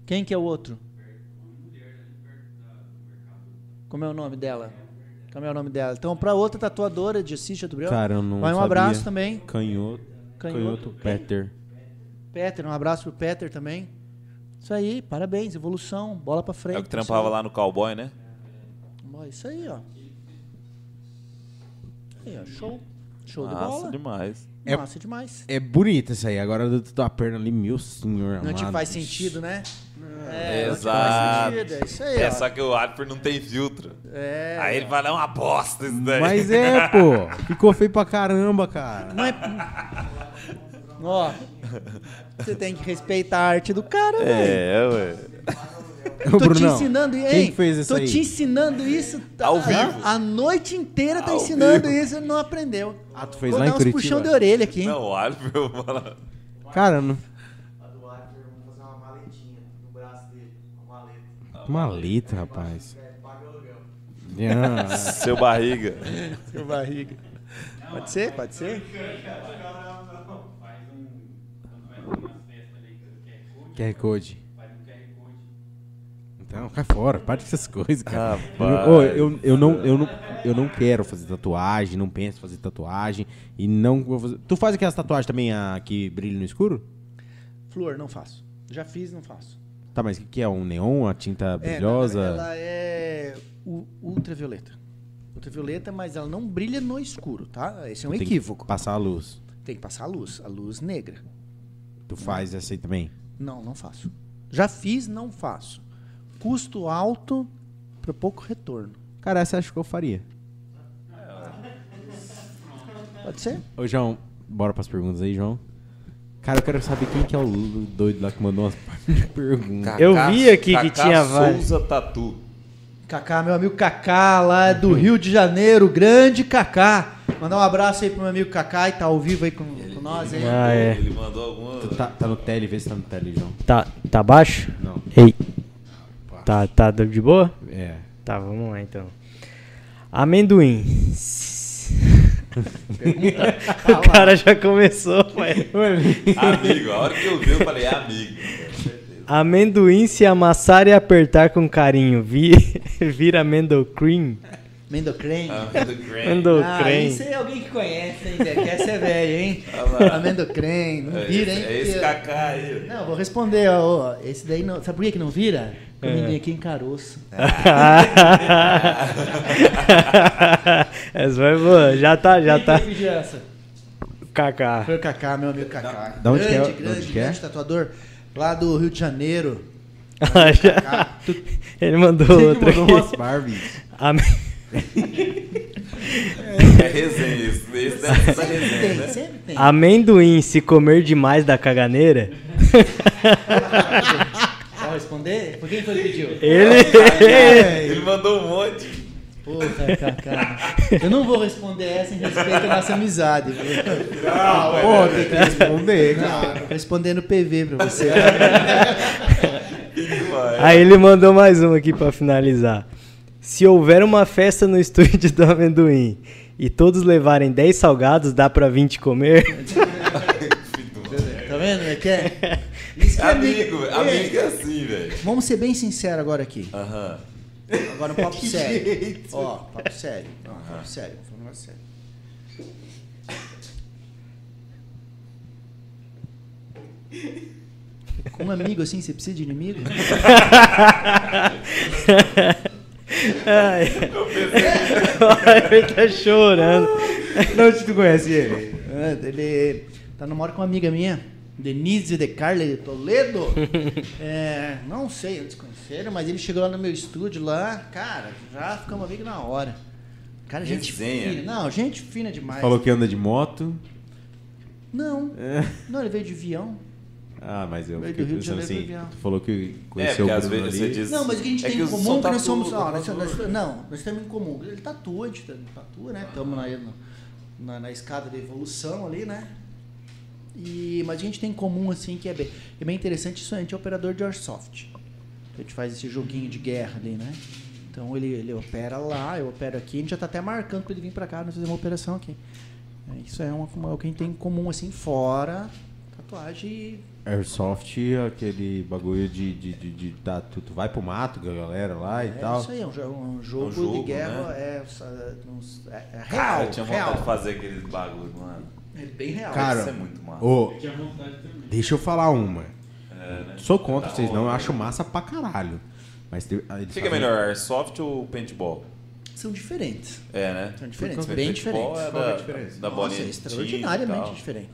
S1: Quem que é o outro? Como é o nome dela? Como é o nome dela? Então, pra outra tatuadora de Cíntia Gabriel.
S2: Cara, eu não
S1: Vai um
S2: sabia.
S1: abraço também.
S2: Canhoto.
S1: Canhoto.
S2: Canhoto, Peter.
S1: Peter, um abraço pro Peter também. Isso aí, parabéns, evolução, bola pra frente.
S4: É o que trampava lá no cowboy, né?
S1: Ó, Isso aí, ó. Aí, ó, show. Show de
S4: Massa
S1: bola.
S4: demais.
S2: É-
S1: Massa demais.
S2: É bonita essa aí. Agora do da perna ali, meu senhor.
S1: Não te
S2: amado.
S1: faz sentido, né? É, não te faz
S4: Exato.
S1: sentido, É isso aí,
S4: É,
S1: ó.
S4: só que o Alper não tem filtro.
S1: É.
S4: Aí ele vai lá, é uma bosta isso daí.
S2: Mas é, pô. Ficou feio pra caramba, cara.
S1: Não é... Ó, você tem que respeitar a arte do cara, velho.
S4: É, ué.
S2: Ô,
S1: Tô te
S2: Brunão,
S1: ensinando, hein?
S2: Quem que fez isso
S1: Tô
S2: aí?
S1: te ensinando isso tá-
S4: Ao vivo.
S1: A noite inteira tá
S4: Ao
S1: ensinando
S4: vivo.
S1: isso, ele não aprendeu.
S2: Ah, tu fez
S1: Vou
S2: lá
S1: dar
S2: em
S1: uns
S2: Curitiba?
S1: puxão de orelha aqui, hein?
S4: Não, o Alper, eu vou lá.
S2: Cara, não...
S8: A do Arthur, vamos fazer uma maletinha no braço dele. Uma maleta.
S2: Maleta, rapaz.
S8: É, paga o aluguel.
S2: Ah,
S4: Seu barriga.
S1: Seu barriga. Pode ser, pode ser.
S9: Faz um. Quando vai nas festas ali, que quer code,
S2: QR Code.
S9: faz um QR Code.
S2: Então, cai fora, para com essas coisas, cara.
S4: Rapaz.
S2: Eu- ô, eu, eu, não, eu, não, eu não quero fazer tatuagem, não penso em fazer tatuagem e não vou fazer. Tu faz aquelas tatuagens também a, que brilham no escuro?
S1: Flor, não faço. Já fiz, não faço.
S2: Tá, mas o que, que é? Um neon, a tinta
S1: É,
S2: brilhosa?
S1: não, ela é u- ultravioleta. Ultravioleta, mas ela não brilha no escuro, tá? Esse é um
S2: Tem que
S1: equívoco.
S2: Passar a luz.
S1: Tem que passar a luz, a luz negra.
S2: Tu faz essa aí também.
S1: Não, não faço. Já fiz, não faço. Custo alto para pouco retorno.
S2: Cara, essa eu acho que eu faria.
S1: Pode ser?
S2: Ô, João, bora pras perguntas aí, João. Cara, eu quero saber quem que é o Lulu doido lá que mandou umas perguntas.
S3: Eu vi aqui que
S4: Cacá
S3: tinha vários.
S4: Souza Tatu.
S1: Kaká, meu amigo Kaká, lá é do Rio de Janeiro, grande Kaká. Mandar um abraço aí pro meu amigo Kaká e tá ao vivo aí com, com nós, hein?
S3: Ah, é.
S4: Ele mandou alguma.
S2: Tá, tá no tele, vê se tá no tele, João.
S3: Tá, tá baixo?
S2: Não.
S3: Ei. Tá, tá de boa?
S2: É.
S3: Tá, vamos lá então. Amendoim. o cara já começou, pai.
S4: Amigo, a hora que eu vi, eu falei, é amigo.
S3: Amendoim se amassar e apertar com carinho, vi, vira amendoim.
S1: Mendocrem.
S4: tá
S1: Ah,
S3: Amendoim.
S1: isso aí é alguém que conhece, hein, Zé? Que essa é velha, hein?
S4: Olha lá.
S1: Amendocrem, não
S4: Ah, É
S1: vira,
S4: esse-
S1: hein?
S4: É esse
S1: Porque-
S4: Cacá aí.
S1: Não, vou responder, ó, ó, Esse daí não. Sabe por que que não vira?
S4: É.
S1: Comidinha aqui em caroço.
S4: Ah,
S3: Essa foi boa. Já tá, já tá.
S1: Quem pediu essa?
S3: Kaká.
S1: Foi o Kaká, meu amigo Kaká.
S2: Da onde que é?
S1: um grande,
S2: Da
S1: grande,
S2: onde que é?
S1: grande tatuador lá do Rio de Janeiro.
S3: Já- Ele mandou outra
S2: Ele mandou umas
S3: aqui.
S2: Barbies.
S3: Amen-
S4: É resenha isso. Esse deve ser resenha, né?
S1: Tem, sempre tem.
S2: Ah.
S3: Amendoim se comer demais da caganeira.
S1: Vou responder? Por quem foi que pediu? é,
S3: Ele.
S4: tá Ele mandou um monte.
S1: Pô, Kaká. Eu não vou responder essa em respeito à nossa amizade. viu? é,
S2: Pô,
S1: né?
S2: tem que responder, cara.
S1: Vou responder no PV pra você.
S3: Aí ele mandou mais um aqui pra finalizar. Se houver uma festa no estúdio do amendoim e todos levarem 10 salgados, dá pra 20 comer?
S1: Tá vendo? É que é. Isso que é
S4: Amigo,
S1: amigo.
S4: velho. amigo é assim, velho.
S1: Vamos ser bem sinceros agora aqui.
S4: Aham.
S1: Agora um papo sério. Ó, papo sério. Não, papo sério. Vou falar um negócio sério. Com um amigo assim, você precisa de inimigo?
S3: Ai. Ai, ele tá chorando.
S2: Não, tu conhece ele?
S1: É, Ele tá namora com uma amiga minha, Denise de Carla de Toledo. É, não sei, eles se conheceram, mas ele chegou lá no meu estúdio lá, cara, já ficamos amigos na hora. Cara, gente
S4: Resenha.
S1: fina. Não, gente fina demais.
S2: Falou que anda de moto.
S1: Não,
S2: É.
S1: não, ele veio de avião.
S2: Ah, mas eu
S1: Veio
S2: fiquei
S1: do Rio de
S2: pensando
S1: Janeiro
S2: assim.
S1: pro avião.
S2: Tu falou que
S4: É,
S2: conheceu
S4: porque
S2: o
S4: às
S2: Bruno
S4: vezes você
S2: ali.
S4: diz.
S1: Não, mas o que a gente
S4: é
S1: tem em
S4: os
S1: comum
S4: são
S1: é que nós
S4: tatu,
S1: somos. ó, nós-
S4: tatu.
S1: nós- não, nós temos em comum. Ele tatua, a gente tá- tatua, né? Estamos na, na, na escada da evolução ali, né? E, mas a gente tem em comum, assim, que é bem, é bem interessante isso. A gente é operador de airsoft. A gente faz esse joguinho de guerra ali, né? Então ele, ele opera lá, eu opero aqui. A gente já tá até marcando pra ele vir pra cá, nós fizemos uma operação aqui. É, isso é uma, uma, o que a gente tem em comum, assim, fora tatuagem e
S2: Airsoft, aquele bagulho de. de, de, de tá, tu, tu vai pro mato com a galera lá e
S1: é
S2: tal.
S1: isso aí, é um, jo- um jogo,
S4: jogo, né?
S1: de guerra, é, uns- é- é real,
S4: Cara, eu tinha vontade
S1: real.
S4: de fazer aqueles bagulho, mano.
S1: É bem real.
S2: Cara,
S4: Isso é muito massa.
S2: Ô,
S10: Eu tinha vontade também.
S2: deixa eu falar uma.
S4: É, né?
S2: Sou contra
S4: Da
S2: vocês, não. Eu
S4: hora.
S2: acho massa pra caralho. Mas teve- ah,
S4: O
S2: eles
S4: que que é
S2: fazem-
S4: melhor, Airsoft ou Paintball?
S1: São diferentes.
S4: É, né?
S1: São diferentes,
S4: Porque
S1: bem
S4: paintball
S1: diferentes.
S4: É
S2: Qual
S4: da,
S2: é a diferença?
S4: da
S1: Nossa,
S4: bolinha
S1: é
S4: de tiro e
S1: extraordinariamente
S4: tal.
S1: diferente.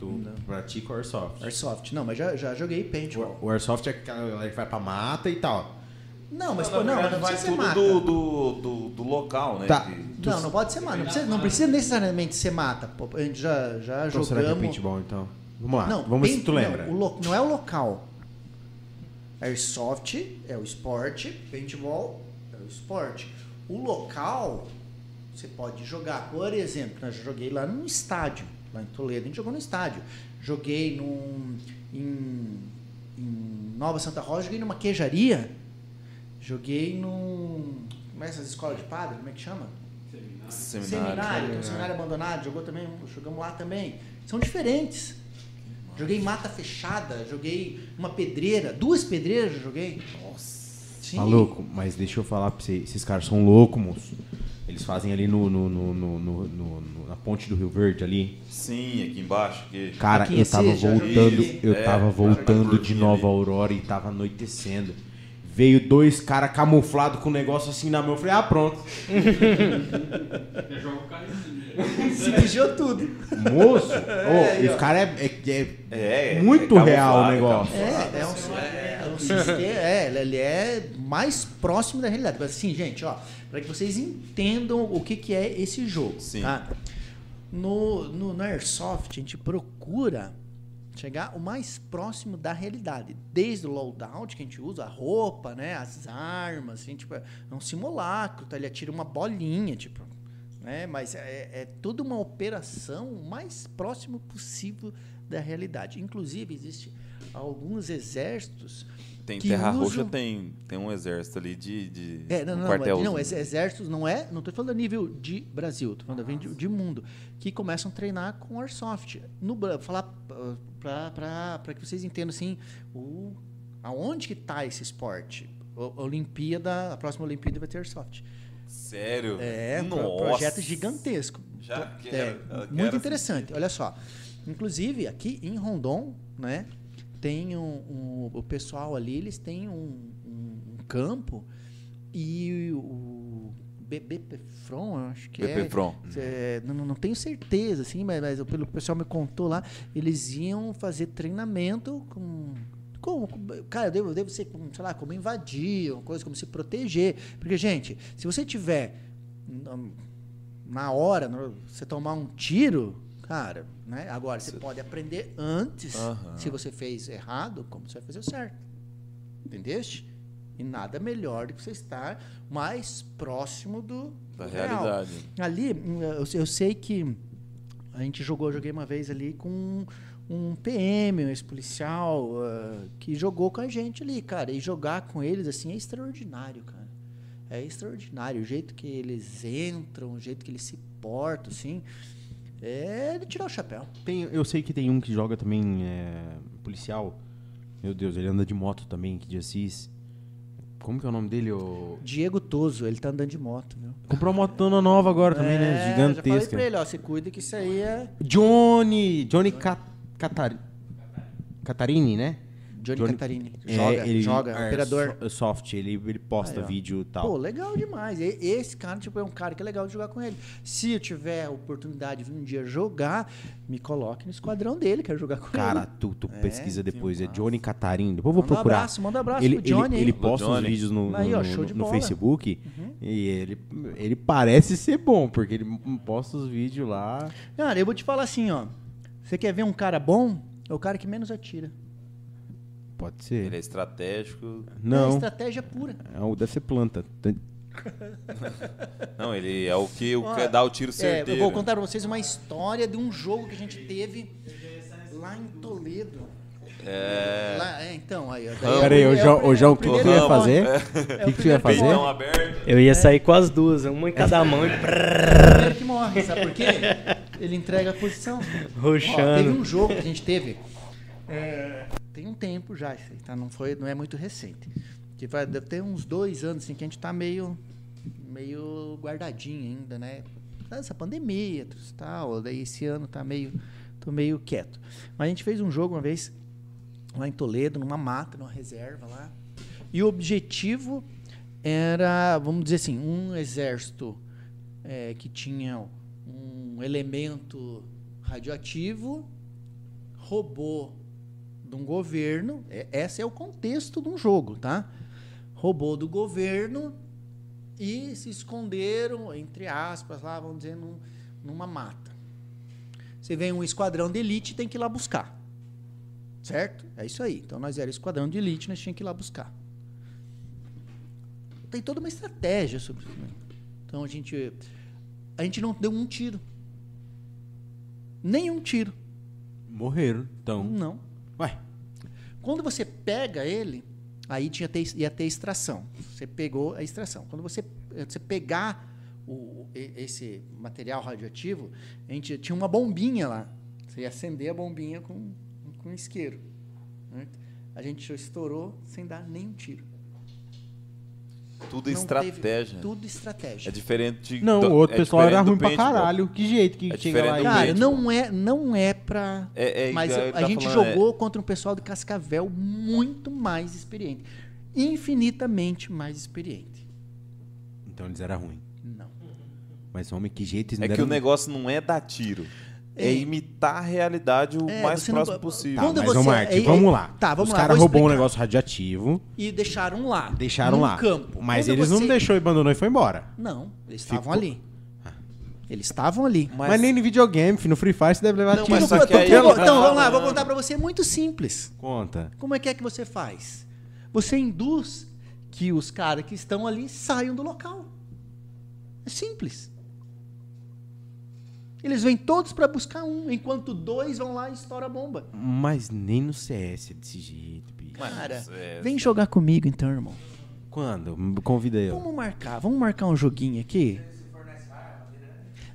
S2: Tu pratica o Airsoft.
S1: Airsoft. Não, mas já, já joguei paintball.
S2: O Airsoft é aquela galera que vai pra mata e tal.
S1: Não, mas
S4: na
S1: pô, não, mas
S4: verdade,
S1: não
S4: vai
S1: precisa ser mata.
S4: tudo do, do, do, do local, né?
S2: Tá.
S4: Que-
S1: Não, não pode ser mata. Não precisa, não precisa necessariamente ser mata. Pô, a gente já, já
S2: Então
S1: jogamos.
S2: será que é paintball então? Vamos lá,
S1: Não,
S2: vamos ver
S1: paint-
S2: se tu lembra.
S1: Não, o lo- não é o local. Airsoft é o esporte, paintball é o esporte. O local, você pode jogar. Por exemplo, nós joguei lá num estádio, lá em Toledo, a gente jogou no estádio. Joguei num, em, em Nova Santa Rosa, joguei numa queijaria, joguei num. Como é essas escolas de padre? Como é que chama?
S4: Seminário. né?
S1: seminário, tem um seminário abandonado, jogou também, jogamos lá também. São diferentes. Joguei mata fechada, joguei uma pedreira, duas pedreiras eu joguei. Nossa. Sim.
S2: Maluco, mas deixa eu falar pra vocês, esses caras são loucos, moço. Eles fazem ali no, no- no- no- no- no- no- na ponte do Rio Verde ali.
S4: Sim, aqui embaixo. Que...
S2: Cara,
S1: Aqui em
S2: eu tava
S1: Seja,
S2: voltando,
S1: ali.
S2: eu
S4: É,
S2: tava
S4: na
S2: voltando de
S4: curvinha
S2: Nova
S4: ali.
S2: Aurora e tava anoitecendo. Veio dois caras camuflados com um negócio assim na mão. Eu falei, ah, pronto.
S10: Eu jogo carrinho.
S1: Se mijou tudo.
S2: Moço, ô,
S1: aí,
S2: os
S1: ó.
S2: caras é, é- é
S4: É, é
S2: muito
S4: camuflado,
S2: real o
S4: é
S2: negócio.
S1: É, é um, é, um sistema, é, ele- ele é mais próximo da realidade. Mas assim, gente, ó, para que vocês entendam o que, que é esse jogo.
S4: Sim.
S1: tá? No, no, no Airsoft, a gente procura chegar o mais próximo da realidade. Desde o loadout que a gente usa, a roupa, né, as armas, assim, tipo, é um simulacro, tá? ele atira uma bolinha, tipo, né? Mas é, é toda uma operação o mais próximo possível da realidade. Inclusive, existe alguns exércitos
S4: Tem
S1: que
S4: Terra
S1: usam-
S4: Roxa, tem, tem um exército ali de, de
S1: é, não,
S4: um
S1: não,
S4: quartel.
S1: não, não, ex- exércitos não é, não tô falando a nível de Brasil, tô falando a nível de, de mundo, que começam a treinar com airsoft. No Bra- falar uh, para que vocês entendam assim, o aonde que tá esse esporte? O- Olimpíada, a próxima Olimpíada vai ter airsoft.
S4: Sério?
S1: É, um
S4: Nossa.
S1: pro- projeto gigantesco.
S4: Já
S1: Tô-
S4: quero,
S1: é,
S4: eu
S1: muito
S4: quero
S1: interessante. Olha só. Inclusive, aqui em Rondon, né, tem um, um- o pessoal ali, eles têm um, um- um campo e o BB Front, eu acho que é.
S4: BP Prom.
S1: É, não, não tenho certeza, assim, mas, mas pelo que o pessoal me contou lá, eles iam fazer treinamento com. com- com- cara, eu devo, eu devo ser, com, sei lá, como invadir, uma coisa, como se proteger. Porque, gente, se você tiver hum, na hora, na- você tomar um tiro, cara, né? Agora, você pode aprender antes
S4: Aham.
S1: se você fez errado, como você vai fazer o certo. Entendeste? E nada melhor do que você estar mais próximo do,
S4: Da
S1: do real.
S4: realidade.
S1: Ali, hum, eu, eu sei que a gente jogou, eu joguei uma vez ali com um, um PM, um ex-policial, ah, que jogou com a gente ali, cara. E jogar com eles, assim, é extraordinário, cara. É extraordinário. O jeito que eles entram, o jeito que eles se portam, assim, é de tirar o chapéu.
S2: Tem- eu sei que tem um que joga também é, policial. Meu Deus, ele anda de moto também, que de Assis. Como que é o nome dele? ô?
S1: Diego Toso, ele tá andando de moto, viu?
S2: Comprou uma motona nova agora também,
S1: É,
S2: né?
S1: Já falei pra
S2: Gigantesca.
S1: ele, ó, se cuida que isso aí é...
S2: Johnny. Johnny Cat, Catar, Catarini, né?
S1: Johnny,
S2: Johnny-
S1: Cantarini.
S2: É,
S1: Joga, joga,
S2: é,
S1: operador.
S2: so- soft, ele, ele posta
S1: Aí, ó.
S2: vídeo e tal.
S1: Pô, legal demais. E- Esse cara, tipo, é um cara que é legal de jogar com ele. Se eu tiver a oportunidade de um dia jogar, me coloque no esquadrão dele, quero jogar com
S2: Cara,
S1: ele.
S2: tu, tu
S1: É,
S2: pesquisa
S1: que
S2: depois. É
S1: massa.
S2: Johnny Catarini. Depois eu vou
S1: Manda um
S2: procurar.
S1: abraço, manda um abraço
S2: ele,
S1: pro Johnny
S2: ele,
S1: aí.
S2: ele
S4: Pro
S2: posta uns
S4: Johnny.
S2: vídeos no,
S1: Aí,
S2: no-
S1: ó, show de
S2: no
S1: bola. Uhum.
S2: Facebook e ele, ele parece ser bom, porque ele posta os vídeos lá.
S1: Cara, eu vou te falar assim, ó. Você quer ver um cara bom? É o cara que menos atira.
S2: Pode ser.
S4: Ele é estratégico.
S1: É
S2: Não,
S1: estratégia pura.
S2: é o- deve ser planta. Tem-
S4: Não, ele é o que, o que
S1: Ó,
S4: dá o tiro
S1: É,
S4: certeiro.
S1: eu vou contar pra vocês uma história de um jogo que a gente teve lá em Toledo. É. Lá, é então, aí, ó. daí é o-
S2: Peraí, ô
S1: é o
S2: João,
S1: primeiro-
S2: ô João, o
S1: é
S2: que
S1: o
S2: que tu ia
S1: primeiro
S2: fazer?
S1: ponto.
S4: É.
S2: O que que tu ia
S1: primeiro
S4: Então,
S2: fazer?
S4: Peitão aberto.
S3: Eu ia sair com as duas, uma em cada mão e
S1: Primeiro que morre, sabe por quê? Ele entrega a posição. Ó, teve
S3: roxando.
S1: um jogo que a gente teve. é, tem um tempo já, isso aí, tá? Não, foi, não é muito recente. Que vai, deve ter uns dois anos assim, que a gente tá meio, meio guardadinho ainda, né? Essa pandemia, tudo tal. Daí esse ano tá meio. tô meio quieto. Mas a gente fez um jogo uma vez lá em Toledo, numa mata, numa reserva lá. E o objetivo era, vamos dizer assim, um exército eh, que tinha um elemento radioativo, roubou de um governo, é- esse é o contexto de um jogo, tá? Roubou do governo e se esconderam, entre aspas, lá, vamos dizer, num- numa mata. Você vem um esquadrão de elite e tem que ir lá buscar. Certo? É isso aí. Então nós era esquadrão de elite, nós tínhamos que ir lá buscar. Tem toda uma estratégia sobre isso. né? Então a gente a gente não deu um tiro. Nenhum tiro.
S2: Morreram, então.
S1: Não.
S2: Ué,
S1: Quando você pega ele, aí tinha ter- ia ter extração. Você pegou a extração. Quando você, você pegar o- e- esse material radioativo, a gente tinha uma bombinha lá. Você ia acender a bombinha com, com um isqueiro. né? A gente estourou sem dar nenhum tiro.
S4: Tudo é
S1: Não
S4: estratégia.
S1: teve- tudo
S4: É
S1: estratégia.
S4: diferente de.
S2: não,
S4: do-
S2: o outro
S4: é
S2: pessoal era ruim
S4: diferente do
S2: pra
S4: paintball.
S2: caralho. Que jeito que
S4: É
S2: chega lá
S4: diferente
S2: e...
S4: do
S1: Cara,
S4: gente,
S1: não é, não é pra.
S4: É, é,
S1: mas
S4: é,
S1: a,
S4: tá
S1: gente
S4: falando, é-
S1: jogou contra um pessoal de Cascavel muito mais experiente. Infinitamente mais experiente.
S2: Então eles eram ruins.
S1: Não.
S2: Mas, homem, que jeito eles
S4: É
S2: não
S4: que o
S2: deram-
S4: negócio não é dar tiro. É,
S1: É.
S4: imitar a realidade o
S1: É,
S4: mais
S1: você não-
S4: próximo possível.
S2: Tá,
S1: Quando
S2: mas,
S1: você-
S2: ô, Marte,
S1: é- é-
S2: vamos lá.
S1: tá, vamos
S2: Os
S1: lá,
S2: caras
S1: vou
S2: roubou um
S1: explicar.
S2: negócio radioativo,
S1: E deixaram lá.
S2: deixaram
S1: num
S2: lá.
S1: campo.
S2: Mas
S1: Quando
S2: eles não
S1: você-
S2: deixou e abandonou e foi embora.
S1: Não, eles estavam
S2: Ficou-
S1: ali. Eles estavam ali.
S2: Mas, nem no videogame, filho, no Free Fire você deve levar
S1: Não,
S2: tiro. é
S1: mas
S4: só
S1: então,
S4: que aí-
S1: então, então, vamos lá, vou contar pra você. É muito simples.
S2: Conta.
S1: Como é que é que você faz? Você induz que os caras que estão ali saiam do local. É simples. Eles vêm todos pra buscar um, enquanto dois vão lá e estoura a bomba.
S2: Mas nem no CS é desse jeito, bicho.
S4: Mas,
S1: Cara,
S4: é,
S1: vem jogar comigo então, irmão.
S2: Quando? Me Convida eu.
S1: Vamos marcar, vamos marcar um joguinho aqui.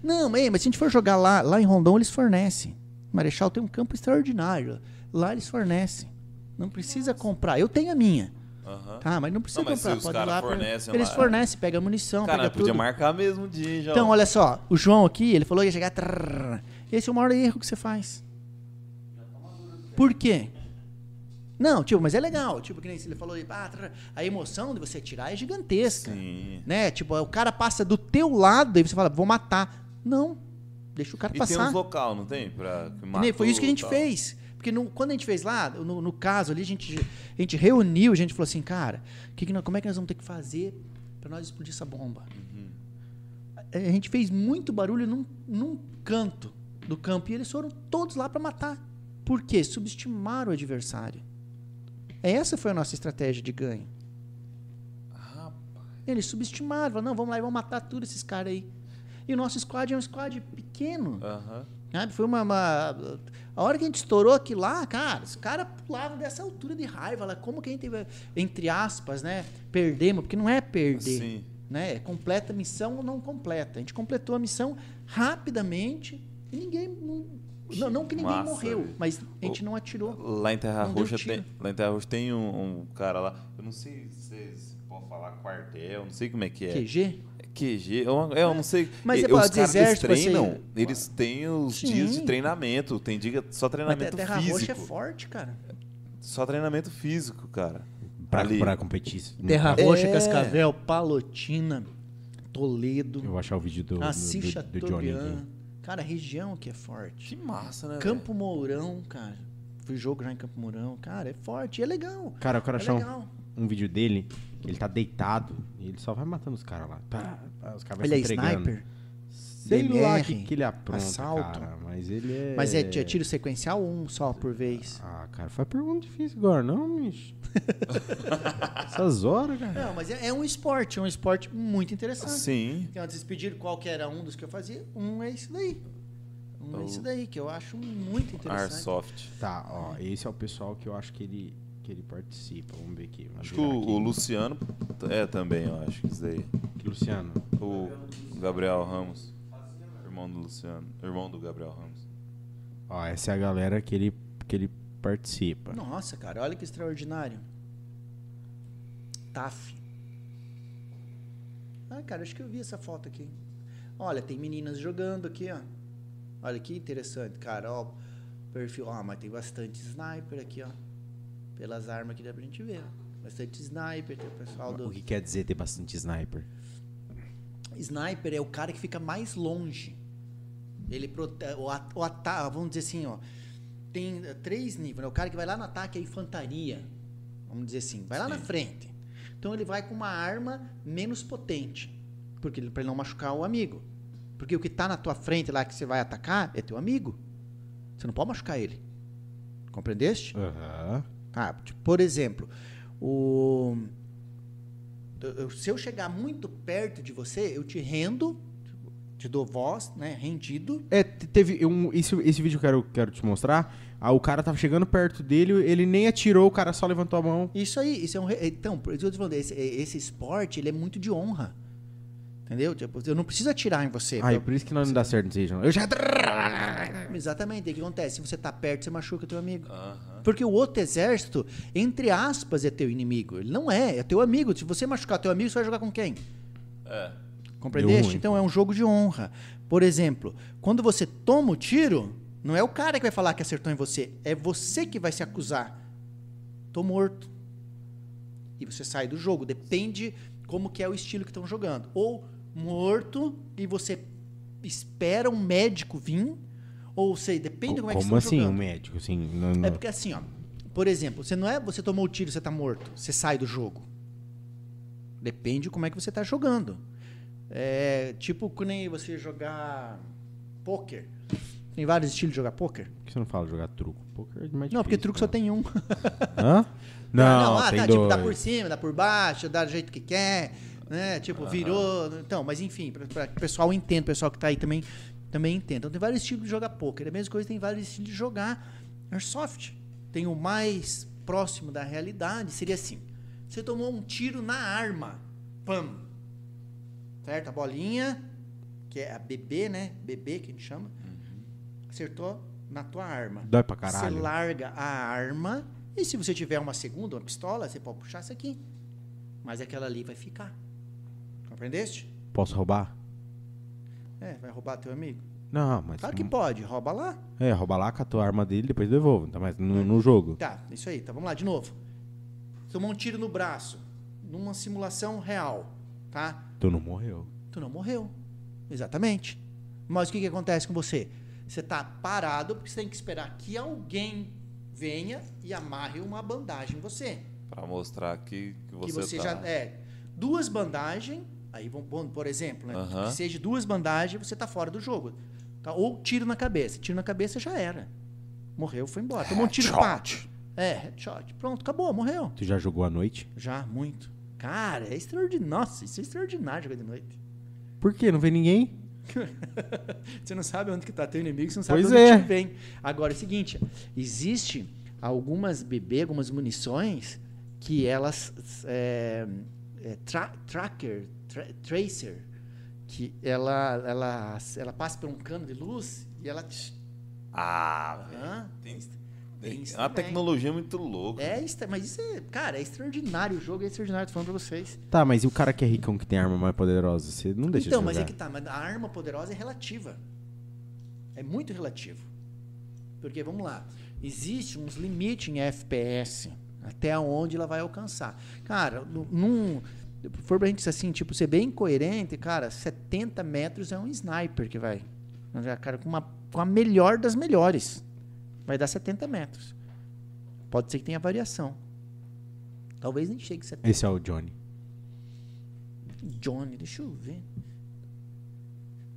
S1: Não, mas, mas se a gente for jogar lá, lá em Rondon eles fornecem. Marechal tem um campo extraordinário. Lá eles fornecem. Não precisa comprar. Eu tenho a minha.
S4: aham.
S1: Tá, mas não precisa
S4: Não, mas
S1: comprar.
S4: se os
S1: Pode ir
S4: caras
S1: lá. pra-
S4: fornecem
S1: eles
S4: lá.
S1: fornecem, pega munição,
S4: Cara,
S1: pega
S4: podia
S1: tudo.
S4: marcar um. mesmo dia, hein, já.
S1: Então, olha só, o João aqui, ele falou que ia chegar. trrr. Esse é o maior erro que você faz. Por quê? Não, tipo, mas é legal. Tipo, que nem ele falou, aí, ah, trrr, a emoção de você tirar é gigantesca.
S4: Sim.
S1: Né? Tipo, o cara passa do teu lado e você fala, vou matar. Não, deixa o cara
S4: E tem
S1: passar.
S4: uns local, não tem? Pra, que
S1: Que nem-
S4: matou
S1: Né, Foi isso que a gente
S4: e tal.
S1: fez. Porque no- quando a gente fez lá, no, no caso ali, a gente, a gente reuniu, a gente falou assim, cara, que que nós- como é que nós vamos ter que fazer para nós explodir essa bomba?
S4: Uhum.
S1: É, A, a gente fez muito barulho num, num canto do campo e eles foram todos lá para matar. Por quê? Subestimaram o adversário. Essa foi a nossa estratégia de ganho. Eles subestimaram, falaram, não, vamos lá e vamos matar tudo esses caras aí. E o nosso squad é um squad pequeno.
S4: Aham.
S1: Sabe? Foi uma, uma- A hora que a gente estourou aqui lá, cara, os caras pulavam dessa altura de raiva. Lá, como que a gente, vai- entre aspas, né? Perdemos, porque não é perder.
S4: Sim.
S1: Né? É completa a missão ou não completa. A gente completou a missão rapidamente e ninguém. Não, não, não que ninguém
S4: massa,
S1: morreu,
S4: velho.
S1: mas a gente não atirou.
S4: Lá em Terra
S1: Não deu
S4: Roxa
S1: tiro.
S4: tem, lá em Terra Roxa tem um, um cara lá, eu não sei se vocês podem falar quartel, não sei como é que é.
S1: QG?
S4: É QG, eu, é, eu não sei.
S1: Mas
S4: E-
S1: você fala
S4: os
S1: de
S4: caras que
S1: exército, você-
S4: treinam, eles têm os
S1: Sim.
S4: dias de treinamento, tem dia é só
S1: Mas
S4: treinamento
S1: a Terra Roxa
S4: físico.
S1: é forte, cara.
S4: só treinamento físico, cara.
S2: Pra,
S4: Ali.
S2: pra competir.
S1: Terra
S4: É.
S1: Roxa, Cascavel, Palotina, Toledo,
S2: Eu vou achar o vídeo do, do,
S1: Assis
S2: do, do Johnny
S1: Chateaubriand.
S2: aqui.
S1: Cara, a região que é forte.
S4: Que massa, né? velho?
S1: Campo Mourão, cara. Fui jogo já em Campo Mourão. Cara, é forte, é legal.
S2: Cara, eu quero
S1: É
S2: achar um,
S1: legal.
S2: um vídeo dele. que Ele tá deitado e ele só vai matando os caras lá. Pá, pá, os caras vai
S1: Ele é
S2: se entregando.
S1: sniper,
S2: Sei lá o que,
S1: DMR,
S2: que ele apronta,
S1: assalto.
S2: cara. Mas ele é...
S1: mas é, é tiro sequencial um só por vez.
S2: Ah, cara, foi pergunta difícil agora, não, bicho? Essas horas, cara.
S1: Não, mas é, é um esporte, é um esporte muito interessante.
S4: Sim.
S1: Então, vocês pediram qual que era um dos que eu fazia. Um é isso daí. Um
S4: O-
S2: Então,
S1: é isso daí, que eu acho muito interessante.
S4: Airsoft.
S2: Tá, ó, esse é o pessoal que eu acho que ele que ele participa. Vamos ver aqui. vamos
S4: Acho que
S2: virar
S4: o,
S2: aqui.
S4: o Luciano é também, eu acho que isso daí.
S2: Que Luciano.
S4: O Gabriel Ramos. Irmão do Luciano. Irmão do Gabriel Ramos.
S2: Ó, essa é a galera que ele, que ele participa.
S1: Nossa, cara, olha que extraordinário. TAF. Ah, cara, acho que eu vi essa foto aqui. Olha, tem meninas jogando aqui, ó. Olha que interessante, cara. Ó, perfil. Ó, mas tem bastante sniper aqui, ó. Pelas armas que dá pra gente ver. ó. Bastante sniper, tem o pessoal
S2: O
S1: do.
S2: que quer dizer ter bastante sniper?
S1: Sniper é o cara que fica mais longe. Ele protege. O, at- o ata- vamos dizer assim, ó. Tem eh, três níveis. Né? O cara que vai lá no ataque é a infantaria. Vamos dizer assim. Vai lá na frente. Então ele vai com uma arma menos potente. Porque ele- pra ele não machucar o amigo. Porque o que tá na tua frente lá que você vai atacar é teu amigo. Você não pode machucar ele. Compreendeste?
S2: Aham.
S1: Ah, tipo, por exemplo, o- eu- eu- se eu chegar muito perto de você, eu te rendo, tipo, te dou voz, né? Rendido.
S2: É, te- teve um. Esse, esse vídeo que eu quero, quero te mostrar. Ah, o cara tava chegando perto dele, ele nem atirou, o cara só levantou a mão.
S1: Isso aí, isso é um. re- Então, por isso que eu tô falando, esse, esse esporte ele é muito de honra. Entendeu? Tipo, eu não preciso atirar em você.
S2: Ah,
S1: É, pra-
S2: e por isso que não, não dá certo nesse vídeo. não. Eu já.
S1: Exatamente, o que acontece? Se você tá perto, você machuca teu amigo.
S4: Aham.
S1: Porque o outro exército, entre aspas, é teu inimigo. Ele não é, é teu amigo. Se você machucar teu amigo, você vai jogar com quem?
S4: É.
S2: Deu
S1: Compreendeste?
S2: ruim.
S1: Então é um jogo de honra. Por exemplo, quando você toma o tiro, não é o cara que vai falar que acertou em você, é você que vai se acusar. Tô morto. E você sai do jogo, depende como que é o estilo que estão jogando. Ou morto e você espera um médico vir, ou sei, depende como, é que estão
S2: Como assim, um
S1: jogando.
S2: médico? Assim, não- não-
S1: É porque assim, ó, por exemplo, você não é você tomou o tiro, você tá morto, você sai do jogo. Depende de como é que você tá jogando. É tipo que nem você jogar poker. Tem vários estilos de jogar poker.
S2: Por que você não fala jogar truco? Poker é mais
S1: Não, porque
S2: difícil,
S1: truque só
S2: cara.
S1: tem um.
S2: Hã? Não,
S1: ah,
S2: tem
S1: tá,
S2: dois.
S1: tipo, dá por cima, dá por baixo, dá do jeito que quer, né? Tipo, virou. Então, mas enfim, pra, pra que o pessoal entenda, o pessoal que tá aí também, também entenda. Então tem vários estilos de jogar poker. A mesma coisa tem vários estilos de jogar Airsoft. Tem o mais próximo da realidade, seria assim. Você tomou um tiro na arma. Pam! Certo? A bolinha, que é a BB, né? BB que a gente chama. Acertou na tua arma.
S2: Dói pra caralho.
S1: Você larga a arma e se você tiver uma segunda, uma pistola, você pode puxar essa aqui. Mas aquela ali vai ficar. Compreendeste?
S2: Posso roubar?
S1: É, vai roubar teu amigo?
S2: Não, mas.
S1: Claro que pode, rouba lá.
S2: É, rouba lá, catou a arma dele depois devolve. Tá, mas no, no jogo.
S1: Tá, isso aí, tá, vamos lá de novo. Tomou um tiro no braço, numa simulação real, tá?
S2: Tu Então não morreu.
S1: Tu não morreu. Exatamente. Mas o que, que acontece com você? Você tá parado porque você tem que esperar que alguém venha e amarre uma bandagem em você.
S4: Pra mostrar que, que você,
S1: que você
S4: tá.
S1: já é duas bandagens aí vão pôr, por exemplo né,
S4: Aham.
S1: que seja duas bandagens você tá fora do jogo tá? ou tiro na cabeça tiro na cabeça já era morreu foi embora tomou um tiro no pátio é headshot pronto acabou morreu
S2: Tu já jogou à noite?
S1: já muito cara é extraordinário nossa isso é extraordinário jogar de noite
S2: Por quê? Não vê ninguém?
S1: Você não sabe onde que tá teu inimigo, você não sabe
S2: Pois
S1: onde
S2: é.
S1: que vem. Agora é o seguinte, existe algumas BB, algumas munições que elas é, é, tra- tracker, tra- tracer, que ela, ela ela passa por um cano de luz e ela te-
S4: Ah, velho.
S1: Hã?
S4: Tem-
S1: Tem
S4: Tem
S1: isso
S4: uma
S1: também.
S4: tecnologia muito louca.
S1: É, extra- mas isso é, cara, é extraordinário o jogo, é extraordinário, tô falando pra vocês.
S2: Tá, mas e o cara que é ricão que tem arma mais poderosa? Você não deixa
S1: então,
S2: de jogar.
S1: mas é que tá, mas a arma poderosa é relativa. É muito relativo. Porque, vamos lá, existe uns limites em FPS, até onde ela vai alcançar. Cara, nu- num. Se for pra gente ser assim, tipo, ser bem coerente, cara, 70 metros é um sniper que vai. é, Cara, com, uma, com a melhor das melhores. Vai dar 70 metros. Pode ser que tenha variação. Talvez nem chegue 70.
S2: Esse é o Johnny.
S1: Johnny, deixa eu ver.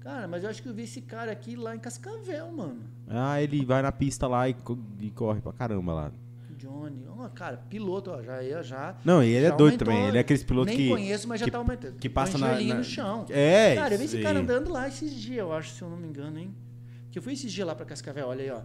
S1: Cara, mas eu acho que eu vi esse cara aqui lá em Cascavel, mano.
S2: Ah, ele vai na pista lá e, co- e corre pra caramba lá.
S1: Johnny. Ó, cara, piloto, ó, já eu já.
S2: Não, e ele é
S1: já
S2: doido
S1: aumentou. né?
S2: também. Ele é aqueles pilotos
S1: Nem
S2: que.
S1: conheço, mas já
S2: que-
S1: tá aumentando.
S2: que passa
S1: Põe
S2: na-
S1: joelhinho
S2: na-
S1: no chão.
S2: É,
S1: Cara, eu vi
S2: isso
S1: esse cara
S2: aí.
S1: andando lá esses dias, eu acho, se eu não me engano, hein? Que eu fui esses dias lá pra Cascavel, olha aí, ó.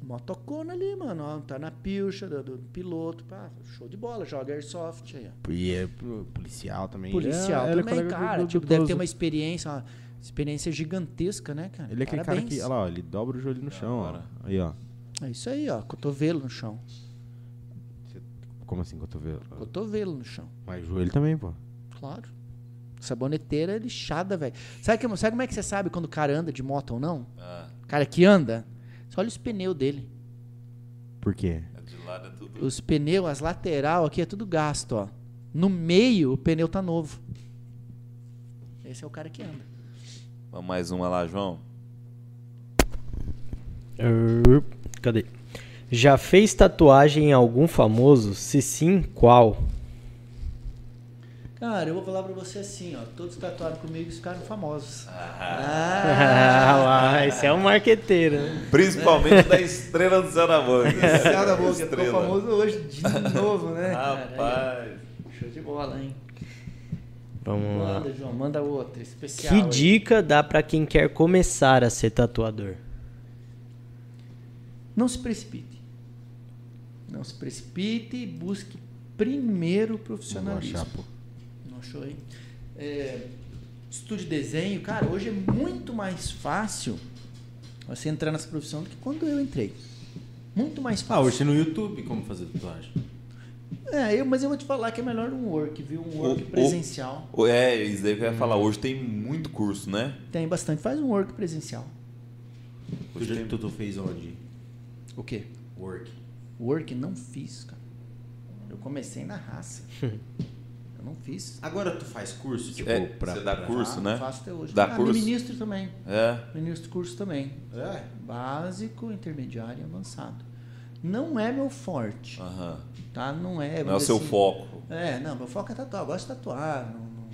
S1: Motocona ali, mano. ó, tá na pilcha do, do piloto. Pá, show de bola, joga airsoft aí, ó.
S2: E é pro- policial também.
S1: Policial
S2: Ele é- ele é
S1: também,
S2: colega do-
S1: cara.
S2: do- do
S1: tipo, deve ter
S2: Bozo.
S1: uma experiência, uma experiência gigantesca, né, cara?
S2: Ele é aquele
S1: Parabéns.
S2: cara que, olha lá, ó, ele dobra o
S4: É,
S2: joelho no chão, ó. Aí, ó.
S1: É isso aí, ó. Cotovelo no chão.
S2: Como assim, cotovelo?
S1: Cotovelo no chão.
S2: Mas joelho também, pô.
S1: Claro. Saboneteira é lixada, velho. Sabe, que- sabe como é que você sabe quando o cara anda de moto ou não?
S4: Ah,
S1: Cara que anda, você olha os pneus dele.
S2: Por quê?
S4: é de lado é tudo.
S1: Os pneus, as lateral aqui é tudo gasto, ó. No meio, o pneu tá novo. Esse é o cara que anda.
S4: Vamos mais uma lá, João.
S3: Erp, Cadê? Já fez tatuagem em algum famoso? Se sim, qual?
S1: Cara, eu vou falar pra você assim, ó. Todos tatuados comigo ficaram famosos.
S3: Ah, lá, esse é um marqueteiro. né?
S4: Principalmente da estrela do Zé da Boca.
S1: Céu da boca, ficou
S4: Estrela.
S1: famoso hoje de novo, né?
S4: Rapaz.
S1: Show de bola, hein?
S3: Vamos lá.
S1: Manda, João, manda outra. Especial.
S3: Que
S1: aí.
S3: dica dá pra quem quer começar a ser tatuador?
S1: Não se precipite. Não se precipite e busque primeiro o
S4: É
S1: profissionalismo.
S2: Vou achar, pô.
S1: Não achou, hein? É, estude desenho, cara, hoje é muito mais fácil você entrar nessa profissão do que quando eu entrei. Muito mais fácil.
S11: Ah, hoje tem no YouTube como fazer tatuagem.
S1: É, eu, mas eu vou te falar que é melhor um work, viu? Um work
S4: O- o-
S1: presencial.
S4: É, isso daí que eu ia falar. Hoje tem muito curso, né?
S1: Tem bastante. Faz um work presencial.
S11: O jeito que tu fez onde?
S1: O quê?
S11: Work.
S1: Work não fiz, cara. Eu comecei na raça. eu não fiz. Tá,
S11: Agora tu faz curso, tipo,
S4: É,
S11: pra...
S4: você dá
S11: pra-
S4: curso, né?
S1: Faço até hoje.
S4: Dá
S1: ah,
S4: curso?
S1: No ministro também.
S4: É.
S1: No início do curso também.
S11: É.
S1: Básico, intermediário e avançado. Não é meu forte,
S4: Aham.
S1: tá? Não é.
S4: Ah. Não é o
S1: vamos
S4: seu
S1: dizer assim,
S4: foco.
S1: É, não, meu foco é tatuar, eu gosto de tatuar. não- não-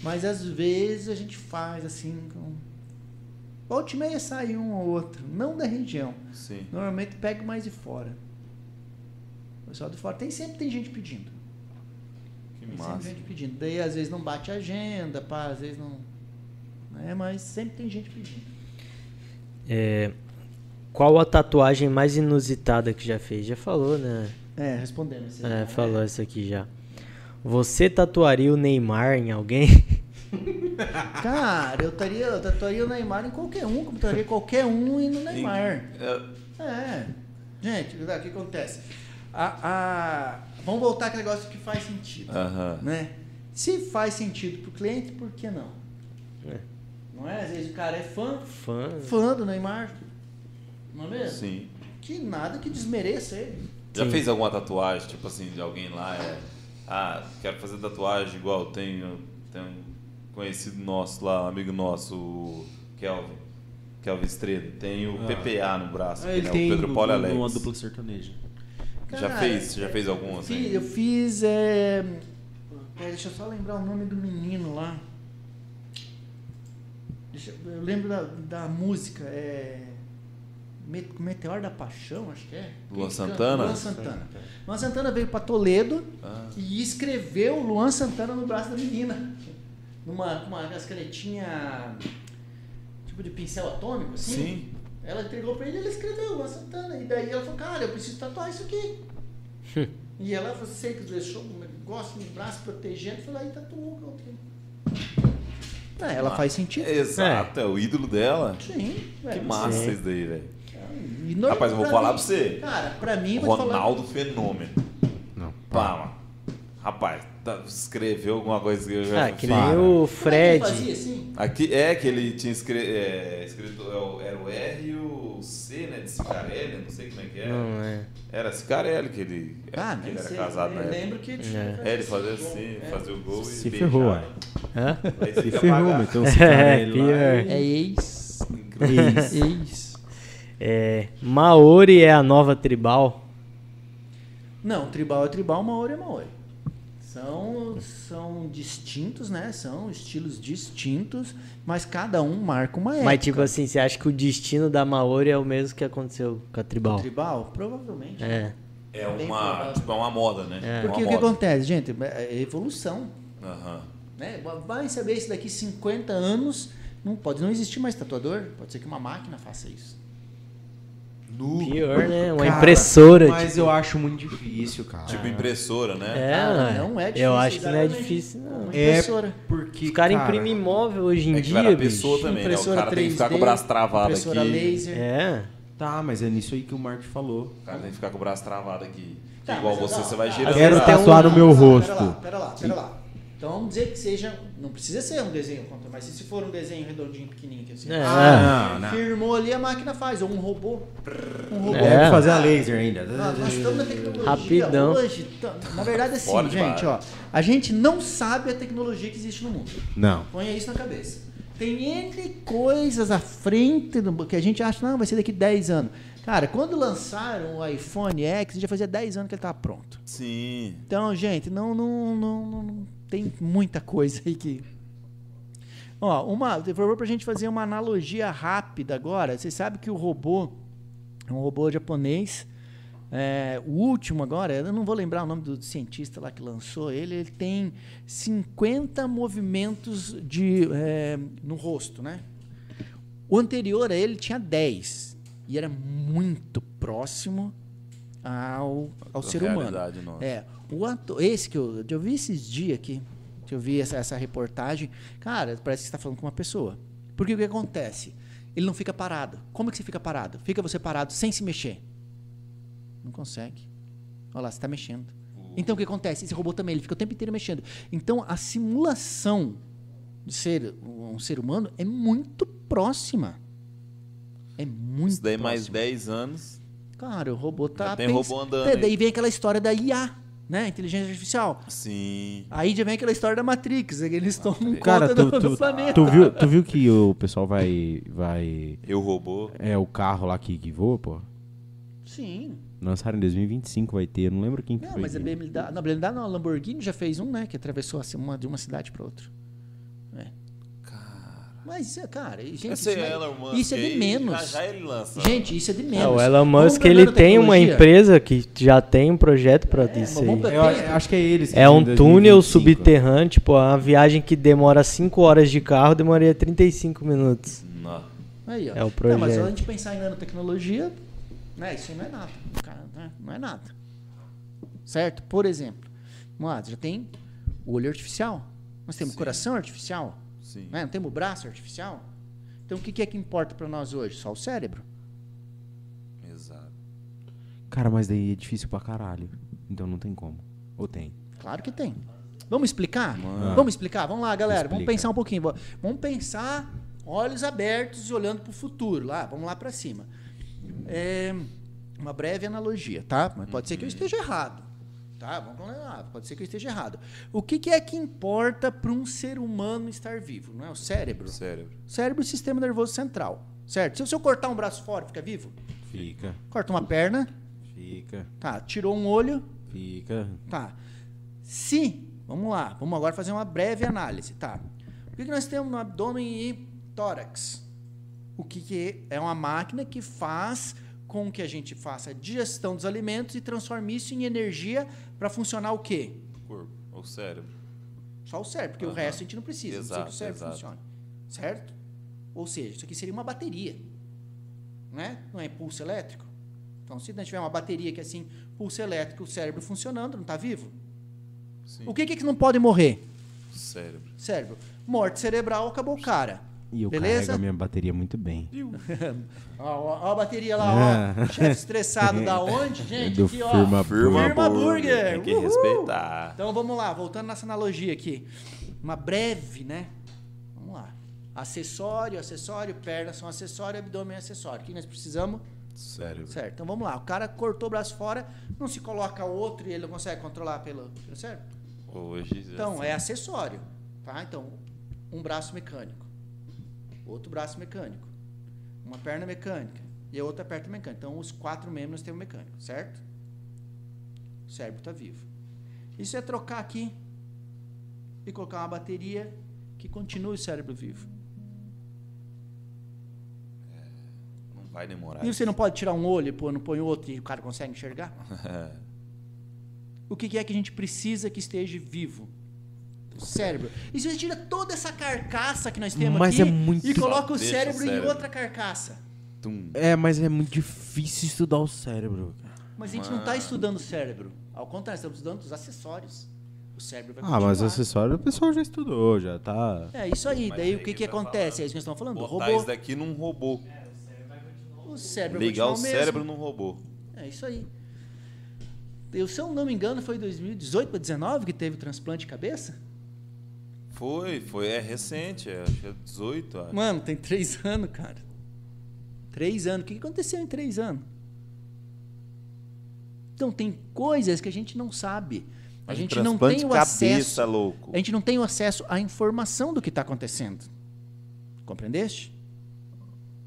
S1: Mas às vezes a gente faz assim. Com... Volte e meia sai um ou outro, não da região.
S4: Sim.
S1: Normalmente pego mais de fora. O pessoal de fora. Tem sempre tem gente pedindo.
S4: Que
S1: Tem
S4: massa.
S1: sempre gente pedindo. Daí às vezes não bate a agenda, pá, às vezes não. Né? Mas sempre tem gente pedindo.
S3: É, qual a tatuagem mais inusitada que já fez? Já falou, né?
S1: É, respondendo. esse aí,
S3: É,
S1: né?
S3: falou isso aqui já. Você tatuaria o Neymar em alguém?
S1: Cara, eu estaria, eu tatuaria o Neymar em qualquer um, como tatuaria qualquer um e no Neymar.
S4: É,
S1: É. Gente, o que acontece? A, a- Vamos voltar aquele negócio que faz sentido.
S4: É, Aham.
S1: Né? Se faz sentido pro cliente, por que não? Não é? Às vezes o cara é fã,
S3: Fã.
S1: fã do Neymar. Não é mesmo?
S4: Sim.
S1: Que nada que desmereça ele.
S4: Já
S3: Sim.
S4: fez alguma tatuagem, tipo assim, de alguém lá? É, ah, quero fazer tatuagem igual tem, tem um conhecido nosso lá, um amigo nosso, o Kelvin. Kelvin Estrela. Tem o
S11: Ah.
S4: PPA no braço,
S11: Ah,
S4: aqui,
S11: ele
S4: né?
S11: tem
S4: o Pedro Paulo
S11: um-
S4: Alex.
S11: uma dupla sertaneja.
S4: Já
S1: Cara,
S4: fez? Já fez alguma?
S1: Fiz-
S4: Assim?
S1: eu fiz. É... pera, deixa eu só lembrar o nome do menino lá. Deixa eu- eu lembro da, da música. É... Me- Meteor da Paixão, acho que é.
S4: Luan
S1: Quem que canta?
S4: Santana?
S1: Luan Santana. Luan Santana veio para Toledo
S4: Ah.
S1: e escreveu Luan Santana no braço da menina. Numa com uma, as canetinhas. Tipo de pincel atômico, assim.
S4: Sim.
S1: Ela entregou pra ele ele escreveu Luan Santana. E daí ela falou, cara, eu preciso tatuar isso aqui. e ela falou, você que deixou um negócio no braço protegendo, foi lá e tatuou o que eu tenho. Ah, ela faz sentido.
S4: Exato, é. o ídolo dela.
S1: Sim,
S4: Que
S11: É.
S1: velho.
S4: massa
S3: Sim.
S4: isso daí, velho.
S1: E normal
S4: Rapaz, eu vou
S1: pra
S4: falar
S1: mim.
S4: pra você.
S1: Cara, pra mim, eu vou te falar.
S4: Ronaldo Fenômeno.
S2: Não.
S4: Pá, mano. Rapaz, tá- escreveu alguma coisa que eu já
S3: Ah, que
S4: fiz.
S3: nem o
S1: Sabe quem
S3: Fred.
S1: é fazia assim?
S4: Aqui é que ele tinha escre é, escrito. é o- Era o R e o C, né? De Cicarelli, não sei como é que era.
S3: Não é.
S4: Era Cicarelli que ele,
S1: Ah,
S4: que
S1: nem
S4: É, ele era
S1: sei.
S4: casado na
S1: Eu
S4: época.
S1: lembro que ele
S3: É.
S4: É, ele fazia assim, fazia o gol
S2: Se
S4: e.
S2: ferrou,
S4: beijava.
S2: ué.
S3: Hã?
S4: Aí você
S2: Se
S4: fica
S2: ferrou,
S4: apagado.
S2: meteu um cigarelho lá.
S3: pior.
S1: É ex. Ex.
S3: É, Maori é a nova tribal.
S1: Não, tribal é tribal, maori é maori. São, são distintos, né? São estilos distintos, mas cada um marca uma época.
S3: Mas tipo assim, você acha que o destino da Maori é o mesmo que aconteceu com a tribal?
S1: Tribal, provavelmente.
S3: É.
S4: É
S1: Bem
S4: uma.
S1: provável.
S4: Tipo, é uma moda, né? É.
S1: Porque o
S4: uma
S1: que
S4: moda.
S1: acontece, gente? É evolução.
S4: Aham.
S1: Né? Vai saber isso daqui 50 anos. Não pode não existir mais tatuador. Pode ser que uma máquina faça isso.
S2: Uh,
S12: Nu.
S3: Pior, né? Uma
S12: Cara,
S3: impressora.
S12: Mas
S3: tipo.
S12: eu acho muito difícil, cara.
S1: Ah.
S4: Tipo impressora, né?
S3: É,
S1: Cara,
S3: mano,
S1: não é difícil,
S3: Eu acho que não é
S1: exatamente.
S3: difícil, não.
S1: Uma
S12: É,
S1: impressora.
S12: Porque,
S3: Os caras
S12: cara,
S3: imprimem imóvel hoje em
S4: É que
S3: dia,
S4: vai na
S3: bicho.
S4: pessoa também, né? O
S1: impressora
S4: cara tem que ficar com o
S1: 3D,
S4: braço travado aqui.
S1: Impressora laser.
S3: É.
S12: Tá, mas é nisso aí que o Mark falou.
S4: O cara tem que ficar com o braço travado aqui.
S1: Tá,
S4: Igual
S1: mas
S4: você,
S1: não,
S4: você vai
S1: tá.
S4: girando.
S2: Quero
S4: o
S2: ter
S4: braço.
S2: um- tatuar no meu rosto.
S1: Pera lá, pera lá, pera lá. Então vamos dizer que seja. Não precisa ser um desenho contra, mas se for um desenho redondinho, pequenininho, que assim.
S3: É.
S12: Ah, não, não.
S1: Firmou ali, a máquina faz. Ou um robô. Um robô.
S3: É.
S12: Deve fazer a laser ainda.
S1: Ah, Nós estamos na tecnologia
S3: Rapidão.
S1: hoje. tam- Na verdade,
S4: Fora
S1: assim,
S4: de
S1: gente, ó. A gente não sabe a tecnologia que existe no mundo.
S2: Não.
S1: Ponha isso na cabeça. Tem N coisas à frente do, que a gente acha, não, vai ser daqui 10 anos. Cara, quando lançaram o iPhone X, já fazia 10 anos que ele estava pronto.
S4: Sim.
S1: Então, gente, não, não, não, não- não- tem muita coisa aí que. Ó, uma, por favor, pra gente fazer uma analogia rápida agora. Você sabe que o robô é um robô japonês. é, o último agora, eu não vou lembrar o nome do cientista lá que lançou ele, ele tem 50 movimentos de, é, no rosto, né? O anterior a ele tinha 10 e era muito próximo ao, ao É ser humano.
S4: Realidade nossa.
S1: É, o ator, esse que eu, eu vi esses dias aqui, que eu vi essa, essa reportagem, cara, parece que você está falando com uma pessoa. Porque o que acontece? Ele não fica parado. Como que você fica parado? Fica você parado sem se mexer. Não consegue. Olha lá, você está mexendo. Então o que acontece? Esse robô também, ele fica o tempo inteiro mexendo. Então a simulação de ser um ser humano é muito próxima. É muito
S4: Isso daí mais
S1: próxima.
S4: 10 anos.
S1: Cara, o robô tá.
S4: Já tem
S1: pens-
S4: robô andando
S1: Daí-
S4: aí.
S1: Daí vem aquela história da IA, né? Inteligência Artificial.
S4: Sim.
S1: Aí já vem aquela história da Matrix, é que eles tomam
S2: Cara,
S1: conta do,
S2: tu, tu,
S1: do planeta.
S2: tu, viu, tu viu que o pessoal vai. vai
S4: Eu robô.
S2: é o carro lá que, que voa, pô?
S1: Sim.
S2: Lançaram em 2025, vai ter. Não lembro quem que
S1: Não,
S2: foi.
S1: mas é a
S2: que-
S1: BMW, não, a BMW não, a Lamborghini já fez um, né? Que atravessou assim, uma, de uma cidade pra outra. É. Mas, é, cara, e, gente,
S4: Esse
S1: isso, não
S4: é
S1: é-
S4: Elon Musk
S1: isso é
S4: aí,
S1: de
S4: Já,
S1: menos.
S4: já ele lança.
S1: Gente, isso é de menos.
S3: É, o Elon
S1: Vamos
S3: Musk,
S1: pra
S3: ele tem uma
S1: nanotecnologia.
S3: empresa que já tem um projeto pra
S1: É,
S3: isso
S1: mas
S3: aí.
S1: vamos pra-
S12: Eu a- acho que é eles. que
S3: É um
S12: dizem
S3: túnel
S12: 2025.
S3: subterrâneo, tipo, a viagem que demora 5 horas de carro demoraria 35 minutos.
S4: Não.
S1: Aí, ó.
S3: É o
S1: Não, mas
S3: projeto.
S1: a gente pensar em nanotecnologia, né, isso aí não é nada. cara, né, Não é nada. Certo? Por exemplo, vamos lá, já tem o olho artificial. Nós temos coração artificial.
S4: Sim.
S1: né, Não temos braço artificial. Então o que, que é que importa para nós hoje? Só o cérebro.
S4: Exato.
S2: Cara, mas daí é difícil pra caralho. Então não tem como. Ou tem.
S1: Claro que tem. Vamos explicar? Vamos explicar? Vamos lá, galera. Vamos
S2: Explica.
S1: pensar um pouquinho. Vo- Vamos pensar olhos abertos e olhando para o futuro. Lá, vamos lá para cima. É uma breve analogia, tá? Mas pode ser que eu esteja errado. Tá? Vamos lá. Pode ser que eu esteja errado. O que, que é que importa para um ser humano estar vivo? Não é o cérebro?
S4: Sério.
S1: Cérebro e sistema nervoso central, certo? Se eu- se eu cortar um braço fora, fica vivo?
S12: Fica,
S1: Corta uma perna,
S12: fica,
S1: tá? Tirou um olho,
S12: fica.
S1: Tá. Se, vamos lá, vamos agora fazer uma breve análise, tá? O que, que nós temos no abdômen e tórax? O que, que é uma máquina que faz com que a gente faça a digestão dos alimentos e transforme isso em energia para funcionar o quê?
S4: Corpo. Ou cérebro.
S1: Só o cérebro, porque o
S4: Aham.
S1: resto a gente não precisa, a não ser que
S4: Exato,
S1: o cérebro
S4: exato.
S1: funcione. Certo? Ou seja, isso aqui seria uma bateria. Né? Não é impulso elétrico? Então, se não tiver uma bateria que é assim, pulso elétrico, o cérebro funcionando, não está vivo?
S4: Sim.
S1: O que, que é que não pode morrer?
S4: Cérebro.
S1: Cérebro. Morte cerebral, acabou o cara.
S2: E eu
S1: Beleza?
S2: carrego a minha bateria muito bem.
S1: Ó, ó, ó a bateria lá, ó.
S2: É.
S1: Chefe estressado da onde, gente?
S2: Do
S1: aqui, ó.
S2: firma
S4: Firma
S1: Firma
S4: Burger.
S1: Burger.
S4: Tem que
S1: Uhul.
S4: respeitar.
S1: Então vamos lá, voltando nessa analogia aqui. Uma breve, né? Vamos lá. Acessório, acessório, pernas são acessório, abdômen é acessório. O que nós precisamos?
S4: Cérebro.
S1: Certo. Então vamos lá. O cara cortou o braço fora, não se coloca outro e ele não consegue controlar pelo. pelo certo?
S4: Hoje. já
S1: Então,
S4: sei.
S1: é acessório, tá? Então, um braço mecânico, outro braço mecânico, uma perna mecânica e a outra perna mecânica. Então, os quatro membros têm um mecânico, certo? O cérebro está vivo. Isso é trocar aqui e colocar uma bateria que continue o cérebro vivo.
S4: Não vai demorar.
S1: é. E você não pode tirar um olho e pôr, não põe outro e o cara consegue enxergar? o que, que é que a gente precisa que esteja vivo? O cérebro. E se você tira toda essa carcaça que nós temos
S2: Mas
S1: aqui
S2: é muito-
S1: e coloca o
S4: Deixa o
S1: cérebro, em
S4: cérebro.
S1: outra carcaça?
S4: Tum.
S2: É, mas é muito difícil estudar o cérebro.
S1: Mas a gente não está estudando o cérebro. Ao contrário, estamos estudando os acessórios. O cérebro vai
S2: Ah, mas
S1: continuar.
S2: acessório o pessoal já estudou, já tá.
S1: É isso aí.
S4: Mas
S1: Daí
S4: aí
S1: o que,
S4: que
S1: que
S4: tá
S1: acontece?
S4: falando.
S1: É isso que nós estamos falando. O
S4: Botar isso
S1: robô,
S4: daqui num robô.
S1: o cérebro vai continuar
S4: Ligar o
S1: o mesmo.
S4: cérebro num robô.
S1: É isso aí. Eu, se eu não me engano, foi 2018 para 2019 que teve o transplante de cabeça?
S4: Foi, foi, é recente, é, acho que é 18, acho.
S1: Mano, tem três anos, cara. Três anos. O que que aconteceu em três anos? Então, tem coisas que a gente não sabe. A
S4: Mas um
S1: gente não
S4: transplante
S1: tem o
S4: de
S1: acesso.
S4: cabeça, louco.
S1: A gente não tem o acesso à informação do que está acontecendo. Compreendeste?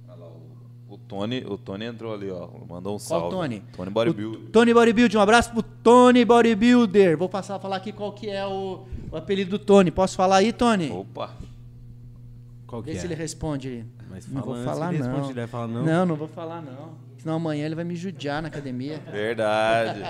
S4: Olha lá, o, o Tony, o Tony entrou ali, ó, mandou um
S1: Qual
S4: salve.
S1: Tony?
S4: Tony Bodybuilder.
S1: O Tony Bodybuilder, um abraço pro Tony Bodybuilder. Vou passar a falar aqui qual que é o, o apelido do Tony. Posso falar aí, Tony?
S4: Opa.
S13: Qual que
S1: Vê se ele
S13: é?
S1: responde aí.
S13: Mas
S1: não vou
S13: fala antes que
S1: falar
S13: ele responde,
S1: não.
S13: ele vai falar não.
S1: não, não vou falar não. Senão amanhã ele vai me judiar na academia.
S4: Verdade.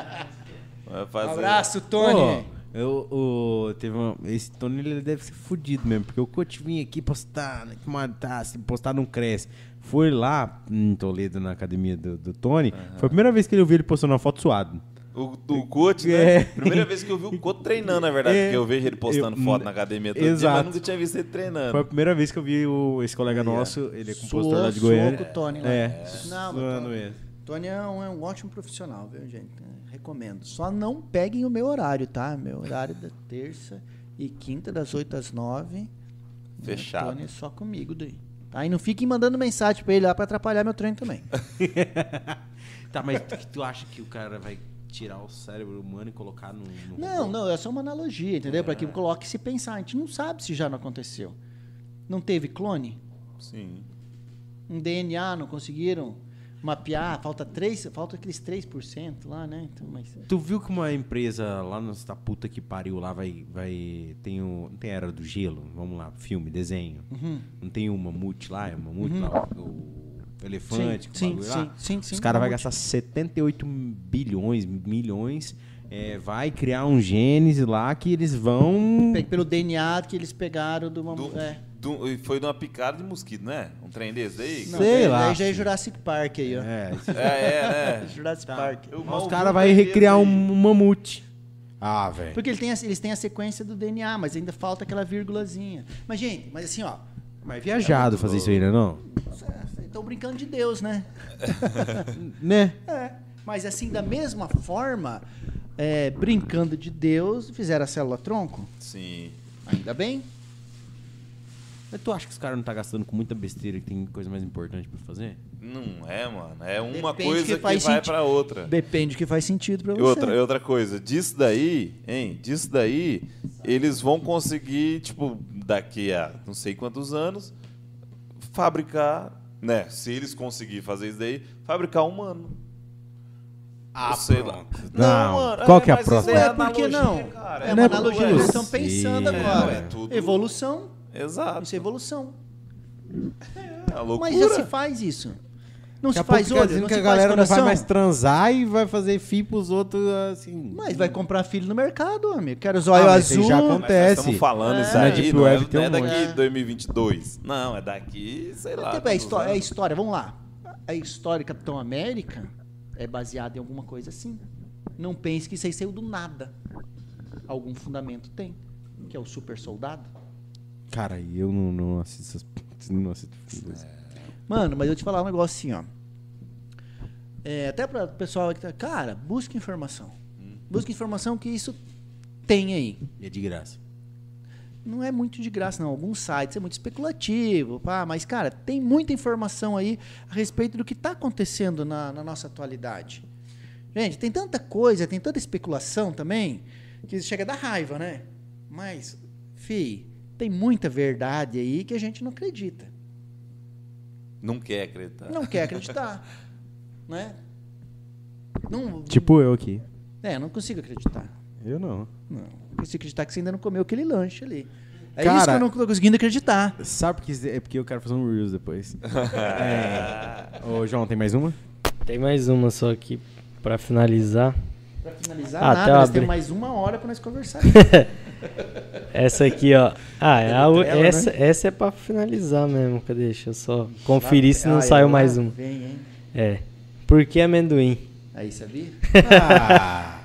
S4: Vai
S1: Um
S4: fazer-
S1: abraço,
S2: Pô,
S1: Tony.
S2: eu, o, teve uma, esse Tony ele deve ser fudido mesmo, porque o coach vinha aqui postar, né, que matar, se postar não cresce. Foi lá em Toledo, na academia do, do Tony, foi a primeira vez que eu vi ele postando uma foto suado.
S4: O, o Coach,
S2: É.
S4: né? Primeira vez que eu vi o Coach treinando, na verdade,
S2: É.
S4: porque eu vejo ele postando
S2: Eu-
S4: foto na academia todo dia,
S2: Exato.
S4: mas nunca tinha visto ele treinando.
S13: É.
S2: Foi a primeira vez que eu vi o, esse colega nosso, ele é compositor
S1: Suou,
S2: lá de
S1: suou
S2: Goiânia.
S1: com o Tony lá.
S2: é,
S1: Não, mas
S2: suando
S1: Tony-
S2: ele.
S1: Tony é um, é um ótimo profissional, viu, gente? É, Recomendo. Só não peguem o meu horário, tá? Meu horário da terça e quinta, das 8 às 9.
S4: Fechado.
S1: Tony só comigo daí. Tá? E não fiquem mandando mensagem pra ele lá pra atrapalhar meu treino também.
S13: Tá, mas tu, que tu acha que o cara vai tirar o cérebro humano e colocar no. no
S1: Não, não, é só uma analogia, entendeu? Pra que coloque se pensar. A gente não sabe se já não aconteceu. Não teve clone?
S4: Sim.
S1: Um DNA não conseguiram mapear? Falta três, falta aqueles 3% lá, né? Então, mas...
S2: Tu viu que uma empresa lá nessa puta que pariu lá vai. vai tem o. Não tem Era do Gelo? Vamos lá, filme, desenho.
S1: Uhum.
S2: Não tem o mamute lá, é o mamute lá, o, o elefante,
S1: Sim,
S2: com
S1: Uhum. sim,
S2: o bagulho
S1: sim,
S2: lá.
S1: sim, sim,
S2: Os caras vão
S1: mamute.
S2: gastar 78 bilhões, milhões. é, vai criar um genes lá que eles vão.
S1: Pe- Pelo DNA que eles pegaram do mamu...
S4: Do-
S1: é.
S4: do- e foi de uma picada de mosquito, né? Um trem desse daí?
S1: Não,
S2: Sei
S1: daí-
S2: lá,
S1: daí já é
S2: filho.
S1: Jurassic Park aí, ó.
S2: É,
S4: É, é, né?
S1: Jurassic Park.
S4: Eu mal
S2: os
S4: vi
S2: caras
S4: um
S2: vão
S4: trem
S2: recriar um,
S4: desse aí.
S2: um mamute. Ah, velho.
S1: Porque ele tem a- eles têm a sequência do DNA, mas ainda falta aquela vírgulazinha. Mas, gente, mas assim, ó.
S2: Mas é viajado fazer isso aí, né? Não?
S1: Estão brincando de Deus, né?
S2: né?
S1: É. Mas assim, da mesma forma, é, brincando de Deus, fizeram a célula tronco.
S4: Sim.
S1: Ainda bem.
S2: Mas tu acha que os caras não tá gastando com muita besteira que tem coisa mais importante pra fazer?
S4: Não é, mano. É uma
S1: Depende
S4: coisa
S1: que
S4: que,
S1: faz
S4: vai
S1: senti-
S4: pra outra.
S1: Depende do que faz sentido pra
S4: E
S1: você.
S4: outra, e outra coisa, disso daí, hein? Disso daí, eles vão conseguir, tipo, daqui a não sei quantos anos, fabricar, né? Se eles conseguirem fazer isso daí, fabricar humano. Ah, sei lá.
S2: Não, qual que é a
S4: mas
S2: próxima?
S4: isso
S1: Ué,
S4: é
S1: por que
S4: analogia,
S1: não?
S4: cara,
S1: É
S2: Não
S1: uma
S2: é
S1: analogia.
S2: possível.
S1: Eles estão pensando
S2: É,
S1: agora.
S4: é tudo-
S1: Evolução.
S4: Exato.
S1: Isso é evolução.
S4: É uma loucura.
S1: Mas já se faz isso. Não
S2: Daqui a
S1: se
S2: pouco
S1: faz
S2: fica
S1: olho,
S2: dizendo
S1: não
S2: que
S1: se
S2: a galera
S1: faz
S2: não vai
S1: coração.
S2: mais transar e vai fazer fim pros outros assim.
S1: Mas vai comprar filho no mercado, amigo. Quero
S2: Ah,
S1: zóio
S2: mas isso aí
S1: azul.
S2: já
S4: Mas nós
S2: acontece.
S4: estamos falando isso
S2: Na
S4: aí,
S2: Deep
S4: não,
S2: Web
S4: é,
S2: tem
S4: não é
S2: um
S4: daqui
S1: monte.
S4: 2022. Não, é daqui, sei lá. né?
S1: Até bem, é,
S4: quantos
S1: histó- é
S4: anos.
S1: história, vamos lá. A história do Capitão América é baseada em alguma coisa assim. Não pense que isso aí saiu do nada. Algum fundamento tem. Que é o super soldado.
S2: Cara, eu não, não assisto essas. Não assisto filmes.
S1: Mano, mas eu te falar um negócio assim, ó. É, até para o pessoal que tá. Cara, busca informação. Busca informação que isso tem aí.
S2: É de graça.
S1: não é muito de graça, não. Alguns sites é muito especulativo, pá, mas, cara, tem muita informação aí a respeito do que está acontecendo na, na nossa atualidade. Gente, tem tanta coisa, tem tanta especulação também, que chega a dar raiva, né? Mas, fi, tem muita verdade aí que a gente não acredita.
S4: Não quer acreditar.
S1: Não quer acreditar, né? Não,
S2: Tipo eu aqui.
S1: é, não consigo acreditar.
S2: Eu não.
S1: Não, não consigo acreditar que você ainda não comeu aquele lanche ali. É isso que
S2: Cara-
S1: eu não tô conseguindo acreditar.
S2: Sabe porque é porque eu quero fazer um Reels depois. é. Ô, João, tem mais uma?
S3: Tem mais uma só aqui pra finalizar.
S1: Pra finalizar
S3: Ah, até
S1: nada, nós
S3: abrir.
S1: temos mais uma hora pra nós conversar.
S3: Essa aqui, ó. Ah, é a-
S1: Nutella, né?
S3: essa, essa é pra finalizar mesmo. Cadê? Deixa eu só conferir se
S1: Ah, é
S3: não saiu mais um. uma.
S1: Vem, hein?
S3: É. Por que amendoim?
S1: Aí, sabia?
S2: Ah,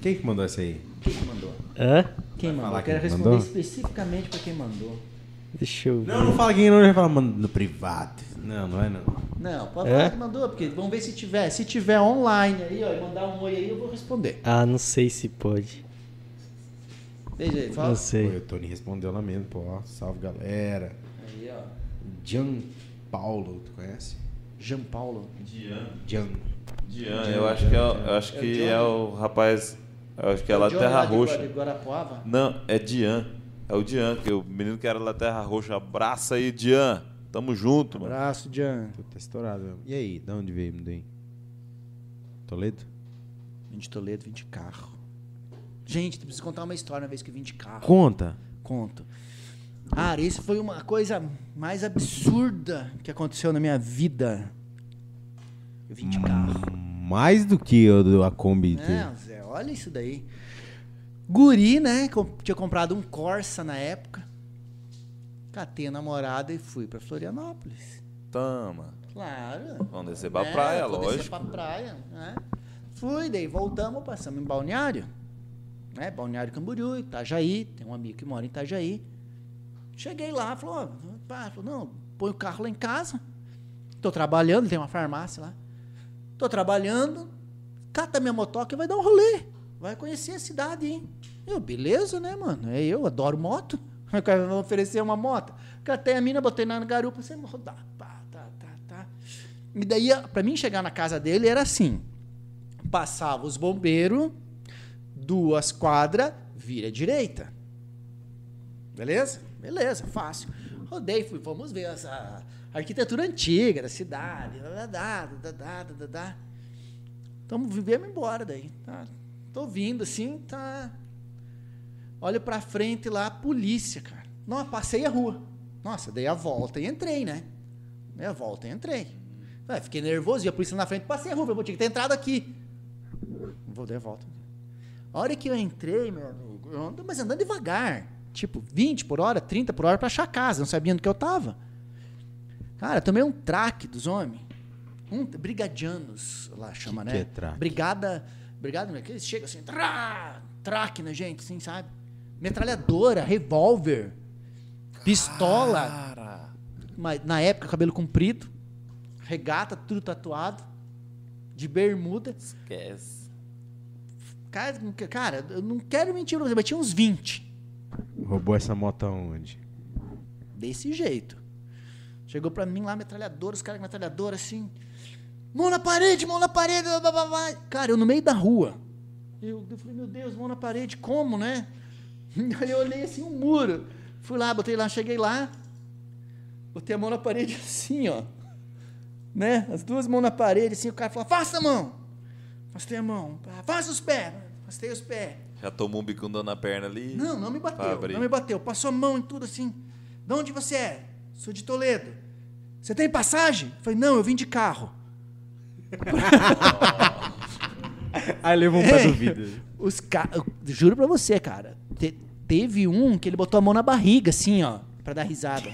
S2: quem que mandou essa aí?
S1: Quem que mandou?
S3: Hã?
S1: Quem mandou?
S2: falar
S1: Eu quero
S2: quem
S1: responder
S2: mandou?
S1: especificamente pra quem mandou.
S3: Deixa eu ver.
S2: Não, não fala quem não, já fala mano, no privado. Não, não é não.
S1: Não, pode
S3: É?
S1: falar que mandou, porque vamos ver se tiver. Se tiver online aí, ó, e mandar um oi aí, eu vou responder.
S3: Ah, não sei se pode.
S1: Veja aí, fala.
S3: Não
S2: Pô,
S3: sei.
S2: o Tony respondeu lá mesmo, pô. ó, Salve galera.
S1: Aí, ó.
S2: Gian Paulo, tu conhece?
S1: Jean Paulo.
S4: Diane.
S2: Gian.
S4: Diane, eu acho que é, o- eu acho
S1: É o
S4: que
S1: Johnny.
S4: é o rapaz. Eu acho que é lá
S1: Johnny
S4: Terra
S1: de
S4: Roxa.
S1: Gua- de Guarapuava.
S4: Não, é Dian. É o Dian, que é o menino que era da Terra Roxa. Abraça aí, Dian. Tamo junto, mano.
S1: Abraço, Jean.
S2: Tu tá estourado mesmo. E aí, de onde veio amendoim? Toledo?
S1: Vim de Toledo, vim de carro. Gente, tu precisa contar uma história uma vez que eu vim de carro.
S2: Conta.
S1: Conto. Cara, isso foi uma coisa mais absurda que aconteceu na minha vida. Eu vim de carro.
S2: Mais do que o do- a Kombi.
S1: Não, Zé, olha isso daí. Guri, né? com- Tinha comprado um Corsa na época. Catei a namorada e fui pra Florianópolis.
S4: Tama.
S1: Claro.
S4: É, Vamos descer pra
S1: né,
S4: praia,
S1: vou Descer
S4: lógico.
S1: pra praia, né? Fui, daí voltamos, passamos em Balneário. Né? Balneário Camboriú, Itajaí. Tem um amigo que mora em Itajaí. Cheguei lá, falou, ó, pá, falou, não, põe o carro lá em casa. Tô trabalhando, tem uma farmácia lá. Tô trabalhando, cata minha motoca e vai dar um rolê. Vai conhecer a cidade, hein? Eu, beleza, né, mano? É eu, adoro moto. O cara vai oferecer uma moto. Catei a mina, botei na garupa, você rodar. Pá, tá, tá, tá. E daí, pra mim chegar na casa dele, era assim. Passava os bombeiros, duas quadras, vira à direita. Beleza? Beleza, fácil. Rodei, fui, vamos ver as- a a arquitetura antiga da cidade. Dá, dá, dá, dá, dá, dá, dá. Então, viemos embora daí. Tá? Tô vindo assim, tá. Olho pra frente lá, polícia, cara. Nossa, passei a rua. Nossa, dei a volta e entrei, né? Dei a volta e entrei. Ué, fiquei nervoso, vi a polícia na frente, passei a rua, falei, "Pô, tinha que ter entrado aqui. Vou dar a volta. A hora que eu entrei, meu amigo, eu ando, mas andando devagar. Tipo, 20 por hora, 30 por hora pra achar casa, não sabia onde que eu tava. Cara, eu tomei um traque dos homens. Um, brigadianos, lá chama, né?
S2: Que que é traque?
S1: Brigada. Brigada, como é que eles chegam assim, trá, traque na gente, assim, sabe? Metralhadora, revólver, pistola. Mas, na época, cabelo comprido, regata, tudo tatuado, de bermuda.
S4: Esquece.
S1: Cara, cara, eu não quero mentir pra você, mas tinha uns 20.
S2: Roubou essa moto aonde?
S1: Desse jeito. Chegou pra mim lá, metralhadora, os caras com metralhadora assim. Mão na parede, mão na parede. blá, blá, blá, blá. Cara, eu no meio da rua. Eu, eu falei, meu Deus, mão na parede, como, né? Aí eu olhei assim, um muro. Fui lá, botei lá, cheguei lá. Botei a mão na parede assim, ó. Né? As duas mãos na parede, assim, o cara falou, faça a mão. Afastei a mão. Faça os pés. Afastei os pés.
S4: Já tomou um bicundão na perna ali?
S1: Não, não me bateu.
S4: Pra abrir.
S1: Não me bateu. Passou a mão em tudo assim. De onde você é? Sou de Toledo. Você tem passagem? Eu Falei, não, eu vim de carro.
S2: Aí
S3: é
S2: levou um pé do vidro.
S1: Os ca... eu Juro pra você, cara. te- Teve um que ele botou a mão na barriga, assim, ó, pra dar risada.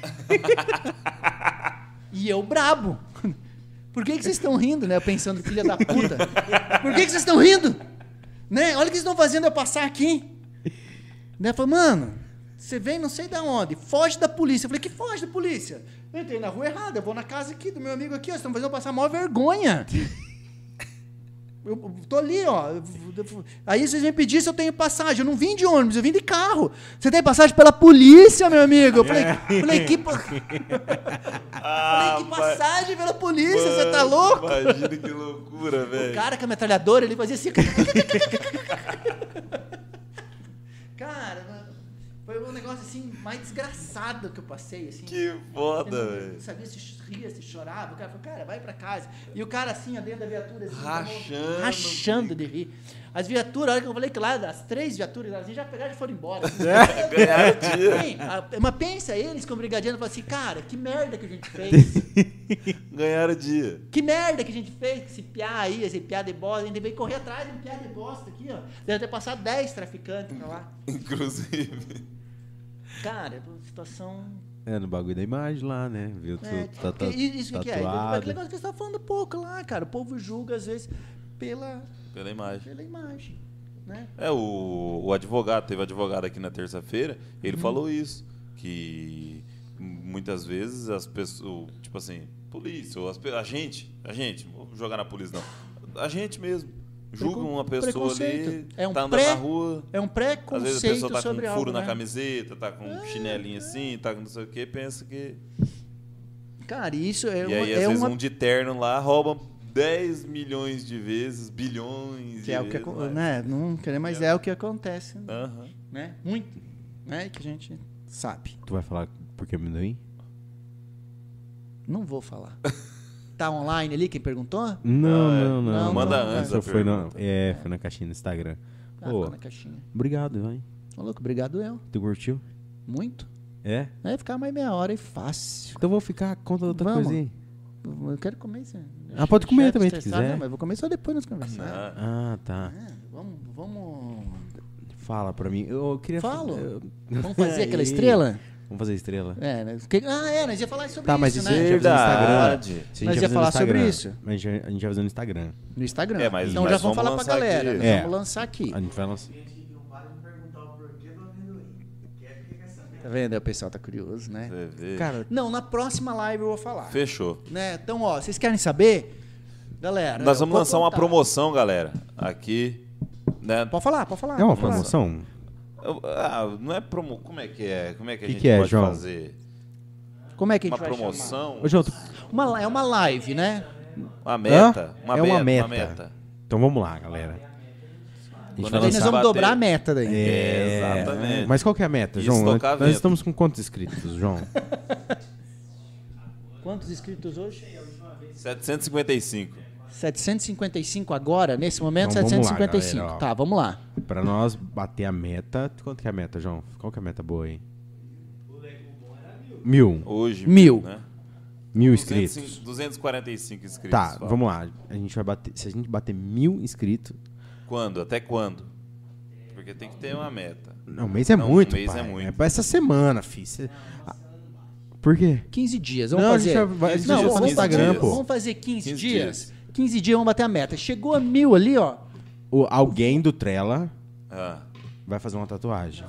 S1: e eu brabo. Por que, que vocês estão rindo, né? Eu Pensando, filha da puta. Por que, que vocês estão rindo? Né? Olha o que vocês estão fazendo eu passar aqui. Daí eu falei, mano, você vem não sei da onde, foge da polícia. Eu falei, que foge da polícia? Eu entrei na rua errada, eu vou na casa aqui do meu amigo aqui, ó, vocês estão fazendo eu passar a maior vergonha. Eu eu tô ali, ó. eu- eu- eu- Aí vocês vêm pedir se eu tenho passagem. Eu não vim de ônibus, eu vim de carro. Você tem passagem pela polícia, meu amigo? Eu falei, falei, que, pa- falei, que passagem pela polícia, você tá louco?
S4: Imagina que loucura, velho.
S1: O cara com a metralhadora, ele fazia assim. cara, mano, foi um negócio assim mais desgraçado que eu passei, assim.
S4: Que
S1: Eu
S4: foda,
S1: não-
S4: velho.
S1: Não sabia se ria, se chorava. O cara falou, cara, vai pra casa. E o cara assim, ó, dentro da viatura, assim, com a mão-
S4: Rachando.
S1: rachando de rir. As viaturas, a hora que eu falei que lá, as três viaturas, elas já pegaram e foram embora.
S4: É, Ganharam
S1: Bem, a- Mas pensa eles com o brigadiano e falam assim, cara, que merda que a gente fez.
S4: Ganharam dia.
S1: Que merda que a gente fez com esse piá aí, esse piá de bosta. A gente veio correr atrás de um piá de bosta aqui, ó. Deve ter passado 10 traficantes pra lá.
S4: Inclusive.
S1: Cara, é uma situação
S2: É, no bagulho da imagem lá, né? Viu tu
S1: É,
S2: tá,
S1: porque
S2: tá,
S1: isso que que é?
S2: tatuado.
S1: Aquele negócio que você tá falando pouco lá, cara. O povo julga, às vezes, pela,
S4: Pela imagem.
S1: pela imagem. Né?
S4: É, o, o advogado, teve um advogado aqui na terça-feira, ele
S1: Uhum.
S4: falou isso, que muitas vezes as pessoas, tipo assim, polícia, ou as, pe- a gente, a gente, não vou jogar na polícia não, a gente mesmo, julga
S1: Precon-
S4: uma pessoa ali,
S1: preconceito. É um
S4: tá andando
S1: pré-
S4: na rua,
S1: É um
S4: às vezes a
S1: preconceito
S4: pessoa tá com um
S1: sobre
S4: furo
S1: algo,
S4: na
S1: né? É.
S4: camiseta, tá com um chinelinho assim, tá com não sei o que, pensa que...
S1: Cara, isso é
S4: e
S1: uma...
S4: aí, às
S1: é
S4: vezes,
S1: uma-
S4: um de terno lá rouba 10 milhões de vezes, bilhões
S1: que
S4: de
S1: é o que,
S4: vezes.
S1: acon-
S4: vai.
S1: né? Não querer, mas é o que acontece, né?
S4: Aham.
S1: né? Muito, né? Que a gente sabe.
S2: Tu vai falar porque amendoim?
S1: Não vou falar. Tá online ali quem perguntou? Ah,
S2: Não,
S4: é.
S2: não, não.
S1: Não,
S4: Manda
S1: não,
S4: antes
S2: Só
S4: a
S2: foi na,
S4: pergunta.
S2: é, foi na caixinha do Instagram. Ô,
S1: tá na caixinha.
S2: obrigado, vai.
S1: Ô, louco, obrigado eu.
S2: Tu curtiu?
S1: Muito.
S2: É?
S1: Vai ficar mais meia hora e fácil.
S2: Então vou ficar conta da outra
S1: Vamos.
S2: coisa aí.
S1: Eu quero comer isso.
S2: Ah, pode comer
S1: Chefe
S2: também, se
S1: estressado,
S2: quiser.
S1: Não, mas vou comer só depois nós conversamos.
S4: Ah,
S2: Ah, tá.
S1: Ah, vamos, vamos.
S2: Fala pra mim. Eu queria.
S1: Falo.
S2: eu-
S1: Vamos fazer aquela
S2: Aí.
S1: estrela?
S2: Vamos fazer estrela.
S1: É, né? Porque- Ah, é, nós ia falar sobre
S2: Tá,
S1: isso,
S2: mas isso,
S1: né?
S2: a gente vai fazer no
S4: Verdade.
S2: Instagram. Isso a gente
S1: Nós ia
S2: vai fazer no
S1: falar sobre
S2: Instagram.
S1: isso.
S2: Mas a gente- a gente vai fazer no Instagram.
S1: No Instagram.
S4: É, mas-
S1: então
S4: mas
S1: já vamos
S4: vamos
S1: falar pra
S4: lançar
S1: galera.
S4: aqui.
S1: nós
S2: É.
S1: Vamos lançar aqui.
S2: A gente vai lançar.
S14: Tem gente que não para de perguntar o porquê do amendoim. Quer que quer saber?
S1: Tá vendo? Aí O pessoal tá curioso, né?
S4: Você vê.
S2: Cara,
S1: Não, na próxima live eu vou falar.
S4: Fechou.
S1: Né? Então, ó, vocês querem saber? Galera.
S4: Nós
S1: eu
S4: vamos
S1: vou
S4: lançar uma
S1: contar.
S4: promoção, galera. Aqui. Né?
S1: Pode falar, pode falar.
S2: é uma
S1: pode falar.
S2: promoção?
S4: Eu- Ah, não é promo. Como é que é? Como é que a
S2: Que
S4: gente
S2: que é,
S4: pode
S2: João?
S4: fazer?
S1: Como é que a
S4: Uma
S1: gente vai
S4: promoção?
S2: Ô, João, tu-
S1: chamar? Uma, é uma live, né?
S4: Uma meta?
S2: Hã?
S4: Uma
S2: é uma meta.
S4: meta, uma meta.
S2: Então vamos lá, galera. A gente vai
S4: Quando
S1: Daí nós
S2: lançar.
S1: vamos
S4: bater.
S1: dobrar a meta daí.
S2: É,
S4: Exatamente.
S2: Mas qual que é a meta,
S4: E
S2: João? Nós
S4: estocar vento.
S2: estamos com quantos inscritos, João?
S1: Quantos inscritos hoje?
S4: 755.
S1: 755 agora, nesse momento,
S2: Então, vamos lá,
S1: 755.
S2: galera, ó.
S1: tá, vamos lá.
S2: pra nós bater a meta. Quanto que é a meta, João? Qual que é a meta boa aí? Mil.
S4: Hoje.
S1: Mil.
S4: Né?
S2: Mil
S4: 200
S2: inscritos.
S4: 245 inscritos.
S2: Tá,
S4: fala.
S2: vamos lá. A gente vai bater. Se a gente bater mil inscritos.
S4: Quando? Até quando? Porque tem que ter uma meta.
S2: Não, um mês é
S4: Não, um
S2: muito.
S4: mês
S2: pai.
S4: é muito.
S2: pra essa semana, fi. Cê- Ah, Por quê?
S1: 15 dias, vamos
S2: Não, a gente
S1: fazer.
S2: já vai- a gente
S1: Não,
S4: já
S1: vamos,
S4: faz
S1: fazer-
S4: 15 dias.
S1: vamos fazer 15,
S4: 15
S1: dias.
S4: dias.
S1: 15 dias, vamos bater a meta. Chegou a mil ali, ó.
S2: O, alguém do Trela
S4: Ah,
S2: vai fazer uma tatuagem.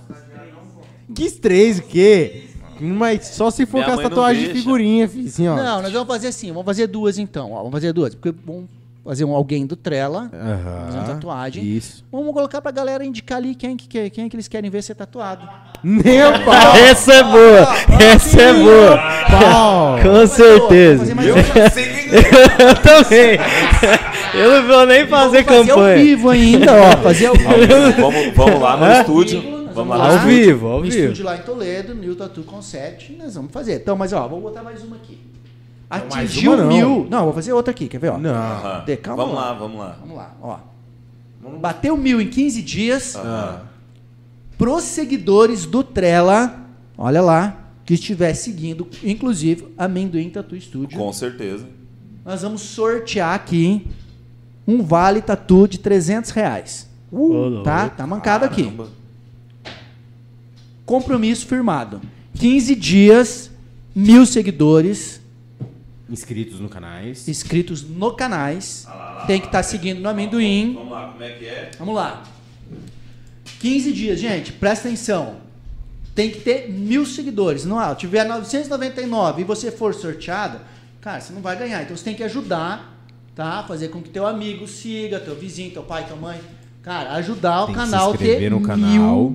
S2: Que três, o quê? Mas só se for
S4: Minha
S2: com as
S4: mãe não
S2: tatuagens de
S4: deixa.
S2: figurinha, fi. Assim, ó.
S1: Não, nós vamos fazer assim, vamos fazer duas então. Ó, vamos fazer duas, porque vamos fazer um alguém do
S2: É.
S1: Trela,
S2: Aham.
S1: fazer uma tatuagem.
S2: Isso.
S1: Vamos colocar pra galera indicar ali quem que, quer- quem é que eles querem ver ser tatuado.
S2: Meu pau!
S3: Essa é boa! Essa é boa!
S2: pau!
S3: Com certeza!
S1: Vamos fazer mais uma.
S3: Eu também! Eu não vou nem fazer
S1: Vamos fazer ao
S3: campanha.
S1: vivo ainda, ó. Fazer ao vivo.
S4: vamos, vamos lá no estúdio. Vamos lá
S3: Ao
S4: no estúdio.
S3: vivo, ao
S1: no
S3: vivo.
S1: estúdio lá em Toledo, New Tattoo Concept, nós vamos fazer. Então, mas ó, vou botar mais uma aqui. Atingiu
S2: mais uma, não.
S1: mil. Não, vou fazer outra aqui, quer ver? Ó.
S2: Não.
S4: Aham.
S1: De- calma
S4: Ah. Vamos
S1: lá.
S4: lá, vamos lá.
S1: Vamos lá, ó. Bateu mil em 15 dias. Pros seguidores do Trela, olha lá, que estiver seguindo, inclusive, Amendoim Tattoo Studio.
S4: Com certeza.
S1: Nós vamos sortear aqui um vale tatu de 300 reais.
S3: Ô,
S1: tá?
S3: louco.
S1: Tá mancado aqui.
S4: Caramba.
S1: Compromisso firmado. 15 dias, mil seguidores
S2: Inscritos no canais.
S1: inscritos no canais. Tem que estar seguindo no amendoim.
S4: Vamos lá, como é que é?
S1: Vamos lá. 15 dias, gente, presta atenção. Tem que ter mil seguidores. Não é? Tiver 999 e você for sorteado, cara, você não vai ganhar. Então você tem que ajudar, tá? Fazer com que teu amigo siga, teu vizinho, teu pai, tua mãe. Cara, ajudar
S2: Tem
S1: o
S2: que se
S1: canal a ter
S2: inscrever no
S1: mil,
S2: canal.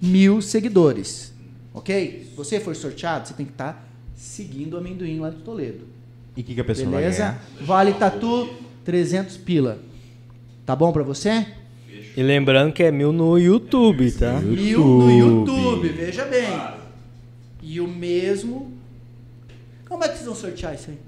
S1: mil seguidores. Ok? Se você for sorteado, você tem que estar seguindo o amendoim lá do Toledo.
S2: E o que, que a pessoa
S1: Beleza?
S2: vai ganhar?
S1: Vale Tatu, 300 pila. Tá bom pra você?
S3: E lembrando que é mil no YouTube, tá?
S1: Mil no YouTube, veja bem. E o mesmo. Como é que vocês vão sortear isso aí?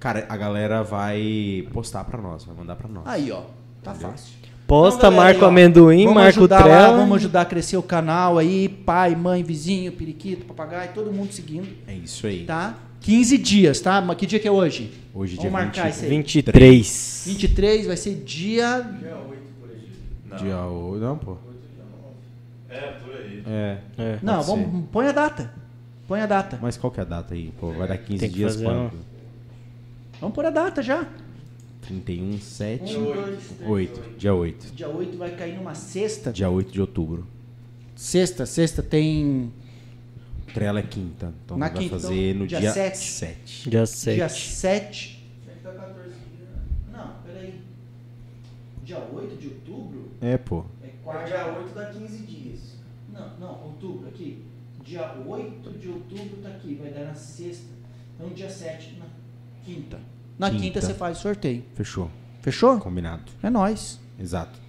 S2: Cara, a galera vai postar pra nós, vai mandar pra nós.
S1: Aí, ó. Tá fácil.
S3: Posta,
S1: Então, galera,
S3: marca o
S1: aí, ó,
S3: amendoim,
S1: vamos
S3: marca o
S1: ajudar lá,
S3: trela.
S1: Vamos ajudar a crescer o canal aí. Pai, mãe, vizinho, periquito, papagaio, todo mundo seguindo,
S2: É isso aí.
S1: tá? 15 dias, tá? Mas que dia que é hoje?
S2: Hoje,
S1: vamos
S2: dia
S1: marcar
S2: 20.
S1: isso aí.
S3: 23.
S1: 23 vai ser dia
S2: Dia o- Não, pô.
S4: É, por aí.
S2: É.
S3: É.
S1: Não,
S2: Pode ser.
S1: vamos, põe a data. Põe a data.
S2: Mas qual que é a data aí? Pô, vai dar 15
S3: Tem que
S2: dias
S3: fazer
S2: quanto?
S1: um- Vamos pôr a data já.
S2: 31, 7,
S1: Um, dois, três,
S2: 8. Dia 8.
S1: Dia 8 vai cair numa sexta.
S2: Dia 8 de outubro.
S1: Sexta, sexta tem
S2: Trela é quinta. Então
S1: Na
S2: vai
S1: quinta,
S2: fazer
S1: então,
S2: no
S1: dia
S2: dia
S1: sete.
S2: 7.
S3: Dia
S1: dia
S3: 7.
S1: 7. Não, peraí. Dia 8 de outubro
S2: É, pô.
S1: é
S15: Quarta
S1: quarta.
S15: dia 8 dá 15 dias.
S1: Não, não, outubro, aqui. Dia 8 de outubro tá aqui, vai dar na sexta. Então dia 7, na quinta. Na
S2: Quinta.
S1: quinta, você faz o sorteio.
S2: Fechou.
S1: Fechou?
S2: Combinado.
S1: É nóis.
S2: Exato.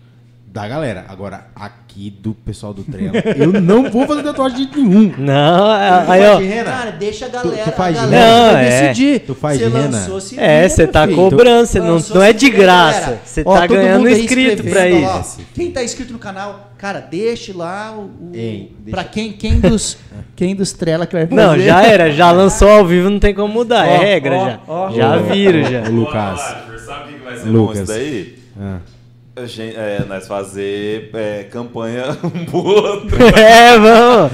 S2: Da galera. Agora, aqui do pessoal do Trela, eu não vou fazer tatuagem de jeito nenhum.
S3: Não, é-
S2: Tu
S3: aí
S2: faz
S3: ó.
S2: de rena?
S1: Cara, deixa a galera.
S2: tu faz
S1: a
S2: de
S1: galera
S3: rena?
S1: vai
S3: Não, é.
S1: decidir.
S2: Tu faz
S1: Você
S2: de rena?
S1: lançou esse
S3: É,
S1: vídeo,
S3: você tá
S1: filho.
S3: cobrando, você não,
S1: Lançou
S3: não é
S1: esse
S3: de
S1: vídeo,
S3: graça.
S1: galera.
S3: Você
S1: Ó,
S3: tá
S1: todo
S3: ganhando
S1: mundo aí
S3: inscrito pra
S1: escrevendo,
S3: isso.
S1: ó. Quem tá inscrito no canal, cara, deixe lá o. o
S2: Ei, deixa-
S1: Pra quem, quem dos. quem dos trela que vai fazer.
S3: Não, já é. era, já lançou ao vivo, não tem como mudar, é
S1: é Ó,
S3: regra
S1: ó,
S3: já.
S1: ó.
S3: já viram já.
S2: Ô, Lucas.
S4: Oliver, Sabe o que que vai ser
S2: Lucas.
S4: bom isso daí?
S2: Ah.
S4: A gente- é, nós fazer é, campanha um pro outro.
S3: É, vamos.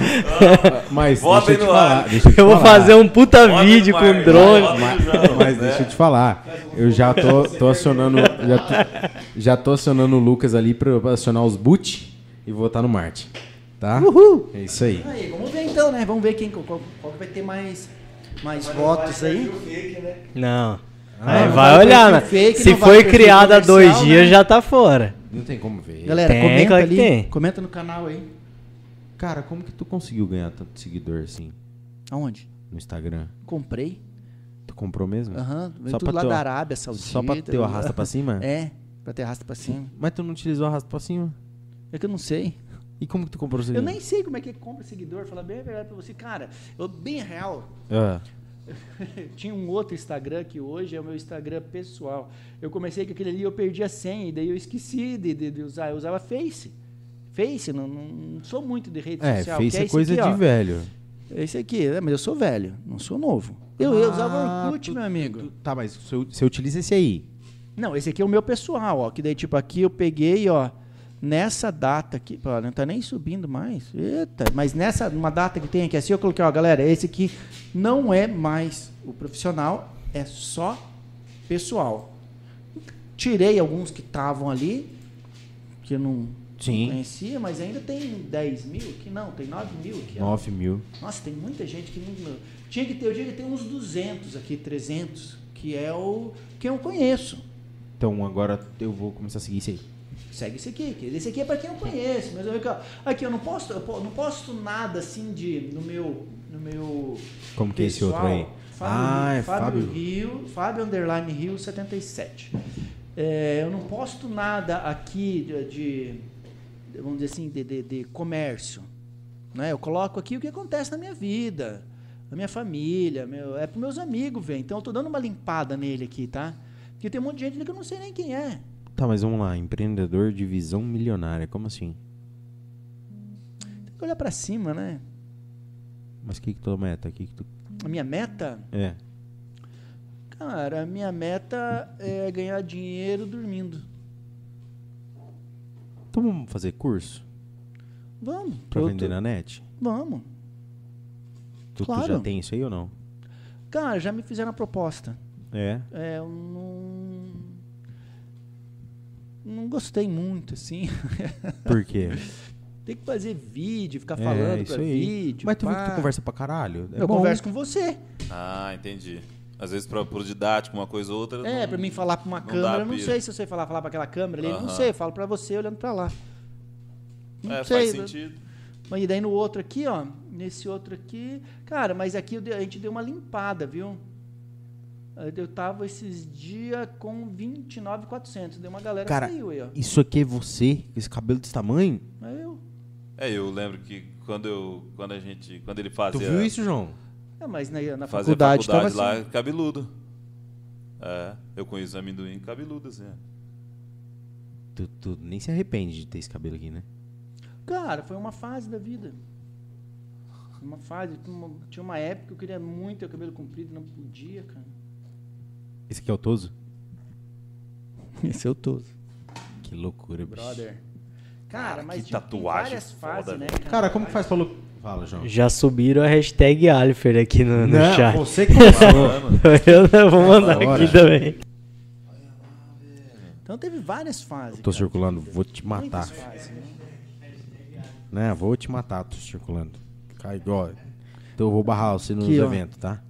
S2: Mas
S4: Votem
S2: deixa eu te
S4: no
S2: falar.
S4: ar.
S2: Deixa eu te
S3: Eu vou
S2: falar.
S3: fazer um puta
S4: Bota no
S3: vídeo com
S4: mar,
S3: drone.
S4: bota no
S2: Mas,
S4: jornal,
S2: mas
S4: né?
S2: deixa eu te falar, eu já tô, tô acionando. Já tô, já tô acionando o Lucas ali pra, pra acionar os boot e votar no Marte. Tá? Uhul! É isso aí.
S1: Aí, vamos ver então, né? Vamos ver quem, qual, qual que vai ter mais, mais votos aí.
S15: O fake, né?
S3: Não.
S2: Ah,
S3: Aí
S2: não
S3: vai
S1: vale
S3: olhar,
S1: perfil
S3: né?
S1: fake,
S3: Se
S1: não vale
S3: foi
S1: perfil
S3: criada há dois
S1: comercial,
S3: dias,
S1: né?
S3: já tá fora.
S2: Não tem como ver.
S1: Galera,
S3: Tem,
S1: comenta
S3: claro que
S1: ali.
S3: tem.
S1: Comenta no canal aí.
S2: Cara, como que tu conseguiu ganhar tanto seguidor assim
S1: Aonde?
S2: no Instagram?
S1: Comprei.
S2: Tu comprou mesmo?
S1: Aham. Veio
S2: Só
S1: tudo
S2: pra
S1: lá
S2: teu-
S1: da Arábia Saudita.
S2: Só pra ter o arrasta pra cima?
S1: É, pra ter arrasta pra cima.
S2: Mas tu não utilizou o arrasta pra cima?
S1: É que eu não sei.
S2: E como que tu comprou o
S1: Eu
S2: seguidor?
S1: nem sei como é que compra seguidor. Falar bem a verdade pra você. Cara, eu bem real.
S2: Ah,
S1: Tinha um outro Instagram que hoje é o meu Instagram pessoal. Eu comecei com aquele ali, eu perdi a senha, e daí eu esqueci de, de- de usar. Eu usava Face. Face, não, não- não sou muito de rede
S2: é,
S1: social.
S2: Face
S1: que
S2: é,
S1: esse
S2: coisa
S1: aqui,
S2: de
S1: ó.
S2: velho.
S1: É esse aqui, né? mas eu sou velho, não sou novo. Eu, eu usava
S2: Ah,
S1: Orkut,
S2: tu-
S1: meu amigo.
S2: tu- tá, mas você, você utiliza esse aí.
S1: Não, esse aqui é o meu pessoal, ó. Que daí, tipo, aqui eu peguei, ó. Nessa data aqui, ó, não tá nem subindo mais. Eita, mas nessa, uma data que tem aqui assim, eu coloquei, ó, galera, esse aqui não é mais o profissional, é só pessoal. Tirei alguns que estavam ali, que eu não
S2: Sim.
S1: conhecia, mas ainda tem 10 mil aqui, não, tem 9 mil aqui. ó.
S2: 9 mil.
S1: Nossa, tem muita gente que não. Tinha que ter, eu tinha que ter uns 200 aqui, 300, que é o que eu conheço.
S2: Então agora eu vou começar a seguir isso aí.
S1: Segue esse aqui, que esse aqui é para quem eu conheço, mas eu, aqui eu não posto, eu po- não posto nada assim de no meu no meu
S2: Como que é esse outro aí?
S1: Fábio,
S2: Ah, é
S1: Fábio,
S2: Fábio.
S1: Rio, Fábio underline Rio 77. É, eu não posto nada aqui de, de- vamos dizer assim, de, de- de comércio, né? Eu coloco aqui o que acontece na minha vida, na minha família, meu, é para meus amigos ver. Então eu tô dando uma limpada nele aqui, tá? Porque tem um monte de gente ali que eu não sei nem quem é.
S2: Tá, mas vamos lá. Empreendedor de visão milionária. Como assim?
S1: Tem que olhar para cima, né?
S2: Mas o que que tu meta? O Que que tu...
S1: A minha meta?
S2: É.
S1: Cara, a minha meta é ganhar dinheiro dormindo.
S2: Então vamos fazer curso
S1: Vamos.
S2: pra
S1: eu
S2: vender
S1: tô-
S2: na net?
S1: Vamos.
S2: Tu, tu já
S1: Claro.
S2: tem isso aí ou não?
S1: Cara, já me fizeram a proposta.
S2: É.
S1: É, eu não. Não gostei muito, assim.
S2: Por quê?
S1: Tem que fazer vídeo, ficar
S2: é,
S1: falando
S2: isso
S1: pra
S2: aí.
S1: vídeo.
S2: mas tu, viu que
S1: pá.
S2: tu conversa pra caralho. É
S1: Eu
S2: bom.
S1: converso com você.
S4: Ah, entendi. Às vezes pro, pro didático, uma coisa ou outra.
S1: É,
S4: não-
S1: pra mim falar pra uma
S4: não dá
S1: câmera, eu não
S4: pira.
S1: sei se eu sei falar, falar pra aquela câmera ali. eu Não
S4: Aham.
S1: sei, eu falo pra você olhando pra lá. Não
S4: É,
S1: sei, né?
S4: faz sentido.
S1: Mas e daí no outro aqui, ó. Nesse outro aqui. Cara, mas aqui eu dei- a gente deu uma limpada, viu? Eu tava esses dias com 29,400. Deu uma galera
S2: Cara,
S1: que saiu aí, ó.
S2: Isso aqui é você? Esse cabelo desse tamanho?
S1: Mas eu.
S4: É, eu lembro que quando eu. Quando a gente. Quando ele
S2: Tu
S4: fazia.
S2: viu isso, João?
S1: É, mas na, na
S4: fazia
S1: faculdade, tava
S4: faculdade
S1: assim.
S4: lá, cabeludo. É, eu conheço amendoim cabeludo, assim. ó.
S2: Tu, tu nem se arrepende de ter esse cabelo aqui, né?
S1: Cara, foi uma fase da vida. Uma fase. tinha uma- Tinha uma época que eu queria muito ter o cabelo comprido, não podia, cara.
S2: Esse aqui é o Toso?
S1: Esse é eu todo.
S2: Que loucura, bicho.
S1: Brother. Cara, mas
S4: que
S1: tem
S4: tatuagem
S1: várias
S4: foda,
S1: fases, né,
S4: velho.
S1: cara?
S2: Cara, como que faz pra lu- Fala, João.
S3: Já subiram a hashtag Alifer aqui no, no
S2: Não,
S3: chat.
S2: você que começou.
S4: Mano,
S3: Eu não vou mandar
S2: Agora.
S3: aqui também.
S1: Então teve várias fases.
S2: Tô
S1: cara.
S2: circulando, vou te matar.
S1: Muitas fases, né?
S2: Né, vou te matar, tô circulando. Cai igual. Então eu vou barrar você nos
S1: Aqui, ó.
S2: eventos, tá?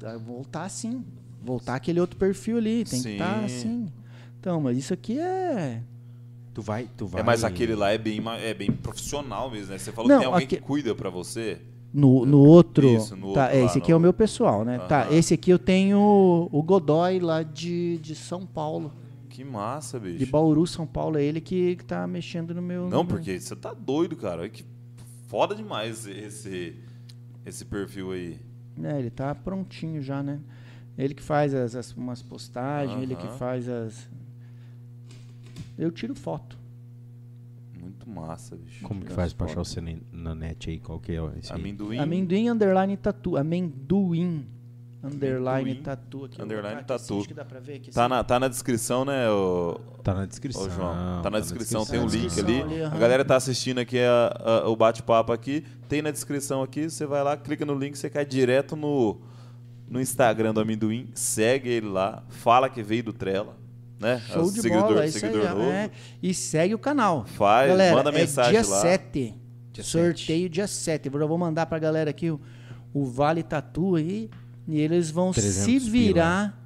S1: Vai Voltar assim. Voltar aquele outro perfil ali. Tem que
S4: Sim.
S1: estar assim. Então, mas isso aqui é.
S2: Tu vai, tu vai.
S4: É, mas aquele lá é bem, ma- é bem profissional mesmo, né? Você falou
S1: Não,
S4: que tem alguém que
S1: aque-
S4: cuida pra você.
S1: No, no outro.
S4: Isso, no
S1: tá,
S4: outro
S1: é,
S4: lá,
S1: esse aqui
S4: no-
S1: é o meu pessoal, né? Tá,
S4: Aham.
S1: esse aqui eu tenho o Godoy lá de, de São Paulo.
S4: Que massa, bicho.
S1: De Bauru, São Paulo, é ele que que tá mexendo no meu.
S4: Não,
S1: no meu-
S4: porque você tá doido, cara. Olha que foda demais esse, esse perfil aí.
S1: É, ele tá prontinho já, né? Ele que faz as, as- umas postagens, ele que
S4: Aham.
S1: faz as. Eu tiro foto.
S4: Muito massa, bicho. É.
S2: Como que faz pra achar você ne- na net aí? Qual que é ó, esse aí?
S4: Amendoim.
S1: Amendoim underline tatu. Amendoim underline
S4: Amendoim,
S1: tatu. Aqui, eu vou
S4: underline
S1: colocar aqui,
S4: tatu.
S1: Acho que dá pra ver aqui.
S4: Tá na, tá na descrição, né, ô,
S2: Tá na
S4: ô
S2: descrição.
S4: João? Tá na descrição, tem o
S1: um
S4: link
S1: descrição
S4: ali.
S1: ali, aham.
S4: A galera tá assistindo aqui a- a- o bate-papo aqui. Tem na descrição aqui, você vai lá, clica no link, você cai direto no, no Instagram do Amendoim. Segue ele lá, fala que veio do Trela, né?
S1: Show de
S4: seguidor,
S1: bola, é isso aí.
S4: seguidor novo.
S1: É. E segue o canal.
S4: Faz,
S1: galera,
S4: manda mensagem
S1: é dia
S4: lá.
S1: 7. sorteio dia 7. Eu vou mandar pra galera aqui o, o Vale Tatu aí. E eles vão se
S2: 300
S1: virar.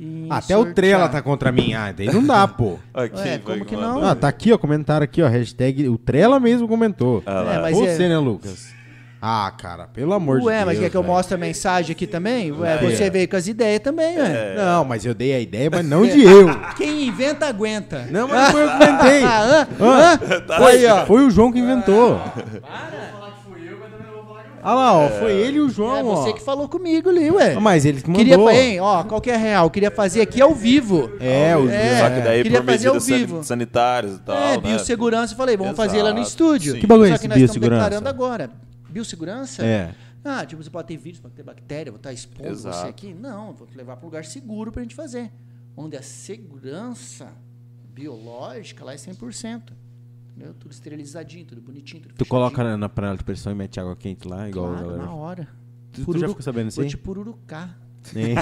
S1: e
S2: Até o
S1: sortear.
S2: Trela tá contra mim. Ah, daí não dá, pô.
S4: Aqui,
S1: Ué, como
S4: vai,
S1: que
S4: manda.
S1: não?
S2: Ah, tá aqui, ó, comentário aqui, ó, hashtag, o Trela mesmo comentou.
S4: Ah lá.
S1: É, mas
S2: Você,
S1: é-
S2: né, Lucas? Ah, cara, pelo amor de
S1: Ué,
S2: Deus.
S1: mas quer que eu
S2: velho.
S1: mostre a mensagem aqui também? Ué,
S2: É.
S1: você veio com as ideias também,
S4: É.
S1: ué.
S2: Não, mas eu dei a ideia, mas não de eu.
S1: Quem inventa, aguenta.
S2: Não, mas foi eu que inventei.
S1: Ah,
S2: Ah, foi, foi o João que inventou. Ah lá, ó, foi ele e o João,
S1: é você
S2: ó.
S1: que falou comigo ali, ué.
S2: Ah, Mas ele que mandou.
S1: Queria, fa- hein, ó, qual que é a real? Queria fazer aqui ao vivo.
S2: É, o
S1: É.
S4: Só que daí
S1: Queria
S4: por
S1: fazer ao
S4: medidas sani-
S1: vivo.
S4: sanitárias e tal,
S1: é,
S4: né?
S1: biossegurança, eu falei, vamos
S4: Exato,
S1: fazer lá no estúdio.
S4: sim.
S2: Que bagulho é
S1: Só
S2: esse,
S1: que nós estamos
S2: biossegurança?
S1: declarando agora. Biossegurança?
S2: É.
S1: Ah, tipo, você pode ter vírus, pode ter bactéria, vou estar expondo
S4: Exato.
S1: você aqui. Não, vou te levar para um lugar seguro para a gente fazer. Onde a segurança biológica lá é 100%. Entendeu? Tudo esterilizadinho, tudo bonitinho, tudo
S2: Tu coloca
S1: fechadinho.
S2: na, na panela de pressão e mete água quente lá, igual a
S1: claro,
S2: galera.
S1: na hora.
S2: Tu, tu já
S1: Pururu-
S2: ficou sabendo
S1: Vou
S2: assim?
S1: te pururucar.
S2: É.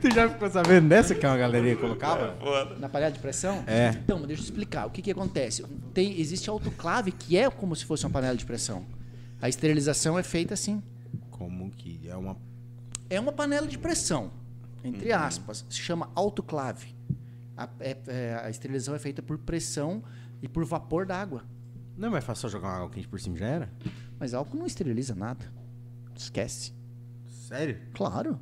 S2: tu já ficou sabendo dessa que é uma galeria colocava?
S1: Na parada de pressão?
S2: É.
S1: Então, mas deixa eu explicar. O que, que acontece? Tem, existe a autoclave, que é como se fosse uma panela de pressão. A esterilização é feita assim.
S2: Como que é uma...
S1: É uma panela de pressão, entre
S2: Uhum.
S1: aspas. Se chama autoclave. A, é- é- a esterilização é feita por pressão e por vapor d'água.
S2: Não, mas faz só jogar uma água quente por cima já era?
S1: Mas álcool não esteriliza nada. Esquece.
S2: Sério?
S1: Claro.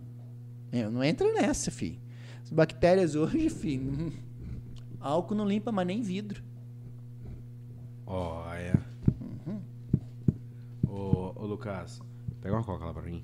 S1: É, Eu não entra nessa, fi. As bactérias hoje, fi. não- Álcool não limpa, mas nem vidro.
S2: Ó, é. Uhum. Ô, ô, Lucas, pega uma coca lá pra mim.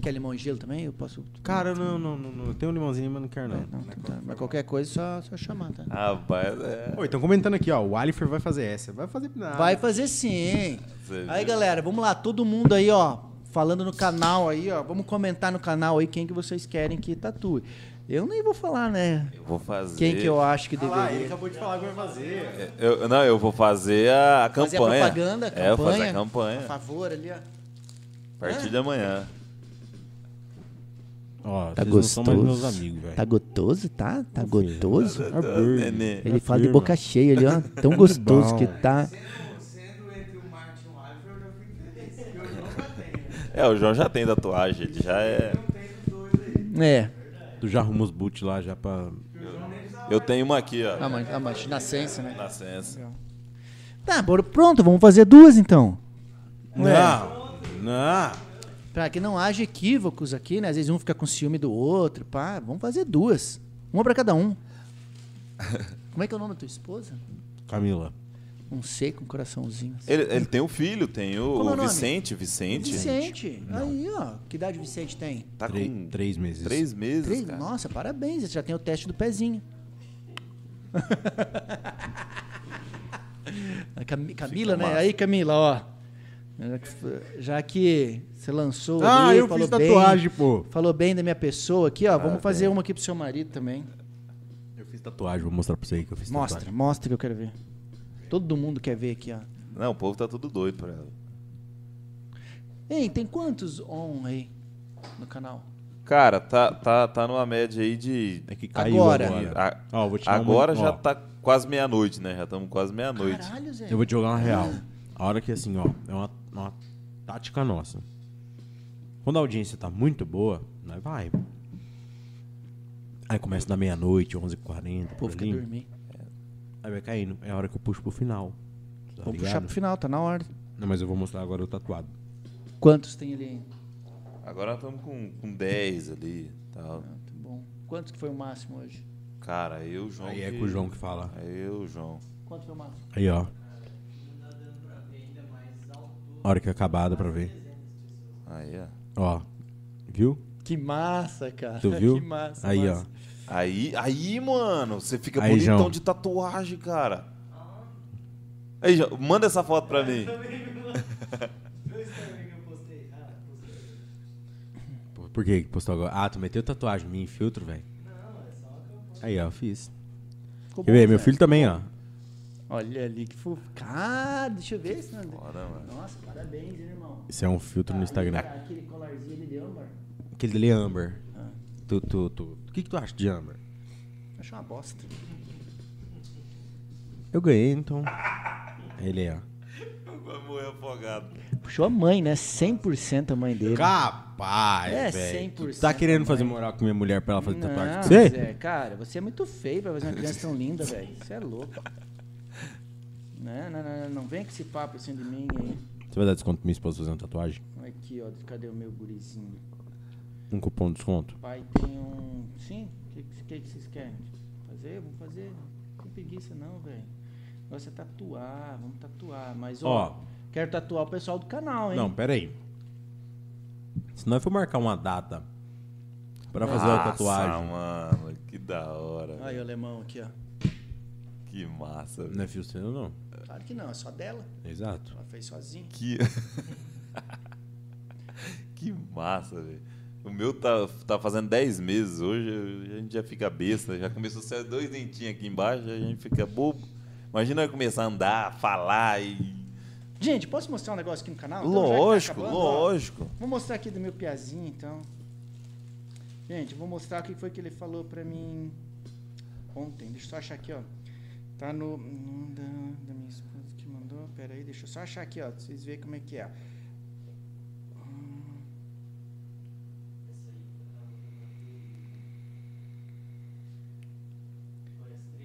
S1: Quer limão e gelo também? Eu posso.
S2: Cara, não, não, não, não. Tem um limãozinho, mas não quero não.
S16: Né,
S1: Não, tá. Mas qualquer coisa, só, só chamar, tá?
S4: Rapaz, é.
S2: Ô, então comentando aqui, ó, o Alifer vai fazer essa. Vai fazer
S16: Ah,
S2: nada.
S1: Vai fazer sim.
S4: Você
S1: Aí,
S4: viu?
S1: galera, vamos lá. Todo mundo aí, ó, falando no canal aí, ó. Vamos comentar no canal aí quem que vocês querem que tatue. Eu nem vou falar, né?
S4: Eu vou fazer.
S1: Quem que eu acho que
S2: Ah, ele
S1: deveria.
S2: acabou de falar que vai fazer.
S4: Eu- não, eu vou fazer a, a
S1: Fazer
S4: campanha.
S1: a propaganda, a campanha. Tá
S4: É, fazer a
S1: A
S4: campanha. A
S1: favor ali, ó.
S4: partir de amanhã.
S2: Ó,
S16: Tá
S2: vocês não são mais
S16: gostoso.
S2: meus amigos, velho.
S16: Tá gotoso, tá? Tá gotoso?
S2: tá
S4: Nenê.
S16: Ele fala de boca cheia ali, ó. Tão gostoso
S2: Bom.
S16: que tá.
S17: Sendo entre o Martin e o Alfred, eu já fico feliz. porque Eu nunca tenho.
S4: É, o João já tem tatuagem, ele já é.
S17: Não tenho os dois aí.
S1: É.
S2: Tu já arrumou os boots lá já pra.
S4: Eu tenho uma aqui,
S1: A,
S16: Ah,
S4: ó.
S1: man- a mantinascença, né?
S4: Nascença.
S1: Tá, bora- pronto, vamos fazer duas então. É.
S2: Não! Não!
S1: Pra que não haja equívocos aqui, né? Às vezes um fica com ciúme do outro, pá. Vamos fazer duas. Uma pra cada um. Como é que é o nome da tua esposa?
S2: Camila.
S1: Não sei, com um coraçãozinho.
S4: Ele, ele tem um filho, tem o,
S1: Como é
S4: o
S1: o nome?
S4: Vicente. Vicente.
S1: Vicente. Aí, ó. Que idade o Vicente tem?
S4: Tá
S2: Três-
S4: com três,
S2: Três meses.
S4: meses.
S1: Três?
S4: cara.
S1: Nossa, parabéns. Você já tem o teste do pezinho. A Cam- Camila, né?
S4: massa.
S1: Aí, Camila, né? ó. Já que, já que você lançou
S2: Ah,
S1: ali,
S2: eu
S1: falou
S2: fiz tatuagem,
S1: bem,
S2: pô. Ah,
S1: Falou bem da minha pessoa aqui, ó. vamos fazer uma aqui pro seu marido também.
S2: Eu fiz tatuagem, vou mostrar pra você aí que eu fiz
S1: Mostra,
S2: tatuagem.
S1: mostra que eu quero ver. Todo mundo quer ver aqui, ó.
S4: Não, o povo tá tudo doido pra ela.
S1: Ei, tem quantos on aí no canal?
S4: Cara, tá, tá, tá numa média aí de.
S2: É que caiu
S1: Agora.
S2: agora.
S4: A-
S2: Ó, vou te dar uma-
S4: agora já
S2: ó.
S4: tá quase meia-noite, né? Já estamos quase meia-noite.
S1: Caralho, Zé.
S2: É. Eu vou te jogar uma real. A hora que assim, ó, é uma, uma tática nossa. Quando a audiência tá muito boa, nós vai. pô. Aí começa na meia-noite, 11h40.
S1: Pô,
S2: por
S1: fica
S2: ali.
S1: dormir.
S2: Aí vai caindo. É a hora que eu puxo pro final. Tá
S1: Vamos puxar
S2: ligado?
S1: pro final, tá na hora.
S2: Não, mas eu vou mostrar agora o tatuado.
S1: Quantos tem ali ainda?
S4: Agora estamos com, com 10 ali. Tal.
S1: Muito Ah, tá bom. Quanto que foi o máximo hoje?
S4: Cara, aí o João.
S2: Aí é
S4: que-
S2: com o João que fala.
S4: Aí é o João.
S1: Quanto foi o máximo?
S2: Aí, ó. A hora que é acabada pra ver.
S4: Aí, é. ó.
S2: Ó. Viu?
S1: Que massa, cara.
S2: Tu viu?
S1: que massa.
S2: Aí,
S1: massa.
S2: ó.
S4: Aí, aí, mano, você fica
S2: Aí,
S4: bonitão
S2: João.
S4: de tatuagem, cara. Aí, João, manda essa foto pra mim.
S2: Por- Por que que postou agora? Ah, tu meteu tatuagem minha em filtro, velho?
S1: é
S2: Aí, ó, fiz.
S1: Ficou
S2: Quer ver?
S1: bom,
S2: Meu
S1: Zé.
S2: filho também, ó.
S1: Olha ali que fofo. Cara, deixa eu ver esse Nando.
S4: Foda, mano.
S1: Nossa, parabéns, hein, irmão.
S2: Esse é um filtro no Instagram.
S1: Cara, aquele colarzinho ele deu, amor.
S2: Aquele dele é Amber.
S1: Ah.
S2: Tu, tu, tu. O que, que tu acha de Amber?
S1: Achei uma bosta.
S2: Eu ganhei, então. Ele é.
S4: Vai morrer afogado.
S1: Puxou a mãe, né? 100% a mãe dele.
S2: Capaz,
S1: É,
S2: velho. Tu
S1: 100%
S2: tá querendo fazer
S1: mãe.
S2: moral com minha mulher pra ela fazer tatuagem
S1: Não,
S2: com você?
S1: Zé, cara, você é muito feio pra fazer uma criança tão linda, velho. Você é louco. Não, não, não, não, não vem com esse papo assim de mim aí.
S2: Você vai dar desconto pra minha esposa fazendo tatuagem?
S1: Aqui, ó, cadê o meu gurizinho?
S2: Um cupom de desconto?
S1: Pai tem um. Sim? O que, que, que vocês querem? Fazer? Vamos fazer? Não tem preguiça, não, velho. O negócio é tatuar, vamos tatuar. Mas, ó,
S2: Ó.
S1: quero tatuar o pessoal do canal, hein?
S2: Não, pera aí. Se nós for marcar uma data pra fazer uma tatuagem,
S4: mano, que da hora.
S1: Aí, o alemão aqui, ó.
S4: Que massa. velho.
S2: não é fio seu, não.
S1: Claro que não, é só dela.
S2: Exato.
S1: Ela fez sozinha.
S4: Que. que massa, velho. O meu tá, tá fazendo 10 meses hoje, eu- a gente já fica besta. Já começou a sair dois dentinhos aqui embaixo, a gente fica bobo. Imagina eu começar a andar, falar e.
S1: Gente, posso mostrar um negócio aqui no canal? Então, já que tá
S4: lógico,
S1: acabando, ó.
S4: lógico.
S1: Vou mostrar aqui do meu piazinho, então. Gente, vou mostrar o que foi que ele falou pra mim ontem. Deixa eu só achar aqui, ó. Tá no... no Da, da minha esposa que mandou. Pera aí, deixa eu só achar aqui, ó. Pra vocês verem como é que é. Hum.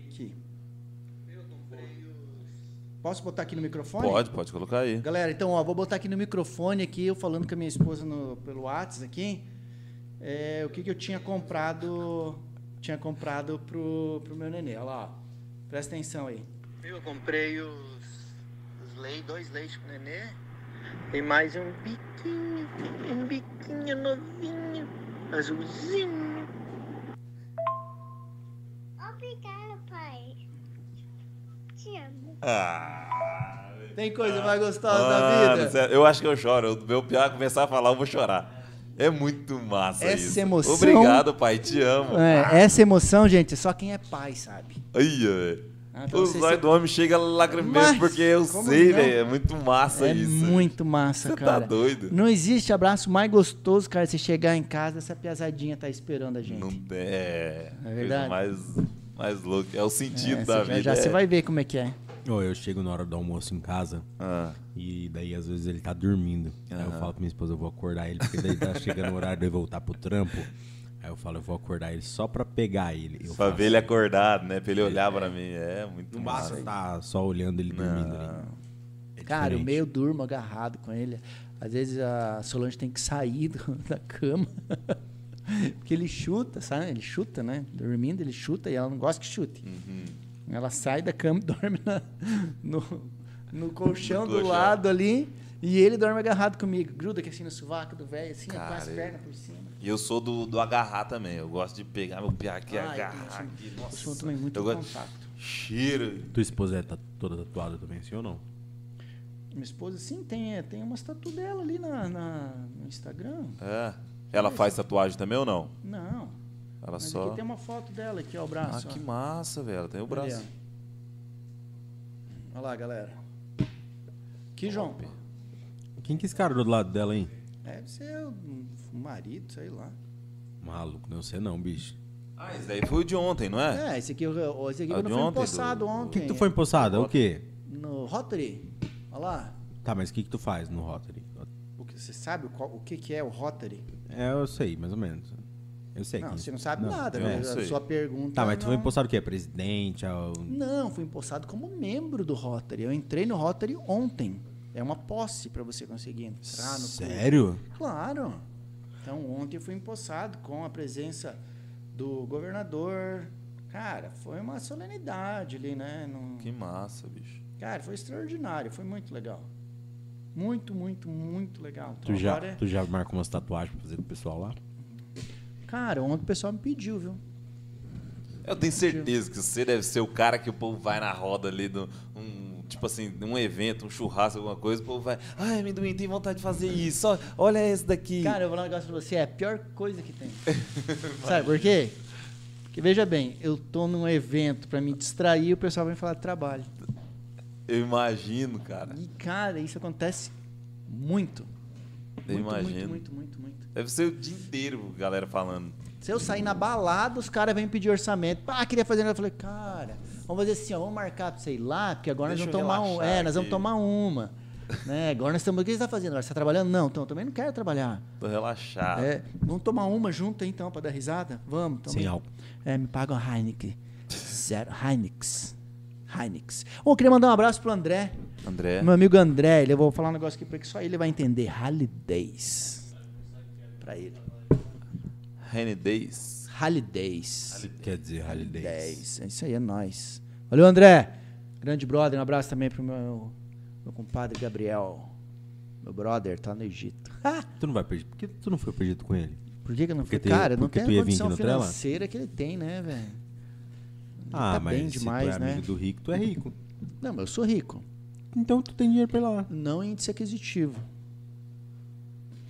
S1: Aqui. Posso botar aqui no microfone?
S4: Pode, pode colocar aí.
S1: Galera, então, ó, vou botar aqui no microfone aqui, eu falando com a minha esposa no- pelo WhatsApp aqui, é, o que, que eu tinha comprado, tinha comprado pro, pro meu nenê. Olha lá, ó. presta atenção aí.
S18: Eu comprei os, os leite, dois leites pro nenê e mais um biquinho, um biquinho novinho, azulzinho.
S6: Obrigada, pai. Te amo.
S4: Ah,
S1: Tem coisa mais gostosa Ah, da
S4: mano,
S1: vida?
S4: sério, eu acho que eu choro. O meu piá começar a falar, eu vou chorar. É muito massa
S1: Essa
S4: isso.
S1: emoção-
S4: Obrigado, pai. Te amo.
S1: É, essa emoção, gente, só quem é pai sabe.
S4: Aí, velho.
S1: Ah, pra
S4: Os
S1: você
S4: olhos
S1: ser-
S4: do homem chegam lacrimejando
S1: Mas,
S4: porque eu
S1: como
S4: sei,
S1: não?
S4: velho. É muito massa
S1: é
S4: isso.
S1: muito massa,
S4: Você tá
S1: cara.
S4: doido?
S1: Não existe abraço mais gostoso, cara, você chegar em casa, essa piazadinha tá esperando a gente.
S4: Não tem. É, coisa
S1: verdade?
S4: mais, mais louca. É o sentido
S1: É,
S4: da
S1: você já,
S4: vida.
S1: já
S4: é.
S1: você vai ver como é que é.
S2: Ou eu chego na hora do almoço em casa
S4: Ah,
S2: e daí às vezes ele tá dormindo. Aí eu falo pra minha esposa, eu vou acordar ele, porque daí tá chegando o horário de eu voltar pro trampo. Aí eu falo, eu vou acordar ele só pra pegar ele. Eu
S4: pra
S2: faço-
S4: ver ele acordado, né? Pra ele olhar pra mim. É muito
S2: Não
S4: massa.
S2: basta tá só olhando ele dormindo ali. É
S1: Cara, eu
S2: diferente.
S1: meio durmo agarrado com ele. Às vezes a Solange tem que sair do- da cama. Porque ele chuta, sabe? Ele chuta, né? Dormindo, ele chuta e ela não gosta que chute.
S4: Uhum.
S1: Ela sai da cama e dorme na- no, no colchão do
S4: colchão.
S1: lado ali. E ele dorme agarrado comigo. Gruda aqui assim no sovaco do velho, assim, com as
S4: Cara,
S1: pernas por cima.
S4: E eu sou do, do agarrar também. Eu gosto de pegar meu piá aqui e
S1: Ah, eu
S4: agarrar.
S1: sou-
S4: aqui.
S1: eu
S4: Nossa,
S1: sou também é muito
S4: eu
S1: do
S4: gosto de
S1: contato.
S4: Cheiro.
S2: Tua esposa é ta- toda tatuada também, assim ou não?
S1: Minha esposa, sim, tem, é, tem umas tatu dela ali na, na- no Instagram.
S4: É. Ela faz tatuagem também ou não?
S1: Não.
S4: Ela
S1: Mas
S4: só.
S1: aqui tem uma foto dela aqui, ó, o
S4: Ah,
S1: braço.
S4: que
S1: ó.
S4: massa, velho. Tem o
S1: Cadê,
S4: braço.
S1: Olha lá, galera. Que João?
S2: Quem que é esse cara do lado dela, hein?
S1: Deve ser o o marido, sei lá.
S2: Maluco, não sei não, bicho.
S4: Ah, esse daí foi o de ontem, não é?
S1: É, esse aqui, eu- esse
S2: Ah,
S1: aqui
S4: É
S1: quando
S4: de
S1: foi
S4: ontem,
S1: empossado
S4: do-
S2: O que,
S1: ontem.
S2: que tu foi empossada? O quê?
S1: No Rotary. Olha lá.
S2: Tá, mas o que, que tu faz no Rotary?
S1: O que- Você sabe qual- o que, que é o Rotary?
S2: É, eu sei, mais ou menos. Eu sei.
S1: Não,
S2: que-
S1: você não sabe nada,
S2: eu
S1: né?
S2: não
S1: A
S2: sei.
S1: sua pergunta
S2: Tá, mas tu
S1: não- Ah,
S2: foi empossado o quê? Presidente? Ao...
S1: Não, fui empossado como membro do Rotary. Eu entrei no Rotary ontem. É uma posse para você conseguir entrar no clube.
S2: Sério?
S1: Claro. Então, ontem eu fui empossado com a presença do governador. Cara, foi uma solenidade ali, né? Num-
S4: Que massa, bicho.
S1: Cara, foi extraordinário, foi muito legal. Muito, muito, muito legal. Então,
S2: Tu já,
S1: agora-
S2: tu já marcou umas tatuagens pra fazer do pessoal lá?
S1: Cara, ontem o pessoal me pediu, viu?
S4: Eu tenho certeza que você deve ser o cara que o povo vai na roda ali, do, um, tipo assim, um evento, um churrasco, alguma coisa, o povo vai. Ai, amendoim, tem vontade de fazer isso. ó, Olha esse daqui.
S1: Cara, eu vou falar um negócio pra você, é a pior coisa que tem. Sabe por quê? Porque veja bem, eu tô num evento pra me distrair e o pessoal vai me falar de trabalho.
S4: Eu imagino, cara.
S1: E, cara, isso acontece muito.
S4: Eu
S1: muito,
S4: imagino.
S1: muito, muito, muito, muito.
S4: Deve ser o dia inteiro, galera falando.
S1: Se eu sair na balada, os caras vêm pedir orçamento. Ah, queria fazer. Eu falei, cara, vamos fazer assim, ó, vamos marcar pra sei lá, porque agora
S4: Deixa
S1: nós
S4: eu
S1: vamos tomar um.
S4: relaxar
S1: É, nós vamos
S4: aqui.
S1: tomar uma. né? Agora nós estamos. O que você tá fazendo? Agora você tá trabalhando? Não, então eu também não quero trabalhar.
S4: Tô relaxado.
S1: É, vamos tomar uma junto aí, então pra dar risada? Vamos. Então
S2: Sem
S1: me-
S2: álcool.
S1: É, me paga uma Heineken. Zero. Heinix. Heinix. Bom, eu queria mandar um abraço pro André.
S4: André.
S1: Meu amigo André, ele, eu vou falar um negócio aqui pra que só ele vai entender. Holidays. Pra ele.
S4: Rainy Days.
S1: Holidays.
S2: Quer dizer, holidays.
S1: 10. É isso aí, é nóis. Valeu, André. Grande brother. Um abraço também pro meu, meu compadre Gabriel. Meu brother, tá no Egito.
S2: Tu não vai perder. Por que tu não foi perdido com ele?
S1: Por que, que eu não fui?
S2: Porque tu ia-
S1: Cara, não
S2: porque
S1: tem
S2: tu
S1: a
S2: ia vir aqui
S1: condição
S2: no Trela?
S1: financeira que ele tem, né, velho?
S2: Ah,
S1: tá
S2: mas
S1: bem demais,
S2: se tu é
S1: né?
S2: amigo do rico, tu é rico.
S1: Não, mas eu sou rico.
S2: Então tu tem dinheiro pra ir lá.
S1: Não em índice aquisitivo.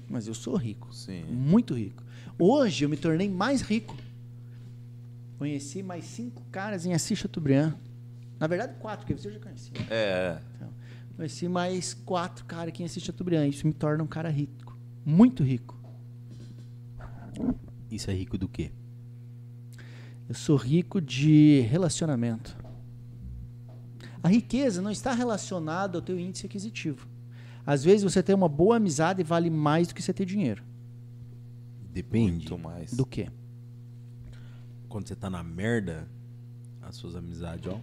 S1: Mas eu sou rico.
S4: Sim.
S1: Muito rico. Hoje eu me tornei mais rico. Conheci mais cinco caras em Assis Chateaubriand. Na verdade, quatro, porque você eu já conhecia.
S4: É, é.
S1: Conheci mais assim, quatro caras aqui em Assis Chateaubriand. Isso me torna um cara rico. Muito rico.
S2: Isso é rico do quê?
S1: Eu sou rico de relacionamento. A riqueza não está relacionada ao teu índice aquisitivo. Às vezes você tem uma boa amizade e vale mais do que você ter dinheiro.
S2: Depende.
S4: muito mais.
S1: Do quê?
S2: Quando você tá na merda, as suas amizades, ó.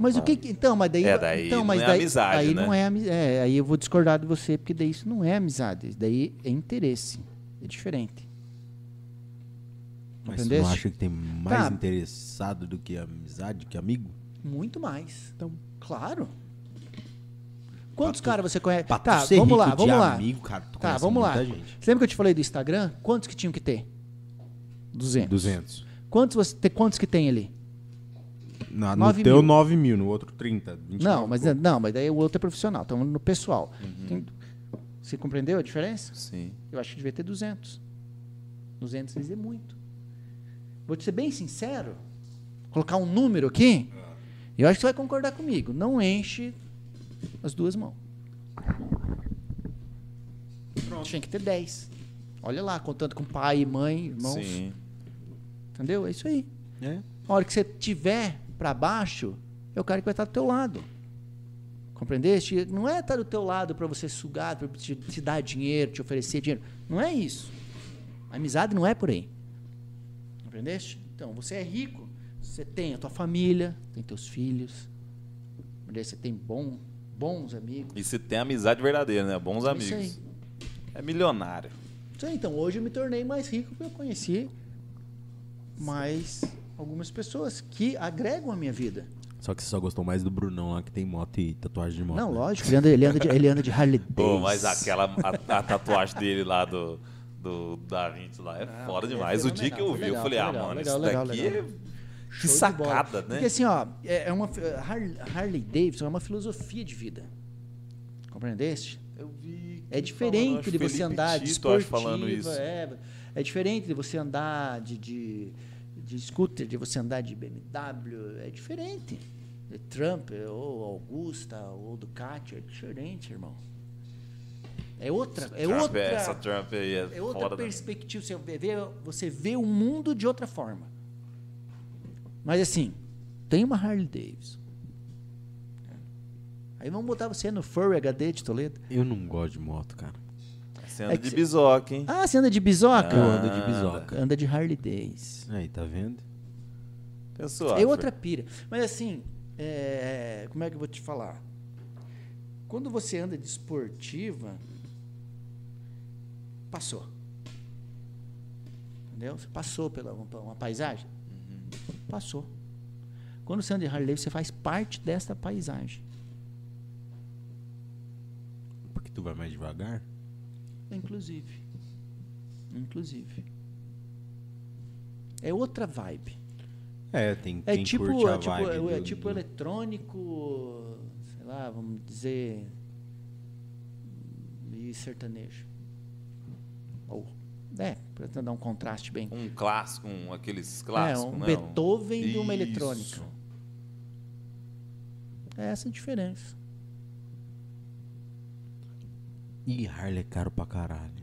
S1: Mas o que que- então, mas daí,
S4: É, daí
S1: então,
S4: não
S1: mas
S4: é
S1: daí,
S4: amizade,
S1: aí
S4: né?
S1: não é, ami- é, aí eu vou discordar de você porque daí isso não é amizade, isso daí é interesse, é diferente.
S2: Mas tu não
S1: Entendeste?
S2: acha que tem mais
S1: Tá.
S2: interessado do que amizade, que amigo?
S1: Muito mais.
S2: Então.
S1: claro. Quantos caras você conhece?
S2: Pra tu
S1: Tá,
S2: ser
S1: vamos lá,
S2: rico de
S1: vamos lá.
S2: amigo, cara, tu
S1: Tá,
S2: conhece
S1: vamos lá.
S2: muita gente.
S1: Você lembra que eu te falei do Instagram? Quantos que tinham que ter? 200.
S2: 200.
S1: Quantos, você, tem- quantos que tem ali?
S2: Na, no
S1: Nove
S2: teu,
S1: mil.
S2: 9 mil. No outro, 30. 29,
S1: Não, mas,
S2: pô.
S1: não, mas daí o outro é profissional, estamos no pessoal.
S2: Uhum.
S1: Tem- você compreendeu a diferença?
S4: Sim.
S1: Eu acho que devia ter 200. 200 vezes é muito. Vou te ser bem sincero, colocar um número aqui, eu acho que você vai concordar comigo. Não enche as duas mãos. Tinha que ter 10. Olha lá, contando com pai, mãe, irmãos.
S4: Sim.
S1: Entendeu? É isso aí.
S2: É.
S1: A hora que você tiver para baixo, é o cara que vai estar do teu lado. Compreendeste? Não é estar do teu lado para você sugar, para te, te dar dinheiro, te oferecer dinheiro. Não é isso. A amizade não é por aí. Compreendeste? Então, você é rico, você tem a tua família, tem teus filhos, compreendeste? você tem bom, bons amigos.
S4: E se tem amizade verdadeira, né? Bons
S1: É isso
S4: amigos. É milionário.
S1: Isso aí, Então, hoje eu me tornei mais rico porque eu conheci mais algumas pessoas que agregam a minha vida.
S2: Só que você só gostou mais do Brunão lá, que tem moto e tatuagem de moto.
S1: Não,
S2: né?
S1: lógico, ele anda, ele anda de, ele anda de Harley
S4: Pô,
S1: Davidson.
S4: mas aquela a, a tatuagem dele lá do, do Da Vinci lá é foda
S1: é
S4: demais. o dia
S1: fenomenal,
S4: que eu
S1: foi
S4: vi,
S1: legal,
S4: eu falei,
S1: foi
S4: ah,
S1: legal,
S4: mano,
S1: legal,
S4: isso
S1: legal,
S4: daqui
S1: legal.
S4: é. Que
S1: Show de
S4: sacada,
S1: bola.
S4: né?
S1: eh, Porque assim, ó, é é uma fi- Har- Harley Davidson é uma filosofia de vida. Compreendeste?
S4: Eu vi.
S1: É diferente
S4: acho
S1: de você
S4: Felipe
S1: andar de
S4: Tito, acho, falando
S1: esportiva,
S4: isso.
S1: É, é diferente de você andar de, de, de scooter, de você andar de BMW. É diferente. De Trump, eh, ou Augusta, ou Ducati. É diferente, irmão. É outra, é
S4: Trump,
S1: outra,
S4: Essa Trump aí é,
S1: é outra
S4: foda.
S1: perspectiva. Você vê, você vê o mundo de outra forma. Mas assim, tem uma Harley Davidson. Aí vamos botar você no Furry HD de Toledo.
S2: Eu não gosto de moto, cara.
S4: Você
S1: é
S4: anda
S1: que
S4: de
S1: cê-
S4: bisoca, hein?
S1: Ah, você anda de bisoca?
S2: Eu ando de bisoca.
S1: Anda de Harley Davidson.
S2: Aí, tá vendo?
S4: Pensou,
S1: É
S4: Alfred?
S1: outra pira. Mas assim, é, como é que eu vou te falar? Quando você anda de esportiva, passou. Entendeu? Você passou pela uma, uma paisagem? Passou. Quando você anda de Harley, Davidson, você faz parte desta paisagem.
S2: Porque tu vai mais devagar?
S1: Inclusive. Inclusive. É outra vibe.
S2: É, tem,
S1: É
S2: tem que
S1: tipo,
S2: curtir a
S1: é tipo,
S2: vibe
S1: é
S2: do-
S1: tipo
S2: do-
S1: eletrônico, sei lá, vamos dizer. E sertanejo. Ou, é, pra dar um contraste bem.
S4: Um clássico, um, aqueles clássicos,
S1: é, um
S4: né?
S1: Beethoven e uma
S4: Isso.
S1: eletrônica. É essa a diferença.
S2: Ih, Harley é caro pra caralho.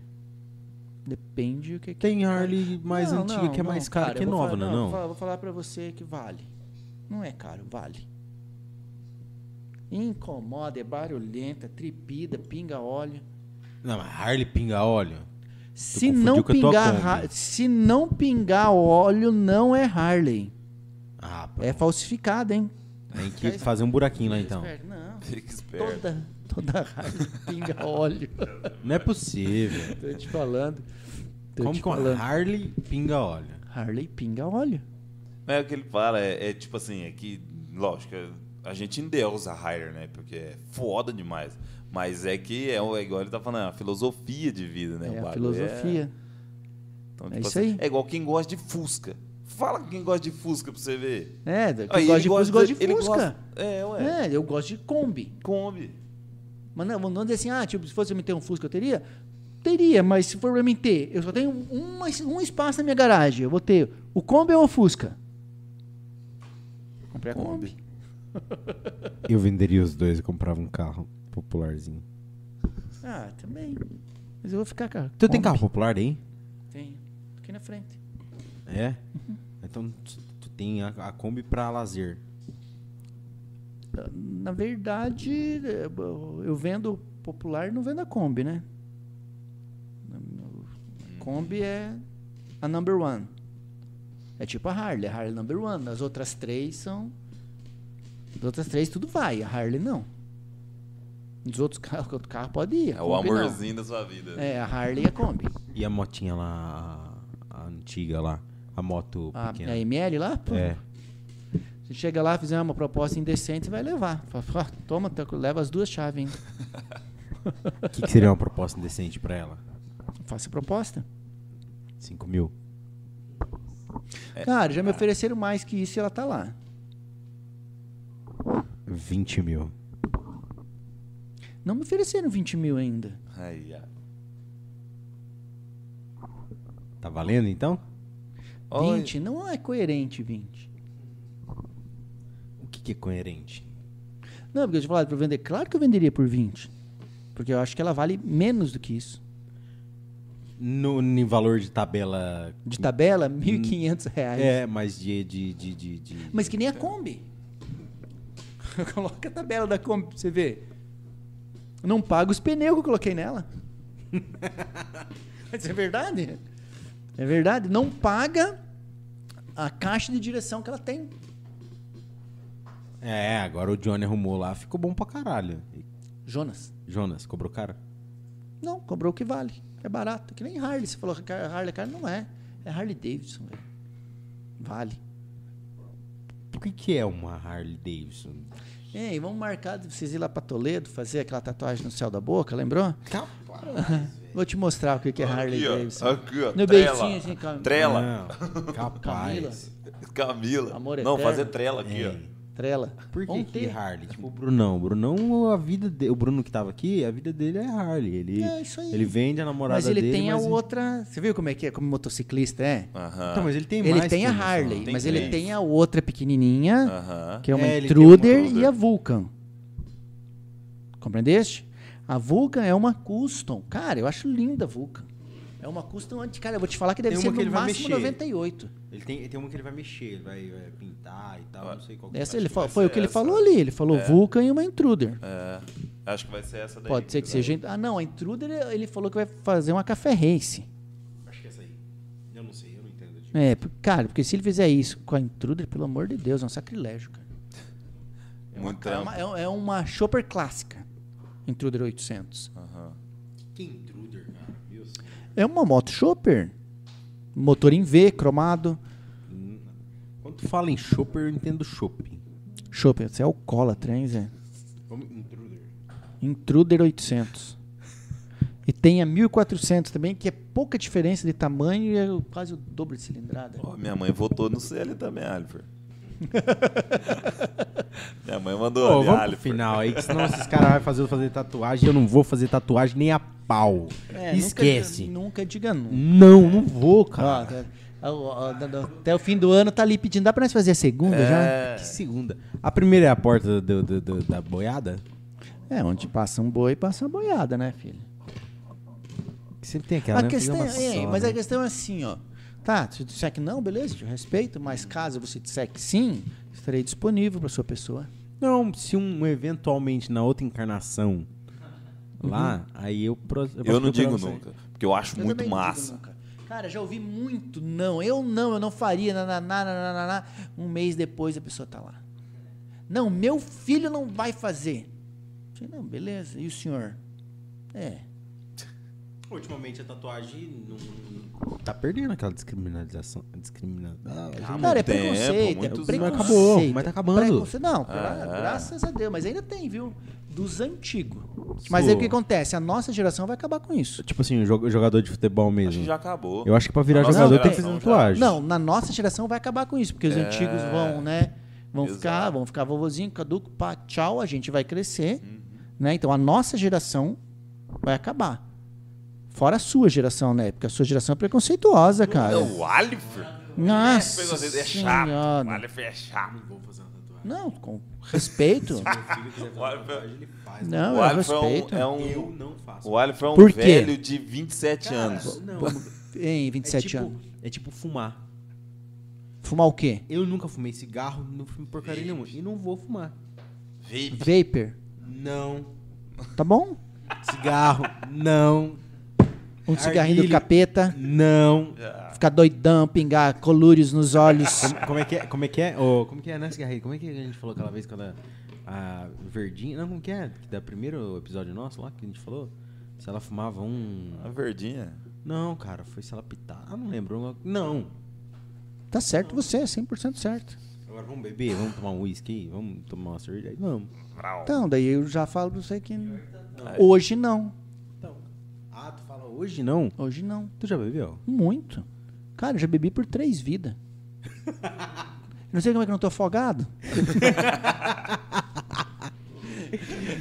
S1: Depende o que que-
S2: Tem Harley mais
S1: Não,
S2: antiga
S1: não,
S2: que é
S1: não,
S2: mais cara,
S1: cara,
S2: que
S1: eu vou
S2: nova,
S1: falar-
S2: né?
S1: Vou
S2: Não,
S1: falar, vou falar pra você que vale. Não é caro, vale. Incomoda, é barulhenta, tripida, pinga óleo.
S2: não, mas Harley pinga óleo.
S1: Se
S2: confundiu
S1: não,
S2: com a tua
S1: pingar,
S2: Kombi.
S1: ra- se não pingar óleo, não é Harley.
S2: Ah, pô.
S1: É falsificada, hein?
S2: Tem que fazer um buraquinho lá então.
S1: Esperto, Não.
S4: Fica esperto.
S1: Toda, toda Harley pinga óleo.
S2: Não é possível.
S1: Tô te falando. Tô
S2: Como
S1: te
S2: que uma
S1: falando.
S2: Harley pinga óleo?
S1: Harley pinga óleo.
S4: Mas é o que ele fala, é, é tipo assim, é que, lógico, é, a gente endeusa a Hire, né? Porque é foda demais. Mas é que é, o- é igual ele tá falando, é uma filosofia de vida, né?
S1: É,
S4: O
S1: a
S4: bagulho
S1: filosofia.
S4: então,
S1: é
S4: tipo
S1: isso
S4: assim,
S1: aí.
S4: É igual quem gosta de Fusca. Fala com quem gosta de Fusca pra você ver.
S1: É, quem
S4: Aí
S1: gosta
S4: ele
S1: de Fusca, gosta de
S4: ele
S1: Fusca.
S4: gosta- é, ué.
S1: É, eu gosto de Kombi.
S4: Kombi.
S1: Mas não, não dizer assim, ah, tipo, se fosse eu me ter um Fusca, eu teria? Teria, mas se for pra mim ter, eu só tenho uma- um espaço na minha garagem. Eu vou ter o Kombi ou o Fusca? Comprei a Kombi.
S2: Eu venderia os dois e comprava um carro popularzinho.
S1: Ah, também. Mas eu vou ficar com a
S2: Tu tem
S1: Kombi.
S2: carro popular aí?
S1: Tenho. Aqui na frente.
S2: É? Então tu, tu tem a, a Kombi pra lazer.
S1: Na verdade, eu eu vendo popular, não vendo a Kombi, né? A Kombi é a number one. É tipo a Harley, a Harley number one. As outras três são. As outras três tudo vai, a Harley não. Os outros carros, outro carro pode ir. a
S4: É o
S1: Kombi não.
S4: amorzinho da sua vida.
S1: É, a Harley e a Kombi.
S2: E a motinha lá, a, a antiga lá, a moto
S1: A,
S2: pequena.
S1: a ML lá, Ah, pô.
S2: É.
S1: Você chega lá, fizer uma proposta indecente, vai levar. Fala, "Ó, Toma, tá- leva as duas chaves, hein?
S2: O que, que seria uma proposta decente pra ela?
S1: Faça proposta.
S2: 5 mil.
S1: Cara, já me ofereceram mais que isso e ela tá lá.
S2: 20 mil.
S1: Não me ofereceram 20 mil ainda.
S4: Aí, ó.
S2: Tá valendo então?
S4: Olha,
S1: 20? Não é coerente 20.
S2: O que, que é coerente?
S1: Não, porque eu te falado pra vender. Claro que eu venderia por 20. Porque eu acho que ela vale menos do que isso.
S2: No, em valor de tabela.
S1: De tabela, 1.500 reais.
S2: É, mas de. de, de, de, de-
S1: Mas que nem a Kombi. Coloca a tabela da Kombi pra você ver. Eu Não paga os pneus que eu coloquei nela. Mas é verdade. É verdade. Não paga a caixa de direção que ela tem.
S2: É, agora o Johnny arrumou lá, ficou bom pra caralho. E-
S1: Jonas.
S2: Jonas, cobrou cara?
S1: Não, cobrou o que vale. É barato. Que nem Harley. Você falou que a Harley é cara. Não é. É Harley Davidson, velho. Vale.
S2: O que, que é uma Harley Davidson?
S1: Ei, vamos marcar de vocês ir lá pra Toledo fazer aquela tatuagem no céu da boca, lembrou? Vou te mostrar o que que é Harley
S4: aqui, ó.
S1: Davidson.
S4: Aqui, ó.
S1: No
S4: trela.
S1: beicinho, assim, com a-
S4: Trela.
S2: Não, capaz.
S1: Camila.
S4: Camila.
S1: Amor
S4: Não,
S1: eterno.
S4: fazer trela aqui,
S2: É.
S4: ó.
S1: Trela.
S2: Por que,
S1: Vão
S2: que
S1: ter.
S2: Harley? Tipo, o Brunão. O Brunão, a vida de... o Bruno que tava aqui, a vida dele é Harley. Ele,
S1: É, isso aí.
S2: ele vende a namorada
S1: mas ele
S2: dele.
S1: tem a
S2: mas-
S1: outra. Você viu como é que é? Como motociclista é?
S4: Aham.
S2: Então, mas ele tem
S1: ele
S2: mais
S1: tem a
S2: que isso,
S1: Harley,
S2: né?
S1: mas
S4: Tem
S1: ele
S4: três.
S1: tem a outra pequenininha,
S4: Aham.
S1: que é uma
S2: É, ele tem uma
S1: Intruder
S4: Intruder.
S1: e a Vulcan. Compreendeste? A Vulcan é uma custom. Cara, eu acho linda a Vulcan. É uma custom anti. Cara, eu vou te falar que deve
S2: Tem
S1: ser
S2: uma que
S1: no
S2: ele vai
S1: máximo
S2: mexer.
S1: 98.
S2: Ele tem, tem uma que ele vai mexer, ele vai, vai pintar e tal, não sei qual que
S1: Essa
S2: vai
S1: ele
S2: ser. É.
S1: fa-
S4: vai
S1: foi
S4: ser
S1: o que ele
S4: essa.
S1: falou ali. Ele falou Vulcan e uma Intruder.
S4: É. Acho que vai ser essa daí. né?
S1: Pode ser que seja. Ah, não, a Intruder ele falou que vai fazer uma café race.
S2: Acho que é essa aí. Eu não sei, eu não entendo. de-
S1: É, por- cara, porque se ele fizer isso com a Intruder, pelo amor de Deus, é um sacrilégio, cara.
S4: Muito
S1: É
S4: trampo.
S1: uma, é- é uma Chopper clássica, Intruder 800.
S4: Aham.
S2: Que intruder, cara. Meu Deus.
S1: É uma moto Chopper. Motor em V, cromado.
S2: Quando tu fala em shopper, eu entendo shopping.
S1: Chopper, você é alcoólatra, hein, Zé?
S2: Vamos, intruder.
S1: Intruder 800. E tem a 1400 também, que é pouca diferença de tamanho e é quase o dobro de cilindrada.
S4: Ó, minha mãe votou no CL também, Alifer. minha mãe mandou
S2: Pô,
S4: ali,
S2: vamos pro
S4: Alifer.
S2: final aí, que senão esses caras vão fazer, fazer tatuagem. Eu não vou fazer tatuagem nem a pau.
S1: É, nunca
S2: Esquece.
S1: diga- Nunca diga nunca.
S2: Não, não vou,
S1: Ó,
S2: cara.
S1: tá- ó, ó, da- da- até o fim do ano tá ali pedindo, dá pra nós fazer a segunda
S2: Que segunda. A primeira é a porta do- do- do- da boiada?
S1: já? É, onde passa um boi, passa a boiada, né, filho?
S2: Que sempre tem aquela,
S1: a
S2: né? Fazer
S1: questão,
S2: uma
S1: é,
S2: só,
S1: mas
S2: né?
S1: a questão é assim, ó. Tá, se tu disser que não, beleza, eu respeito, mas caso você disser que sim, estarei disponível pra sua pessoa.
S2: Não, se um eventualmente na outra encarnação lá, aí eu... pro- Eu, posso
S4: Eu não
S2: procurar
S4: digo
S2: você.
S4: nunca, porque eu acho
S1: Eu
S4: muito
S1: também não digo
S4: massa.
S1: nunca. Cara, já ouvi muito não. Eu não, eu não faria. Nananá, nananá. Um mês depois a pessoa tá lá. Não, meu filho não vai fazer. Eu Falei, não, beleza. E o senhor? É.
S2: Ultimamente a tatuagem não... Tá perdendo aquela discriminalização. Discrimina...
S4: Há
S1: Cara, é
S4: muito tempo,
S1: preconceito, é
S4: muitos
S1: preconceito.
S2: anos. Mas acabou, mas tá acabando.
S1: Preconceito- Não, gra-
S4: Ah.
S1: graças a Deus, mas ainda tem, viu? Dos antigos. Mas aí o que acontece? A nossa geração vai acabar com isso.
S2: Tipo assim, o jo- jogador de futebol mesmo.
S4: Acho que já acabou.
S2: Eu acho que pra virar
S4: A nossa
S2: jogador tem que
S4: geração
S2: fazer
S4: já-
S2: tatuagem.
S1: Não, na nossa geração vai acabar com isso, porque os antigos vão, né? Vão
S4: É. Exato.
S1: ficar, vão ficar vovozinho, caduco, pá, tchau, a gente vai crescer,
S4: Uhum.
S1: né? Então a nossa geração vai acabar. Fora a sua geração, né? Porque a sua geração é preconceituosa, cara.
S4: Não, o Alifer?
S1: Nossa
S4: É, é chato.
S1: Senhora.
S4: O Alifer é chato.
S1: Não, com respeito.
S4: O Alifer,
S1: Não,
S4: o
S1: eu
S4: Alifer é um-
S1: respeito.
S4: é um.
S2: não faço.
S4: O Alifer é um
S1: Por quê?
S4: velho de 27 anos.
S2: Não.
S1: Em 27
S2: é tipo,
S1: anos.
S2: É tipo fumar.
S1: Fumar o quê?
S2: Eu nunca fumei cigarro, não fumo porcaria nenhuma. E não vou fumar.
S4: Vape.
S1: Vapor.
S2: Não.
S1: Tá bom?
S2: Cigarro, não.
S1: Um cigarrinho do
S2: Arnilho.
S1: capeta.
S2: Não.
S1: Ficar doidão, pingar colúrios nos olhos.
S2: Como é que é? Como é que é? Ô, como que é, né, cigarrinho? Como é que a gente falou aquela vez quando a, a verdinha. Não, como que é? Que da primeiro episódio nosso lá que a gente falou? Se ela fumava um.
S4: A verdinha.
S2: Não, cara, foi se ela pitar. Ah, não lembro. Não.
S1: Tá certo você, 100% certo.
S2: Agora vamos beber, vamos tomar um uísque, vamos tomar uma cerveja aí, vamos.
S1: Então, daí eu já falo pra você que.
S4: é-
S1: Hoje não.
S2: Ah, tu fala hoje não?
S1: Hoje não.
S2: Tu já bebeu?
S1: Muito. Cara, eu já bebi por três vidas. Eu Não sei como é que eu não tô afogado.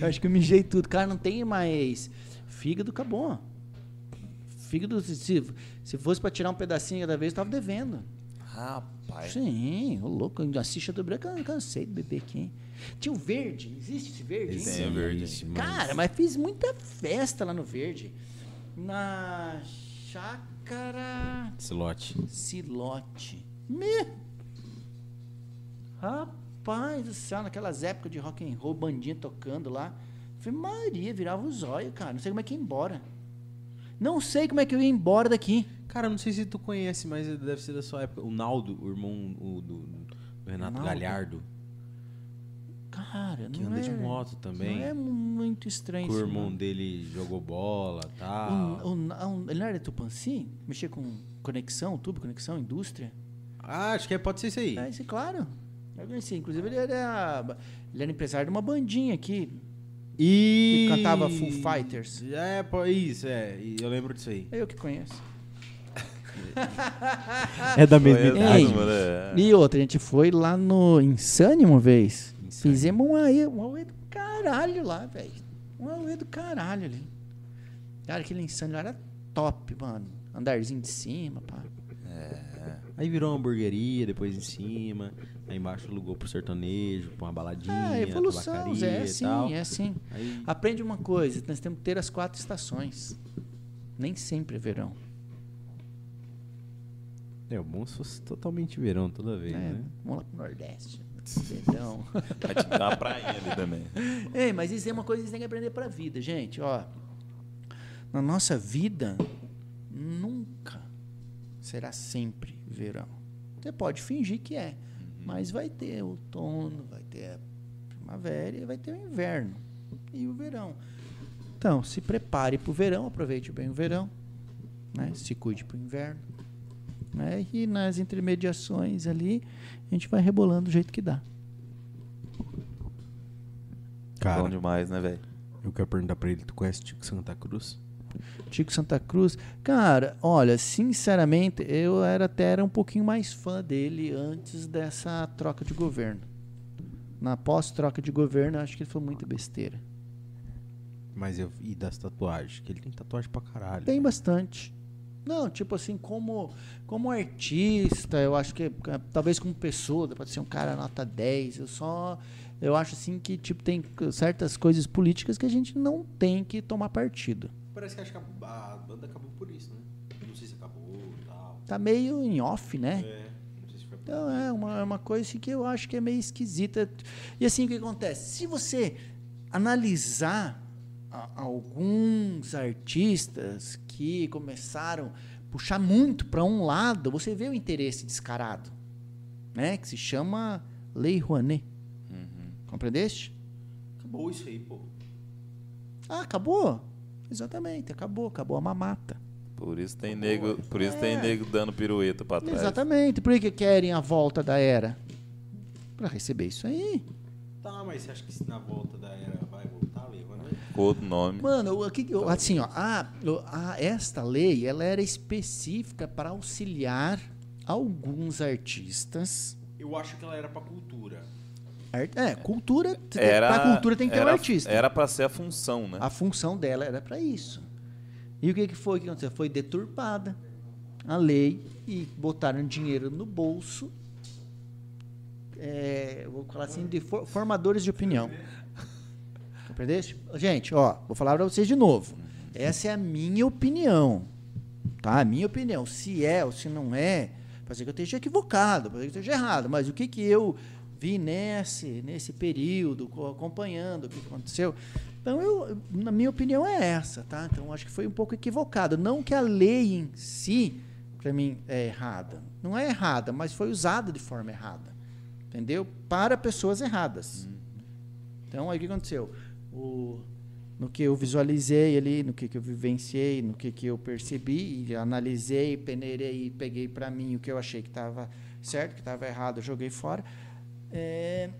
S1: Eu Acho que eu mijei tudo. Cara, não tem mais. Fígado acabou. Fígado, se- se, se fosse pra tirar um pedacinho cada vez, eu tava devendo. Ah, é?
S4: Rapaz.
S1: Sim, ô louco. A cicha do branco, eu cansei de beber aqui. hein? Tinha o verde. Existe esse é verde? hein?
S2: é
S4: Tem a verdinha.
S2: Ixi, mano.
S1: Cara, mas fiz muita festa lá no Verde. Na chácara
S2: Esse lote.
S1: Silote. Me... Rapaz do céu, naquelas épocas de rock and roll, bandinha tocando lá. Falei, Maria, virava os olhos, cara. Não sei como é que ia embora. Não sei como é que eu ia embora daqui.
S2: Cara, não sei se tu conhece, mas deve ser da sua época. O Naldo, o irmão o do, do Renato
S1: Naldo?
S2: Galhardo,
S1: Cara,
S2: que
S1: não
S2: anda
S1: é,
S2: de moto
S1: não
S2: também.
S1: é muito estranho
S2: que o
S1: isso,
S2: irmão
S1: não.
S2: dele jogou bola e
S1: O-
S2: tal.
S1: o- o- um, ele não era de Tupanci? Mexia com conexão, tubo, conexão, indústria?
S2: Ah, acho que é- pode ser isso aí.
S1: É, isso, é claro. Eu conheci. Inclusive, ele era, ele era empresário de uma bandinha aqui.
S2: E...
S1: Que cantava Foo Fighters.
S2: É, pô, isso, é. E Eu lembro disso aí.
S1: É eu que conheço.
S2: É da mesma
S4: Foi
S2: idade.
S4: errado, mano, é.
S1: E outra, a gente foi lá no Insane uma vez. Fizemos um auê, um auê do caralho lá, velho. Um auê do caralho ali. Cara, aquele Insane lá era top, mano. Andarzinho de cima, pá.
S2: Aí virou uma hamburgueria, depois em cima, aí embaixo alugou pro sertanejo, pra uma baladinha,
S1: É, evolução,
S2: tabacaria
S1: Zé, é
S2: e
S1: assim,
S2: tal.
S1: é assim.
S2: Aí-
S1: Aprende uma coisa, nós temos que ter as quatro estações. Nem sempre é verão.
S2: É, o bom se fosse totalmente verão toda vez,
S1: né?
S2: né?
S1: Vamos lá pro Nordeste. Verão.
S4: Vai te dar uma prainha ali também.
S1: Ei, mas isso é uma coisa que vocês têm que aprender pra vida, gente. Ó, na nossa vida, nunca será sempre verão. Você pode fingir que é, mas vai ter outono, vai ter a primavera e vai ter o inverno e o verão. Então, se prepare pro verão, aproveite bem o verão, né? se cuide pro inverno. Né? E nas intermediações ali, a gente vai rebolando do jeito que dá.
S4: Bom
S2: Cara,
S4: demais, né, velho?
S2: eu quero perguntar pra ele, tu conhece Tico Santa Cruz?
S1: Tico Santa Cruz. Cara, olha, sinceramente, eu era até era um pouquinho mais fã dele antes dessa troca de governo. Na pós-troca de governo, eu acho que ele foi muita besteira.
S2: Mas eu. E das tatuagens? Que ele tem tatuagem pra caralho. né?
S1: Tem bastante. Não, tipo assim, como, como artista, eu acho que eh, talvez como pessoa, pode ser um cara nota 10, eu só eu acho assim que tipo tem c- certas coisas políticas que a gente não tem que tomar partido.
S19: Parece que acho que a, a banda acabou por isso, né? Não sei se acabou e tal.
S1: Tá meio em off, né?
S19: É, não sei se foi por
S1: Então é uma, é uma coisa assim que eu acho que é meio esquisita. E assim, o que acontece? Se você analisar a- alguns artistas que começaram a puxar muito para um lado, você vê o interesse descarado, né? Que se chama Lei Rouanet. Compreendeste?
S19: Acabou isso aí, pô.
S1: Ah, acabou? Exatamente, acabou, acabou a mamata.
S4: Por isso tem nego, por isso tem nego dando pirueta pra trás.
S1: É. Exatamente. Por que que querem a volta da era? Para receber isso aí.
S19: Tá, mas você acha que se na volta da era vai voltar, Leiva, né?
S4: Com outro nome.
S1: Mano, o que, eu- assim, ó, a, o- a- esta lei ela era específica para auxiliar alguns artistas.
S19: Eu acho que ela era pra cultura.
S1: Ar- é, cultura.
S4: Era,
S1: pra cultura tem que ter
S4: era,
S1: um artista.
S4: Era pra ser a função, né?
S1: A função dela era para isso. E o que, que foi que aconteceu? Foi deturpada a lei e botaram dinheiro no bolso. É, vou falar assim, de for- formadores de opinião. Compreendeste? Gente, ó, vou falar para vocês de novo. Essa é a minha opinião. Tá? A minha opinião. Se é ou se não é, pode ser que eu esteja equivocado, pode ser que eu esteja errado. Mas o que, que eu vi nesse, nesse período, co- acompanhando o que aconteceu. Então, eu, na minha opinião, é essa, tá? Então, acho que foi um pouco equivocado. Não que a lei em si, para mim, é errada. Não é errada, mas foi usada de forma errada. Entendeu? Para pessoas erradas. Então, aí o que aconteceu? O, no que eu visualizei ali, no que, que eu vivenciei, no que, que eu percebi, e analisei, peneirei, peguei para mim o que eu achei que estava certo, que estava errado, eu joguei fora. É,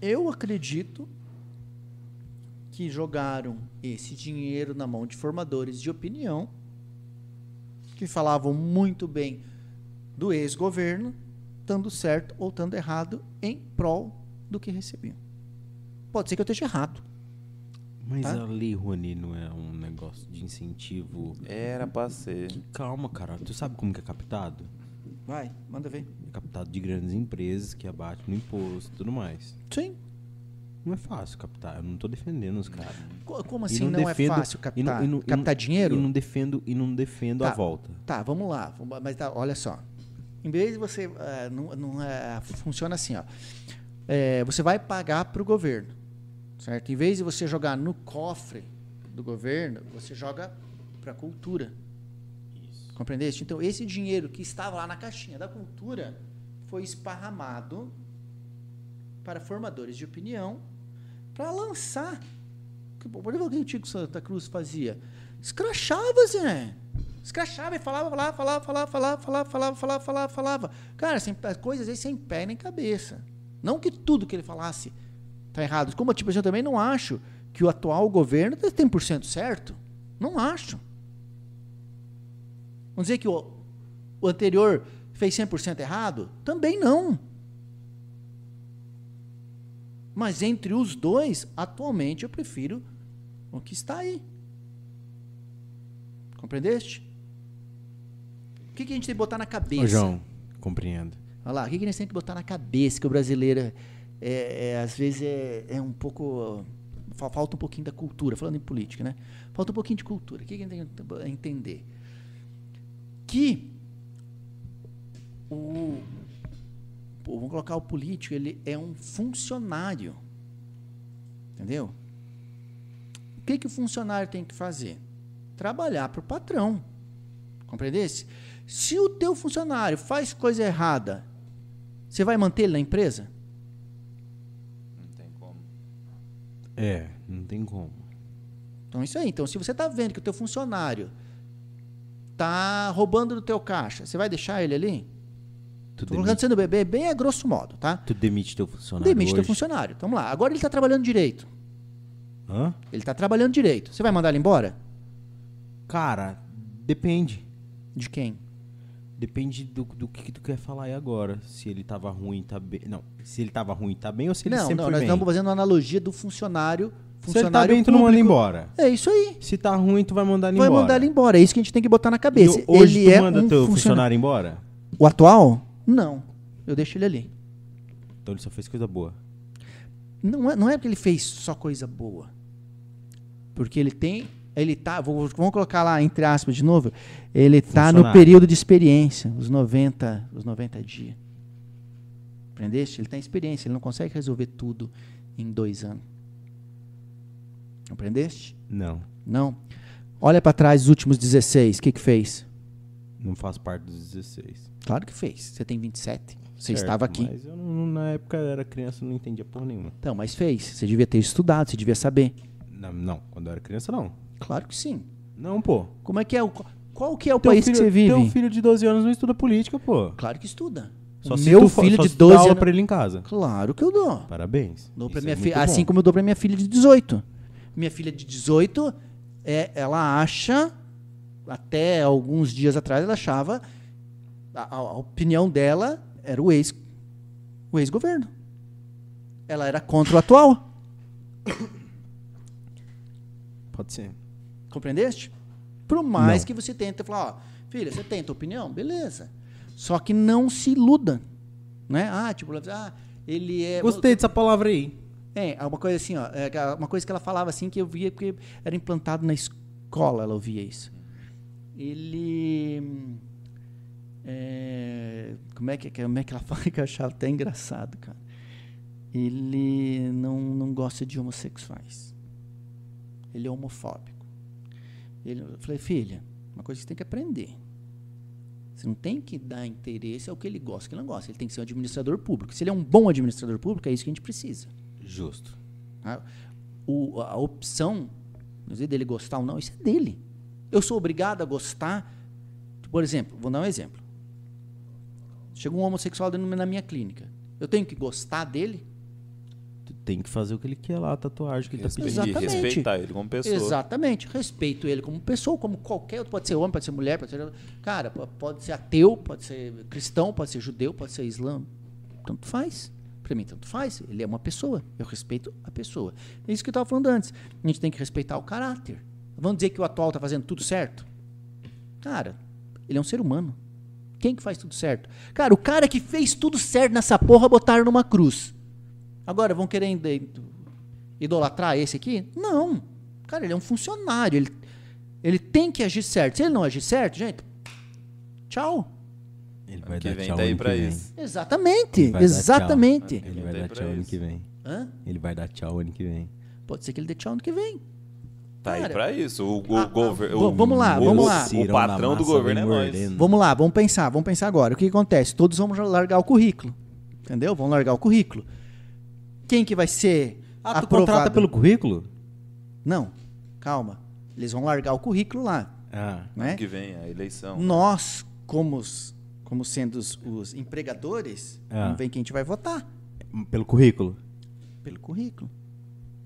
S1: eu acredito que jogaram esse dinheiro na mão de formadores de opinião, que falavam muito bem do ex-governo, estando certo ou estando errado, em prol do que recebiam. Pode ser que eu esteja errado.
S2: Mas
S1: Tá?
S2: a Lei Rouanet não é um negócio de incentivo.
S4: Era pra ser.
S2: Calma, cara. Tu sabe como que é captado?
S1: Vai, manda ver.
S2: É captado de grandes empresas que abatem no imposto e tudo mais.
S1: Sim.
S2: Não é fácil captar. Eu não tô defendendo os caras.
S1: Co- Como
S2: E
S1: assim não,
S2: defendo-
S1: é fácil captar,
S2: e não- e não- e não-
S1: captar dinheiro?
S2: E não defendo, e não defendo a
S1: Tá.
S2: volta.
S1: Tá, vamos lá. vamos- Mas tá, olha só. Em vez de você. ah, não, não, é- funciona assim, ó. É, você vai pagar para o governo. Certo? Em vez de você jogar no cofre do governo, você joga para a cultura. Compreendeste? Então, esse dinheiro que estava lá na caixinha da cultura foi esparramado para formadores de opinião para lançar. Que- Por exemplo, o que o Tico Santa Cruz fazia? Escrachava, Zé. Escrachava e falava, falava, falava, falava, falava, falava, falava, falava, falava, falava. Cara, sem, as coisas aí sem pé nem cabeça. Não que tudo que ele falasse tá errado. Como tipo, assim, eu também não acho que o atual governo tá 100% certo. Não acho. Vamos dizer que o, o anterior fez 100% errado? Também não. Mas entre os dois, atualmente eu prefiro o que está aí. Compreendeste? O que, que a gente tem que botar na cabeça?
S2: Ô, João, compreendo.
S1: Olha lá, o que, que nós temos que botar na cabeça que o brasileiro é, é, às vezes é, é um pouco. fa- Falta um pouquinho da cultura, falando em política, né? Falta um pouquinho de cultura. O que, que a gente tem que entender? Que o. pô, vamos colocar o político, ele é um funcionário. Entendeu? O que, que o funcionário tem que fazer? Trabalhar para o patrão. Compreendesse? Se o teu funcionário faz coisa errada, você vai manter ele na empresa?
S4: Não tem como.
S2: É, não tem como.
S1: Então é isso aí. Então, se você está vendo que o teu funcionário tá roubando do teu caixa, você vai deixar ele ali?
S2: Tu,
S1: Tô colocando
S2: demite,
S1: sendo bebê é bem a grosso modo, tá?
S2: tu demite teu funcionário
S1: Demite teu
S2: hoje?
S1: funcionário. Então, Vamos lá. Agora ele está trabalhando direito.
S2: Hã?
S1: Ele está trabalhando direito. Você vai mandar ele embora?
S2: Cara, depende.
S1: De quem?
S2: Depende do, do que, que tu quer falar aí agora. Se ele tava ruim, tá bem. Não, se ele tava ruim, tá bem ou se ele
S1: não,
S2: sempre
S1: não,
S2: foi
S1: nós
S2: bem.
S1: estamos fazendo uma analogia do funcionário.
S2: se ele tá
S1: funcionário
S2: bem, tu não manda
S1: público.
S2: embora.
S1: É isso aí.
S2: Se tá ruim, tu vai mandar ele
S1: Vai
S2: embora.
S1: mandar ele embora. É isso que a gente tem que botar na
S2: E
S1: cabeça.
S2: hoje
S1: ele
S2: tu
S1: é
S2: manda
S1: um
S2: teu
S1: funcionário.
S2: funcionário embora?
S1: O atual? Não. Eu deixo ele ali.
S2: Então ele só fez coisa boa.
S1: Não é, não é porque ele fez só coisa boa. Porque ele tem. Ele tá. vou- vamos colocar lá, entre aspas, de novo. Ele tá no
S2: Funcionário.
S1: período de experiência, os 90, os 90 dias. Aprendeste? Ele tem experiência, ele não consegue resolver tudo em dois anos. Compreendeste?
S2: Não,
S1: Não. Olha para trás os últimos 16, o que, que fez?
S2: não faz parte dos 16.
S1: Claro que fez. Você tem 27. Você
S2: Certo,
S1: estava aqui.
S2: Mas eu não, na época eu era criança, eu não entendia porra nenhuma.
S1: Então, mas fez. Você devia ter estudado, você devia saber.
S2: Não, não, quando eu era criança, não.
S1: Claro que sim.
S2: Não, pô.
S1: Como é que é o. Qual que é o
S2: Teu
S1: país
S2: filho-
S1: que você vive?
S2: Teu filho de 12 anos não estuda política, pô.
S1: Claro que estuda.
S2: Só
S1: o
S2: se
S1: meu
S2: tu fa-
S1: filho
S2: só
S1: de
S2: se tu dá
S1: 12
S2: aula
S1: anos.
S2: pra ele em casa.
S1: Claro que eu dou.
S2: Parabéns.
S1: dou pra
S2: Isso
S1: minha
S2: é
S1: filha,
S2: muito
S1: assim
S2: bom.
S1: como eu dou pra minha filha de 18. Minha filha de 18, é, ela acha, até alguns dias atrás, ela achava, a, a- a opinião dela era o ex, o ex-governo. Ela era contra o atual.
S2: Pode ser.
S1: Compreendeste? Por mais
S2: Não.
S1: que você tente falar, ó, filha, você tem tua opinião? Beleza. Só que não se iluda. Né? Ah, tipo, ah, ele é.
S2: Gostei dessa palavra aí.
S1: É, é uma coisa assim, ó, é aquela- uma coisa que ela falava assim que eu via porque era implantado na escola, ela ouvia isso. Ele hum, é, como é que como é que ela fala que eu achava até engraçado, cara. Ele não, não gosta de homossexuais. Ele é homofóbico. Ele, eu falei, filha, uma coisa que você tem que aprender. Você não tem que dar interesse ao que ele gosta, que ele não gosta. Ele tem que ser um administrador público. Se ele é um bom administrador público, é isso que a gente precisa.
S2: Justo.
S1: A, né? o- a opção não sei dele gostar ou não, isso é dele. Eu sou obrigado a gostar. Por exemplo, vou dar um exemplo. Chegou um homossexual dentro- na minha clínica. Eu tenho que gostar dele?
S2: Tu tem que fazer o que ele quer lá, a tatuagem que ele tá
S4: Respe-
S2: pedindo.
S1: Exato. Exatamente.
S4: Respeitar ele como pessoa.
S1: Exatamente. Respeito ele como pessoa, como qualquer outro. Pode ser homem, pode ser mulher, pode ser. Cara, po- pode ser ateu, pode ser cristão, pode ser judeu, pode ser islã. Tanto faz. Pra mim, tanto faz. Ele é uma pessoa. Eu respeito a pessoa. É isso que eu estava falando antes. A gente tem que respeitar o caráter. Vamos dizer que o atual está fazendo tudo certo? Cara, ele é um ser humano. Quem que faz tudo certo? Cara, o cara que fez tudo certo nessa porra botaram numa cruz. Agora, vão querer ide- idolatrar esse aqui? Não. Cara, ele é um funcionário. Ele, ele tem que agir certo. Se ele não agir certo, gente, tchau.
S2: Ele
S4: Ano
S2: vai
S4: que
S2: dar
S4: vem
S2: tchau
S4: tá aí
S2: ano
S4: pra
S2: que vem.
S4: isso.
S1: Exatamente.
S2: Ele vai dar tchau.
S1: Exatamente.
S2: Ele vai
S4: Tem
S2: dar
S4: pra
S2: tchau ano
S4: isso.
S2: que vem.
S1: Hã?
S2: Ele vai dar tchau ano que vem.
S1: Pode ser que ele dê tchau ano que vem.
S4: Tá aí
S1: Cara,
S4: pra isso. O,
S1: ah,
S4: governo.
S1: v- vamos lá,
S4: o,
S1: vamos lá.
S4: O
S2: Cirão na
S4: patrão do
S2: massa,
S4: governo é
S2: vem
S4: nós.
S2: mordendo.
S1: Vamos lá, vamos pensar, vamos pensar agora. O que acontece? Todos vamos largar o currículo. Entendeu? Vão largar o currículo. Quem que vai ser
S2: Ah, tu contrata
S1: aprovado?
S2: pelo currículo?
S1: Não, calma. Eles vão largar o currículo lá,
S2: Ah.
S1: né?
S4: Que vem a eleição.
S1: Nós, como, os- como sendo os, os empregadores,
S2: Ah.
S1: vamos ver quem a gente vai votar.
S2: Pelo currículo?
S1: Pelo currículo.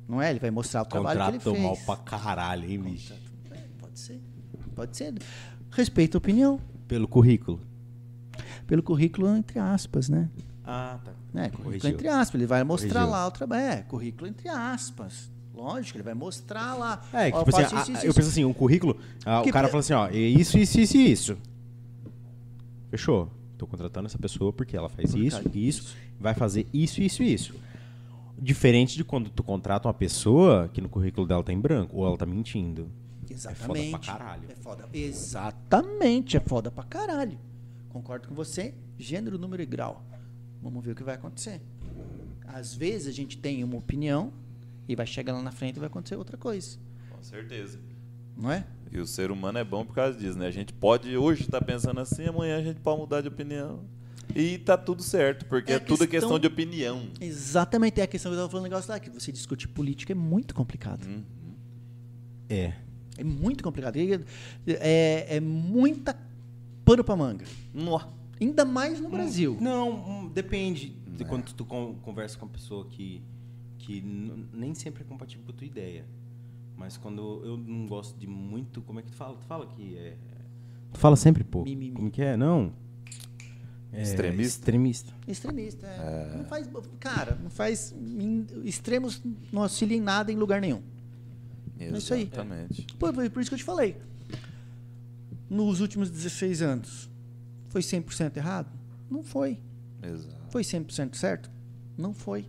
S1: Não é? Ele vai mostrar o trabalho que
S2: Contratam
S1: ele
S2: um mal
S1: fez.
S2: pra caralho, hein, bicho?
S1: Pode ser. Pode ser. Respeita a opinião.
S2: Pelo currículo.
S1: pelo currículo entre aspas, né?
S4: Ah, tá.
S1: É, currículo entre aspas. Ele vai mostrar lá o trabalho. É, currículo entre aspas. Lógico, ele vai mostrar lá.
S2: É, que,
S1: Ó,
S2: tipo assim,
S1: faço
S2: a-
S1: isso,
S2: a-
S1: isso,
S2: eu
S1: isso.
S2: penso assim, um currículo, ah,
S1: Porque-
S2: o cara fala assim, ó, isso, isso, isso e isso. Fechou. Tô contratando essa pessoa porque ela faz isso, isso, vai fazer isso, isso e isso. Diferente de quando tu contrata uma pessoa que no currículo dela tá em branco, ou ela tá mentindo.
S1: Exatamente.
S2: É foda pra caralho.
S1: É foda. Exatamente, é foda pra caralho. Concordo com você, gênero, número e grau. Vamos ver o que vai acontecer. Às vezes a gente tem uma opinião e vai chegar lá na frente e vai acontecer outra coisa,
S4: Com certeza.
S1: não é?
S4: E o ser humano é bom por causa disso, né? A gente pode hoje estar pensando assim, amanhã a gente pode mudar de opinião. E tá tudo certo, porque
S1: É
S4: é, tudo
S1: questão-
S4: questão de opinião.
S1: Exatamente, é a questão que eu tava falando um negócio lá, que você discutir política é muito complicado.
S2: Uhum. É.
S1: É muito complicado. É, é- é muita pano pra manga. Ainda mais no Brasil.
S20: Não, hum, depende
S2: É.
S20: de quando tu con- conversa com uma pessoa que, que n- nem sempre é compatível com a tua ideia. Mas quando eu não gosto de muito, como é que tu fala? Tu fala que é.
S2: Tu fala sempre, pô.
S1: Mimimi.
S2: Como que é? Não. É,
S4: Extremista?
S2: Extremista.
S1: Extremista, é. Não faz, cara, não faz. em- Extremos não auxilia em nada em lugar nenhum.
S4: É
S1: isso aí.
S4: Exatamente.
S1: Pô, foi por isso que eu te falei. Nos últimos 16 anos, foi 100% errado? Não foi.
S4: Exato.
S1: Foi 100% certo? Não foi.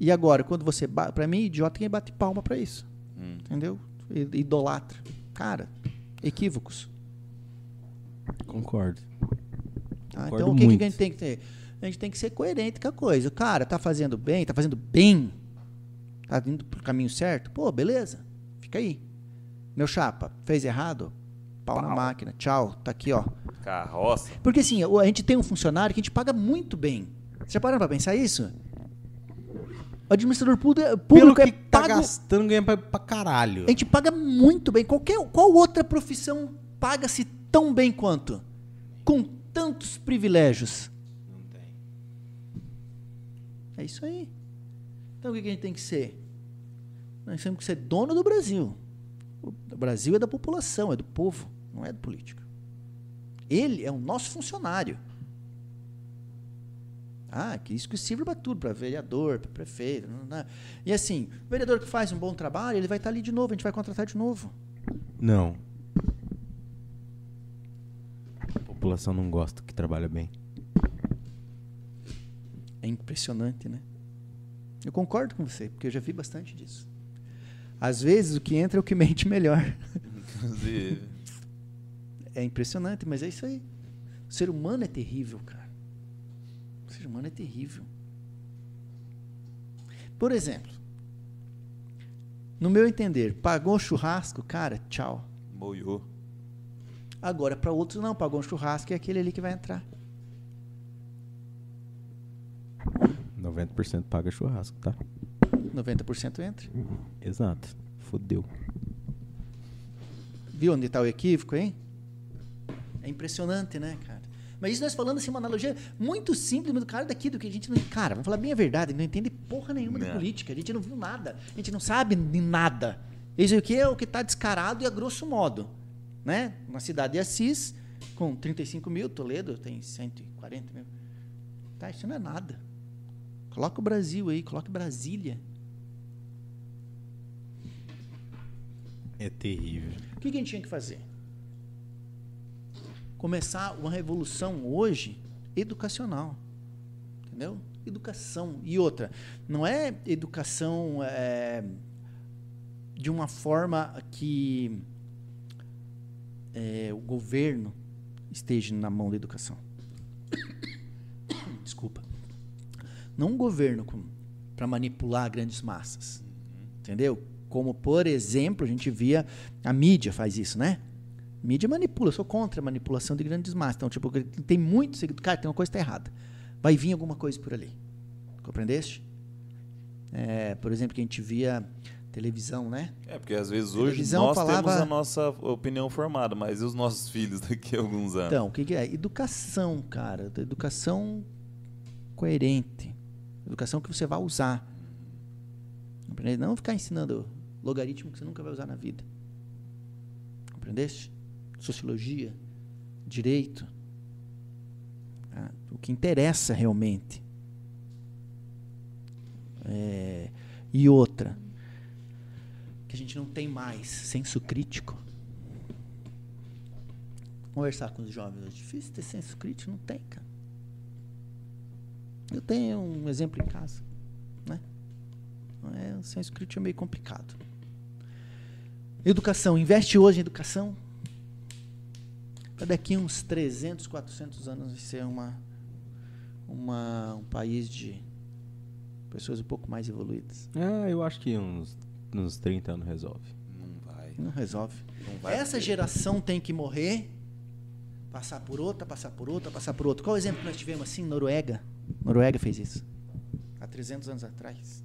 S1: E agora, quando você. ba- Pra mim, idiota quem bate palma pra isso.
S4: Hum.
S1: Entendeu? I- Idolatra. Cara, equívocos.
S2: Concordo.
S1: tá?
S2: Concordo
S1: Então, o que, que
S2: muito.
S1: a gente tem que ter? A gente tem que ser coerente com a coisa. Cara, tá fazendo bem, tá fazendo bem. Tá indo pro caminho certo? Pô, beleza. Fica aí. Meu chapa, fez errado? Pau na máquina. Tchau. Tá aqui, ó.
S4: Carroça.
S1: Porque assim, o- a gente tem um funcionário que a gente paga muito bem. Vocês já pararam pra pensar isso? O administrador público,
S2: Pelo
S1: público
S2: que
S1: é
S2: tá
S1: pago.
S2: gastando, ganha pra, pra caralho.
S1: A gente paga muito bem. Qualquer, qual outra profissão paga-se tão bem quanto? Com tantos privilégios.
S20: Não tem.
S1: É isso aí. Então o que que a gente tem que ser? Nós temos que ser dono do Brasil. O Brasil é da população, é do povo, não é do político. Ele é o nosso funcionário. Ah, que isso que sirva para tudo, para vereador, para prefeito. não, não. E assim, o vereador que faz um bom trabalho, ele vai estar ali de novo, a gente vai contratar de novo.
S2: Não. A população não gosta que trabalha bem.
S1: É impressionante, né? Eu concordo com você, porque eu já vi bastante disso. Às vezes o que entra é o que mente melhor.
S4: Inclusive.
S1: É impressionante, mas é isso aí. O ser humano é terrível, cara. O ser humano é terrível. Por exemplo, no meu entender, pagou um churrasco, cara, tchau.
S4: Moiou.
S1: Agora, para outros, não, pagou um churrasco é aquele ali que vai entrar.
S2: 90% paga churrasco, tá?
S1: 90% entra.
S2: Exato. Fodeu.
S1: Viu onde está o equívoco, hein? É impressionante, né, cara? Mas isso nós falando assim, uma analogia muito simples, muito cara daqui do que a gente não. Cara, vamos falar bem a verdade, a gente não entende porra nenhuma de
S4: Não.
S1: política, a gente não viu nada, a gente não sabe de nada. Isso aqui é o que está descarado e a grosso modo. Né? Uma cidade de Assis, com 35 mil, Toledo tem 140 mil. Tá, isso não é nada. Coloca o Brasil aí, coloca Brasília.
S2: É terrível.
S1: O que, que a gente tinha que fazer? Começar uma revolução hoje educacional. Entendeu? Educação. E outra, não é educação é, de uma forma que é, o governo esteja na mão da educação. Desculpa. Não um governo para manipular grandes massas. Entendeu? Como, por exemplo, a gente via a mídia faz isso, né? Mídia manipula, eu sou contra a manipulação de grandes massas. Então, tipo, tem muito seguidor. Cara, tem uma coisa que tá errada. Vai vir alguma coisa por ali. Compreendeste? É, por exemplo, que a gente via televisão, né?
S4: É, porque às vezes hoje
S1: Televisão
S4: nós temos
S1: falava-
S4: a nossa opinião formada, mas e os nossos filhos daqui a alguns anos?
S1: Então, o que, que é? Educação, cara. Educação coerente. Educação que você vai usar. Compreende? Não ficar ensinando logaritmo que você nunca vai usar na vida. Compreendeste? Sociologia, direito. a- Ah, o que interessa realmente. É, e outra, que a gente não tem mais senso crítico. Conversar com os jovens é difícil ter senso crítico, não tem, cara. Eu tenho um exemplo em casa, né? Não É, o senso crítico é meio complicado. Educação, investe hoje em educação. Pra daqui uns 300, 400 anos vai ser uma, uma, um país de pessoas um pouco mais evoluídas.
S2: Ah, eu acho que uns, uns 30 anos resolve.
S4: Não vai.
S1: Não resolve.
S4: Não vai
S1: Essa
S4: ter.
S1: geração tem que morrer, passar por outra, passar por outra, passar por outra. Qual o exemplo que nós tivemos assim? Noruega. Noruega fez isso. Há 300 anos atrás.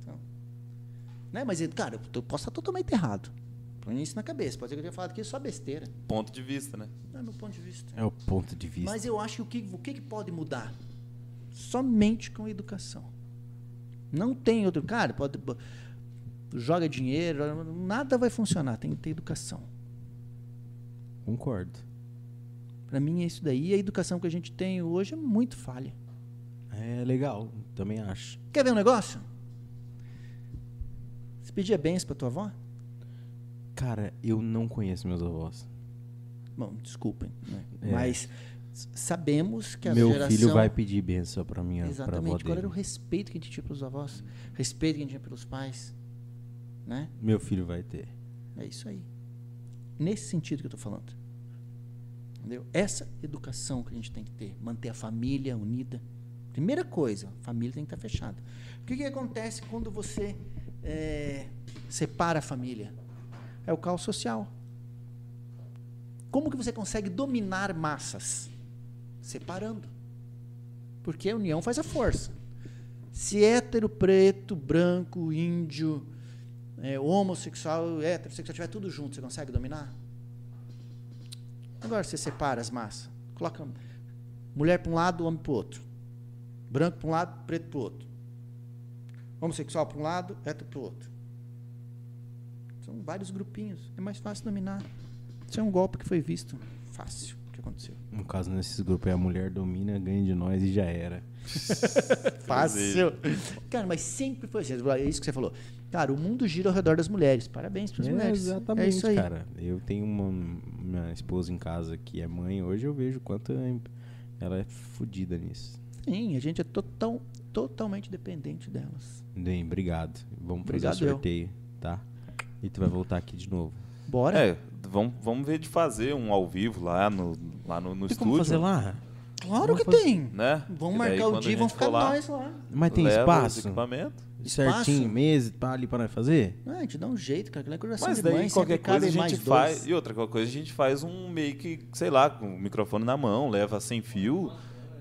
S1: Então, né? Mas, cara, eu tô- posso estar totalmente errado. Põe isso na cabeça. Pode ser que eu tenha falado aqui só besteira.
S4: Ponto de vista, né?
S1: Não é meu ponto de vista.
S2: É o ponto de vista.
S1: Mas eu acho que o que, o que, que pode mudar? Somente com educação. Não tem outro. Cara, pode, bo- joga dinheiro, joga- nada vai funcionar. Tem que ter educação.
S2: Concordo.
S1: Para mim é isso daí. E a educação que a gente tem hoje é muito falha.
S2: É legal, também acho.
S1: Quer ver um negócio? Você pedia bens para tua avó?
S2: Cara, eu não conheço meus avós.
S1: Bom, desculpem. né?
S2: É.
S1: Mas s- sabemos que a
S2: Meu
S1: geração...
S2: filho vai pedir benção pra minha pra avó
S1: Exatamente. Qual era o
S2: dele.
S1: respeito que a gente tinha pelos avós? Respeito que a gente tinha pelos pais? Né?
S2: Meu filho vai ter.
S1: É isso aí. Nesse sentido que eu estou falando. Entendeu? Essa educação que a gente tem que ter, manter a família unida. Primeira coisa, a família tem que estar fechada. O que, que acontece quando você eh, separa a família? É o caos social. Como que você consegue dominar massas? Separando. Porque a união faz a força. Se hétero, preto, branco, índio, é, homossexual, heterossexual, tiver tudo junto, você consegue dominar? Agora você separa as massas. Coloca mulher para um lado, homem para o outro. Branco para um lado, preto para o outro. Homossexual para um lado, hétero para o outro. São vários grupinhos. É mais fácil dominar. Isso é um golpe que foi visto. Fácil o que aconteceu.
S2: No caso, nesses grupos é a mulher domina, ganha de nós e já era.
S1: Fácil. Cara, mas sempre foi assim. É isso que você falou. Cara, o mundo gira ao redor das mulheres. Parabéns para as
S2: É,
S1: mulheres.
S2: exatamente,
S1: é isso aí.
S2: cara. Eu tenho uma minha esposa em casa que é mãe, hoje eu vejo quanto é- ela é fodida nisso.
S1: Sim, a gente é total, totalmente dependente delas.
S2: Bem, obrigado. Vamos fazer o
S1: Obrigado eu.
S2: sorteio, tá? E tu vai voltar aqui de novo.
S1: Bora?
S4: É, vamos, vamos ver de fazer um ao vivo lá no, lá no, no
S2: Tem
S4: estúdio.
S2: como fazer lá?
S1: claro que tem.
S4: Né?
S1: Vamos
S4: E daí,
S1: marcar o
S4: quando a
S1: dia e vamos
S4: gente
S1: ficar
S4: for lá,
S1: nós lá.
S2: Mas tem
S4: leva
S2: espaço?
S4: Os equipamento.
S2: Certinho, mesa pra ali pra nós fazer?
S1: Ah, a gente dá um jeito, cara. Aquela coração
S4: Mas
S1: de
S4: daí
S1: mãe
S4: qualquer
S1: sempre cabe
S4: coisa a gente
S1: mais
S4: faz.
S1: dois.
S4: E outra qualquer coisa a gente faz um meio que, sei lá, com o microfone na mão, leva sem fio.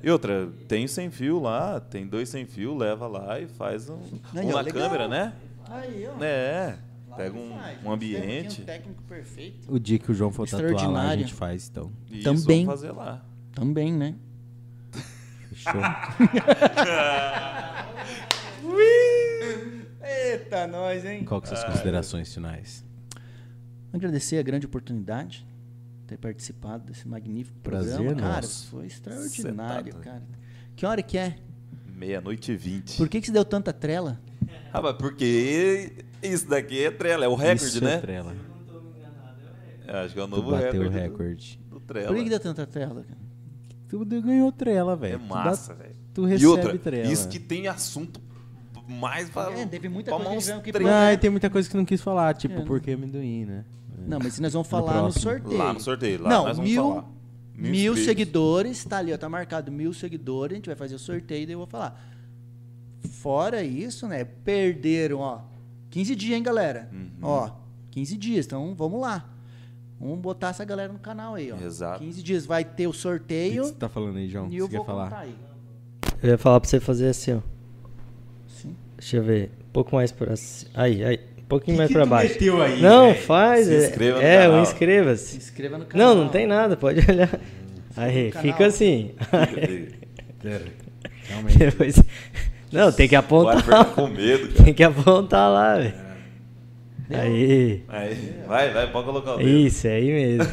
S4: E outra, tem sem fio lá, tem dois sem fio, leva lá e faz um.
S1: Aí,
S4: um
S1: ó,
S4: na
S1: é legal.
S4: câmera, né?
S1: Aí, ó.
S4: É.
S1: Lá
S4: Pega
S1: ele
S4: um,
S1: faz.
S4: um ambiente.
S1: Tem um técnico perfeito.
S2: O dia que o João for tatuar lá, a
S1: Extraordinário.
S2: gente faz, então.
S1: um
S4: E Isso,
S1: Também.
S4: vamos fazer lá.
S1: Também, né?
S2: Fechou.
S1: Eita, nós, hein?
S2: Qual que
S4: Ah.
S2: são as considerações finais?
S1: Agradecer a grande oportunidade de ter participado desse magnífico
S2: Prazer
S1: programa. Cara,
S2: nosso.
S1: foi extraordinário,
S4: Cê tá
S1: cara. Que hora que é?
S4: Meia-noite e vinte.
S1: Por que, que você deu tanta trela?
S4: Rapaz, porque isso daqui é trela, é o recorde,
S2: Isso
S4: né?
S2: é trela.
S4: É, acho que é o
S2: Tu
S4: novo
S2: bateu o
S4: recorde. do-
S2: recorde.
S4: Do,
S1: Por
S4: trela.
S1: que, que deu tanta trela, cara?
S2: Tu ganhou trela,
S4: É
S2: velho. Tu dá-
S4: massa, velho.
S2: Tu
S4: E
S2: recebe
S4: outra,
S2: trela.
S4: isso que tem assunto mais pra.
S1: É, teve muita
S4: pra
S1: coisa que
S4: uns
S1: tivemos que
S4: três-
S2: Ah, e tem muita coisa que não quis falar, tipo,
S1: É, não-
S2: por que amendoim, né?
S1: Não, mas nós vamos falar no,
S2: próximo.
S1: sorteio.
S4: É. Lá no sorteio, lá
S1: Não,
S4: nós vamos
S1: mil,
S4: falar.
S1: mil,
S4: inscritos.
S1: seguidores, tá ali, ó, tá marcado mil seguidores, a gente vai fazer o sorteio e daí eu vou falar. Fora isso, né, perderam, ó, 15 dias, hein, galera? Ó, 15 dias, então vamos lá. Vamos botar essa galera no canal aí, ó.
S4: Exato.
S1: 15 dias vai ter o
S2: O que que
S1: sorteio
S2: você tá falando aí, João?
S1: e
S2: que
S1: eu
S2: você
S1: vou
S2: quer falar?
S1: contar aí.
S3: Eu ia falar pra você fazer assim, ó.
S1: Sim.
S3: Deixa eu ver. Um pouco mais pra. c- Aí, aí. Um pouquinho mais
S21: que
S3: pra
S21: tu
S3: baixo.
S21: meteu aí,
S3: não,
S21: velho?
S3: faz.
S4: Se
S3: é-
S4: inscreva no
S3: é,
S4: canal.
S3: um
S1: Se
S3: inscreva-se.
S1: inscreva no canal.
S3: Não, não tem nada, pode olhar. Aí,
S1: canal.
S3: fica assim.
S4: Fica, fica.
S2: Calma aí.
S3: Depois... Não, tem que
S4: O
S3: apontar.
S4: Arthur tá com medo, cara.
S3: Tem que apontar lá, velho. Aí.
S4: Aí, vai, vai, pode colocar o dedo.
S3: Isso, é aí mesmo.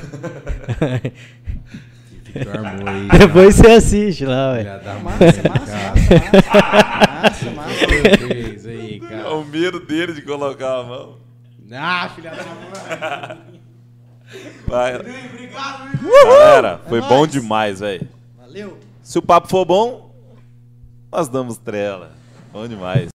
S2: Tu armou aí.
S3: Depois você assiste lá, ué.
S2: Filha da mãe,
S7: Massa, massa,
S2: cara.
S7: massa, massa, massa, massa.
S2: Meu Deus, aí,
S4: É
S2: cara.
S4: o medo dele de colocar a mão.
S2: Ah, filha da mãe.
S4: Vai. Galera, foi
S7: É
S4: bom
S7: nóis.
S4: demais, velho.
S7: Valeu.
S4: Se o papo for bom, nós damos trela. Bom demais.